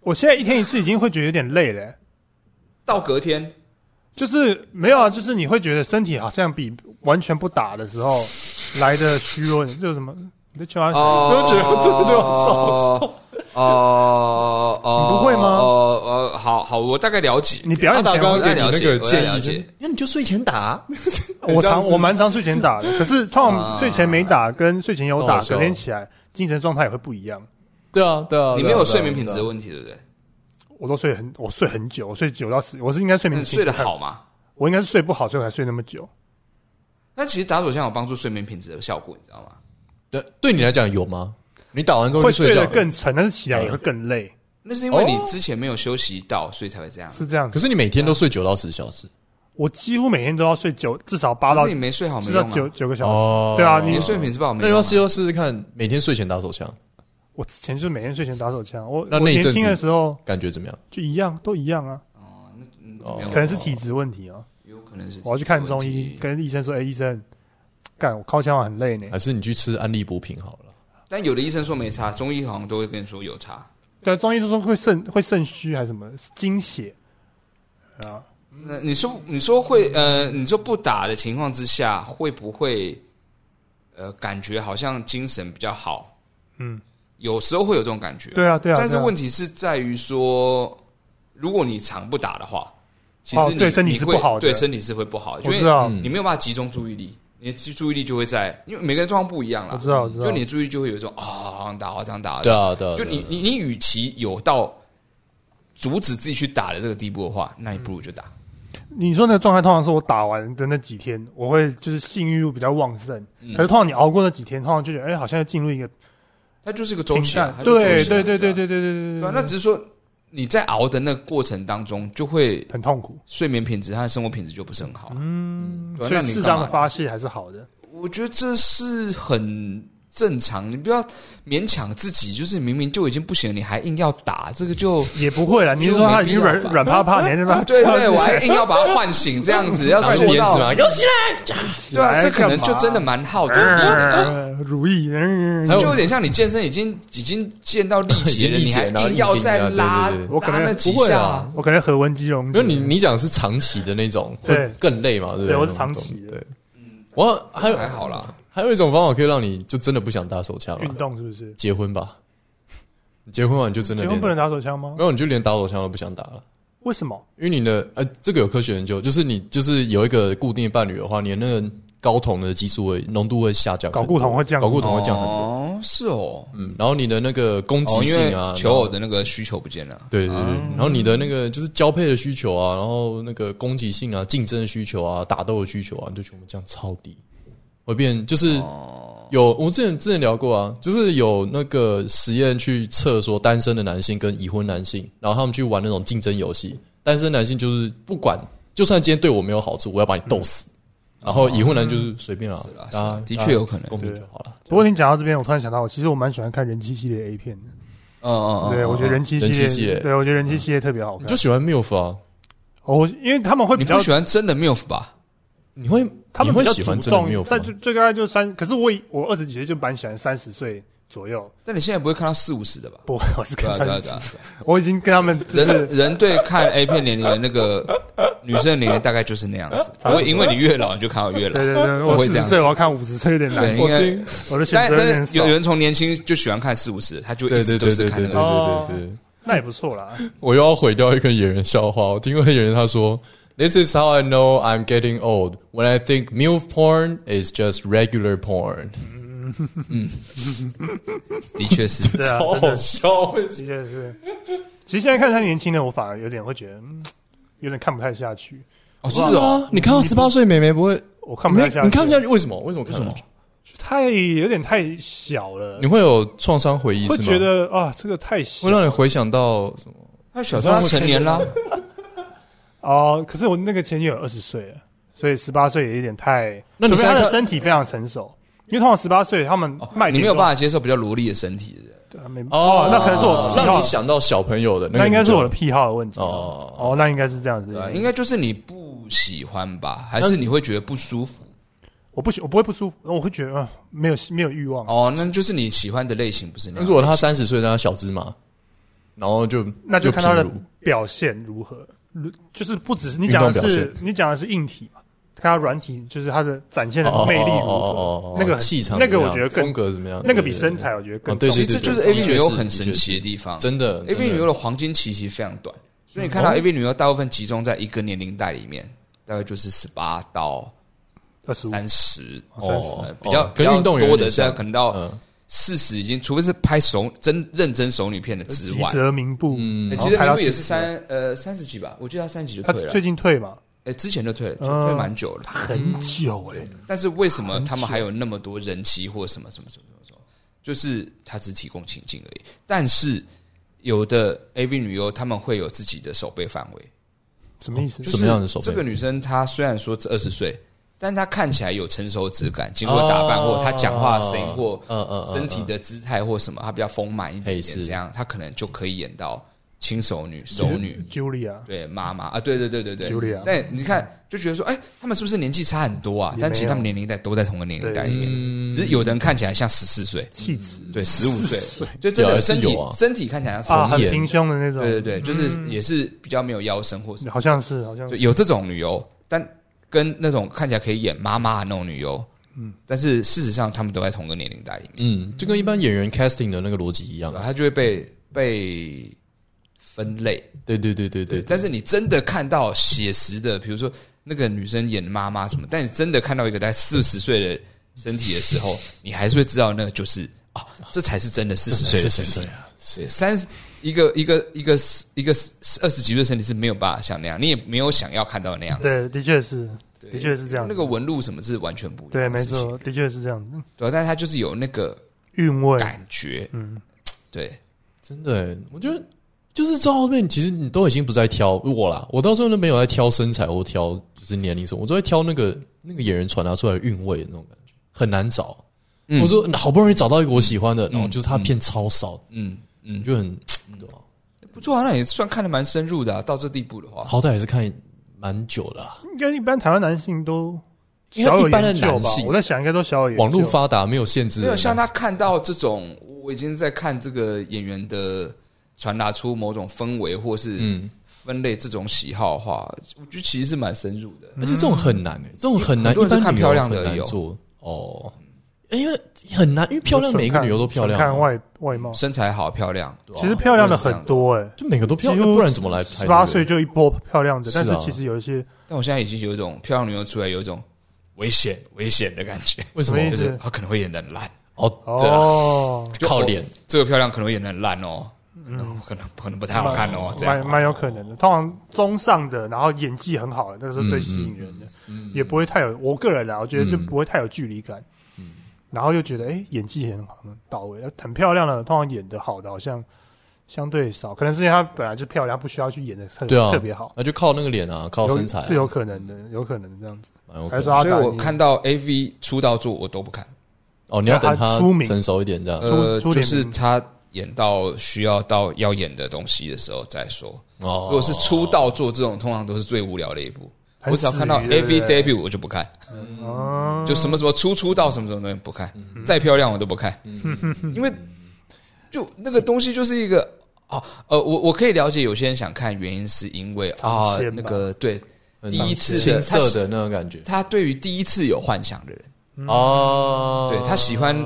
[SPEAKER 1] 我现在一天一次已经会觉得有点累了欸、
[SPEAKER 2] 到隔天
[SPEAKER 1] 就是没有啊，就是你会觉得身体好像比完全不打的时候来的虚弱，就是什么你在求啊？
[SPEAKER 2] 哦，
[SPEAKER 3] 都觉得这个对我
[SPEAKER 2] 哦哦哦，
[SPEAKER 1] 你不会吗嗯
[SPEAKER 2] 哦哦，好好，我大概了解。
[SPEAKER 1] 你表
[SPEAKER 3] 阿
[SPEAKER 1] 演
[SPEAKER 3] 达
[SPEAKER 1] 前
[SPEAKER 3] 刚刚
[SPEAKER 1] 我
[SPEAKER 3] 给你那个
[SPEAKER 2] 我在
[SPEAKER 3] 建
[SPEAKER 2] 了
[SPEAKER 3] 议，
[SPEAKER 2] 解
[SPEAKER 3] 就是那你就睡前打，
[SPEAKER 1] 我常
[SPEAKER 3] 很像是
[SPEAKER 1] 我蛮常睡前打的，可 是通常
[SPEAKER 2] 啊哦
[SPEAKER 1] 睡前没打跟睡前有
[SPEAKER 3] 超
[SPEAKER 1] 打
[SPEAKER 3] 好，笑
[SPEAKER 1] 隔天起来精神状态也会不一样。
[SPEAKER 3] 对啊对啊，
[SPEAKER 2] 你
[SPEAKER 3] 对啊
[SPEAKER 2] 没有
[SPEAKER 3] 对啊
[SPEAKER 2] 睡眠品质
[SPEAKER 3] 对
[SPEAKER 2] 的
[SPEAKER 3] 啊
[SPEAKER 2] 问题，对不对？
[SPEAKER 1] 我都睡很我睡很久，我睡九到十，我是应该睡
[SPEAKER 2] 那
[SPEAKER 1] 眠
[SPEAKER 2] 你嗯睡得
[SPEAKER 1] 品质很，
[SPEAKER 2] 好吗？
[SPEAKER 1] 我应该是睡不好，所以我才睡那么久。
[SPEAKER 2] 那其实打手枪有帮助睡眠品质的效果，你知道吗？
[SPEAKER 3] 对，对你来讲有吗？你打完之后
[SPEAKER 1] 会
[SPEAKER 3] 去
[SPEAKER 1] 睡
[SPEAKER 3] 觉
[SPEAKER 1] 得，更沉，但是起来也会更累，
[SPEAKER 2] 那是因为你
[SPEAKER 3] 哦
[SPEAKER 2] 之前没有休息到，所以才会这样。
[SPEAKER 1] 是这样
[SPEAKER 3] 可
[SPEAKER 1] 子。
[SPEAKER 3] 是你每天都睡九到十小时
[SPEAKER 1] 我几乎每天都要睡九，至少八
[SPEAKER 2] 可
[SPEAKER 1] 到
[SPEAKER 2] 是你没睡好没
[SPEAKER 1] 至少
[SPEAKER 2] 用
[SPEAKER 1] 九
[SPEAKER 2] 啊，
[SPEAKER 1] 九个小时。
[SPEAKER 3] 哦
[SPEAKER 1] 对啊
[SPEAKER 2] 你
[SPEAKER 1] 你
[SPEAKER 2] 的睡眠品质不好没
[SPEAKER 3] 那
[SPEAKER 2] 用
[SPEAKER 3] 要
[SPEAKER 2] 啊。
[SPEAKER 3] 试要试试看，每天睡前打手枪，
[SPEAKER 1] 我之前就是每天睡前打手枪，我
[SPEAKER 3] 那
[SPEAKER 1] 我
[SPEAKER 3] 那一
[SPEAKER 1] 年
[SPEAKER 3] 阵子
[SPEAKER 1] 轻的时候
[SPEAKER 3] 感觉怎么样？
[SPEAKER 1] 就一样，都一样啊，
[SPEAKER 2] 哦，那嗯
[SPEAKER 3] 哦
[SPEAKER 2] 没有哦
[SPEAKER 1] 可能是体质问题啊。
[SPEAKER 2] 有可能是
[SPEAKER 1] 我要去看中医，
[SPEAKER 2] 有问题
[SPEAKER 1] 跟医生说，哎、医生，干我靠枪很累呢
[SPEAKER 3] 还。是你去吃安利补品好了？
[SPEAKER 2] 但有的医生说没差，中医好像都会跟你说有差。
[SPEAKER 1] 对啊，中医就说会肾会肾虚还是什么精血啊？
[SPEAKER 2] 那你说你说会呃，你说不打的情况之下，会不会呃感觉好像精神比较好？
[SPEAKER 1] 嗯，
[SPEAKER 2] 有时候会有这种感觉。
[SPEAKER 1] 对啊，对啊。
[SPEAKER 2] 但是
[SPEAKER 1] 对啊
[SPEAKER 2] 问题是在于说，如果你常不打的话，其
[SPEAKER 1] 哦
[SPEAKER 2] 实你、
[SPEAKER 1] 对身体
[SPEAKER 2] 你
[SPEAKER 1] 是
[SPEAKER 2] 会
[SPEAKER 1] 不好的
[SPEAKER 2] 对身体是会不好的，因
[SPEAKER 1] 我
[SPEAKER 2] 为
[SPEAKER 1] 知道，
[SPEAKER 3] 嗯
[SPEAKER 2] 你没有办法集中注意力，你的注意力就会在，因为每个人状况不一样啦，
[SPEAKER 1] 我知道，我知道
[SPEAKER 2] 就。你的注意力就会有一种啊，好像打，好像打，
[SPEAKER 3] 对啊对啊，
[SPEAKER 2] 就
[SPEAKER 3] 对啊
[SPEAKER 2] 你你你与其有到阻止自己去打的这个地步的话，那你不如就打。
[SPEAKER 1] 你说那个状态，通常是我打完的那几天，我会就是性欲比较旺盛。
[SPEAKER 2] 嗯
[SPEAKER 1] 可是通常你熬过那几天，通常就觉得，哎、好像要进入一个
[SPEAKER 2] 它就是一个周
[SPEAKER 1] 平
[SPEAKER 2] 期啊
[SPEAKER 1] 淡，。
[SPEAKER 2] 它就是周
[SPEAKER 1] 对
[SPEAKER 2] 期啊
[SPEAKER 1] 对对对对
[SPEAKER 2] 对啊
[SPEAKER 1] 对对对
[SPEAKER 2] 对啊，那只是说你在熬的那个过程当中，就会
[SPEAKER 1] 很痛苦。
[SPEAKER 2] 睡眠品质和生活品质就不是很好啊。
[SPEAKER 1] 嗯，
[SPEAKER 2] 对啊
[SPEAKER 1] 所以
[SPEAKER 2] 那你
[SPEAKER 1] 适
[SPEAKER 2] 干
[SPEAKER 1] 当
[SPEAKER 2] 嘛
[SPEAKER 1] 的发泄还是好的。
[SPEAKER 2] 我觉得这是很正常，你不要勉强自己，就是明明就已经不行了，你还硬要打，这个 就
[SPEAKER 1] 也不会啦。你是说他已经软
[SPEAKER 2] 就没必要吧
[SPEAKER 1] 软趴趴，你还是吧？
[SPEAKER 2] 对对，我还硬要把它唤醒，这样 子要
[SPEAKER 3] 拿着
[SPEAKER 2] 做
[SPEAKER 3] 鞭子嘛，
[SPEAKER 2] 到，
[SPEAKER 3] 给我起来！嗯
[SPEAKER 2] 对啊啊，这可能就 真的蛮耗的。
[SPEAKER 1] 如意，呃嗯
[SPEAKER 3] 还有
[SPEAKER 2] 就有点像你健身已经已经见到力竭了，
[SPEAKER 3] 已经力
[SPEAKER 2] 你还
[SPEAKER 3] 竭然后
[SPEAKER 2] 硬要再拉
[SPEAKER 3] 硬硬啊对对对
[SPEAKER 1] 我可
[SPEAKER 2] 拉
[SPEAKER 1] 能
[SPEAKER 2] 那几
[SPEAKER 3] 不会
[SPEAKER 2] 下
[SPEAKER 3] 啊，
[SPEAKER 1] 我感觉何文基隆，
[SPEAKER 3] 因为你你讲的是长期的那种，
[SPEAKER 1] 对
[SPEAKER 3] 会更累嘛，对不对？
[SPEAKER 1] 对我是
[SPEAKER 3] 那
[SPEAKER 1] 长
[SPEAKER 3] 种
[SPEAKER 1] 期的嗯
[SPEAKER 3] 对，我还有
[SPEAKER 2] 还好啦。
[SPEAKER 3] 还有一种方法可以让你就真的不想打手枪
[SPEAKER 1] 运
[SPEAKER 3] 了，
[SPEAKER 1] 动是不是？
[SPEAKER 3] 结婚吧。你结婚完你就真的
[SPEAKER 1] 结
[SPEAKER 3] 连
[SPEAKER 1] 婚不能打手枪吗？
[SPEAKER 3] 没有，你就连打手枪都不想打了。
[SPEAKER 1] 为什么？
[SPEAKER 3] 因为你的呃，这个有科学研究，就是你就是有一个固定的伴侣的话，你的那个睾酮的激素会浓度会下降很多，嗯
[SPEAKER 1] 睾固酮会降
[SPEAKER 3] 睾固酮会降很多。
[SPEAKER 2] 哦，是哦，
[SPEAKER 3] 嗯，然后你的那个攻
[SPEAKER 2] 哦，
[SPEAKER 3] 击
[SPEAKER 2] 因为
[SPEAKER 3] 性啊，
[SPEAKER 2] 求偶
[SPEAKER 3] 然后
[SPEAKER 2] 的那个需求不见了。
[SPEAKER 3] 对对对，
[SPEAKER 2] 啊
[SPEAKER 3] 然后你的那个就是交配的需求啊，然后那个攻击性啊、竞争的需求啊、打斗的需求啊，你就全部降超低，会变就是
[SPEAKER 2] 哦
[SPEAKER 3] 有我之前之前聊过啊，就是有那个实验去测说单身的男性跟已婚男性，然后他们去玩那种竞争游戏，单身男性就是不管，就算今天对我没有好处，我要把你斗死。然后已婚男就是随便啊
[SPEAKER 2] 嗯是啦，
[SPEAKER 3] 大
[SPEAKER 2] 是
[SPEAKER 3] 家
[SPEAKER 2] 啦的
[SPEAKER 3] 大
[SPEAKER 2] 确
[SPEAKER 3] 家
[SPEAKER 2] 有可能啊
[SPEAKER 3] 公平就好了。
[SPEAKER 1] 不过你讲到这边，我突然想到，其实我蛮喜欢看人妻系列 A 片的。
[SPEAKER 2] 嗯嗯嗯，
[SPEAKER 1] 对，
[SPEAKER 2] 嗯
[SPEAKER 1] 我觉得人妻
[SPEAKER 3] 人妻系
[SPEAKER 1] 列，
[SPEAKER 3] 列
[SPEAKER 1] 对我觉得人妻系列特别好
[SPEAKER 3] 你
[SPEAKER 1] 看
[SPEAKER 3] 就。喜欢 MILF 啊？
[SPEAKER 1] 哦我因为他们会比
[SPEAKER 2] 你
[SPEAKER 1] 较
[SPEAKER 2] 不，喜欢真的 MILF 吧？
[SPEAKER 3] 你会
[SPEAKER 1] 他们比
[SPEAKER 3] 你会
[SPEAKER 1] 较
[SPEAKER 3] 喜
[SPEAKER 1] 主
[SPEAKER 3] 欢真的
[SPEAKER 1] 动
[SPEAKER 3] MILF，吗，
[SPEAKER 1] 在最最大概就三，可是我以我二十几岁就蛮喜欢三十岁左右。
[SPEAKER 2] 但你现在不会看到四五十的吧？
[SPEAKER 1] 不，我是
[SPEAKER 2] 对
[SPEAKER 1] 看
[SPEAKER 2] 啊
[SPEAKER 1] 三
[SPEAKER 2] 对啊
[SPEAKER 1] 十
[SPEAKER 2] 对啊
[SPEAKER 1] 几，，我已经跟他们就
[SPEAKER 2] 人
[SPEAKER 1] 是
[SPEAKER 2] 人对看 A 片年龄的那个女生的年龄大概就是那样子，不会因为你越老你就看到越老
[SPEAKER 1] 对。对对，我
[SPEAKER 2] 会
[SPEAKER 1] 四十
[SPEAKER 2] 这样
[SPEAKER 1] 岁
[SPEAKER 2] 子
[SPEAKER 1] 我要看五十岁有点难
[SPEAKER 2] 对，，应该
[SPEAKER 3] 听
[SPEAKER 1] 我的选
[SPEAKER 2] 但
[SPEAKER 1] 择有点
[SPEAKER 2] 但有
[SPEAKER 1] 少
[SPEAKER 2] 有，人从年轻就喜欢看四五十，他就一
[SPEAKER 3] 对
[SPEAKER 2] 直
[SPEAKER 3] 对
[SPEAKER 2] 都
[SPEAKER 3] 对
[SPEAKER 2] 是
[SPEAKER 3] 对对
[SPEAKER 2] 看
[SPEAKER 3] 对
[SPEAKER 2] 那
[SPEAKER 3] 对
[SPEAKER 2] 个。
[SPEAKER 1] 哦
[SPEAKER 3] 对对。
[SPEAKER 1] 那也不错啦。
[SPEAKER 3] 我又要毁掉一个演员笑话。我听过一个演员他说：“This is how I know I'm getting old when I think milf porn is just regular porn。
[SPEAKER 2] 的确是，
[SPEAKER 1] 对啊，真的
[SPEAKER 3] 笑，为什
[SPEAKER 1] 的确是。其实现在看他年轻的，我反而有点会觉得，嗯有点看不太下去。
[SPEAKER 2] 哦是
[SPEAKER 3] 么是
[SPEAKER 2] 哦，
[SPEAKER 3] 啊，你看到十八岁美眉不会，
[SPEAKER 1] 我看不太
[SPEAKER 3] 你
[SPEAKER 1] 下去，
[SPEAKER 3] 你看不下去，为什么？为什么看不下去？
[SPEAKER 1] 太有点太小了
[SPEAKER 3] 你，会有创伤回忆
[SPEAKER 1] 会
[SPEAKER 3] 是吗？
[SPEAKER 1] 觉得啊，这个太小
[SPEAKER 3] 嗯会让你回想到什么？
[SPEAKER 2] 他小时候他成年了，
[SPEAKER 1] 哦。可是我那个前女友二十岁了，所以十八岁也有点太。
[SPEAKER 3] 那你
[SPEAKER 1] 除非他
[SPEAKER 3] 现在
[SPEAKER 1] 的
[SPEAKER 3] 看
[SPEAKER 1] 身体非常成熟，因为通常十八岁他们
[SPEAKER 3] 哦
[SPEAKER 1] 卖
[SPEAKER 2] 你没有办
[SPEAKER 1] 法
[SPEAKER 2] 法接受比较萝莉的身体，
[SPEAKER 1] 哦，那可能是我的癖
[SPEAKER 3] 让
[SPEAKER 1] 好
[SPEAKER 3] 你，想到小朋友的，那个
[SPEAKER 1] 那应该是我的
[SPEAKER 3] 你
[SPEAKER 1] 癖好的问题哦
[SPEAKER 3] 哦。啊
[SPEAKER 1] 哦，那应该是这样子
[SPEAKER 2] 对吧，应该就是你不喜欢吧，还是你会觉得不舒服？
[SPEAKER 1] 我不喜，我不会不舒服，我会觉得啊，没有没有欲望。
[SPEAKER 2] 哦，那就是你喜欢的类型不是那
[SPEAKER 3] 就。
[SPEAKER 2] 样
[SPEAKER 3] 如。果他三十岁，让他小芝麻，然后就
[SPEAKER 1] 那就看他
[SPEAKER 3] 平
[SPEAKER 1] 的
[SPEAKER 3] 乳
[SPEAKER 1] 表现如何。如就是不只是你
[SPEAKER 3] 运
[SPEAKER 1] 讲
[SPEAKER 3] 动
[SPEAKER 1] 的
[SPEAKER 3] 表
[SPEAKER 1] 是你讲的是硬体嘛，看他软体就是他的展现的
[SPEAKER 3] 哦哦 哦
[SPEAKER 1] 魅力如
[SPEAKER 3] 哦哦哦
[SPEAKER 1] 何
[SPEAKER 3] 哦，
[SPEAKER 1] 那个很
[SPEAKER 3] 气场
[SPEAKER 1] 那个
[SPEAKER 3] 怎么
[SPEAKER 1] 我
[SPEAKER 3] 样
[SPEAKER 1] 觉得更
[SPEAKER 3] 风格怎么样？
[SPEAKER 1] 那个比
[SPEAKER 3] 对对对
[SPEAKER 1] 身材我觉得更
[SPEAKER 3] 哦对
[SPEAKER 1] 重
[SPEAKER 2] 其
[SPEAKER 3] 对
[SPEAKER 2] 实
[SPEAKER 3] 对，
[SPEAKER 2] 这就是
[SPEAKER 3] 对
[SPEAKER 2] A V 女优
[SPEAKER 3] 的确是
[SPEAKER 2] 很神
[SPEAKER 3] 的确是
[SPEAKER 2] 奇的地方。
[SPEAKER 3] 真的
[SPEAKER 2] 呃
[SPEAKER 3] 嗯
[SPEAKER 2] A V 女
[SPEAKER 3] 真
[SPEAKER 2] 优
[SPEAKER 3] 的
[SPEAKER 2] 的黄金期其实非常短，所以你看到
[SPEAKER 1] 哦
[SPEAKER 2] A V 女优大部分集中在一个年龄带里面，大概就是十八到
[SPEAKER 1] 二十五
[SPEAKER 2] 三十呃
[SPEAKER 3] 哦
[SPEAKER 2] 比较
[SPEAKER 3] 哦
[SPEAKER 2] 比较
[SPEAKER 3] 跟运动员
[SPEAKER 2] 多
[SPEAKER 3] 有
[SPEAKER 2] 的
[SPEAKER 3] 点
[SPEAKER 2] 是
[SPEAKER 3] 像
[SPEAKER 2] 可能到
[SPEAKER 3] 嗯
[SPEAKER 2] 四十已经，除非是拍熟真认真熟女片的之
[SPEAKER 1] 吉
[SPEAKER 2] 外，
[SPEAKER 3] 哦
[SPEAKER 1] 泽明步，
[SPEAKER 2] 欸
[SPEAKER 1] 嗯
[SPEAKER 2] 其实那部也是三呃三十几吧，我记得他三十几就
[SPEAKER 1] 他
[SPEAKER 2] 退了
[SPEAKER 1] 最，近退嘛，
[SPEAKER 2] 哎，之前就退了，退
[SPEAKER 1] 嗯
[SPEAKER 2] 退蛮久了。
[SPEAKER 1] 很久欸嘞，
[SPEAKER 3] 嗯
[SPEAKER 2] 但是为什么他们还有那么多人妻或什么什么什么什么什么？就是他只提供情境而已。但是有的 AV 女优她们会有自己的守备范围，
[SPEAKER 1] 什么意思
[SPEAKER 2] 就？是
[SPEAKER 3] 哦什么样的守备
[SPEAKER 2] 这个女生她虽然说二十岁，但她看起来有成熟质感，经过打扮
[SPEAKER 3] 哦
[SPEAKER 2] 或她讲话的声音或
[SPEAKER 3] 嗯嗯嗯
[SPEAKER 2] 身体的姿态或什么，她比较丰满一点
[SPEAKER 3] 嘿
[SPEAKER 2] 点，
[SPEAKER 3] 是
[SPEAKER 2] 这样她可能就可以演到轻熟女、熟女。
[SPEAKER 1] Julia，
[SPEAKER 2] 对妈妈啊，对对对对对
[SPEAKER 1] Julia
[SPEAKER 2] 但你看就觉得说，哎，他们是不是年纪差很多啊
[SPEAKER 1] 也？没有
[SPEAKER 2] 但其实他们年龄代都在同个年龄代里
[SPEAKER 3] 嗯
[SPEAKER 2] 面，只是有的人看起来像十四岁，
[SPEAKER 1] 气质
[SPEAKER 2] 对，十五岁，就真的
[SPEAKER 3] 有
[SPEAKER 2] 身
[SPEAKER 3] 是
[SPEAKER 2] 体
[SPEAKER 3] 有啊
[SPEAKER 2] 身体看起来
[SPEAKER 1] 啊，嗯
[SPEAKER 2] 像十
[SPEAKER 1] 很
[SPEAKER 2] 五
[SPEAKER 3] 眼
[SPEAKER 1] 平胸的那种，
[SPEAKER 2] 对对对，就是也是比较没有腰身或什么，
[SPEAKER 1] 好像是好像
[SPEAKER 2] 就是有这种女优，但跟那种看起来可以演妈妈的那种女优，嗯，但是事实上他们都在同个年龄代里面，
[SPEAKER 3] 嗯，就跟一般演员 casting 的那个逻辑一样啊
[SPEAKER 2] 对吧？。她就会被被分类，
[SPEAKER 3] 对对对对对，
[SPEAKER 2] 但是你真的看到写实的，比如说那个女生演妈妈什么，但你真的看到一个在四十岁的身体的时候，你还是会知道那个就是啊，这才是真的四十岁的身体。
[SPEAKER 3] 啊，
[SPEAKER 2] 对，三十一个一个一个一个二十几岁的身体是没有办法像那样，你也没有想要看到那样子。
[SPEAKER 1] 对，的确是，的确是这样子
[SPEAKER 2] 那，个纹路什么是完全不一
[SPEAKER 1] 对，
[SPEAKER 2] 样
[SPEAKER 1] 没
[SPEAKER 2] 的事情。
[SPEAKER 1] 错，的确是这样子，
[SPEAKER 2] 对，但是它就是有那个
[SPEAKER 1] 韵味，
[SPEAKER 2] 感觉，嗯，对，
[SPEAKER 3] 真的欸，我觉得就是到后面，其实你都已经不再挑我啦，我到时候都没有在挑身材或啊挑就是年龄什么，我都在挑那个那个演员传达出来的韵味的那种感觉，很难找。
[SPEAKER 2] 嗯
[SPEAKER 3] 我说好不容易找到一个我喜欢的，然后就是他片超少，
[SPEAKER 2] 嗯嗯
[SPEAKER 3] 你，就很对吧？
[SPEAKER 2] 不错啊，那也算看得蛮深入的、啊。到这地步的话，
[SPEAKER 3] 好歹也是看蛮久了啊。
[SPEAKER 1] 应该一般台湾男性都
[SPEAKER 3] 应该
[SPEAKER 1] 小有
[SPEAKER 3] 一般的
[SPEAKER 1] 研究
[SPEAKER 3] 男
[SPEAKER 1] 吧
[SPEAKER 3] 性？
[SPEAKER 1] 我在想应该都小有研究。
[SPEAKER 3] 网络发达没有限制
[SPEAKER 2] 嗯没
[SPEAKER 3] 的人
[SPEAKER 2] 有
[SPEAKER 3] 啊，
[SPEAKER 2] 像他看到这种，我已经在看这个演员的传达出某种氛围或是
[SPEAKER 3] 嗯，
[SPEAKER 2] 分类这种喜好的话，我觉得其实是蛮深入的。
[SPEAKER 3] 而且这种很难诶、欸这种很难，
[SPEAKER 2] 嗯很多
[SPEAKER 3] 一
[SPEAKER 2] 人是
[SPEAKER 3] 般
[SPEAKER 2] 看
[SPEAKER 3] 女优
[SPEAKER 2] 漂亮的
[SPEAKER 3] 很
[SPEAKER 2] 而已
[SPEAKER 3] 难
[SPEAKER 2] 哦
[SPEAKER 3] 做哦，因为很难，因为漂亮每一个女优都漂亮
[SPEAKER 1] 纯看
[SPEAKER 3] 啊，
[SPEAKER 1] 外外貌，
[SPEAKER 2] 身材好漂亮，
[SPEAKER 3] 对
[SPEAKER 1] 嗯
[SPEAKER 3] 啊
[SPEAKER 1] 其实漂亮的很多哎、
[SPEAKER 3] 就每个都漂
[SPEAKER 1] 几
[SPEAKER 3] 亮，
[SPEAKER 1] 乎
[SPEAKER 3] 不然怎么来拍？
[SPEAKER 1] 十八
[SPEAKER 3] 对不对
[SPEAKER 1] 岁就一波漂亮的，
[SPEAKER 3] 是啊
[SPEAKER 1] 但是其实有一些
[SPEAKER 2] 但我现在已经有一种漂亮女优出来有一种危险危险的感觉，
[SPEAKER 3] 为什
[SPEAKER 1] 什么
[SPEAKER 3] 么？
[SPEAKER 1] 意
[SPEAKER 2] 就
[SPEAKER 1] 思
[SPEAKER 2] 是她可能会演的很烂，
[SPEAKER 3] 哦，对啊，
[SPEAKER 1] 哦，
[SPEAKER 2] 就
[SPEAKER 3] 靠脸，
[SPEAKER 2] 这个漂亮可能会演的很烂哦，嗯，可能可能不太好看哦，这样
[SPEAKER 1] 蛮蛮有可能的。通常中上的，然后演技很好的，那个
[SPEAKER 2] 嗯
[SPEAKER 1] 是最吸引人的，也不会太有。我个人啦，我觉得就不会太有距离感。
[SPEAKER 2] 嗯
[SPEAKER 1] 然后又觉得哎、诶演技很好，很到位，很漂亮的，通常演的好的好像相对少，可能是因为她本来就漂亮，不需要去演的特
[SPEAKER 3] 对啊，
[SPEAKER 1] 特别好，
[SPEAKER 3] 那就靠那个脸啊，靠
[SPEAKER 1] 有
[SPEAKER 3] 身材啊
[SPEAKER 1] 是有可能的，有可能这样子。
[SPEAKER 3] 蛮有可
[SPEAKER 1] 还是
[SPEAKER 3] 能。
[SPEAKER 1] 说她
[SPEAKER 2] 所以
[SPEAKER 1] 打
[SPEAKER 2] 我
[SPEAKER 1] 你
[SPEAKER 2] 看到 A V 出道作我都不看，
[SPEAKER 3] 哦，你要等
[SPEAKER 1] 他
[SPEAKER 3] 他
[SPEAKER 1] 出名
[SPEAKER 3] 成熟一点这样。
[SPEAKER 2] 呃，
[SPEAKER 1] 朱朱
[SPEAKER 2] 就
[SPEAKER 1] 联
[SPEAKER 2] 是
[SPEAKER 1] 名
[SPEAKER 2] 他演到需要到要演的东西的时候再说。
[SPEAKER 3] 哦
[SPEAKER 2] 如，果是出道作这种，通常都是最无聊的一部。
[SPEAKER 1] 很
[SPEAKER 2] 我只要看到
[SPEAKER 1] 死鱼对
[SPEAKER 2] A
[SPEAKER 1] 不
[SPEAKER 2] V
[SPEAKER 1] 对
[SPEAKER 2] debut 我就不看，
[SPEAKER 1] 哦，
[SPEAKER 2] 就什么什么出出道什么什么东西不看，
[SPEAKER 3] 嗯
[SPEAKER 2] 再漂亮我都不看，因为就那个东西就是一个啊呃，我我可以了解有些人想看，原因是因为啊
[SPEAKER 1] 尝鲜吧
[SPEAKER 2] 那个对
[SPEAKER 3] 很
[SPEAKER 2] 第一次
[SPEAKER 3] 嗯青
[SPEAKER 2] 的他
[SPEAKER 3] 涩的那种感觉
[SPEAKER 2] 他对于第一次有幻想的人，
[SPEAKER 3] 哦，
[SPEAKER 2] 对他喜欢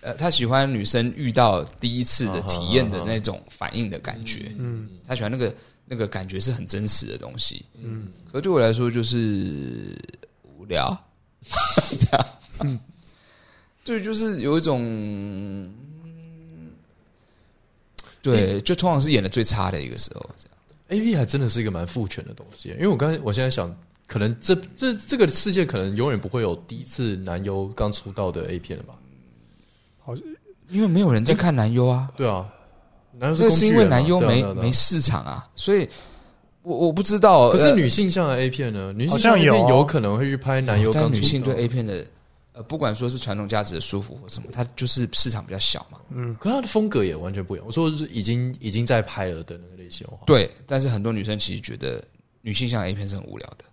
[SPEAKER 2] 呃，他喜欢女生遇到第一次
[SPEAKER 3] 嗯
[SPEAKER 2] 的体验的那种反应的感觉，
[SPEAKER 1] 嗯，
[SPEAKER 2] 他喜欢那个那个感觉是很真实的东西。
[SPEAKER 1] 嗯，
[SPEAKER 2] 可对我来说就是无聊， 这样。对，就是有一种，嗯对，就通常是演的最差的一个时候，这样。
[SPEAKER 3] A V 还真的是一个蛮父权的东西，因为我刚才我现在想，可能这这这个世界可能永远不会有第一次男优刚出道的 A 片了吧？
[SPEAKER 2] 因为没有人在看男优啊，
[SPEAKER 3] 对啊，男优
[SPEAKER 2] 这
[SPEAKER 3] 工
[SPEAKER 2] 是
[SPEAKER 3] 具
[SPEAKER 2] 因
[SPEAKER 3] 人啊
[SPEAKER 2] 为男优
[SPEAKER 3] 对啊
[SPEAKER 2] 没
[SPEAKER 3] 对啊对啊
[SPEAKER 2] 没市场啊，所以我我不知道，
[SPEAKER 3] 可
[SPEAKER 2] 呃
[SPEAKER 3] 是女性向的 A 片呢？女性
[SPEAKER 1] 好像
[SPEAKER 3] 向的 A
[SPEAKER 1] 有
[SPEAKER 3] 片
[SPEAKER 1] 哦
[SPEAKER 3] 有可能会去拍男优
[SPEAKER 2] 哦但
[SPEAKER 3] 刚
[SPEAKER 2] 女
[SPEAKER 3] 出哦
[SPEAKER 2] 性
[SPEAKER 3] 道
[SPEAKER 2] 对，A 片的，呃，不管说是传统价值的舒服或什么，它就是市场比较小嘛。
[SPEAKER 3] 可是她的风格也完全不一样。我说就是已经已经在拍了的那个类型的话，
[SPEAKER 2] 对，但是很多女生其实觉得女性向 A 片是很无聊的。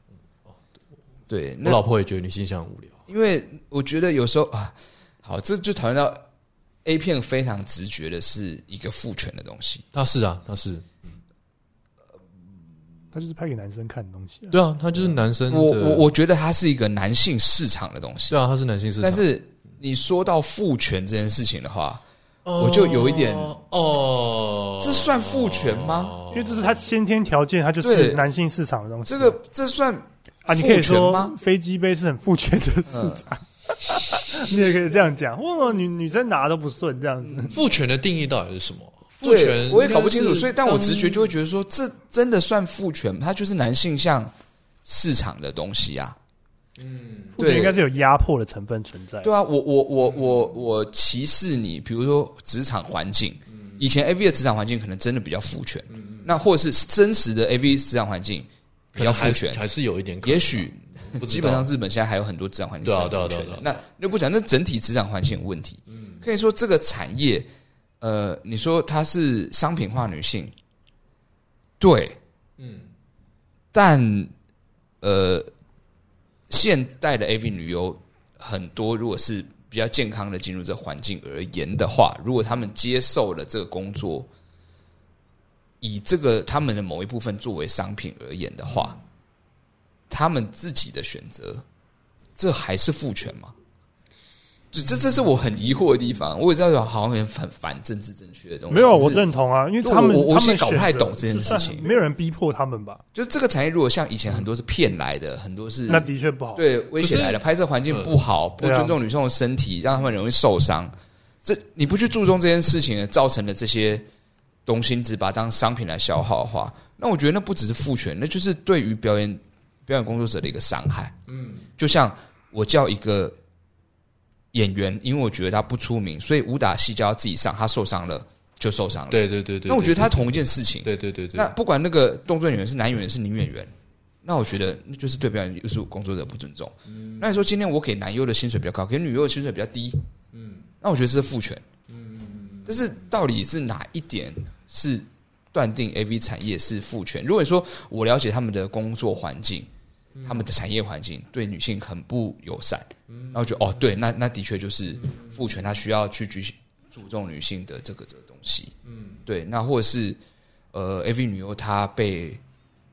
[SPEAKER 2] 对，
[SPEAKER 3] 我
[SPEAKER 2] 那
[SPEAKER 3] 老婆也觉得女性向很无聊。
[SPEAKER 2] 因为我觉得有时候啊，好，这就讨论到 A 片非常直觉的是一个父权的东西。
[SPEAKER 3] 她是啊，她是
[SPEAKER 1] 他就是拍给男生看的东西、啊。
[SPEAKER 3] 对啊，她就是男生的。
[SPEAKER 2] 我我我觉得它是一个男性市场的东西
[SPEAKER 3] 是，啊，她是男性市场，
[SPEAKER 2] 但是你说到父权这件事情的话，
[SPEAKER 3] 哦
[SPEAKER 2] 我就有一点
[SPEAKER 3] 哦，
[SPEAKER 2] 这算父权吗？
[SPEAKER 1] 因为这是他先天条件，他就
[SPEAKER 2] 哦对
[SPEAKER 1] 是男性市场的东西。
[SPEAKER 2] 这个这算
[SPEAKER 1] 啊，你可以
[SPEAKER 2] 父权
[SPEAKER 1] 说
[SPEAKER 2] 吗
[SPEAKER 1] 飞机杯是很父权的市场，
[SPEAKER 3] 嗯
[SPEAKER 1] 你也可以这样讲。为什么女女生拿都不顺这样子？
[SPEAKER 3] 父权的定义到底是什么？父
[SPEAKER 2] 对
[SPEAKER 3] 权，
[SPEAKER 2] 我也搞不清楚，
[SPEAKER 3] 应该是
[SPEAKER 2] 所以但我直觉就会觉得说，这真的算父权吗，它就是男性向市场的东西啊。
[SPEAKER 3] 嗯
[SPEAKER 1] 父权
[SPEAKER 2] 对
[SPEAKER 1] 应该是有压迫的成分存在。
[SPEAKER 2] 对啊，我我我我我歧视你，比如说职场环境，
[SPEAKER 3] 嗯
[SPEAKER 2] 以前 A V 的职场环境可能真的比较父权，那或者是真实的 A V 职场环境比较父
[SPEAKER 3] 还是
[SPEAKER 2] 权，
[SPEAKER 3] 还是有一点可能，
[SPEAKER 2] 也许
[SPEAKER 3] 不知道
[SPEAKER 2] 基本上日本现在还有很多职场环境
[SPEAKER 3] 对啊
[SPEAKER 2] 是很父
[SPEAKER 3] 对啊
[SPEAKER 2] 权
[SPEAKER 3] 对啊嗯
[SPEAKER 2] 的。那就不讲，那整体职场环境有问题。可以说这个产业，呃，你说它是商品化女性，对，
[SPEAKER 3] 嗯，
[SPEAKER 2] 但呃，现代的 AV 女优很多，如果是比较健康的进入这环境而言的话，如果他们接受了这个工作，以这个他们的某一部分作为商品而言的话，他们自己的选择，这还是父权吗？这这这是我很疑惑的地方。我也知道好像很反反政治正确的东西。
[SPEAKER 1] 没有，
[SPEAKER 2] 可是
[SPEAKER 1] 我认同啊，因为
[SPEAKER 2] 就
[SPEAKER 1] 他们
[SPEAKER 2] 我我我
[SPEAKER 1] 他
[SPEAKER 2] 现
[SPEAKER 1] 们
[SPEAKER 2] 在搞不太
[SPEAKER 1] 选择
[SPEAKER 2] 懂这件事情
[SPEAKER 1] 没有人逼迫他们吧？
[SPEAKER 2] 就是这个产业，如果像以前很多是骗来的，很多是
[SPEAKER 1] 那的确不好。
[SPEAKER 2] 对，危险来了，拍摄环
[SPEAKER 3] 呃
[SPEAKER 2] 境不好，不
[SPEAKER 1] 对啊
[SPEAKER 2] 尊重女生的身体，让她们容易受伤。
[SPEAKER 3] 嗯
[SPEAKER 2] 这你不去注重这件事情，造成的这些东西，你只把它当商品来消耗的话，那我觉得那不只是父权，那就是对于表演表演工作者的一个伤害。嗯，就像我叫一个演员，因为我觉得他不出名，所以武打戏叫他自己上，他受伤了就受伤了。
[SPEAKER 3] 对对对对。
[SPEAKER 2] 那我觉得他
[SPEAKER 3] 对
[SPEAKER 2] 同一件事情，
[SPEAKER 3] 对对对对，
[SPEAKER 2] 那不管那个动作演员是男演员是女演员，那我觉得那就是对表演艺术工作者不尊重。那你说今天我给男优的薪水比较高，给女优的薪水比较低，嗯，那我觉得这是父权。嗯，但是到底是哪一点是断定 AV 产业是父权？如果你说我了解他们的工作环境，他们的产业环境对女性很不友善，然后就哦，对，那那的确就是父权，他需要去举注重女性的这个这个东西。嗯，对，那或者是呃，AV 女优她被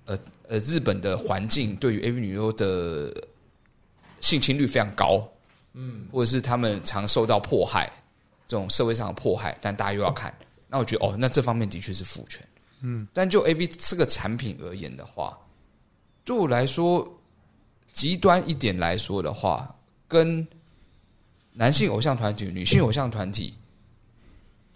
[SPEAKER 2] 呃呃日本的环境对于 AV 女优的性侵率非常高，嗯，或者是他们常受到迫害，这种社会上的迫害，但大家又要看，那我觉得哦，那这方面的确是父权，嗯，但就 AV 这个产品而言的话，对我来说，极端一点来说的话，跟男性偶像团体、女性偶像团体，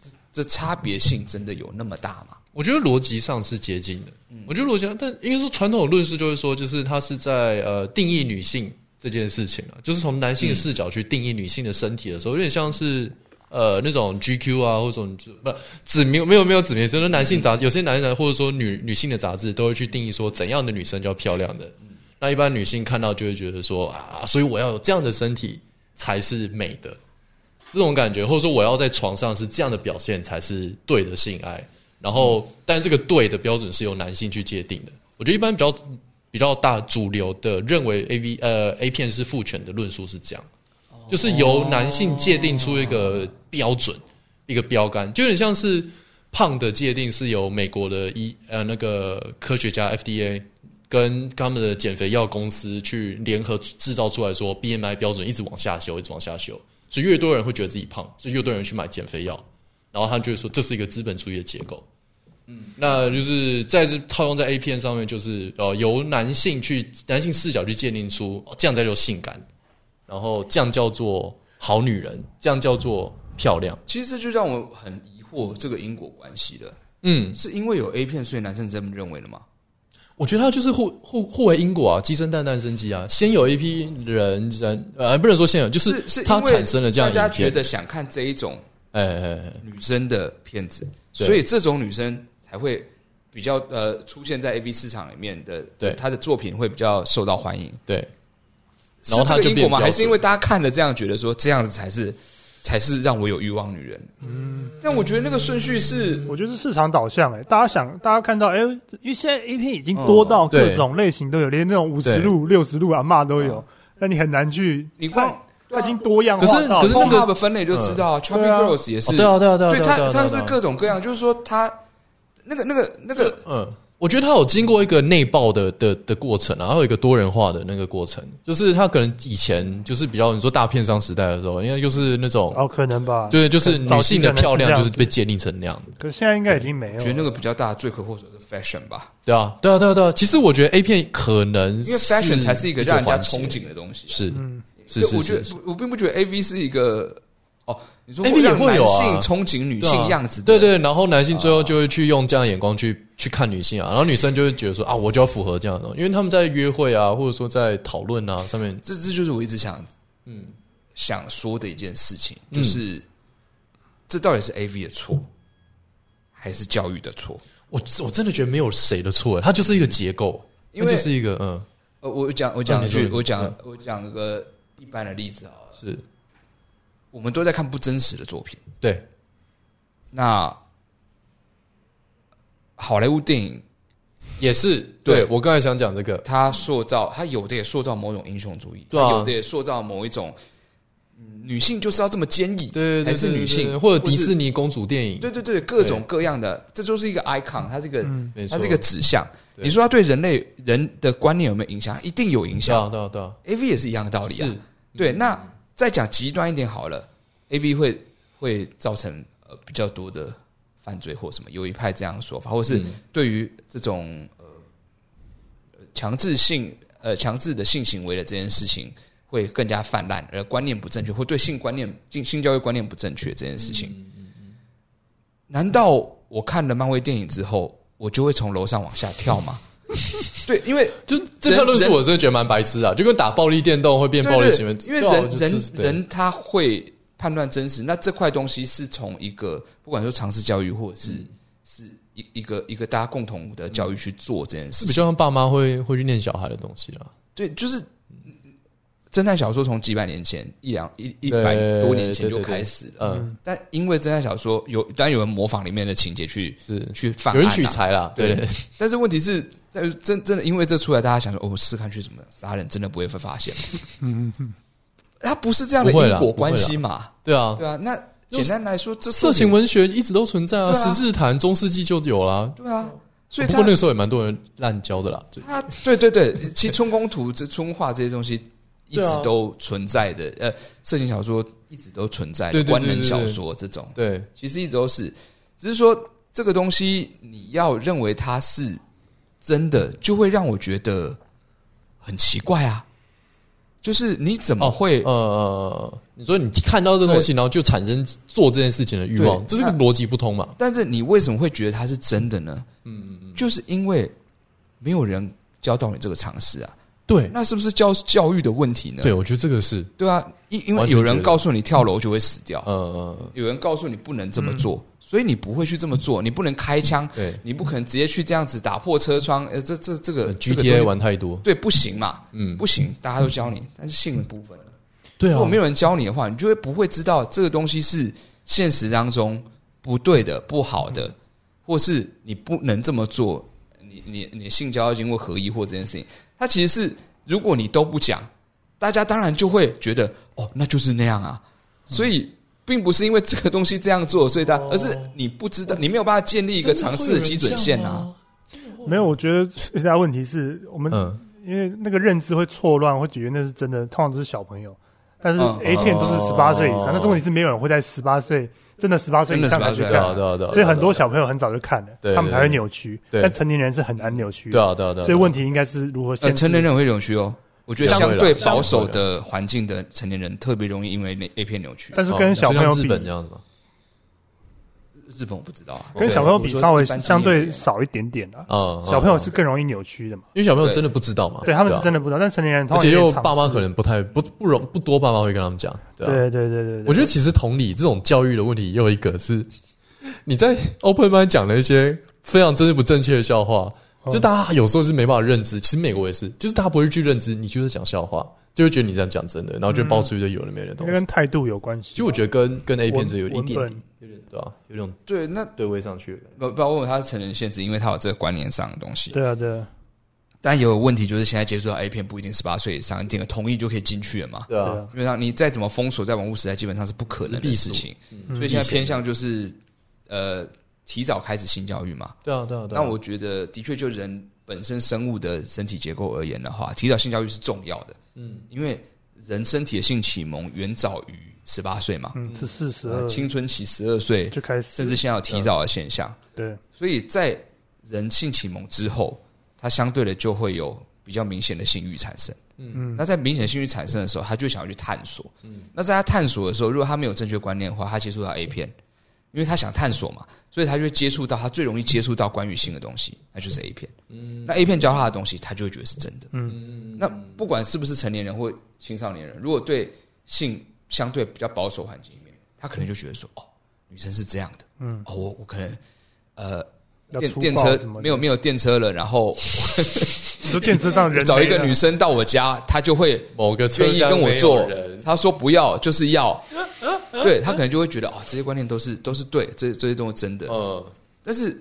[SPEAKER 2] 这这差别性真的有那么大吗？
[SPEAKER 3] 我觉得逻辑上是接近的。我觉得逻辑上，但应该说传统的论述就是说，就是它是在呃定义女性这件事情啊，就是从男性的视角去定义女性的身体的时候，有点像是。呃，那种 GQ 啊，或者什么不纸没有没有没有纸媒，就是男性杂志，有些男人或者说女女性的杂志都会去定义说怎样的女生叫漂亮的。那一般女性看到就会觉得说啊，所以我要有这样的身体才是美的。这种感觉，或者说我要在床上是这样的表现才是对的性爱。然后，但这个对的标准是由男性去界定的。我觉得一般比较比较大主流的认为 A V 呃 A 片是父权的论述是这样，就是由男性界定出一个标准、一个标杆，就有点像是胖的界定是由美国的医呃那个科学家 FDA 跟他们的减肥药公司去联合制造出来说 BMI 标准一直往下修，一直往下修，所以越多人会觉得自己胖，所以越多人去买减肥药，然后他就会说这是一个资本主义的结构。嗯，那就是在这套用在 A 片上面，就是呃由男性去男性视角去界定出、哦、这样才叫性感，然后这样叫做好女人，这样叫做漂亮。
[SPEAKER 2] 其实这就让我很疑惑这个因果关系了，
[SPEAKER 3] 嗯，
[SPEAKER 2] 是因为有 A 片，所以男生这么认为了吗？
[SPEAKER 3] 我觉得它就是互互互为因果啊，鸡生蛋，蛋生鸡啊。先有一批人人呃，不能说先有，就是
[SPEAKER 2] 是
[SPEAKER 3] 它
[SPEAKER 2] 因为
[SPEAKER 3] 产生了这样
[SPEAKER 2] 大家
[SPEAKER 3] 影
[SPEAKER 2] 觉
[SPEAKER 3] 片。
[SPEAKER 2] 得想看这一种
[SPEAKER 3] 哎哎哎，
[SPEAKER 2] 女生的片子，
[SPEAKER 3] 对
[SPEAKER 2] 所以这种女生才会比较呃出现在 A V 市场里面的，
[SPEAKER 3] 对
[SPEAKER 2] 她的作品会比较受到欢迎。
[SPEAKER 3] 对，然后她
[SPEAKER 2] 是这
[SPEAKER 3] 就
[SPEAKER 2] 个因果
[SPEAKER 3] 变
[SPEAKER 2] 吗？
[SPEAKER 3] 标
[SPEAKER 2] 还是
[SPEAKER 3] 准
[SPEAKER 2] 因为大家看了这样觉得说这样子才是才是让我有欲望女人？嗯，但我觉得那个顺序是
[SPEAKER 1] 我觉得是市场导向哎、大家想，大家看到哎、因为现在 A 片已经多到
[SPEAKER 3] 嗯对
[SPEAKER 1] 各种类型都有，连那种五十
[SPEAKER 3] 对嗯
[SPEAKER 1] 路、六十路阿嬷都有，那你很难去，
[SPEAKER 2] 你光
[SPEAKER 1] 它已经多样化
[SPEAKER 3] 可是
[SPEAKER 1] 到
[SPEAKER 3] 可
[SPEAKER 1] 了
[SPEAKER 3] 是
[SPEAKER 2] p o
[SPEAKER 3] 那个
[SPEAKER 2] n h u b 分类就知道啊 c h o p p i
[SPEAKER 1] 对
[SPEAKER 2] n
[SPEAKER 1] 啊
[SPEAKER 2] Girls 也
[SPEAKER 3] 哦
[SPEAKER 2] 是，
[SPEAKER 3] 对啊对啊对啊，
[SPEAKER 2] 对
[SPEAKER 3] 啊
[SPEAKER 2] 它
[SPEAKER 3] 啊
[SPEAKER 2] 它
[SPEAKER 3] 对
[SPEAKER 2] 是
[SPEAKER 3] 啊
[SPEAKER 2] 各种各样，就是说它那个那个那个
[SPEAKER 3] 嗯，我觉得他有经过一个内爆的的的过程、啊，还有一个多元化的那个过程，就是他可能以前就是比较你说大片商时代的时候，因为就是那种、
[SPEAKER 1] 哦，可能吧。
[SPEAKER 3] 对，就是女性的漂
[SPEAKER 1] 早期可能是
[SPEAKER 3] 亮
[SPEAKER 1] 这样
[SPEAKER 3] 就
[SPEAKER 1] 子
[SPEAKER 3] 是被界定成那样，
[SPEAKER 1] 可是现在应该已经没有
[SPEAKER 2] 觉得
[SPEAKER 1] 了。
[SPEAKER 2] 那个比较大的罪魁祸首是 fashion 吧，
[SPEAKER 3] 对啊，对啊，对啊，对啊。其实我觉得 A 片可能
[SPEAKER 2] 因为 fashion 才是一个让人家
[SPEAKER 3] 环节
[SPEAKER 2] 憧，憬的东西啊。
[SPEAKER 3] 是
[SPEAKER 1] 嗯，
[SPEAKER 3] 是
[SPEAKER 2] 对
[SPEAKER 3] 是
[SPEAKER 2] 我觉
[SPEAKER 3] 是
[SPEAKER 2] 得
[SPEAKER 3] 是，
[SPEAKER 2] 我并不觉得 A V 是一个哦，你说
[SPEAKER 3] AV 也
[SPEAKER 2] 让
[SPEAKER 3] 会
[SPEAKER 2] 男
[SPEAKER 3] 有
[SPEAKER 2] 性
[SPEAKER 3] 啊
[SPEAKER 2] 憧憬女
[SPEAKER 3] 对啊
[SPEAKER 2] 性样子的，
[SPEAKER 3] 对对，然后男性最后就会去用这样的眼光去去看女性啊，然后女生就会觉得说啊，我就要符合这样的东西，因为他们在约会啊，或者说在讨论啊上面，
[SPEAKER 2] 这这就是我一直想
[SPEAKER 3] 嗯，
[SPEAKER 2] 想说的一件事情，
[SPEAKER 3] 嗯
[SPEAKER 2] 就是、这到底是 A V 的错，还是教育的错？
[SPEAKER 3] 我我真的觉得没有谁的错，欸它就是一个结构，
[SPEAKER 2] 因为
[SPEAKER 3] 它就是一个嗯
[SPEAKER 2] 呃，我讲我讲
[SPEAKER 3] 那
[SPEAKER 2] 一
[SPEAKER 3] 你说
[SPEAKER 2] 句，
[SPEAKER 3] 你
[SPEAKER 2] 我讲我讲一个一般的例子啊，
[SPEAKER 3] 是
[SPEAKER 2] 我们都在看不真实的作品，
[SPEAKER 3] 对
[SPEAKER 2] 那好莱坞电影
[SPEAKER 3] 也是
[SPEAKER 2] 对
[SPEAKER 3] 对我刚才想讲这个
[SPEAKER 2] 他塑造，他有的也塑造某种英雄主义，
[SPEAKER 3] 对啊
[SPEAKER 2] 它有的也塑造某一种、嗯女性就是要这么坚毅，
[SPEAKER 3] 对对对
[SPEAKER 2] 还是
[SPEAKER 3] 对对
[SPEAKER 2] 女性
[SPEAKER 3] 或者迪
[SPEAKER 2] 尼，
[SPEAKER 3] 士尼公主电影
[SPEAKER 2] 对对对，各种各样的，这就是一个 icon，它是一个、
[SPEAKER 1] 嗯
[SPEAKER 3] 没
[SPEAKER 2] 它
[SPEAKER 3] 错
[SPEAKER 2] 是一个指向。
[SPEAKER 3] 对
[SPEAKER 2] 你说它对人类人的观念有没有影响？一定有影
[SPEAKER 3] 对
[SPEAKER 2] 响。
[SPEAKER 3] 啊对啊对啊
[SPEAKER 2] A V 也是一样的道理啊
[SPEAKER 3] 是。嗯
[SPEAKER 2] 对，那再讲极端一点好了，A V 会会造成呃比较多的犯罪或什么，有一派这样的说法，或是
[SPEAKER 3] 嗯
[SPEAKER 2] 对于这种呃呃强制性呃强制的性行为的这件事情会更加泛滥，而观念不正确，或对性观念性性教育观念不正确这件事
[SPEAKER 3] 嗯
[SPEAKER 2] 情，难道我看了漫威电影之后，我就会从楼上往下跳吗？ 对，因为
[SPEAKER 3] 就这套论述
[SPEAKER 2] 人
[SPEAKER 3] 我真的觉得蛮白痴啊，就跟打暴力电动会变
[SPEAKER 2] 对
[SPEAKER 3] 暴力
[SPEAKER 2] 对
[SPEAKER 3] 行为，
[SPEAKER 2] 因为
[SPEAKER 3] 对啊
[SPEAKER 2] 人
[SPEAKER 3] 就
[SPEAKER 2] 人
[SPEAKER 3] 就是对
[SPEAKER 2] 人他
[SPEAKER 3] 嗯
[SPEAKER 2] 会判断真实，那这块东西是从一个不管说常识教育或者是是一一个一个大家共同的教育去做这件事
[SPEAKER 3] 是
[SPEAKER 2] 情
[SPEAKER 3] 比。较像爸妈会会去念小孩的东西啦。
[SPEAKER 2] 对，就是侦探小说从几百年前一两一一
[SPEAKER 3] 对
[SPEAKER 2] 百多年前
[SPEAKER 3] 对
[SPEAKER 2] 就
[SPEAKER 3] 对对
[SPEAKER 2] 开始了，
[SPEAKER 3] 嗯，
[SPEAKER 2] 但因为侦探小说有，当然有人模仿里面的情节去
[SPEAKER 3] 是
[SPEAKER 2] 去犯
[SPEAKER 3] 有
[SPEAKER 2] 案、
[SPEAKER 3] 人取，材啦，对
[SPEAKER 2] 对但是问题是在于真真的因为这出来，大家想说哦，试看去怎么杀人真的不会被发现吗？ 它不是这样的
[SPEAKER 3] 不会
[SPEAKER 2] 因
[SPEAKER 3] 啦
[SPEAKER 2] 果关系嘛？
[SPEAKER 3] 对啊，
[SPEAKER 2] 对啊，那简单来说，这
[SPEAKER 3] 色情
[SPEAKER 2] 问
[SPEAKER 3] 文学一直都存在啊，
[SPEAKER 2] 对啊
[SPEAKER 3] 十字谈中世纪就有啦。
[SPEAKER 2] 对啊，所以
[SPEAKER 3] 不
[SPEAKER 2] 他
[SPEAKER 3] 过那个时候也蛮多人滥交的啦，就
[SPEAKER 2] 他对对对，其实春宫图、这春画这些东西一
[SPEAKER 3] 对
[SPEAKER 2] 直
[SPEAKER 3] 啊
[SPEAKER 2] 都存在的，呃，色情小说一直都存在
[SPEAKER 3] 对
[SPEAKER 2] 的，
[SPEAKER 3] 对对
[SPEAKER 2] 官
[SPEAKER 3] 对
[SPEAKER 2] 能
[SPEAKER 3] 对
[SPEAKER 2] 小
[SPEAKER 3] 对
[SPEAKER 2] 说这种，
[SPEAKER 3] 对
[SPEAKER 2] 其实一直都是，只是说这个东西你要认为它是真的，就会让我觉得很奇怪啊，就是你怎
[SPEAKER 3] 哦
[SPEAKER 2] 么会、
[SPEAKER 3] 呃，你说你看到这东西，然后就产生做这件事情的欲望，
[SPEAKER 2] 对
[SPEAKER 3] 这是个
[SPEAKER 2] 那
[SPEAKER 3] 逻辑不通嘛？
[SPEAKER 2] 但是你为什么会觉得它是真的呢？嗯嗯嗯，就是因为没有人教到你这个常识啊，
[SPEAKER 3] 对
[SPEAKER 2] 那是不是教教育的问题呢？
[SPEAKER 3] 对，我觉得这个是
[SPEAKER 2] 对啊，因因为
[SPEAKER 3] 完全
[SPEAKER 2] 有
[SPEAKER 3] 觉
[SPEAKER 2] 人
[SPEAKER 3] 得
[SPEAKER 2] 告诉你跳楼就会死掉，
[SPEAKER 3] 呃，
[SPEAKER 2] 有人告诉你不能这
[SPEAKER 3] 嗯
[SPEAKER 2] 么做，所以你不会去这么做，你不能开枪，
[SPEAKER 3] 对
[SPEAKER 2] 你不可能直接去这样子打破车窗，呃，这这这个这个东西
[SPEAKER 3] GTA 玩太多，
[SPEAKER 2] 对不行嘛，
[SPEAKER 3] 嗯，
[SPEAKER 2] 不行，大家都教你，但是性的部分呢，
[SPEAKER 3] 对
[SPEAKER 2] 如
[SPEAKER 3] 啊，
[SPEAKER 2] 果没有人教你的话，你就会不会知道这个东西是现实当中不对的、不好的，或是你不能这么做，你你你性交要经过合一或这件事情，它其实是如果你都不讲，大家当然就会觉得哦，那就是那样啊，所以。并不是因为这个东西这样做，所以大，而是你不知道，你没有办法建立一个尝试的
[SPEAKER 3] 哦
[SPEAKER 2] 基准线啊。
[SPEAKER 1] 没有，我觉得最大问题是我们
[SPEAKER 3] 嗯，
[SPEAKER 1] 因为那个认知会错乱，会觉得那是真的，通常都是小朋友。但是
[SPEAKER 2] 嗯
[SPEAKER 1] A 片都是十八岁以上，
[SPEAKER 3] 哦
[SPEAKER 1] 但是问题是没有人会在十八岁真的十八岁以上才去
[SPEAKER 2] 真的18岁
[SPEAKER 3] 对
[SPEAKER 1] 看
[SPEAKER 3] 啊，，对啊，对啊，
[SPEAKER 1] 所以很多小朋友很早就看
[SPEAKER 3] 对
[SPEAKER 1] 了，
[SPEAKER 3] 对
[SPEAKER 1] 他们才会扭曲。
[SPEAKER 3] 对
[SPEAKER 1] 但成年人是很难扭曲
[SPEAKER 3] 对
[SPEAKER 1] 的，
[SPEAKER 3] 啊，对啊，对啊，
[SPEAKER 1] 所以问题应该是如何
[SPEAKER 2] 呃，
[SPEAKER 1] 限制
[SPEAKER 2] 成年人会扭曲哦，我觉得
[SPEAKER 3] 相对
[SPEAKER 2] 相
[SPEAKER 3] 啦
[SPEAKER 2] 对
[SPEAKER 3] 相对
[SPEAKER 2] 保守
[SPEAKER 3] 啦
[SPEAKER 2] 的环境的成年人特别容易因为那 A 片扭曲。
[SPEAKER 3] 啊
[SPEAKER 1] 但是跟小朋友
[SPEAKER 3] 日
[SPEAKER 1] 比，
[SPEAKER 3] 哦本这样子嘛，
[SPEAKER 2] 日本我不知道啊，
[SPEAKER 1] 跟小朋友比稍微
[SPEAKER 2] 对
[SPEAKER 1] 相对少一点点啦。
[SPEAKER 3] 啊，
[SPEAKER 1] 小朋友是更容易扭曲的嘛？
[SPEAKER 3] 嗯因为小朋友真的不知道嘛，
[SPEAKER 1] 对，他们是
[SPEAKER 3] 啊
[SPEAKER 1] 真的不知道，但成年人通
[SPEAKER 3] 而
[SPEAKER 1] 常
[SPEAKER 3] 且
[SPEAKER 1] 有
[SPEAKER 3] 又
[SPEAKER 1] 点尝试
[SPEAKER 3] 爸妈可能不太不不容不多，爸妈会跟他们讲，对啊
[SPEAKER 1] 对对对对，
[SPEAKER 3] 我觉得其实同理，这种教育的问题也有一个是， 你在 open m i 讲了一些非常真实不正确的笑话，
[SPEAKER 1] 哦
[SPEAKER 3] 就大家有时候是没办法认知。其实美国也是，就是大家不会去认知，你就是讲笑话，就会觉得你这样讲真的，然后就爆出一堆有的没的
[SPEAKER 1] 得
[SPEAKER 3] 东
[SPEAKER 1] 那嗯
[SPEAKER 3] 西
[SPEAKER 1] 跟。态度有关系。
[SPEAKER 3] 其实我觉得跟跟 A 片
[SPEAKER 1] 文
[SPEAKER 3] 是有一点
[SPEAKER 1] 文本
[SPEAKER 3] 点，有点对吧、有点
[SPEAKER 2] 对，那
[SPEAKER 3] 对位上去的感
[SPEAKER 2] 不不要问我他成人限制，因为他有这个观念上的东西。
[SPEAKER 1] 对啊对啊
[SPEAKER 2] 但也有问题，就是现在接触到 A 片不一定十八岁以上，你点个同意就可以进去了嘛
[SPEAKER 3] 觉，。对
[SPEAKER 1] 对
[SPEAKER 3] 啊
[SPEAKER 1] 啊，
[SPEAKER 2] 基本上你再怎么封锁，在网络时代基本上是不可能的事情。
[SPEAKER 1] 嗯
[SPEAKER 2] 所以现在偏向就是呃提早开始性教育嘛。
[SPEAKER 3] 对啊，对啊，对啊。
[SPEAKER 2] 那我觉得的确就人本身生物的身体结构而言的话，提早性教育是重要的。嗯，因为人身体的性启蒙远早于十八岁嘛，
[SPEAKER 1] 嗯，十四十
[SPEAKER 2] 呃
[SPEAKER 1] 二
[SPEAKER 2] 青春期十二岁，
[SPEAKER 1] 就开始，
[SPEAKER 2] 甚至现在有提早的现象。
[SPEAKER 1] 对
[SPEAKER 2] 所以在人性启蒙之后，它相对的就会有比较明显的性欲产生。嗯，那在明显的性欲产生的时候，他就想要去探索。嗯，那在他探索的时候，如果他没有正确观念的话，他接触到 A 片，因为他想探索嘛，所以他就会接触到他最容易接触到关于性的东西，那就是 A 片。嗯，那 A 片教他的东西，他就会觉得是真的。嗯，那不管是不是成年人或青少年人，如果对性相对比较保守环境里面，他可能就觉得说，哦，女生是这样的。嗯，哦，我我可能。呃，
[SPEAKER 1] 要
[SPEAKER 2] 电
[SPEAKER 1] 粗暴
[SPEAKER 2] 电车
[SPEAKER 1] 什么的
[SPEAKER 2] 没有没有电车了，然后
[SPEAKER 1] 你说电车上人
[SPEAKER 2] 找一个
[SPEAKER 1] 没了
[SPEAKER 2] 女生到我家，她就会
[SPEAKER 3] 某个车
[SPEAKER 2] 愿意
[SPEAKER 3] 厢
[SPEAKER 2] 跟我
[SPEAKER 3] 没有
[SPEAKER 2] 做
[SPEAKER 3] 人。
[SPEAKER 2] 她说不要就是要，对她可能就会觉得哦，这些观念都是都是对，这这些都是真的，
[SPEAKER 3] 呃，
[SPEAKER 2] 但是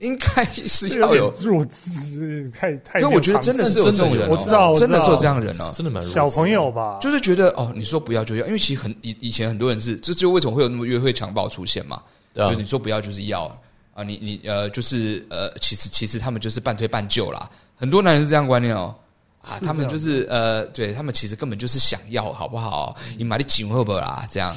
[SPEAKER 2] 应该是
[SPEAKER 1] 有
[SPEAKER 2] 要有
[SPEAKER 1] 点，弱智，太太没有常识。
[SPEAKER 2] 因为我觉得真的是有这种人哦，
[SPEAKER 1] 我知道我知道
[SPEAKER 2] 真的是有这样的人哦。
[SPEAKER 3] 真的蛮弱
[SPEAKER 1] 嗯
[SPEAKER 3] 智
[SPEAKER 1] 小朋友吧，
[SPEAKER 2] 就是觉得哦，你说不要就要，因为其实很以以前很多人是，这就为什么会有那么约会强暴出现嘛？
[SPEAKER 3] 对啊
[SPEAKER 2] 就是你说不要就是要啊，你你呃就是呃，其实其实他们就是半推半就啦。很多男人是这样观念哦。啊，他们就是呃，对他们其实根本就是想要，好不好？你买的紧会不会啦？这样，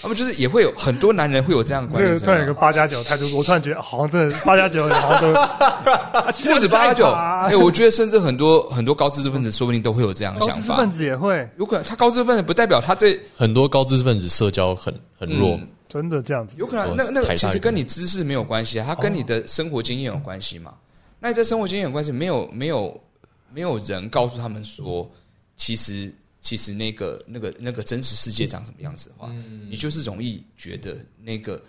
[SPEAKER 2] 他们就是也会有很多男人会有这样的观
[SPEAKER 1] 这
[SPEAKER 2] 念
[SPEAKER 1] 个，突然有个八加九态度，我突然觉得好像真的八加九，好像 都啊
[SPEAKER 2] 不止 八九，哎，我觉得甚至很多很多高知识分子说不定都会有这样的
[SPEAKER 1] 高
[SPEAKER 2] 想
[SPEAKER 1] 知识
[SPEAKER 2] 法
[SPEAKER 1] 分。子也会
[SPEAKER 2] 有可能他高知识分子不代表他对
[SPEAKER 3] 很多高知识分子社交很很弱，
[SPEAKER 2] 嗯
[SPEAKER 1] 真的这样子。
[SPEAKER 2] 有可能
[SPEAKER 3] 我
[SPEAKER 2] 那那个
[SPEAKER 3] 台大
[SPEAKER 2] 其实
[SPEAKER 3] 有
[SPEAKER 2] 跟你知识没有关系啊，它跟你的生活经验有关系嘛。那你在生活经验有关系，没有没有没有人告诉他们说，其实其实那个那个那个真实世界长什么样子的话，你就是容易觉得那个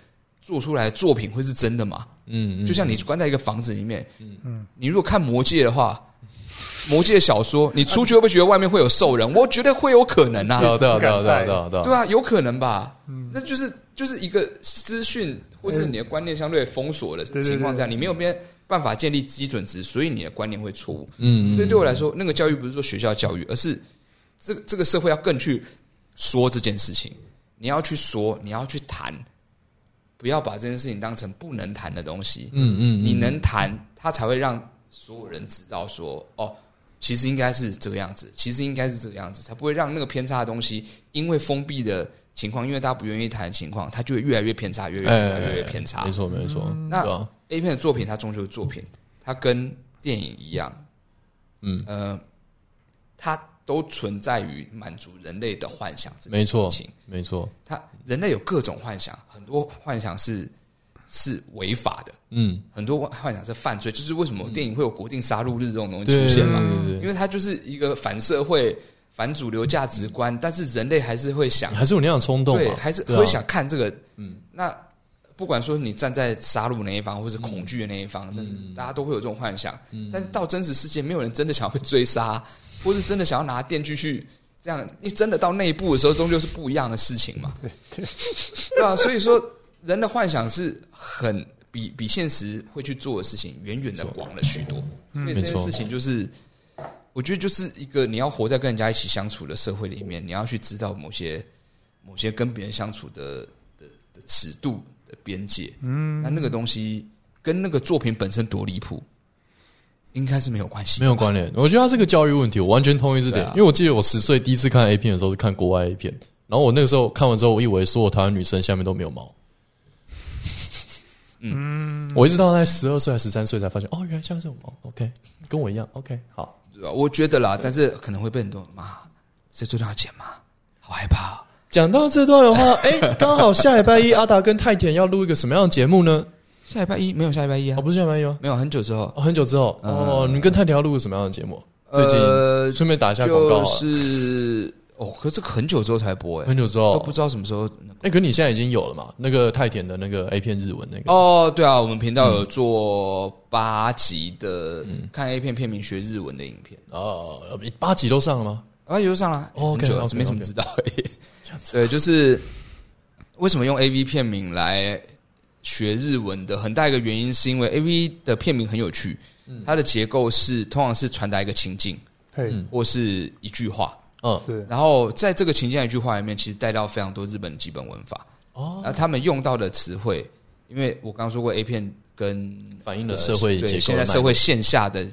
[SPEAKER 2] 做出来的作品会是真的吗？
[SPEAKER 3] 嗯，嗯
[SPEAKER 2] 就像你关在一个房子里面，嗯，你如果看《魔戒》的话， 《魔戒》小说，你出去会不会觉得外面会有兽人？我觉得会有可能
[SPEAKER 3] 对
[SPEAKER 2] 啊，
[SPEAKER 3] 啊对啊对啊
[SPEAKER 1] 自
[SPEAKER 3] 对啊
[SPEAKER 1] 感
[SPEAKER 3] 对啊对啊
[SPEAKER 2] 对啊，有可能吧。
[SPEAKER 1] 嗯
[SPEAKER 2] 那就是就是一个资讯或是你的观念相对封锁的
[SPEAKER 1] 对对
[SPEAKER 2] 情况下，你没有办办法建立基准值，所以你的观念会错误。
[SPEAKER 3] 嗯，嗯
[SPEAKER 2] 所以对我来说，那个教育不是说学校教育，而是这个这个社会要更去说这件事情，你要去说，你要去谈，不要把这件事情当成不能谈的东西。
[SPEAKER 3] 嗯嗯，
[SPEAKER 2] 你能谈，他才会让所有人知道说，哦，其实应该是这个样子，其实应该是这个样子，才不会让那个偏差的东西，因为封闭的情况，因为大家不愿意谈的情况，它就会越来越偏差，越来越偏
[SPEAKER 3] 哎
[SPEAKER 2] 差，
[SPEAKER 3] 哎哎
[SPEAKER 2] 越来越偏差嗯
[SPEAKER 3] 没。错没错，
[SPEAKER 2] 那
[SPEAKER 3] 对啊
[SPEAKER 2] A 片的作品，它终究是作品，它跟电影一样，
[SPEAKER 3] 嗯
[SPEAKER 2] 呃，它都存在于满足人类的幻想这件
[SPEAKER 3] 没错
[SPEAKER 2] 事情。
[SPEAKER 3] 没错，
[SPEAKER 2] 它人类有各种幻想，很多幻想是是违法的，
[SPEAKER 3] 嗯，
[SPEAKER 2] 很多幻想是犯罪，就是为什么电影会有国定杀戮日这种东西
[SPEAKER 3] 对
[SPEAKER 2] 出
[SPEAKER 3] 对
[SPEAKER 2] 现
[SPEAKER 3] 对
[SPEAKER 2] 嘛？
[SPEAKER 3] 对
[SPEAKER 2] 因
[SPEAKER 3] 对，
[SPEAKER 2] 为它就是一个反社会、反主流价值观，但是人类还是会想
[SPEAKER 3] 你，还是有那样的冲动嘛，
[SPEAKER 2] 对，还是
[SPEAKER 3] 对啊
[SPEAKER 2] 会想看这个。嗯，那不管说你站在杀戮那一方，或
[SPEAKER 3] 嗯
[SPEAKER 2] 是恐惧的那一方，但是大家都会有这种幻想。但到真实世界，没有人真的想要被追杀，或是真的想要拿电锯去这样。你真的到那一步的时候，终究是不一样的事情嘛。
[SPEAKER 1] 对对，
[SPEAKER 2] 对啊，所以说人的幻想是很比比现实会去做的事情远远的广了许多。所以这
[SPEAKER 3] 没
[SPEAKER 2] 件
[SPEAKER 3] 错
[SPEAKER 2] 事情就是，我觉得就是一个你要活在跟人家一起相处的社会里面，你要去知道某些某些跟别人相处的的的尺度的边界。嗯，那那个东西跟那个作品本身多离谱，应该是没有关系。
[SPEAKER 3] 没有关联。我觉得它是个教育问题，我完全同意这点。
[SPEAKER 2] 对啊
[SPEAKER 3] 因为我记得我十岁第一次看 A 片的时候是看国外 A 片，然后我那个时候看完之后，我以为所有台湾女生下面都没有毛。嗯， 我一直到在十二岁还十三岁才发现，哦，原来下面是有毛。OK，跟我一样。OK，好，
[SPEAKER 2] 对啊我觉得啦，但是可能会被很多人骂，所以最重要剪吗？好害怕哦、
[SPEAKER 3] 讲到这段的话，哎、刚好下礼拜一阿达跟太田要录一个什么样的节目呢？
[SPEAKER 2] 下礼拜一没有下礼拜一啊
[SPEAKER 3] 哦，，不是下礼拜一吗？
[SPEAKER 2] 没有很久之后。
[SPEAKER 3] 哦，很久之后哦，你跟太田要录个什么样的节目？最近
[SPEAKER 2] 呃
[SPEAKER 3] 顺便打一下广告
[SPEAKER 2] 就
[SPEAKER 3] 好了，
[SPEAKER 2] 是哦，可是这个很久之后才播哎、
[SPEAKER 3] 很久之
[SPEAKER 2] 都
[SPEAKER 3] 后
[SPEAKER 2] 不知道什么时候。
[SPEAKER 3] 哎、可你现在已经有了嘛？那个太田的那个 A 片日文那个，
[SPEAKER 2] 哦，对啊，我们频道有做八集的、看 A 片片名学日文的影片，
[SPEAKER 3] 哦，八集都上了吗？
[SPEAKER 2] 啊，有上了，
[SPEAKER 3] 哦
[SPEAKER 2] 很久了
[SPEAKER 3] OK，OK，OK
[SPEAKER 2] 没怎么知道而已。对，就是为什么用 A V 片名来学日文的，很大一个原因是因为 A V 的片名很有趣，它的结构是通常是传达一个情境
[SPEAKER 1] 嘿
[SPEAKER 3] 嗯，
[SPEAKER 2] 或是一句话，
[SPEAKER 3] 嗯，
[SPEAKER 1] 是
[SPEAKER 2] 然后在这个情境的一句话里面，其实带到非常多日本的基本文法。
[SPEAKER 3] 哦，
[SPEAKER 2] 那他们用到的词汇，因为我刚说过 A 片跟呃
[SPEAKER 3] 反映了社会
[SPEAKER 2] 对
[SPEAKER 3] 结构
[SPEAKER 2] 现
[SPEAKER 3] 的脉络，嗯
[SPEAKER 2] 在社会线下的，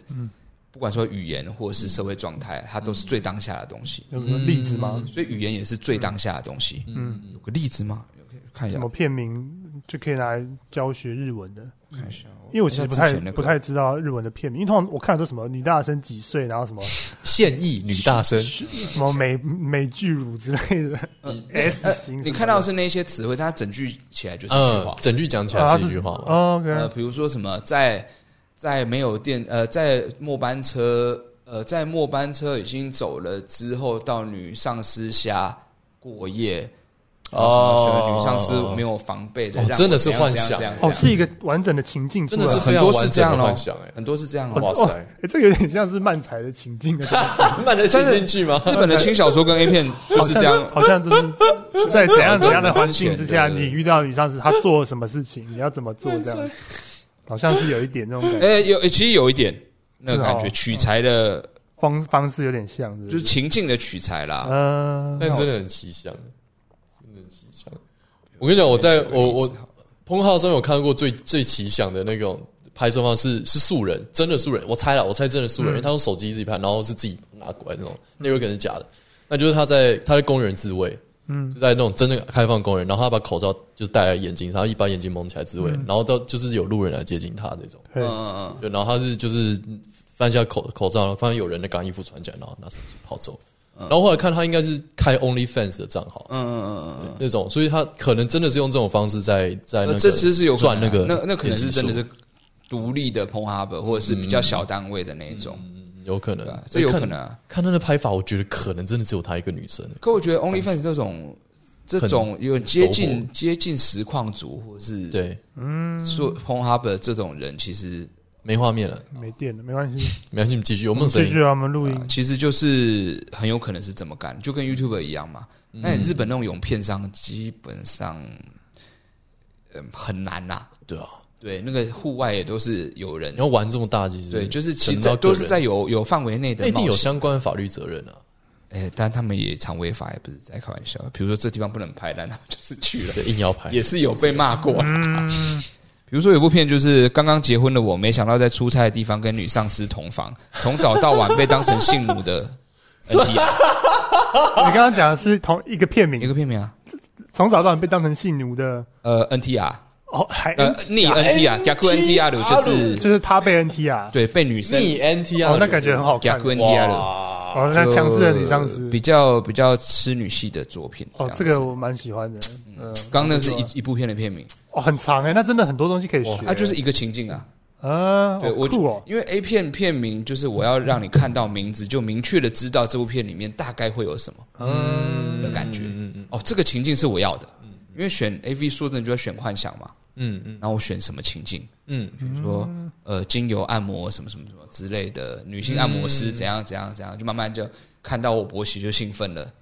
[SPEAKER 2] 不管说语言或是社会状态，它都是最当下的东西。
[SPEAKER 1] 有什么例子吗？
[SPEAKER 2] 所以语言也是最当下的东西。
[SPEAKER 1] 嗯，
[SPEAKER 2] 有个例子吗？有可以看一
[SPEAKER 1] 什
[SPEAKER 2] 下
[SPEAKER 1] 么，片名就可以拿来教学日文的？
[SPEAKER 2] 看一下。
[SPEAKER 1] 因为我其实不
[SPEAKER 2] 之
[SPEAKER 1] 太
[SPEAKER 2] 前哦那个
[SPEAKER 1] 不太知道日文的片名，因为通常我看的都什么女大生几岁，然后什么
[SPEAKER 3] 现役女大生，
[SPEAKER 1] 什么美美巨乳之类的
[SPEAKER 2] 呃
[SPEAKER 1] S 型什么的。
[SPEAKER 2] 你看到的是那些词汇，它整句起来就是一句
[SPEAKER 3] 嗯
[SPEAKER 2] 话，。
[SPEAKER 3] 整句讲起
[SPEAKER 1] 啊
[SPEAKER 3] 来是一句话嘛？
[SPEAKER 1] 哦
[SPEAKER 2] 呃，
[SPEAKER 1] ？OK，
[SPEAKER 2] 比如说什么在在没有电呃，在末班车呃，在末班车已经走了之后，到女上司家过夜。啊
[SPEAKER 3] 哦
[SPEAKER 2] 然后什么什么女上司没有防备的，
[SPEAKER 3] 哦
[SPEAKER 2] 让我
[SPEAKER 3] 真的是
[SPEAKER 2] 怎样
[SPEAKER 3] 幻
[SPEAKER 2] 怎样
[SPEAKER 3] 想
[SPEAKER 2] 怎样
[SPEAKER 1] 哦，
[SPEAKER 2] 怎
[SPEAKER 1] 是
[SPEAKER 2] 样
[SPEAKER 1] 一个完整的情境出
[SPEAKER 3] 真
[SPEAKER 1] 来，
[SPEAKER 3] 的是非
[SPEAKER 2] 很
[SPEAKER 3] 常
[SPEAKER 2] 多
[SPEAKER 3] 完
[SPEAKER 2] 是这
[SPEAKER 3] 整
[SPEAKER 2] 样
[SPEAKER 3] 的
[SPEAKER 2] 咯
[SPEAKER 3] 幻想哎、
[SPEAKER 2] 很多是这样
[SPEAKER 1] 哦
[SPEAKER 2] 哦。
[SPEAKER 3] 哇塞，
[SPEAKER 1] 诶这个有点像是漫才的情境的啊东西，
[SPEAKER 3] 慢的写进去吗？
[SPEAKER 2] 日本的轻小说跟 A 片就是
[SPEAKER 3] 哦
[SPEAKER 2] 这样，
[SPEAKER 1] 好像就是在怎样怎样的环境之下，
[SPEAKER 2] 对对
[SPEAKER 1] 你
[SPEAKER 2] 对
[SPEAKER 1] 遇到女上司，她做了什么事情，你要怎么做，这样好像是有一点那种感觉，
[SPEAKER 2] 哎，有诶其实有一点那个
[SPEAKER 1] 是哦
[SPEAKER 2] 感觉，取材的
[SPEAKER 1] 方方式有点像，
[SPEAKER 2] 就
[SPEAKER 1] 就是
[SPEAKER 2] 情境的取材啦。
[SPEAKER 1] 嗯，
[SPEAKER 3] 但真的很奇想，真的很奇想。我跟你讲，我在我我通号上有看过最最奇想的那种拍摄方式是素人，真的素人，我猜了，我猜真的素人，因为他用手机自己拍，然后是自己拿过来那种，那有可能是假的。那就是他在他在公园自慰，嗯，就在那种真的开放公园，然后他把口罩就戴在眼睛上，他一把眼睛蒙起来自慰，然后到就是有路人来接近他这种，
[SPEAKER 1] 对
[SPEAKER 2] 嗯嗯嗯。
[SPEAKER 3] 对，然后他是就是翻下口口罩，发现有人在刚衣服穿起来，然后拿手机跑走。然后后来看他应该是开 OnlyFans 的账号，
[SPEAKER 2] 嗯嗯嗯嗯嗯
[SPEAKER 3] 那种，所以他可能真的是用这种方式在在
[SPEAKER 2] 呃，
[SPEAKER 3] 那个
[SPEAKER 2] 这其实是有可
[SPEAKER 3] 赚
[SPEAKER 2] 能
[SPEAKER 3] 那
[SPEAKER 2] 啊
[SPEAKER 3] 个
[SPEAKER 2] 那那可能是真的
[SPEAKER 3] 点
[SPEAKER 2] 是独立的 p o n h u b 或者是比较小单位的那一
[SPEAKER 3] 嗯
[SPEAKER 2] 种，
[SPEAKER 3] 击数有可能
[SPEAKER 2] 对啊，这
[SPEAKER 3] 所以
[SPEAKER 2] 有
[SPEAKER 3] 嗯哎看
[SPEAKER 2] 可能啊。
[SPEAKER 3] 看他的拍法，我觉得可能真的只有他一个女生。
[SPEAKER 2] 可我觉得 OnlyFans 这种这种有接近接近实况组或是
[SPEAKER 3] 对，
[SPEAKER 1] 嗯
[SPEAKER 2] 说 p o n Hub 这种人，其实、
[SPEAKER 3] 没画面了，
[SPEAKER 1] 没电了，没关系，
[SPEAKER 3] 没关系，你们继续，
[SPEAKER 1] 我
[SPEAKER 3] 我们有声
[SPEAKER 1] 继
[SPEAKER 3] 音
[SPEAKER 1] 续啊，我们录
[SPEAKER 2] 啊
[SPEAKER 1] 音。
[SPEAKER 2] 其实就是很有可能是这么干，就跟 YouTube 一样嘛。那
[SPEAKER 3] 嗯
[SPEAKER 2] 你日本那种影片商基本上，嗯，很难呐、
[SPEAKER 3] 对啊，
[SPEAKER 2] 对，那个户外也都是有人
[SPEAKER 3] 你，要玩这么大，其实
[SPEAKER 2] 对，就是其
[SPEAKER 3] 牵
[SPEAKER 2] 实
[SPEAKER 3] 扯到
[SPEAKER 2] 在
[SPEAKER 3] 个
[SPEAKER 2] 都
[SPEAKER 3] 人
[SPEAKER 2] 是在有有范围内的
[SPEAKER 3] 内地
[SPEAKER 2] 冒
[SPEAKER 3] 有
[SPEAKER 2] 险。
[SPEAKER 3] 相关的法律责任啊，
[SPEAKER 2] 哎，但他们也常违法，也不是在开玩笑。比如说这地方不能拍，但他们就是去了，
[SPEAKER 3] 对，硬要拍
[SPEAKER 2] 也是有被骂过。 比如说有部片就是刚刚结婚的我，没想到在出差的地方跟女上司同房，从早到晚被当成性奴的 NTR。
[SPEAKER 1] 你刚刚讲的是同一个片
[SPEAKER 2] 有一
[SPEAKER 1] 名，
[SPEAKER 2] 个片名啊，
[SPEAKER 1] 从早到晚被当成性奴的
[SPEAKER 2] 呃，NTR，
[SPEAKER 1] 哦，还
[SPEAKER 2] 呃，逆 NTR，甲库 NTR 的就是
[SPEAKER 1] 就是他被 NT 啊，
[SPEAKER 2] 对被女生
[SPEAKER 3] 逆 NT 啊
[SPEAKER 1] 哦，，那感觉很好
[SPEAKER 2] 甲
[SPEAKER 1] 看。
[SPEAKER 2] 库 NTR 的，
[SPEAKER 3] 哇，
[SPEAKER 1] 哦，那强势的女上司
[SPEAKER 2] 就，比较比较吃女系的作品。
[SPEAKER 1] 哦，
[SPEAKER 2] 这
[SPEAKER 1] 这
[SPEAKER 2] 样
[SPEAKER 1] 个
[SPEAKER 2] 子
[SPEAKER 1] 我蛮喜欢的。嗯，
[SPEAKER 2] 刚刚那是一一部片的片名，
[SPEAKER 1] 哦，很长哎，那真的很多东西可以学。
[SPEAKER 2] 它就是一个情境啊。
[SPEAKER 1] 啊，
[SPEAKER 2] 对
[SPEAKER 1] 好
[SPEAKER 2] 我
[SPEAKER 1] 酷哦，
[SPEAKER 2] 因为 A 片片名就是我要让你看到名字，就明确的知道这部片里面大概会有什么
[SPEAKER 1] 嗯，
[SPEAKER 2] 的感觉。
[SPEAKER 3] 嗯嗯
[SPEAKER 2] 哦，这个情境是我要的，因为选 A V 说真的就要选幻想嘛。
[SPEAKER 3] 嗯嗯
[SPEAKER 2] 然后我选什么情境，
[SPEAKER 3] 嗯
[SPEAKER 2] 比如说呃精油按摩什么什么什么之类的，女性按摩
[SPEAKER 3] 嗯
[SPEAKER 2] 师怎样怎样怎样，就慢慢就看到我勃起就兴奋了，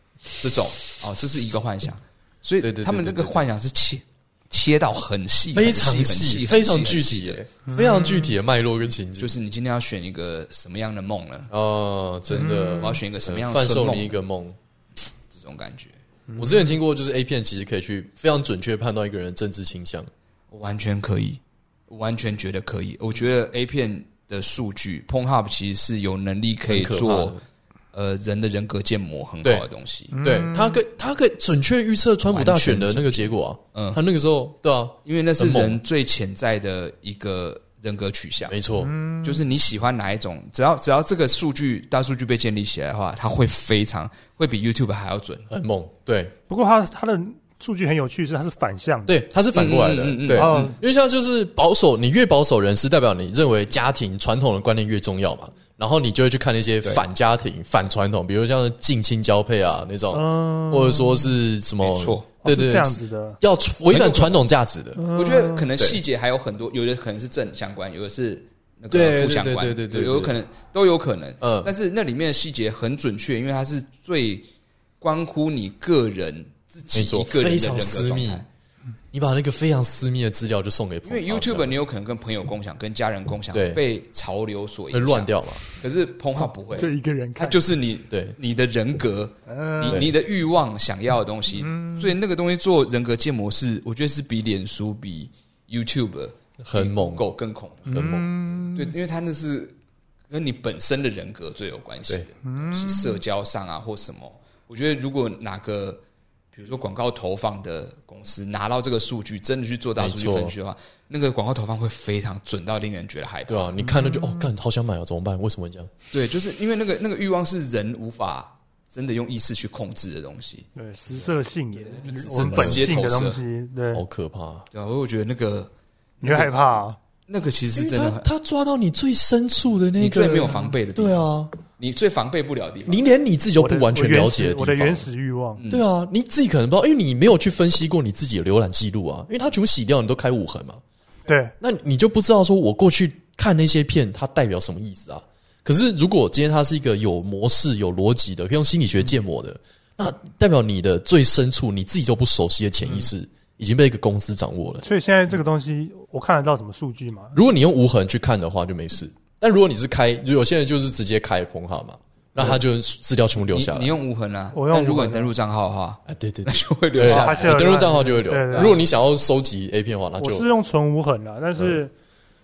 [SPEAKER 2] 这种哦，这是一个幻想。所
[SPEAKER 3] 对
[SPEAKER 2] 以
[SPEAKER 3] 对对
[SPEAKER 2] 他们那个幻想是切切到很细，
[SPEAKER 3] 嗯，非常
[SPEAKER 2] 很很
[SPEAKER 3] 细，
[SPEAKER 2] 很
[SPEAKER 3] 非常具
[SPEAKER 2] 很细嗯
[SPEAKER 3] 体
[SPEAKER 2] 的
[SPEAKER 3] 耶，非常具体的脉络跟情
[SPEAKER 2] 就
[SPEAKER 3] 景，
[SPEAKER 2] 是你今天要选一个什么样的梦呢？
[SPEAKER 3] 哦，真的
[SPEAKER 2] 我要嗯选一个什么样的
[SPEAKER 3] 呃贩
[SPEAKER 2] 春
[SPEAKER 3] 售
[SPEAKER 2] 梦
[SPEAKER 3] 你一个梦。
[SPEAKER 2] 这种感觉，
[SPEAKER 3] 我之前听过，就是 A 片其实可以去非常准确地判断一个人的政治倾向。
[SPEAKER 2] 我完全可以，我完全觉得可以。我觉得 A 片的数据 p o n h u b 其实是有能力可以
[SPEAKER 3] 很可怕
[SPEAKER 2] 做嗯
[SPEAKER 3] 的
[SPEAKER 2] 呃人的人格建模很好的东西，
[SPEAKER 3] 对他可以，他可以准确地预测川普大选的那个结果啊。
[SPEAKER 2] 嗯
[SPEAKER 3] 他那个时候，对啊，
[SPEAKER 2] 因为那是
[SPEAKER 3] 很猛
[SPEAKER 2] 人最潜在的一个人格取向，
[SPEAKER 3] 没错，
[SPEAKER 2] 就是你喜欢哪一种，只要只要这个数据大数据被建立起来的话，它会非常会比 YouTube 还要准。
[SPEAKER 3] 很猛。对
[SPEAKER 1] 不过他他的数据很有趣，是它是反向的。
[SPEAKER 3] 对，他是反过来
[SPEAKER 2] 嗯
[SPEAKER 3] 的
[SPEAKER 2] 嗯嗯嗯。
[SPEAKER 3] 对，
[SPEAKER 1] 哦
[SPEAKER 3] 因为像就是保守，你越保守人士，代表你认为家庭传统的观念越重要嘛。然后你就会去看那些反家庭、反传统，比如像是近亲交配啊那种，
[SPEAKER 1] 嗯，
[SPEAKER 3] 或者说是什么
[SPEAKER 2] 没错，
[SPEAKER 3] 对
[SPEAKER 1] 哦是
[SPEAKER 3] 对
[SPEAKER 1] 这
[SPEAKER 3] 对
[SPEAKER 1] 样，子的。
[SPEAKER 3] 要违反传统价值的。
[SPEAKER 2] 我觉得可能细节还有很多，有的可能是正相关，有的是那
[SPEAKER 3] 对
[SPEAKER 2] 个负相关，
[SPEAKER 3] 对对对对对
[SPEAKER 2] 有有可能都有可能。
[SPEAKER 3] 嗯
[SPEAKER 2] 但是那里面的细节很准确，因为它是最关乎你个人自己
[SPEAKER 3] 没错
[SPEAKER 2] 一个人的
[SPEAKER 3] 非常
[SPEAKER 2] 人格
[SPEAKER 3] 私
[SPEAKER 2] 状
[SPEAKER 3] 密
[SPEAKER 2] 态。
[SPEAKER 3] 你把那个非常私密的资料就送给朋
[SPEAKER 2] 因
[SPEAKER 3] 友，
[SPEAKER 2] 为 YouTube 你有可能跟朋友共享、跟家人共享
[SPEAKER 3] 对，
[SPEAKER 2] 被潮流所
[SPEAKER 3] 会
[SPEAKER 2] 影
[SPEAKER 3] 乱
[SPEAKER 2] 响。
[SPEAKER 3] 掉嘛？
[SPEAKER 2] 可是彭浩不会
[SPEAKER 1] 就，一个人
[SPEAKER 2] 它
[SPEAKER 1] 看，
[SPEAKER 2] 就是你
[SPEAKER 3] 对
[SPEAKER 2] 你的人格，
[SPEAKER 1] 嗯，
[SPEAKER 2] 你
[SPEAKER 3] 对
[SPEAKER 2] 你的欲望想要的东西，所以那个东西做人格建模是，我觉得是比脸书、比 YouTube
[SPEAKER 3] 很猛，
[SPEAKER 2] 够更恐怖。
[SPEAKER 3] 很猛，
[SPEAKER 2] 对，因为它那是跟你本身的人格最有关系的东西，社交上啊或什么。我觉得如果哪个比如说广告投放的公司拿到这个数据，真的去做大数据
[SPEAKER 3] 没错
[SPEAKER 2] 分析的话，那个广告投放会非常准到令人觉得害怕。
[SPEAKER 3] 对啊，你看了就哦，干，好想买啊，怎么办？为什么会这样？
[SPEAKER 2] 对，就是因为那个那个欲望是人无法真的用意识去控制的东西。
[SPEAKER 1] 对，食色性也，
[SPEAKER 2] 是
[SPEAKER 1] 我们本性的东
[SPEAKER 2] 直
[SPEAKER 1] 西，对，
[SPEAKER 3] 好可怕啊！
[SPEAKER 2] 对啊，我觉得那个
[SPEAKER 1] 你会害怕啊。
[SPEAKER 2] 那个其实
[SPEAKER 3] 因
[SPEAKER 2] 真
[SPEAKER 3] 为
[SPEAKER 2] 的
[SPEAKER 3] 他
[SPEAKER 2] 很，
[SPEAKER 3] 他抓到你最深处的那个，
[SPEAKER 2] 你最没有防备的地方
[SPEAKER 3] 对啊，
[SPEAKER 2] 你最防备不了的地方。
[SPEAKER 3] 你连你自己都
[SPEAKER 1] 我
[SPEAKER 3] 不
[SPEAKER 1] 的
[SPEAKER 3] 完全了解
[SPEAKER 1] 我
[SPEAKER 3] 地
[SPEAKER 1] 的
[SPEAKER 3] 方
[SPEAKER 1] 原。始欲望，
[SPEAKER 2] 嗯
[SPEAKER 3] 对啊，你自己可能不知道，因为你没有去分析过你自己的浏览记录啊，因为它全部洗掉，你都开无痕嘛，
[SPEAKER 1] 对，
[SPEAKER 3] 那你就不知道说我过去看那些片它代表什么意思啊？可是如果今天它是一个有模式、有逻辑的，可以用心理学建模的，那代表你的最深处你自己都不熟悉的潜意
[SPEAKER 2] 嗯
[SPEAKER 3] 识已经被一个公司掌握了。
[SPEAKER 1] 所以现在这个东西，我看得到什么数据吗？
[SPEAKER 3] 如果你用无痕去看的话，就没事；但如果你是开，有些人就是直接开棚号嘛，那他就资料全部留
[SPEAKER 2] 你
[SPEAKER 3] 下来
[SPEAKER 2] 你。用无痕啊，
[SPEAKER 1] 我用无痕啊
[SPEAKER 2] 但如果你登录账号的话，
[SPEAKER 3] 哎，对对
[SPEAKER 2] 那
[SPEAKER 3] 对，
[SPEAKER 2] 就会留
[SPEAKER 3] 留
[SPEAKER 2] 下
[SPEAKER 3] 下
[SPEAKER 1] 哦还
[SPEAKER 3] 来。
[SPEAKER 1] 是有
[SPEAKER 3] 你登录账号就会
[SPEAKER 1] 对对
[SPEAKER 3] 留。
[SPEAKER 1] 对
[SPEAKER 3] 如果你想要收集 A 片的话，那
[SPEAKER 1] 我
[SPEAKER 3] 就是
[SPEAKER 1] 用纯无痕啊，但是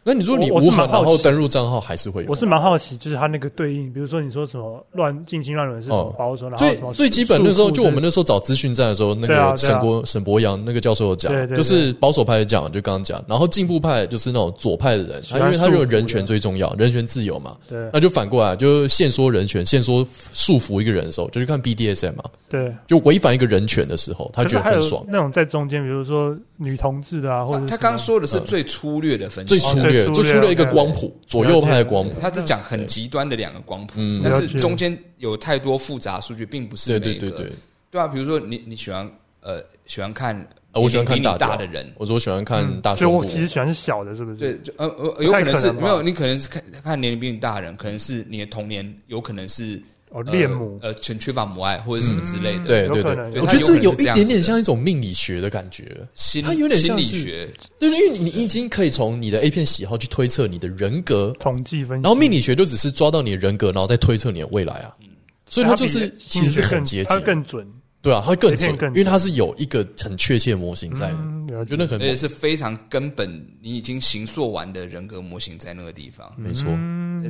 [SPEAKER 3] 那你说你
[SPEAKER 1] 我我是
[SPEAKER 3] 无痕
[SPEAKER 1] 蛮好
[SPEAKER 3] 然
[SPEAKER 1] 奇
[SPEAKER 3] 后登录账号还是会有
[SPEAKER 1] 我。是蛮好奇，就是它那个对应，比如说你说什么乱进行乱伦是什么包装，然后
[SPEAKER 3] 哦最
[SPEAKER 1] 什么
[SPEAKER 3] 最基本那时候，
[SPEAKER 1] 数库
[SPEAKER 3] 就我们那时候找资讯站的时候，那
[SPEAKER 1] 对啊对
[SPEAKER 3] 个
[SPEAKER 1] 啊
[SPEAKER 3] 沈博沈博阳那个教授有讲
[SPEAKER 1] 对，对
[SPEAKER 3] 就是保守派的讲，就刚刚讲，然后进步派就是那种左派的人，
[SPEAKER 1] 喜
[SPEAKER 3] 他
[SPEAKER 1] 欢
[SPEAKER 3] 因为他认为
[SPEAKER 1] 束缚的
[SPEAKER 3] 人权最重要，人权自由嘛，
[SPEAKER 1] 对
[SPEAKER 3] 那就反过来就是限缩人权，限缩束缚一个人的时候，就去看 BDSM 嘛，
[SPEAKER 1] 对，
[SPEAKER 3] 啊就违反一个人权的时候，他
[SPEAKER 1] 可
[SPEAKER 3] 觉
[SPEAKER 1] 是
[SPEAKER 3] 得
[SPEAKER 1] 还
[SPEAKER 3] 很
[SPEAKER 1] 有
[SPEAKER 3] 爽，
[SPEAKER 1] 那种在中间，比如说女同志的啊，或
[SPEAKER 2] 他
[SPEAKER 1] 者是
[SPEAKER 2] 他
[SPEAKER 1] 什么
[SPEAKER 2] 刚说的是最粗略的分析，
[SPEAKER 3] 呃最粗略
[SPEAKER 1] 哦最粗
[SPEAKER 3] 就
[SPEAKER 1] 略
[SPEAKER 3] 出了一个
[SPEAKER 1] OK，OK
[SPEAKER 3] 光谱，左右派的光谱，
[SPEAKER 2] 他只讲很极端的两个光谱，
[SPEAKER 3] 嗯
[SPEAKER 2] 但
[SPEAKER 1] 了
[SPEAKER 2] 是
[SPEAKER 1] 解
[SPEAKER 2] 中间有太多复杂数据，并不是
[SPEAKER 3] 对
[SPEAKER 2] 每
[SPEAKER 3] 对
[SPEAKER 2] 一
[SPEAKER 3] 对
[SPEAKER 2] 个
[SPEAKER 3] 对，
[SPEAKER 2] 对啊，比如说你你喜欢呃喜欢看
[SPEAKER 3] 呃我喜欢
[SPEAKER 2] 比
[SPEAKER 3] 看
[SPEAKER 2] 你
[SPEAKER 3] 大
[SPEAKER 2] 大
[SPEAKER 3] 屌
[SPEAKER 2] 的人，
[SPEAKER 3] 我说我喜欢看大
[SPEAKER 1] 所以嗯
[SPEAKER 3] 胸
[SPEAKER 1] 我
[SPEAKER 3] 部，
[SPEAKER 1] 其实喜欢是小的，是不是？
[SPEAKER 2] 对，，就呃呃，
[SPEAKER 1] 不
[SPEAKER 2] 有
[SPEAKER 1] 太
[SPEAKER 2] 可能
[SPEAKER 1] 可
[SPEAKER 2] 是
[SPEAKER 1] 能吧
[SPEAKER 2] 没有，你可能是看看年龄比你大的人，可能是你的童年有可能是
[SPEAKER 1] 哦，
[SPEAKER 2] 呃
[SPEAKER 1] 恋母，嗯
[SPEAKER 2] 呃，缺缺乏母爱或者什么
[SPEAKER 3] 呃
[SPEAKER 2] 之类的，
[SPEAKER 3] 嗯对
[SPEAKER 1] 有
[SPEAKER 3] 对
[SPEAKER 1] 可
[SPEAKER 3] 对
[SPEAKER 1] 能，
[SPEAKER 3] 我觉得这有一
[SPEAKER 2] 有可能是这样
[SPEAKER 3] 点
[SPEAKER 2] 子的
[SPEAKER 3] 点像一种命理学的感觉，
[SPEAKER 2] 心
[SPEAKER 3] 它有点
[SPEAKER 2] 心
[SPEAKER 3] 像
[SPEAKER 2] 理
[SPEAKER 3] 是
[SPEAKER 2] 学，
[SPEAKER 3] 对，因为你已经可以从你的 A 片喜好去推测你的人格，
[SPEAKER 1] 统计分析，
[SPEAKER 3] 然后命理学就只是抓到你的人格，然后再推测你的未来
[SPEAKER 2] 嗯
[SPEAKER 3] 啊，所以它就是
[SPEAKER 1] 比
[SPEAKER 3] 其实是很接
[SPEAKER 1] 它
[SPEAKER 3] 近，
[SPEAKER 1] 更准。
[SPEAKER 3] 对啊，它更准
[SPEAKER 1] A 片，更准
[SPEAKER 3] 因为它是有一个很确切模型在的，
[SPEAKER 1] 嗯，了
[SPEAKER 3] 我觉
[SPEAKER 1] 解
[SPEAKER 3] 得那很
[SPEAKER 2] 而且是非常根本，你已经形塑完的人格模型在那个地方，
[SPEAKER 3] 没错，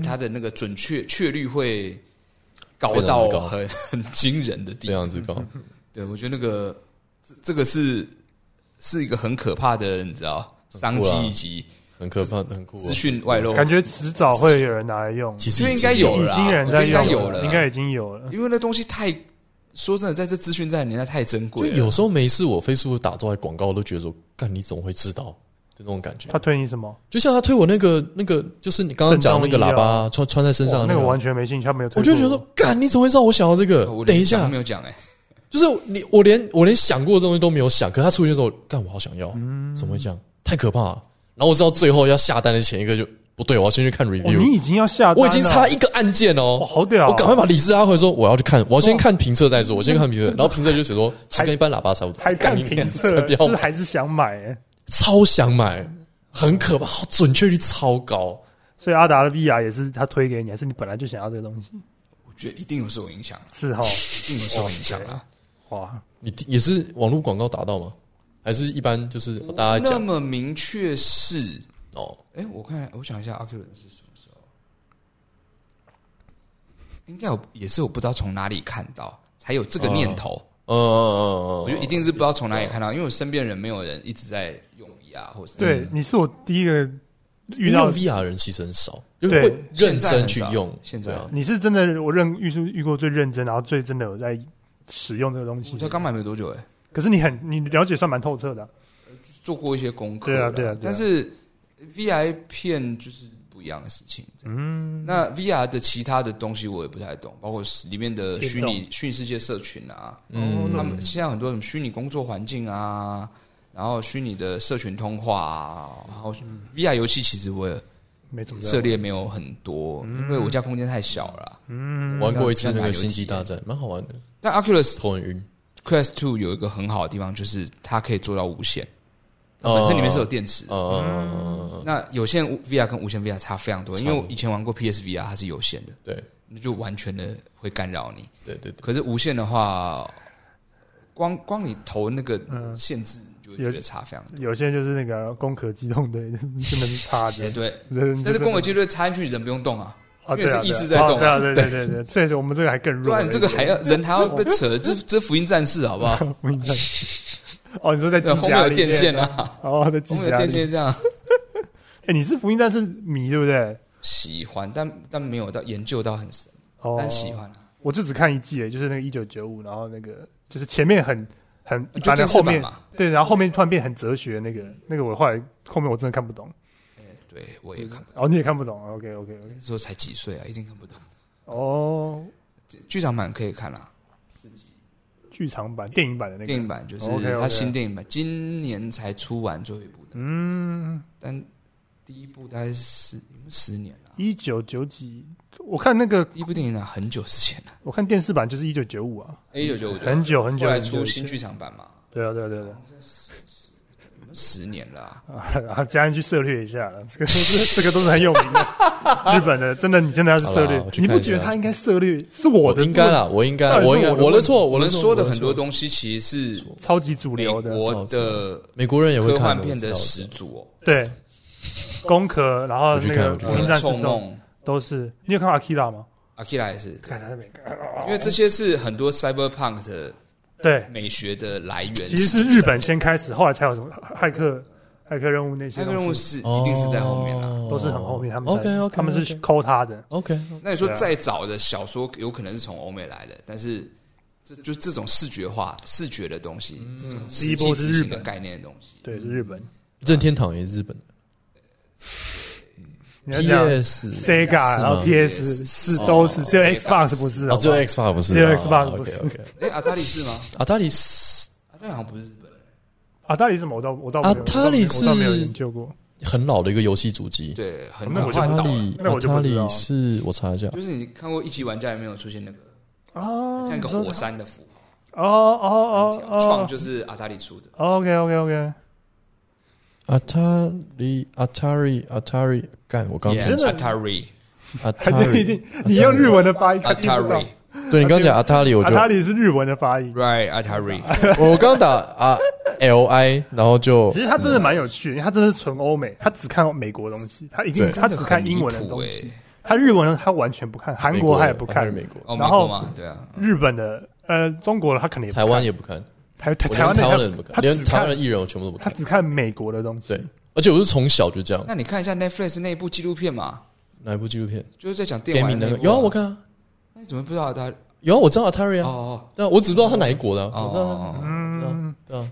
[SPEAKER 2] 它的那个准确确率会高
[SPEAKER 3] 非常
[SPEAKER 2] 到
[SPEAKER 3] 之高
[SPEAKER 2] 很很惊人的地
[SPEAKER 3] 这
[SPEAKER 2] 方。
[SPEAKER 3] 样子搞。
[SPEAKER 2] 对，我觉得那个这这个是是一个很可怕的，你知道，商机以及
[SPEAKER 3] 很可怕，很酷、啊
[SPEAKER 2] 资讯外露。
[SPEAKER 1] 感觉迟早会有人拿来用，
[SPEAKER 3] 其
[SPEAKER 2] 因
[SPEAKER 3] 实
[SPEAKER 2] 为应该有
[SPEAKER 1] 已
[SPEAKER 2] 了啦
[SPEAKER 1] 经有人在
[SPEAKER 2] 我觉得应该
[SPEAKER 1] 用
[SPEAKER 2] 有了
[SPEAKER 1] 应该已经有了。
[SPEAKER 2] 因为那东西太说真的，在这资讯站的年代太珍
[SPEAKER 3] 就
[SPEAKER 2] 贵了。
[SPEAKER 3] 有时候没事，我
[SPEAKER 2] 啊
[SPEAKER 3] Facebook 打出来广告，我都觉得说，干你怎么会知道的那种感觉
[SPEAKER 1] 他。推你什么？
[SPEAKER 3] 就像他推我那个那个，就是你刚刚讲的那个喇
[SPEAKER 1] 震动
[SPEAKER 3] 叭、
[SPEAKER 1] 仪
[SPEAKER 3] 穿穿在身上
[SPEAKER 1] 哇
[SPEAKER 3] 的
[SPEAKER 1] 那
[SPEAKER 3] 那
[SPEAKER 1] 个
[SPEAKER 3] 个，
[SPEAKER 1] 完全没兴趣，他没有推过
[SPEAKER 3] 我就
[SPEAKER 1] 我。
[SPEAKER 3] 觉得说，干你怎么会知道我想要这个
[SPEAKER 2] 我？
[SPEAKER 3] 等
[SPEAKER 2] 连
[SPEAKER 3] 一下
[SPEAKER 2] 讲都没，有讲哎、
[SPEAKER 3] 就是你我连我连想过的东西都没有想，可是他出现的时候，干我好想要，
[SPEAKER 1] 嗯
[SPEAKER 3] 怎么会这样？太可怕了。然后我知道最后要下单的前一个就不对，我要先去看
[SPEAKER 1] 哦，
[SPEAKER 3] review，、
[SPEAKER 1] 你已经要下单了，
[SPEAKER 3] 我已经差一个按键哦，
[SPEAKER 1] 哇，好屌哦！
[SPEAKER 3] 我赶快把理智拉回，说我要去看，我要先看评测再说。我先看评测，然后评测就写说，其实跟一般喇叭差不多，
[SPEAKER 1] 还看
[SPEAKER 3] 干你
[SPEAKER 1] 评
[SPEAKER 3] 娘
[SPEAKER 1] 测，
[SPEAKER 3] 不
[SPEAKER 1] 就
[SPEAKER 3] 要
[SPEAKER 1] 是
[SPEAKER 3] 买，
[SPEAKER 1] 还是想买欸。
[SPEAKER 3] 超想买，很可怕，好准确率超高。
[SPEAKER 1] 所以阿达的 VR 也是他推给你，还是你本来就想要这个东西？
[SPEAKER 2] 我觉得一定有受影响，
[SPEAKER 1] 是哈，
[SPEAKER 2] 一定有受影响啊。
[SPEAKER 1] 哇，
[SPEAKER 3] 你也是网络广告达到吗？还是一般就是
[SPEAKER 2] 那
[SPEAKER 3] 大家啊讲
[SPEAKER 2] 么明确是，
[SPEAKER 3] 哦？
[SPEAKER 2] 哎、我看我想一下，阿 Q 人是什么时候？应该有，也是我不知道从哪里看到，才有这个念头。
[SPEAKER 3] 呃呃
[SPEAKER 2] 我觉得一定是不知道从哪里看到，因为我身边人没有人一直在用 VR 或者嗯
[SPEAKER 1] 对，你是我第一个遇到
[SPEAKER 3] 用，VR 的人其实很少，就
[SPEAKER 1] 对
[SPEAKER 3] 会认真去
[SPEAKER 2] 现在很少
[SPEAKER 3] 用。
[SPEAKER 2] 现在
[SPEAKER 3] 对啊
[SPEAKER 1] 你是真的我认遇是遇过最认真，然后最真的有在使用这个东西
[SPEAKER 2] 我。才刚买没多久哎、
[SPEAKER 1] 可是你很你了解算蛮透彻的啊，
[SPEAKER 2] 做过一些功课
[SPEAKER 1] 对啊
[SPEAKER 2] 啦，
[SPEAKER 1] 对啊对啊
[SPEAKER 2] 但是 VR 片就是不一样的事情。嗯，那 VR 的其他的东西我也不太懂，包括里面的虚
[SPEAKER 1] 运
[SPEAKER 2] 拟虚拟世界社群啊，
[SPEAKER 1] 哦
[SPEAKER 2] 他
[SPEAKER 1] 那
[SPEAKER 2] 们现在很多什么虚拟工作环境啊，然后虚拟的社群通话啊，然后
[SPEAKER 1] 嗯
[SPEAKER 2] VR 游戏其实我也
[SPEAKER 1] 没怎么
[SPEAKER 2] 涉猎没有很多，
[SPEAKER 1] 嗯
[SPEAKER 2] 因为我家空间太小了啦。
[SPEAKER 3] 玩过一次那个《星际大战》，蛮好玩的，
[SPEAKER 2] 但 Oculus
[SPEAKER 3] 头很晕。
[SPEAKER 2] Quest Two 有一个很好的地方，就是它可以做到无线，本身里面是有电池的。
[SPEAKER 3] 呃，
[SPEAKER 2] 那有线 VR 跟无线 VR 差非常多，
[SPEAKER 3] 差
[SPEAKER 2] 因
[SPEAKER 3] 不多
[SPEAKER 2] 为我以前玩过 PSVR，它是有线的，
[SPEAKER 3] 对
[SPEAKER 2] 那就完全的会干扰你。
[SPEAKER 3] 对对对，
[SPEAKER 2] 可是无线的话，光光你投那个
[SPEAKER 1] 嗯
[SPEAKER 2] 限制，你就会
[SPEAKER 1] 有
[SPEAKER 2] 觉得差非常多。
[SPEAKER 1] 有些就是那个攻壳机动队，真的是差的
[SPEAKER 2] 对。对，
[SPEAKER 1] 但
[SPEAKER 2] 但是共和机队插进去，人不用动啊，
[SPEAKER 1] 啊，
[SPEAKER 2] 因为
[SPEAKER 1] 对
[SPEAKER 2] 是
[SPEAKER 1] 啊，
[SPEAKER 2] 意
[SPEAKER 1] 对啊
[SPEAKER 2] 识在动啊
[SPEAKER 1] 哦对啊，对对对对，所以说我们这个还更
[SPEAKER 2] 不
[SPEAKER 1] 弱。
[SPEAKER 2] 啊然这个还要人还要被 扯，这这福音战士好不好？
[SPEAKER 1] 不应该。哦，你说在机
[SPEAKER 2] 对后面
[SPEAKER 1] 甲
[SPEAKER 2] 有
[SPEAKER 1] 里
[SPEAKER 2] 电
[SPEAKER 1] 面
[SPEAKER 2] 线？啊，
[SPEAKER 1] 哦，在
[SPEAKER 2] 后
[SPEAKER 1] 机
[SPEAKER 2] 面有
[SPEAKER 1] 甲
[SPEAKER 2] 电
[SPEAKER 1] 里。
[SPEAKER 2] 线这样。
[SPEAKER 1] 哎，你是福音战士迷对不对？
[SPEAKER 2] 喜欢，但但没有到研究到很深，
[SPEAKER 1] 哦，
[SPEAKER 2] 但喜欢啊。
[SPEAKER 1] 我就只看一季，就是那个一九九五，然后那个就是前面很很一
[SPEAKER 2] 就
[SPEAKER 1] 般，
[SPEAKER 2] 电
[SPEAKER 1] 然
[SPEAKER 2] 视
[SPEAKER 1] 后
[SPEAKER 2] 版
[SPEAKER 1] 面
[SPEAKER 2] 嘛，
[SPEAKER 1] 对，然后后面突然变很哲学，那个那个我后来后面我真的看不懂，
[SPEAKER 2] 对我也看不懂，
[SPEAKER 1] 哦你也看不懂，OK OK OK，
[SPEAKER 2] 那时候才几岁啊，一定看不懂。
[SPEAKER 1] 哦，
[SPEAKER 2] 剧场版可以看啦、啊
[SPEAKER 1] 剧场版、电影版的那
[SPEAKER 2] 电
[SPEAKER 1] 个，哦
[SPEAKER 2] 影版就是
[SPEAKER 1] OK，OK
[SPEAKER 2] 他新电影版，今年才出完最后一部的，
[SPEAKER 1] 嗯，
[SPEAKER 2] 但第一部大概是十有没有十年了、
[SPEAKER 1] 一九九几，我看那个
[SPEAKER 2] 第一部电影呢很久之前了
[SPEAKER 1] 我看电视版就是一九九五啊，
[SPEAKER 2] ，A 九九五
[SPEAKER 1] 很久很久
[SPEAKER 2] 后来
[SPEAKER 1] 很久
[SPEAKER 2] 出
[SPEAKER 1] 以
[SPEAKER 2] 新
[SPEAKER 1] 前，
[SPEAKER 2] 剧场版嘛，
[SPEAKER 1] 对啊对啊对啊对啊
[SPEAKER 2] 有没有十年了 啊、
[SPEAKER 1] 啊，然后家人去涉猎一下了，这个都是这个都是很有名的，日本的，真的你真的要去涉猎
[SPEAKER 3] 好啦我，去
[SPEAKER 1] 你
[SPEAKER 3] 看
[SPEAKER 1] 不
[SPEAKER 3] 一下
[SPEAKER 1] 觉得他应该涉猎是我的
[SPEAKER 3] 应该啦，我应
[SPEAKER 1] 到
[SPEAKER 3] 该，
[SPEAKER 1] 底是
[SPEAKER 3] 我应该，
[SPEAKER 1] 我的
[SPEAKER 3] 我
[SPEAKER 1] 问
[SPEAKER 3] 的
[SPEAKER 1] 题
[SPEAKER 3] 错，我
[SPEAKER 2] 哦我
[SPEAKER 3] 的
[SPEAKER 2] 们
[SPEAKER 3] 错
[SPEAKER 2] 说的
[SPEAKER 3] 我
[SPEAKER 2] 很多
[SPEAKER 3] 错
[SPEAKER 2] 东西其实是
[SPEAKER 1] 超级主
[SPEAKER 2] 美
[SPEAKER 1] 流的
[SPEAKER 2] 国的
[SPEAKER 3] 美国人也会
[SPEAKER 2] 科
[SPEAKER 3] 看
[SPEAKER 2] 幻
[SPEAKER 3] 我
[SPEAKER 2] 片
[SPEAKER 3] 知
[SPEAKER 2] 的
[SPEAKER 3] 道
[SPEAKER 2] 始祖哦，
[SPEAKER 1] 对，工壳，然后
[SPEAKER 3] 我去
[SPEAKER 1] 那
[SPEAKER 3] 看
[SPEAKER 1] 个
[SPEAKER 3] 我去
[SPEAKER 1] 福
[SPEAKER 3] 看
[SPEAKER 1] 音
[SPEAKER 2] 《
[SPEAKER 1] 战士
[SPEAKER 2] 臭
[SPEAKER 1] 都
[SPEAKER 2] 梦
[SPEAKER 1] 都是，你有看过 Akira 吗？》
[SPEAKER 2] 呃 Akira 也是，
[SPEAKER 1] 看他没看，
[SPEAKER 2] 因为这些是很多 cyberpunk 的
[SPEAKER 1] 对，
[SPEAKER 2] 美学的来源。
[SPEAKER 1] 其实是日本先开始，后来才有什么骇客、骇客任务那些
[SPEAKER 2] 那
[SPEAKER 1] 东
[SPEAKER 2] 个
[SPEAKER 1] 西
[SPEAKER 2] 任务是
[SPEAKER 1] 哦
[SPEAKER 2] 一定是在后面啊了。
[SPEAKER 1] 都是很后面，他们
[SPEAKER 3] OK
[SPEAKER 1] 在
[SPEAKER 3] 哦 OK，
[SPEAKER 1] 他们是抠他的，
[SPEAKER 3] 哦 OK，
[SPEAKER 2] 那你说
[SPEAKER 1] 对啊
[SPEAKER 2] 再早的小说有可能是从欧美来的，但是这就这种视觉化、视觉的东西，这种
[SPEAKER 1] 嗯
[SPEAKER 2] 实
[SPEAKER 1] 第一
[SPEAKER 2] 际
[SPEAKER 1] 波是
[SPEAKER 2] 执
[SPEAKER 1] 日
[SPEAKER 2] 行的
[SPEAKER 1] 本
[SPEAKER 2] 概念的东西，
[SPEAKER 1] 对，是日本。
[SPEAKER 3] 任天堂也是日本的
[SPEAKER 1] 你要讲
[SPEAKER 3] ，PS
[SPEAKER 1] Sega，
[SPEAKER 3] 是
[SPEAKER 1] 然后
[SPEAKER 3] 吗
[SPEAKER 1] PS 是都是，只有
[SPEAKER 2] Sega
[SPEAKER 1] Xbox 不是，
[SPEAKER 3] 哦，只有
[SPEAKER 1] 好
[SPEAKER 3] Xbox 不是，
[SPEAKER 1] 只有 Xbox
[SPEAKER 3] 哦
[SPEAKER 1] 不是
[SPEAKER 3] OK，OK，OK。
[SPEAKER 2] 哎，阿达利是吗？
[SPEAKER 3] 啊，大理是
[SPEAKER 2] 阿那好像不是日本人，
[SPEAKER 1] 啊，大理是什么？我倒我倒没有
[SPEAKER 3] 啊塔里
[SPEAKER 1] 我倒没有我倒没有
[SPEAKER 3] 是
[SPEAKER 1] 研究过。
[SPEAKER 3] 很老的一个游戏主机。
[SPEAKER 2] 对，很
[SPEAKER 1] 哦那
[SPEAKER 2] 早
[SPEAKER 1] 我
[SPEAKER 2] 就
[SPEAKER 1] 就
[SPEAKER 2] 倒
[SPEAKER 1] 不知
[SPEAKER 3] 塔
[SPEAKER 1] 道
[SPEAKER 2] 了。
[SPEAKER 3] 里，
[SPEAKER 1] 那我就不
[SPEAKER 3] 塔
[SPEAKER 1] 知道
[SPEAKER 3] 里是我查一下，
[SPEAKER 2] 就是你看过一级玩家里面有出现那个
[SPEAKER 1] 哦，
[SPEAKER 2] 像一个
[SPEAKER 1] 你说
[SPEAKER 2] 火山的符
[SPEAKER 1] 哦哦哦
[SPEAKER 2] 条，创
[SPEAKER 1] 哦
[SPEAKER 2] 就是阿达里出的。
[SPEAKER 1] ，OK OK OK，
[SPEAKER 3] 阿塔里阿塔里阿塔里，干我刚刚
[SPEAKER 1] 真
[SPEAKER 2] Yeah，
[SPEAKER 1] 的
[SPEAKER 2] Atari
[SPEAKER 3] 阿
[SPEAKER 1] 还
[SPEAKER 3] 塔
[SPEAKER 1] 真一
[SPEAKER 3] 里，
[SPEAKER 1] 定，你用日文的发音，他
[SPEAKER 2] 啊
[SPEAKER 1] 听不到
[SPEAKER 2] Atari
[SPEAKER 3] 对你刚刚讲阿塔里，我
[SPEAKER 1] 啊，
[SPEAKER 3] 就
[SPEAKER 1] 塔里是日文的发音。
[SPEAKER 2] Right Atari，
[SPEAKER 3] 我刚刚打啊 L I，然后就
[SPEAKER 1] 其实他真的蛮有趣的，因为他真的是纯欧美，他只看美国东西，他一定
[SPEAKER 3] 对
[SPEAKER 1] 他只看英文的
[SPEAKER 2] 真的很
[SPEAKER 1] 东
[SPEAKER 2] 离谱
[SPEAKER 1] 西，他日文的他完全不看，韩国他也不
[SPEAKER 3] 还是
[SPEAKER 1] 看，
[SPEAKER 3] 美国，
[SPEAKER 2] 哦，美
[SPEAKER 1] 然后
[SPEAKER 2] 国嘛，对啊，
[SPEAKER 1] 日本的呃中国的他可能也不看
[SPEAKER 3] 台湾也不看，
[SPEAKER 1] 台台
[SPEAKER 3] 我
[SPEAKER 1] 台
[SPEAKER 3] 连
[SPEAKER 1] 湾
[SPEAKER 3] 台
[SPEAKER 1] 的
[SPEAKER 3] 湾
[SPEAKER 1] 他
[SPEAKER 3] 人不
[SPEAKER 1] 他
[SPEAKER 3] 看，连
[SPEAKER 1] 只
[SPEAKER 3] 台湾
[SPEAKER 1] 看
[SPEAKER 3] 人艺人我全部都不
[SPEAKER 1] 他
[SPEAKER 3] 看。
[SPEAKER 1] 只看美国的东西，
[SPEAKER 3] 对，而且我是从小就这样。
[SPEAKER 2] 那你看一下 Netflix 那一部纪录片嘛，
[SPEAKER 3] 哪一部纪录片？
[SPEAKER 2] 就是在讲电
[SPEAKER 3] 电
[SPEAKER 2] 玩
[SPEAKER 3] 影
[SPEAKER 2] 的
[SPEAKER 3] 那
[SPEAKER 2] 那
[SPEAKER 3] 个
[SPEAKER 2] 一部
[SPEAKER 3] 有啊，我，看啊，
[SPEAKER 2] 那你怎么不知道他？
[SPEAKER 3] 有啊，我知道 Atari
[SPEAKER 2] 哦
[SPEAKER 3] 啊，
[SPEAKER 2] 哦，
[SPEAKER 3] 但我只不知道他哪一国的啊，
[SPEAKER 2] 哦
[SPEAKER 3] 我知道他，我知道
[SPEAKER 1] 嗯，
[SPEAKER 3] 对啊，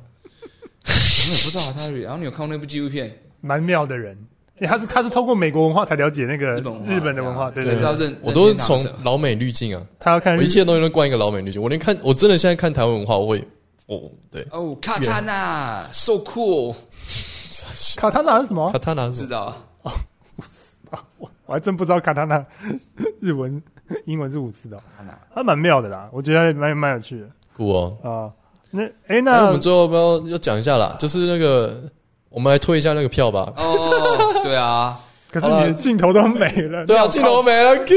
[SPEAKER 2] 你也不知道 Atari，然后你有看过那部纪录片？
[SPEAKER 1] 蛮妙的人。因为他是他是通过美国文化才了解那个
[SPEAKER 2] 日本文化啊
[SPEAKER 1] 日本的文化，
[SPEAKER 2] 这
[SPEAKER 1] 对
[SPEAKER 2] 样
[SPEAKER 1] 对
[SPEAKER 2] 才知道
[SPEAKER 1] 对，
[SPEAKER 2] 认
[SPEAKER 3] 我都是从
[SPEAKER 2] 认天堂什么
[SPEAKER 3] 老美滤镜啊，
[SPEAKER 1] 他要看
[SPEAKER 3] 我
[SPEAKER 1] 日
[SPEAKER 3] 一切东西都灌一个老美滤镜。我连看，我真的现在看台湾文化，我会，哦，对，
[SPEAKER 2] 哦，卡塔纳，so cool，
[SPEAKER 1] 卡塔纳是什么
[SPEAKER 3] 卡？塔拿
[SPEAKER 2] 不知道啊
[SPEAKER 1] 我还真不知道卡塔纳 日文英文是五次的哦，
[SPEAKER 2] 卡纳
[SPEAKER 1] 还蛮妙的啦，我觉得蛮蛮有趣的
[SPEAKER 3] 酷哦。
[SPEAKER 1] 啊。那哎，
[SPEAKER 3] 那我
[SPEAKER 1] 那
[SPEAKER 3] 们最后要不要要讲一下啦？就是那个，我们来推一下那个票吧。
[SPEAKER 2] 哦，对啊，
[SPEAKER 1] 可是你的镜头都没了，
[SPEAKER 3] 对啊，
[SPEAKER 1] 你很靠
[SPEAKER 3] 镜头没了，Q，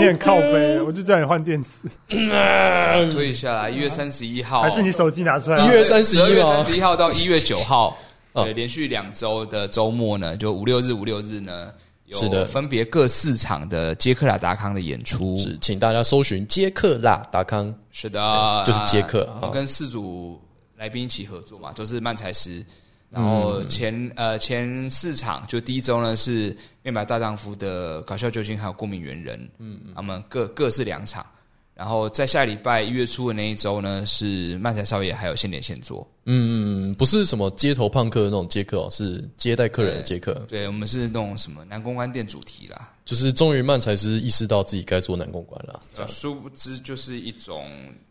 [SPEAKER 1] 你很靠背了，我就叫你换电池，
[SPEAKER 2] 推一下来，一月三十一号，
[SPEAKER 1] 还是你手机拿出来
[SPEAKER 3] 嗯
[SPEAKER 1] 啊
[SPEAKER 3] 一？月31
[SPEAKER 2] 12月
[SPEAKER 3] 吗
[SPEAKER 2] 三十一号到一月九号，
[SPEAKER 3] 哦
[SPEAKER 2] 对，连续两周的周末呢，就五六日五六日呢，有
[SPEAKER 3] 是的
[SPEAKER 2] 分别各市场的杰克拉达康的演出，
[SPEAKER 3] 是，请大家搜寻杰克辣达康，
[SPEAKER 2] 是的，
[SPEAKER 3] 就是杰克
[SPEAKER 2] 啊
[SPEAKER 3] 啊
[SPEAKER 2] 我跟四组来宾一起合作嘛，就是漫才师。然后
[SPEAKER 3] 嗯
[SPEAKER 2] 前、呃前四场就第一周呢是面白大丈夫的搞笑救星还有过敏猿人，嗯，他们各各是两场。然后在下礼拜一月初的那一周呢是漫才少爷还有现点现做，
[SPEAKER 3] 嗯，不是什么街头胖客的那种杰克哦，是接待客人的杰克。
[SPEAKER 2] 对我们是那种什么南公关店主题啦。
[SPEAKER 3] 就是终于漫才师意识到自己该做男公关了，这
[SPEAKER 2] 呃
[SPEAKER 3] 样。
[SPEAKER 2] 殊不知就是一种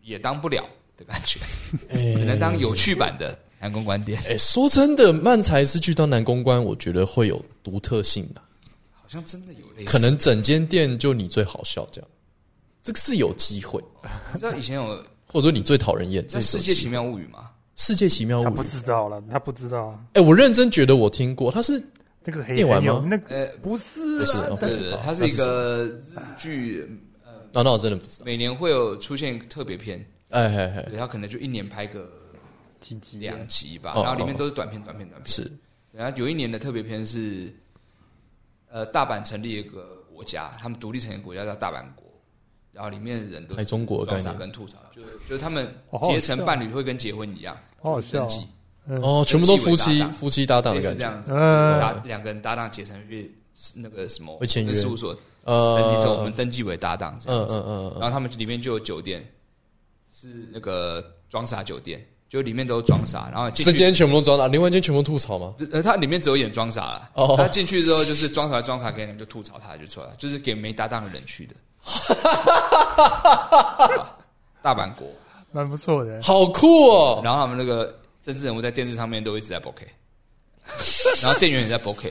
[SPEAKER 2] 也当不了的感觉， 只能当有趣版的南公关店，
[SPEAKER 3] 哎、说真的，漫才师去当男公关，我觉得会有独特性的、
[SPEAKER 2] 好像真的有类似。
[SPEAKER 3] 可能整间店就你最好笑，这样，这个是有机会，
[SPEAKER 2] 你知道以前有
[SPEAKER 3] 或者说你最讨人厌，
[SPEAKER 2] 在
[SPEAKER 3] 这
[SPEAKER 2] 《
[SPEAKER 3] 是
[SPEAKER 2] 世
[SPEAKER 3] 有
[SPEAKER 2] 界
[SPEAKER 3] 机
[SPEAKER 2] 奇妙物语》嘛，
[SPEAKER 3] 世界奇妙物
[SPEAKER 1] 他
[SPEAKER 3] 语
[SPEAKER 1] 不。知道了，他不知道
[SPEAKER 3] 哎、我认真觉得我听过，它是
[SPEAKER 1] 那个黑
[SPEAKER 3] 电玩
[SPEAKER 1] 黑有
[SPEAKER 3] 吗
[SPEAKER 1] 那个
[SPEAKER 2] 呃
[SPEAKER 1] 不是
[SPEAKER 3] 不是
[SPEAKER 1] 啊
[SPEAKER 3] 哦
[SPEAKER 1] 但
[SPEAKER 2] 对对，对
[SPEAKER 3] 哦
[SPEAKER 2] 它是
[SPEAKER 3] 那
[SPEAKER 2] 一
[SPEAKER 3] 是
[SPEAKER 2] 个日剧，
[SPEAKER 3] 啊，那我真的不知道。
[SPEAKER 2] 每年会有出现特别篇，
[SPEAKER 3] 哎哎哎，
[SPEAKER 2] 对，它可能就一年拍个
[SPEAKER 1] 几集
[SPEAKER 2] 两集吧，
[SPEAKER 3] 哦
[SPEAKER 2] 然后里面都是短片、短片、短片。
[SPEAKER 3] 是
[SPEAKER 2] 然后有一年的特别篇是，呃，大阪成立一个国家，他们独立成一个国家叫大阪国，然后里面的人都
[SPEAKER 3] 来
[SPEAKER 2] 是
[SPEAKER 3] 中国的
[SPEAKER 2] 装
[SPEAKER 3] 概
[SPEAKER 2] 傻
[SPEAKER 3] 念
[SPEAKER 2] 跟吐槽，就就是他们
[SPEAKER 1] 哦好好
[SPEAKER 2] 结成
[SPEAKER 1] 笑
[SPEAKER 2] 伴侣会跟结婚一样，
[SPEAKER 1] 好好
[SPEAKER 2] 登
[SPEAKER 1] 笑
[SPEAKER 2] 记
[SPEAKER 3] 哦，全部都夫
[SPEAKER 2] 人际
[SPEAKER 3] 妻
[SPEAKER 2] 为搭档
[SPEAKER 3] 夫妻搭档
[SPEAKER 2] 类
[SPEAKER 3] 的
[SPEAKER 2] 似
[SPEAKER 3] 感
[SPEAKER 2] 这
[SPEAKER 3] 觉。
[SPEAKER 2] 样子，
[SPEAKER 1] 嗯
[SPEAKER 2] 搭两个人搭档结成约那个什么
[SPEAKER 3] 会签约
[SPEAKER 2] 事务所登记哎说我
[SPEAKER 3] 呃
[SPEAKER 2] 们，登记为搭档这样
[SPEAKER 3] 嗯
[SPEAKER 2] 子，
[SPEAKER 3] 嗯嗯
[SPEAKER 2] 然
[SPEAKER 3] 嗯，
[SPEAKER 2] 后他们里面就有酒店，是那个装傻酒店，就里面都是装傻，然后进
[SPEAKER 3] 这
[SPEAKER 2] 去
[SPEAKER 3] 间全部都装了，另外一间全部吐槽吗？
[SPEAKER 2] 呃，它里面只有演装傻了。
[SPEAKER 3] 哦
[SPEAKER 2] 他进去之后就是装傻装傻，给人就吐槽他就出来，就是给没搭档的人去的。大阪国，
[SPEAKER 1] 蛮不错的。
[SPEAKER 3] 好酷哦！
[SPEAKER 2] 然后他们那个政治人物在电视上面都一直在 bokeh，然后店员也在 bokeh。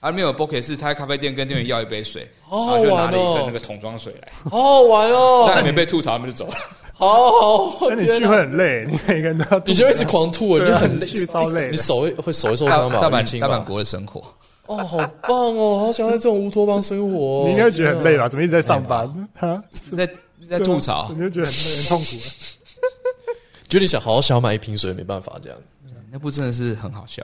[SPEAKER 2] 而 没有 bokeh 是他在咖啡店跟店员要一杯水，然
[SPEAKER 3] 好好
[SPEAKER 2] 后就拿了一
[SPEAKER 3] 玩
[SPEAKER 2] 个
[SPEAKER 3] 哦
[SPEAKER 2] 那个桶装水来，
[SPEAKER 3] 好好玩哦
[SPEAKER 2] 但！还没被吐槽，他们就走了。
[SPEAKER 3] 好好，
[SPEAKER 1] 那你
[SPEAKER 3] 天
[SPEAKER 1] 聚
[SPEAKER 3] 哪
[SPEAKER 1] 会很累，你每个人都要
[SPEAKER 3] 你就一直狂吐，你
[SPEAKER 1] 对
[SPEAKER 3] 就
[SPEAKER 1] 啊
[SPEAKER 3] 很累，
[SPEAKER 1] 去超累的
[SPEAKER 3] 你手会会手会受
[SPEAKER 2] 大
[SPEAKER 3] 伤吧？
[SPEAKER 2] 大
[SPEAKER 3] 淤
[SPEAKER 2] 阪
[SPEAKER 3] 青
[SPEAKER 2] 大
[SPEAKER 3] 吧
[SPEAKER 2] 阪国的 生活，
[SPEAKER 3] 哦，好棒哦，好想在这种乌托邦生活哦、
[SPEAKER 1] 你应该觉得很累吧？
[SPEAKER 3] 天
[SPEAKER 1] 怎么一直在上班啊？
[SPEAKER 2] 一直在一直在吐槽
[SPEAKER 1] 你。就觉得很累、很痛苦。
[SPEAKER 3] 哪？觉得你想好好想买一瓶水，没办法这样。
[SPEAKER 2] 那部真的是很好笑。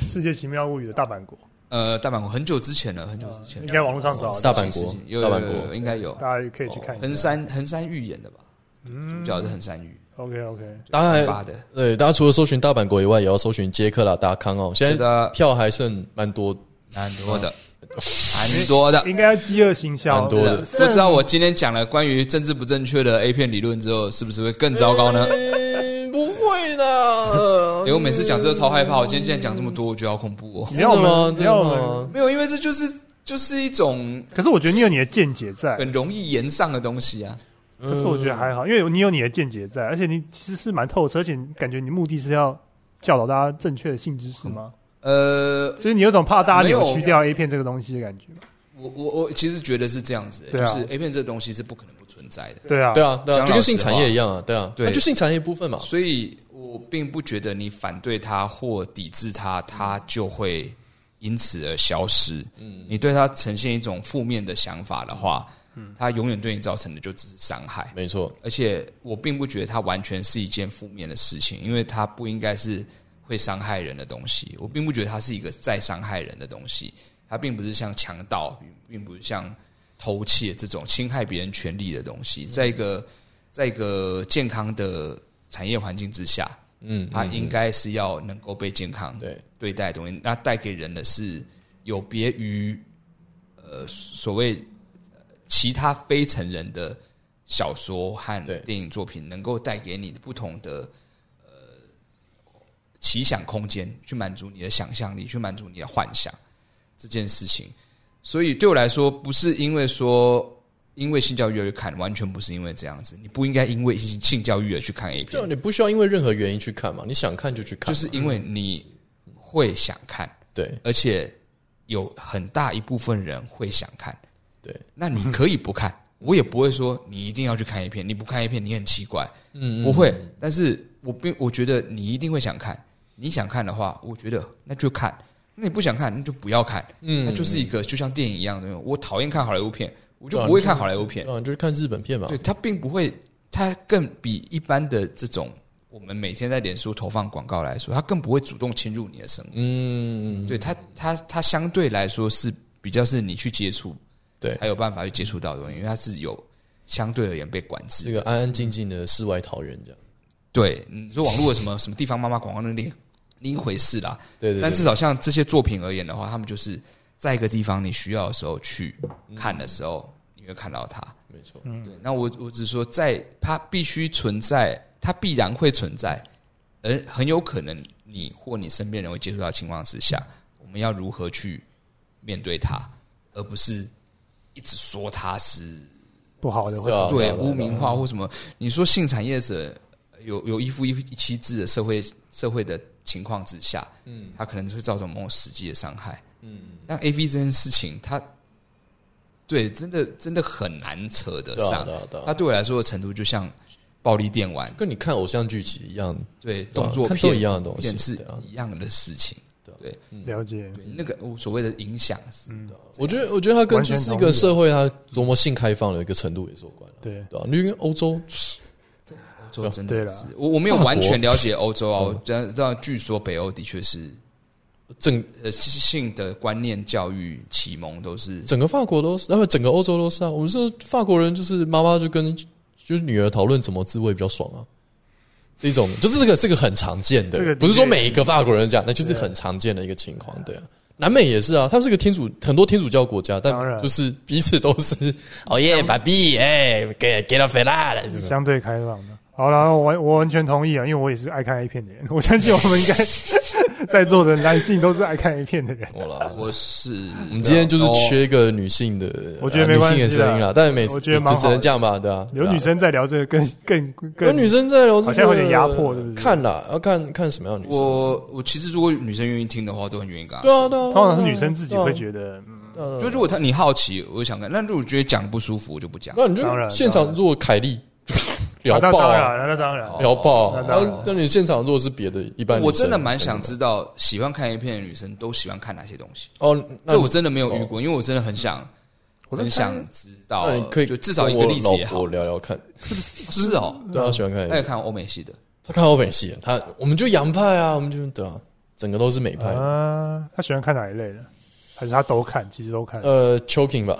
[SPEAKER 1] 世界奇妙物语的大阪国，
[SPEAKER 2] 呃，大阪国很久之前了，很久之前
[SPEAKER 1] 应
[SPEAKER 2] 了。
[SPEAKER 1] 该网络上找得
[SPEAKER 3] 大
[SPEAKER 1] 到，
[SPEAKER 3] 阪
[SPEAKER 2] 事
[SPEAKER 3] 国
[SPEAKER 2] 情，有
[SPEAKER 3] 大
[SPEAKER 2] 有
[SPEAKER 3] 阪
[SPEAKER 2] 有有
[SPEAKER 3] 国，
[SPEAKER 2] 应该有。
[SPEAKER 1] 大家可以去看一
[SPEAKER 2] 横
[SPEAKER 1] 下。嗯
[SPEAKER 2] 山横山预演的吧，主角是横山预，
[SPEAKER 1] OK OK，
[SPEAKER 3] 当
[SPEAKER 2] 八
[SPEAKER 3] 然，
[SPEAKER 2] 的，
[SPEAKER 3] 对大家除了搜寻大阪国以外，也要搜寻捷克啦、达康哦。
[SPEAKER 2] 是
[SPEAKER 3] 现在
[SPEAKER 2] 的，
[SPEAKER 3] 票还剩蛮多，
[SPEAKER 2] 蛮多的，蛮多的。
[SPEAKER 1] 应该要饥饿行销，啊
[SPEAKER 3] 蛮多的
[SPEAKER 2] 不知道我今天讲了关于政治不正确的 A 片理论之后，是不是会更糟糕呢？
[SPEAKER 1] 哎
[SPEAKER 3] 嗯不会的
[SPEAKER 2] 因为我每次讲这个超害怕，我今天竟然讲这么多，我觉得好恐怖哦。
[SPEAKER 1] 你要我们，你
[SPEAKER 3] 真的
[SPEAKER 1] 要我
[SPEAKER 3] 吗？真的
[SPEAKER 1] 们。
[SPEAKER 3] 吗？
[SPEAKER 2] 没有，因为这就是就是一种
[SPEAKER 1] 可是我觉得你有你的见解在，
[SPEAKER 2] 很容易言上的东西啊。
[SPEAKER 3] 嗯
[SPEAKER 1] 可是我觉得还好，因为你有你的见解在，而且你其实是蛮透彻，而且你感觉你目的是要教导大家正确的性知识吗？
[SPEAKER 3] 嗯
[SPEAKER 2] 呃，
[SPEAKER 1] 就是你有种怕大家
[SPEAKER 2] 没有
[SPEAKER 1] 扭曲掉 A 片这个东西的感觉吗。
[SPEAKER 2] 我我我其实觉得是这样子、
[SPEAKER 1] 对
[SPEAKER 2] 就
[SPEAKER 1] 啊
[SPEAKER 2] 是 A 片这东西是不可能不存在的，
[SPEAKER 1] 对啊，
[SPEAKER 3] 对啊，对啊，
[SPEAKER 2] 讲
[SPEAKER 3] 就
[SPEAKER 2] 老
[SPEAKER 3] 跟
[SPEAKER 2] 实
[SPEAKER 3] 性产
[SPEAKER 2] 话
[SPEAKER 3] 业一样啊，对啊，
[SPEAKER 2] 对
[SPEAKER 3] 啊就性产业一部分嘛。
[SPEAKER 2] 所以我并不觉得你反对它或抵制它，它就会因此而消失。嗯，你对它呈现一种负面的想法的话，嗯，它永远对你造成的就只是伤害。
[SPEAKER 3] 没错，
[SPEAKER 2] 而且我并不觉得它完全是一件负面的事情，因为它不应该是会伤害人的东西。我并不觉得它是一个再伤害人的东西，它并不是像强盗，并不是像偷窃这种侵害别人权利的东
[SPEAKER 3] 嗯
[SPEAKER 2] 西。在一个在一个健康的产业环境之下，
[SPEAKER 3] 嗯，
[SPEAKER 2] 它应该是要能够被健康
[SPEAKER 3] 对，
[SPEAKER 2] 对待的东西，那带给人的是有别于呃所谓呃其他非成人的小说和
[SPEAKER 3] 对
[SPEAKER 2] 电影作品，能够带给你不同的呃奇想空间，去满足你的想象力，去满足你的幻想这件事情。所以对我来说，不是因为说。因为性教育而去看，完全不是因为这样子。你不应该因为性性教育而去看 A 片
[SPEAKER 3] 就，你不需要因为任何原因去看嘛，你想看就去看
[SPEAKER 2] 就
[SPEAKER 3] 嘛，
[SPEAKER 2] 是因为你会想看，
[SPEAKER 3] 对
[SPEAKER 2] 而且有很大一部分人会想看。
[SPEAKER 3] 对，
[SPEAKER 2] 那你可以不 看，我也不会说你一定要去看 A 片，你不看 A 片你很奇怪，嗯，不会。但是我并我觉得你一定会想看，你想看的话，我觉得那就看。那你不想看，那就不要看。嗯，那就是一个就像电影一样的东西。我讨厌看好莱坞片，我就
[SPEAKER 3] 对啊
[SPEAKER 2] 不会看好莱坞片
[SPEAKER 3] 对。啊，你就去看日本片嘛
[SPEAKER 2] 对，，它并不会，它更比一般的这种我们每天在脸书投放广告来说，它更不会主动侵入你的生活。
[SPEAKER 3] 嗯，
[SPEAKER 2] 对它，它它相对来说是比较是你去接触，
[SPEAKER 3] 对
[SPEAKER 2] 才有办法去接触到的东西，因为它是有相对而言被管制
[SPEAKER 3] 这
[SPEAKER 2] 的。
[SPEAKER 3] 个安安静静的世外桃源这样，
[SPEAKER 2] 对，你说网络的什么什么地方妈妈广告那另另一回事啦，
[SPEAKER 3] 对对
[SPEAKER 2] 但至
[SPEAKER 3] 对，
[SPEAKER 2] 少像这些作品而言的话，他们就是在一个地方你需要的时候去看的时候，你会看到它。
[SPEAKER 3] 没错，
[SPEAKER 2] 对，那我我只是说在，它必须存在，它必然会存在，而很有可能你或你身边人会接触到的情况之下，我们要如何去面对它，而不是一直说它是
[SPEAKER 1] 不好的会
[SPEAKER 3] 对啊
[SPEAKER 2] 对
[SPEAKER 3] 啊
[SPEAKER 2] 污名
[SPEAKER 3] 啊
[SPEAKER 2] 化或什么。你说性产业者有有一夫一妻制的社会社会的情况之下，嗯，它可能会造成某种实际的伤害。嗯，像 A V 这件事情，它对真的真的很难扯得
[SPEAKER 3] 对啊
[SPEAKER 2] 上
[SPEAKER 3] 对。啊对
[SPEAKER 2] 它
[SPEAKER 3] 啊，
[SPEAKER 2] 对我来说的程度就像暴力电玩，
[SPEAKER 3] 跟你看偶像剧集一样，
[SPEAKER 2] 对
[SPEAKER 3] 对啊
[SPEAKER 2] 动作
[SPEAKER 3] 看
[SPEAKER 2] 片
[SPEAKER 3] 都一样的东西
[SPEAKER 2] 片是
[SPEAKER 3] 对啊
[SPEAKER 2] 一样的事情。对
[SPEAKER 1] 了解。
[SPEAKER 2] 对，那个我所谓的影响是，
[SPEAKER 1] 嗯
[SPEAKER 3] 我觉得我觉得它跟就是一
[SPEAKER 1] 啊
[SPEAKER 3] 个社会它多么性开放的一个程度也是有关的，
[SPEAKER 1] 对，
[SPEAKER 3] 对啊，因为欧洲
[SPEAKER 2] 欧洲真
[SPEAKER 1] 对
[SPEAKER 2] 的
[SPEAKER 1] 啦
[SPEAKER 2] 是，我我没有完全了解欧洲啊，
[SPEAKER 3] 法国
[SPEAKER 2] 我但但据说北欧的确是
[SPEAKER 3] 整
[SPEAKER 2] 呃性的观念教育启蒙都是
[SPEAKER 3] 整个法国都是，然后整个欧洲都是啊。我们说法国人就是妈妈就跟就是女儿讨论怎么自慰比较爽啊，这种就是这个是个很常见的，
[SPEAKER 1] 这个的确
[SPEAKER 3] 不是说每一个法国人讲，那就是很常见的一个情况，对啊。南美也是啊，他们是个天主很多天主教国家，但
[SPEAKER 1] 当然
[SPEAKER 3] 就是彼此都是哦耶，爸比哎，给给到肥啦，这种
[SPEAKER 1] 相对开放的。好了，我完我完全同意啊，因为我也是爱看 A 片的人。 我相信我们应该在座的男性都是爱看 A 片的人。
[SPEAKER 3] 好啦
[SPEAKER 2] 我是
[SPEAKER 3] 我们今天就是
[SPEAKER 2] 哦
[SPEAKER 3] 缺一个女性的，
[SPEAKER 1] 啊我觉得
[SPEAKER 3] 啊
[SPEAKER 1] 没
[SPEAKER 3] 女
[SPEAKER 1] 关
[SPEAKER 3] 性
[SPEAKER 1] 系
[SPEAKER 3] 的声音啦
[SPEAKER 1] 啦，
[SPEAKER 3] 但是每
[SPEAKER 1] 我
[SPEAKER 3] 次
[SPEAKER 1] 觉得
[SPEAKER 3] 就
[SPEAKER 1] 蛮好
[SPEAKER 3] 只能这样吧，对啊，
[SPEAKER 1] 有
[SPEAKER 3] 对啊
[SPEAKER 1] 女生在聊这个更更更
[SPEAKER 3] 有女生在聊这个，
[SPEAKER 1] 好像有点压迫对不对
[SPEAKER 3] 看啦，要看看什么样的女生。
[SPEAKER 2] 我我其实如果女生愿意听的话，我都很愿意跟她
[SPEAKER 3] 对
[SPEAKER 2] 说。呃
[SPEAKER 3] 啊，对啊，
[SPEAKER 1] 通常是女生自己会觉
[SPEAKER 3] 哦
[SPEAKER 1] 得，嗯，
[SPEAKER 3] 得
[SPEAKER 2] 就如果她你好奇，我就想看；那如果觉得讲不舒服，我就不讲。
[SPEAKER 3] 啊那你
[SPEAKER 1] 当然
[SPEAKER 3] 就现场如果凯莉 聊
[SPEAKER 1] 啊那
[SPEAKER 3] 爆
[SPEAKER 1] 当
[SPEAKER 3] 啊，
[SPEAKER 1] 然，那当然，
[SPEAKER 3] 聊爆啊，
[SPEAKER 1] 那当然
[SPEAKER 3] 那那你现场如果是别的一般，
[SPEAKER 2] 我真的蛮想知道，喜欢看 A 片的女生都喜欢看哪些东西？
[SPEAKER 3] 哦，那
[SPEAKER 2] 这我
[SPEAKER 3] 你
[SPEAKER 2] 真的没有遇过，因为我真的很想，
[SPEAKER 1] 我在
[SPEAKER 2] 很
[SPEAKER 1] 猜
[SPEAKER 2] 想知道
[SPEAKER 3] 那你可以，
[SPEAKER 2] 就至少一
[SPEAKER 3] 跟
[SPEAKER 2] 个
[SPEAKER 3] 我
[SPEAKER 2] 例子也
[SPEAKER 3] 老
[SPEAKER 2] 好
[SPEAKER 3] 婆。聊聊看，
[SPEAKER 2] 是哦，
[SPEAKER 1] 嗯
[SPEAKER 3] 对啊，喜欢看
[SPEAKER 2] 他也看欧美系的，
[SPEAKER 3] 他看欧美系，他我们就洋派啊，我们就对啊，整个都是美派，
[SPEAKER 1] 啊，他喜欢看哪一类的？还是他都看？其实都看。
[SPEAKER 3] 哎呃，choking 吧，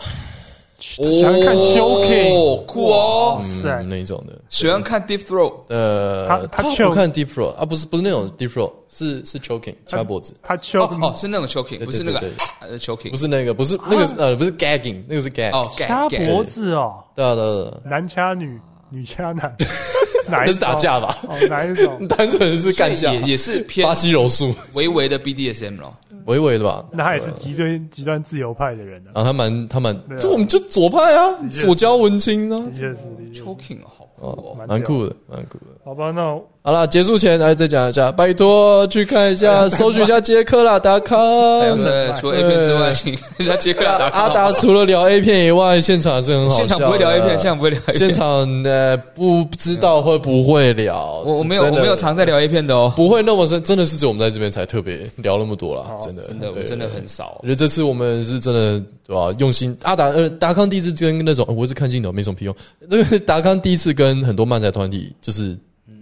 [SPEAKER 1] 他喜欢看 choking，
[SPEAKER 2] 哦，酷哦，
[SPEAKER 1] 哇塞
[SPEAKER 3] 嗯，那一种的，
[SPEAKER 2] 喜欢看 Deep Throat，
[SPEAKER 3] 呃
[SPEAKER 1] 他，
[SPEAKER 3] 他
[SPEAKER 1] 他
[SPEAKER 3] 不
[SPEAKER 1] choke
[SPEAKER 3] 看 deep roll 啊，不是不是那种 deep roll，是是 choking 掐脖子，
[SPEAKER 1] 他
[SPEAKER 2] 哦
[SPEAKER 1] choke
[SPEAKER 2] 哦，是那种 choking，
[SPEAKER 3] 对
[SPEAKER 2] 不是那个
[SPEAKER 3] 对对对
[SPEAKER 2] 呃 choking，
[SPEAKER 3] 不是那个，不是那个是，呃，不是 gagging，那个是 gag，
[SPEAKER 2] 啊哦，
[SPEAKER 1] 掐
[SPEAKER 2] gag
[SPEAKER 1] 脖
[SPEAKER 2] gag，
[SPEAKER 1] 子哦，
[SPEAKER 3] 对啊对啊对啊，
[SPEAKER 1] 男掐女，女掐男，哪一
[SPEAKER 3] 那
[SPEAKER 1] 种
[SPEAKER 3] 是打架吧？
[SPEAKER 1] 哦，哪一种？
[SPEAKER 3] 单纯是干架，
[SPEAKER 2] 也也是偏嗯
[SPEAKER 3] 巴西柔术，
[SPEAKER 2] 微微的 BDSM 咯。
[SPEAKER 3] 微微的吧。
[SPEAKER 1] 那他也是极端极端自由派的人呢、啊
[SPEAKER 3] 然后他蛮他蛮
[SPEAKER 1] 对，啊
[SPEAKER 3] 这我们就左派啊，
[SPEAKER 1] 确
[SPEAKER 3] 左交文青啊
[SPEAKER 1] 的，确是，的确是
[SPEAKER 2] Choking 好酷
[SPEAKER 3] 哦
[SPEAKER 2] 哦，
[SPEAKER 1] 蛮屌的
[SPEAKER 3] 蛮酷的，蛮酷的。
[SPEAKER 1] 好吧，那我
[SPEAKER 3] 好了，结束前来再讲一下，拜托去看一
[SPEAKER 2] 哎
[SPEAKER 3] 下，搜寻一下杰克啦达康。
[SPEAKER 1] 对
[SPEAKER 2] 对，除了 A 片之外，请大家接客
[SPEAKER 3] 阿
[SPEAKER 2] 打
[SPEAKER 3] 啊阿达除了聊 A 片以外，现场是很好笑
[SPEAKER 2] 啊现
[SPEAKER 3] 的，啊
[SPEAKER 2] 场不会聊 A 片，现场不会聊 A
[SPEAKER 3] 现
[SPEAKER 2] 片。
[SPEAKER 3] 场呃不知道会不会聊，
[SPEAKER 2] 我我没有我
[SPEAKER 3] 真的
[SPEAKER 2] 没有常在聊 A 片的哦，
[SPEAKER 3] 不会那么深，真的是只有我们在这边才特别聊那么多啦，真的
[SPEAKER 2] 真的，我
[SPEAKER 3] 对
[SPEAKER 2] 真的很少
[SPEAKER 3] 我。觉得这次我们是真的对吧、用心，阿达呃达康第一次跟那种、呃我是看镜头没什么屁用，这个达康第一次跟很多漫才团体就是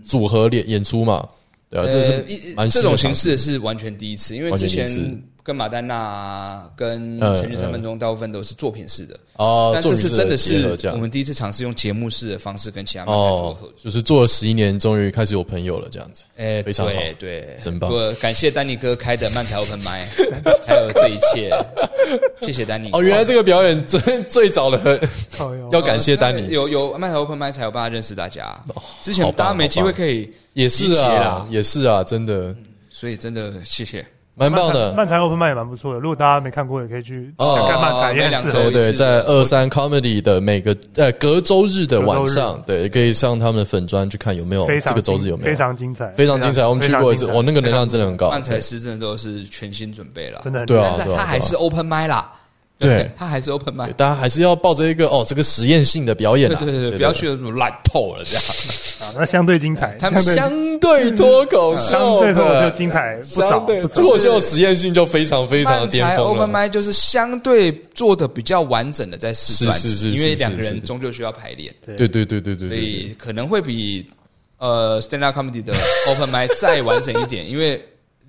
[SPEAKER 3] 组合演演出嘛，对啊，这
[SPEAKER 2] 呃
[SPEAKER 3] 是
[SPEAKER 2] 一
[SPEAKER 3] 蛮新
[SPEAKER 2] 这
[SPEAKER 3] 的
[SPEAKER 2] 种形
[SPEAKER 3] 尝试
[SPEAKER 2] 式是完全第一次，因为
[SPEAKER 3] 完
[SPEAKER 2] 之
[SPEAKER 3] 全第一
[SPEAKER 2] 前
[SPEAKER 3] 次
[SPEAKER 2] 跟马丹娜、啊、跟
[SPEAKER 3] 嗯
[SPEAKER 2] 《成人三分钟》大部分都是作品式的，
[SPEAKER 3] 哦，
[SPEAKER 2] 但这次
[SPEAKER 3] 终于
[SPEAKER 2] 真的
[SPEAKER 3] 结合
[SPEAKER 2] 是
[SPEAKER 3] 这
[SPEAKER 2] 我
[SPEAKER 3] 样
[SPEAKER 2] 们第一次尝试用节目式的方式跟其他漫才做
[SPEAKER 3] 哦
[SPEAKER 2] 合作，。
[SPEAKER 3] 就是做了十一年，终于开始有朋友了这样子。
[SPEAKER 2] 哎，
[SPEAKER 3] 非常好
[SPEAKER 2] 对对，
[SPEAKER 3] 真棒
[SPEAKER 2] 我感谢丹尼哥开的漫才 open m i 才有这一 切，谢谢丹尼哥。
[SPEAKER 3] 哦，原来这个表演最最早的很
[SPEAKER 1] 靠腰
[SPEAKER 3] 哦要感谢丹
[SPEAKER 2] 哦真的
[SPEAKER 3] 尼，哦
[SPEAKER 2] 有有漫才 open m i 才有办法认识大家。之
[SPEAKER 3] 好
[SPEAKER 2] 前
[SPEAKER 3] 棒
[SPEAKER 2] 大家没
[SPEAKER 3] 好
[SPEAKER 2] 机会
[SPEAKER 3] 棒
[SPEAKER 2] 可以，
[SPEAKER 3] 也是
[SPEAKER 2] 集结
[SPEAKER 3] 啊
[SPEAKER 2] 啦，
[SPEAKER 3] 也是啊，真的
[SPEAKER 2] 所以真的谢谢。
[SPEAKER 3] 蛮棒
[SPEAKER 1] 漫才
[SPEAKER 3] 的。
[SPEAKER 1] 漫才 open 麦也蛮不错的，如果大家没看过，也可以去
[SPEAKER 3] 哦
[SPEAKER 1] 看看漫才，也
[SPEAKER 2] 每两
[SPEAKER 1] 很适
[SPEAKER 2] 周
[SPEAKER 1] 合
[SPEAKER 3] 对对，在二三 comedy 的每个呃隔周日的晚
[SPEAKER 1] 隔周
[SPEAKER 3] 上，对，也可以上他们的粉砖去看有没有
[SPEAKER 1] 非
[SPEAKER 3] 这
[SPEAKER 1] 常
[SPEAKER 3] 个周日有没有
[SPEAKER 1] 非常精彩，
[SPEAKER 3] 非常精彩。我们去过一次，
[SPEAKER 1] 非常精彩
[SPEAKER 3] 哦，那个能量真的 很高。
[SPEAKER 2] 漫才师真的都是全心准备了，
[SPEAKER 1] 真的很
[SPEAKER 3] 对啊
[SPEAKER 2] 但他还是 open m i 啦，
[SPEAKER 3] 对
[SPEAKER 2] 他还是 open m i
[SPEAKER 3] 对大家还是要抱着一个哦，这个实验性的表演
[SPEAKER 2] 对
[SPEAKER 3] 啊，
[SPEAKER 2] 对对对，不要去那种烂透了这 样。
[SPEAKER 1] 啊那相对精彩，
[SPEAKER 2] 他们
[SPEAKER 1] 相对
[SPEAKER 3] 相对脱口秀，
[SPEAKER 1] 相对脱口秀精彩不少，
[SPEAKER 3] 相对
[SPEAKER 1] 不
[SPEAKER 3] 脱
[SPEAKER 1] 少
[SPEAKER 3] 口秀实验性就非常非常的
[SPEAKER 2] 漫
[SPEAKER 3] 巅
[SPEAKER 2] 才
[SPEAKER 3] 峰
[SPEAKER 2] open
[SPEAKER 3] 了。
[SPEAKER 2] m i 就是相对做的比较完整的在试段子，
[SPEAKER 3] 是是是
[SPEAKER 2] 因为
[SPEAKER 3] 是
[SPEAKER 2] 两个
[SPEAKER 3] 是
[SPEAKER 2] 人
[SPEAKER 3] 是
[SPEAKER 2] 终究需要排练，
[SPEAKER 3] 对对对对对
[SPEAKER 2] 所
[SPEAKER 3] 对对，
[SPEAKER 2] 以可能会比呃 stand up comedy 的 open m i 再完整一 点，因为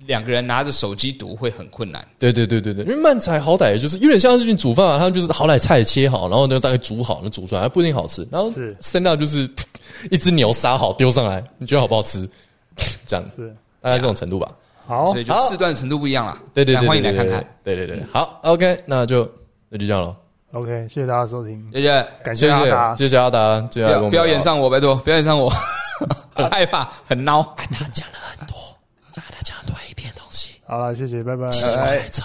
[SPEAKER 2] 两个人拿着手机读会很困难。
[SPEAKER 3] 对对对对对，因为慢才好歹也就是有点像是去煮饭啊，他们就是好歹菜切好，然后呢大概煮好，那煮出来还不一定好吃。然后
[SPEAKER 1] 是
[SPEAKER 3] stand up 就是 噗一只牛杀好丢上来，你觉得好不好吃？这样
[SPEAKER 1] 是
[SPEAKER 3] 大概这种程度吧。
[SPEAKER 1] 好
[SPEAKER 2] 所以就
[SPEAKER 3] 哦好
[SPEAKER 2] 试段程度不一样啦。
[SPEAKER 3] 对对
[SPEAKER 2] 那
[SPEAKER 3] 对，
[SPEAKER 2] 欢迎来看看，
[SPEAKER 3] 对对对，对好，OK，那就那就这样了。
[SPEAKER 1] ，OK，谢谢大家收听，
[SPEAKER 2] 谢谢。
[SPEAKER 1] 感
[SPEAKER 3] 谢
[SPEAKER 1] 谢阿
[SPEAKER 3] 谢
[SPEAKER 1] 达，
[SPEAKER 3] 谢谢阿达，接下
[SPEAKER 2] 不
[SPEAKER 3] 来
[SPEAKER 2] 要
[SPEAKER 3] 跟我们
[SPEAKER 2] 不要演
[SPEAKER 3] 聊
[SPEAKER 2] 上我，拜托，不要演上 我，很 害怕，很孬。
[SPEAKER 3] 啊他讲了很多，他讲了很多一片东西，
[SPEAKER 2] 哎
[SPEAKER 1] 好了，谢谢，拜拜。
[SPEAKER 3] 快来找。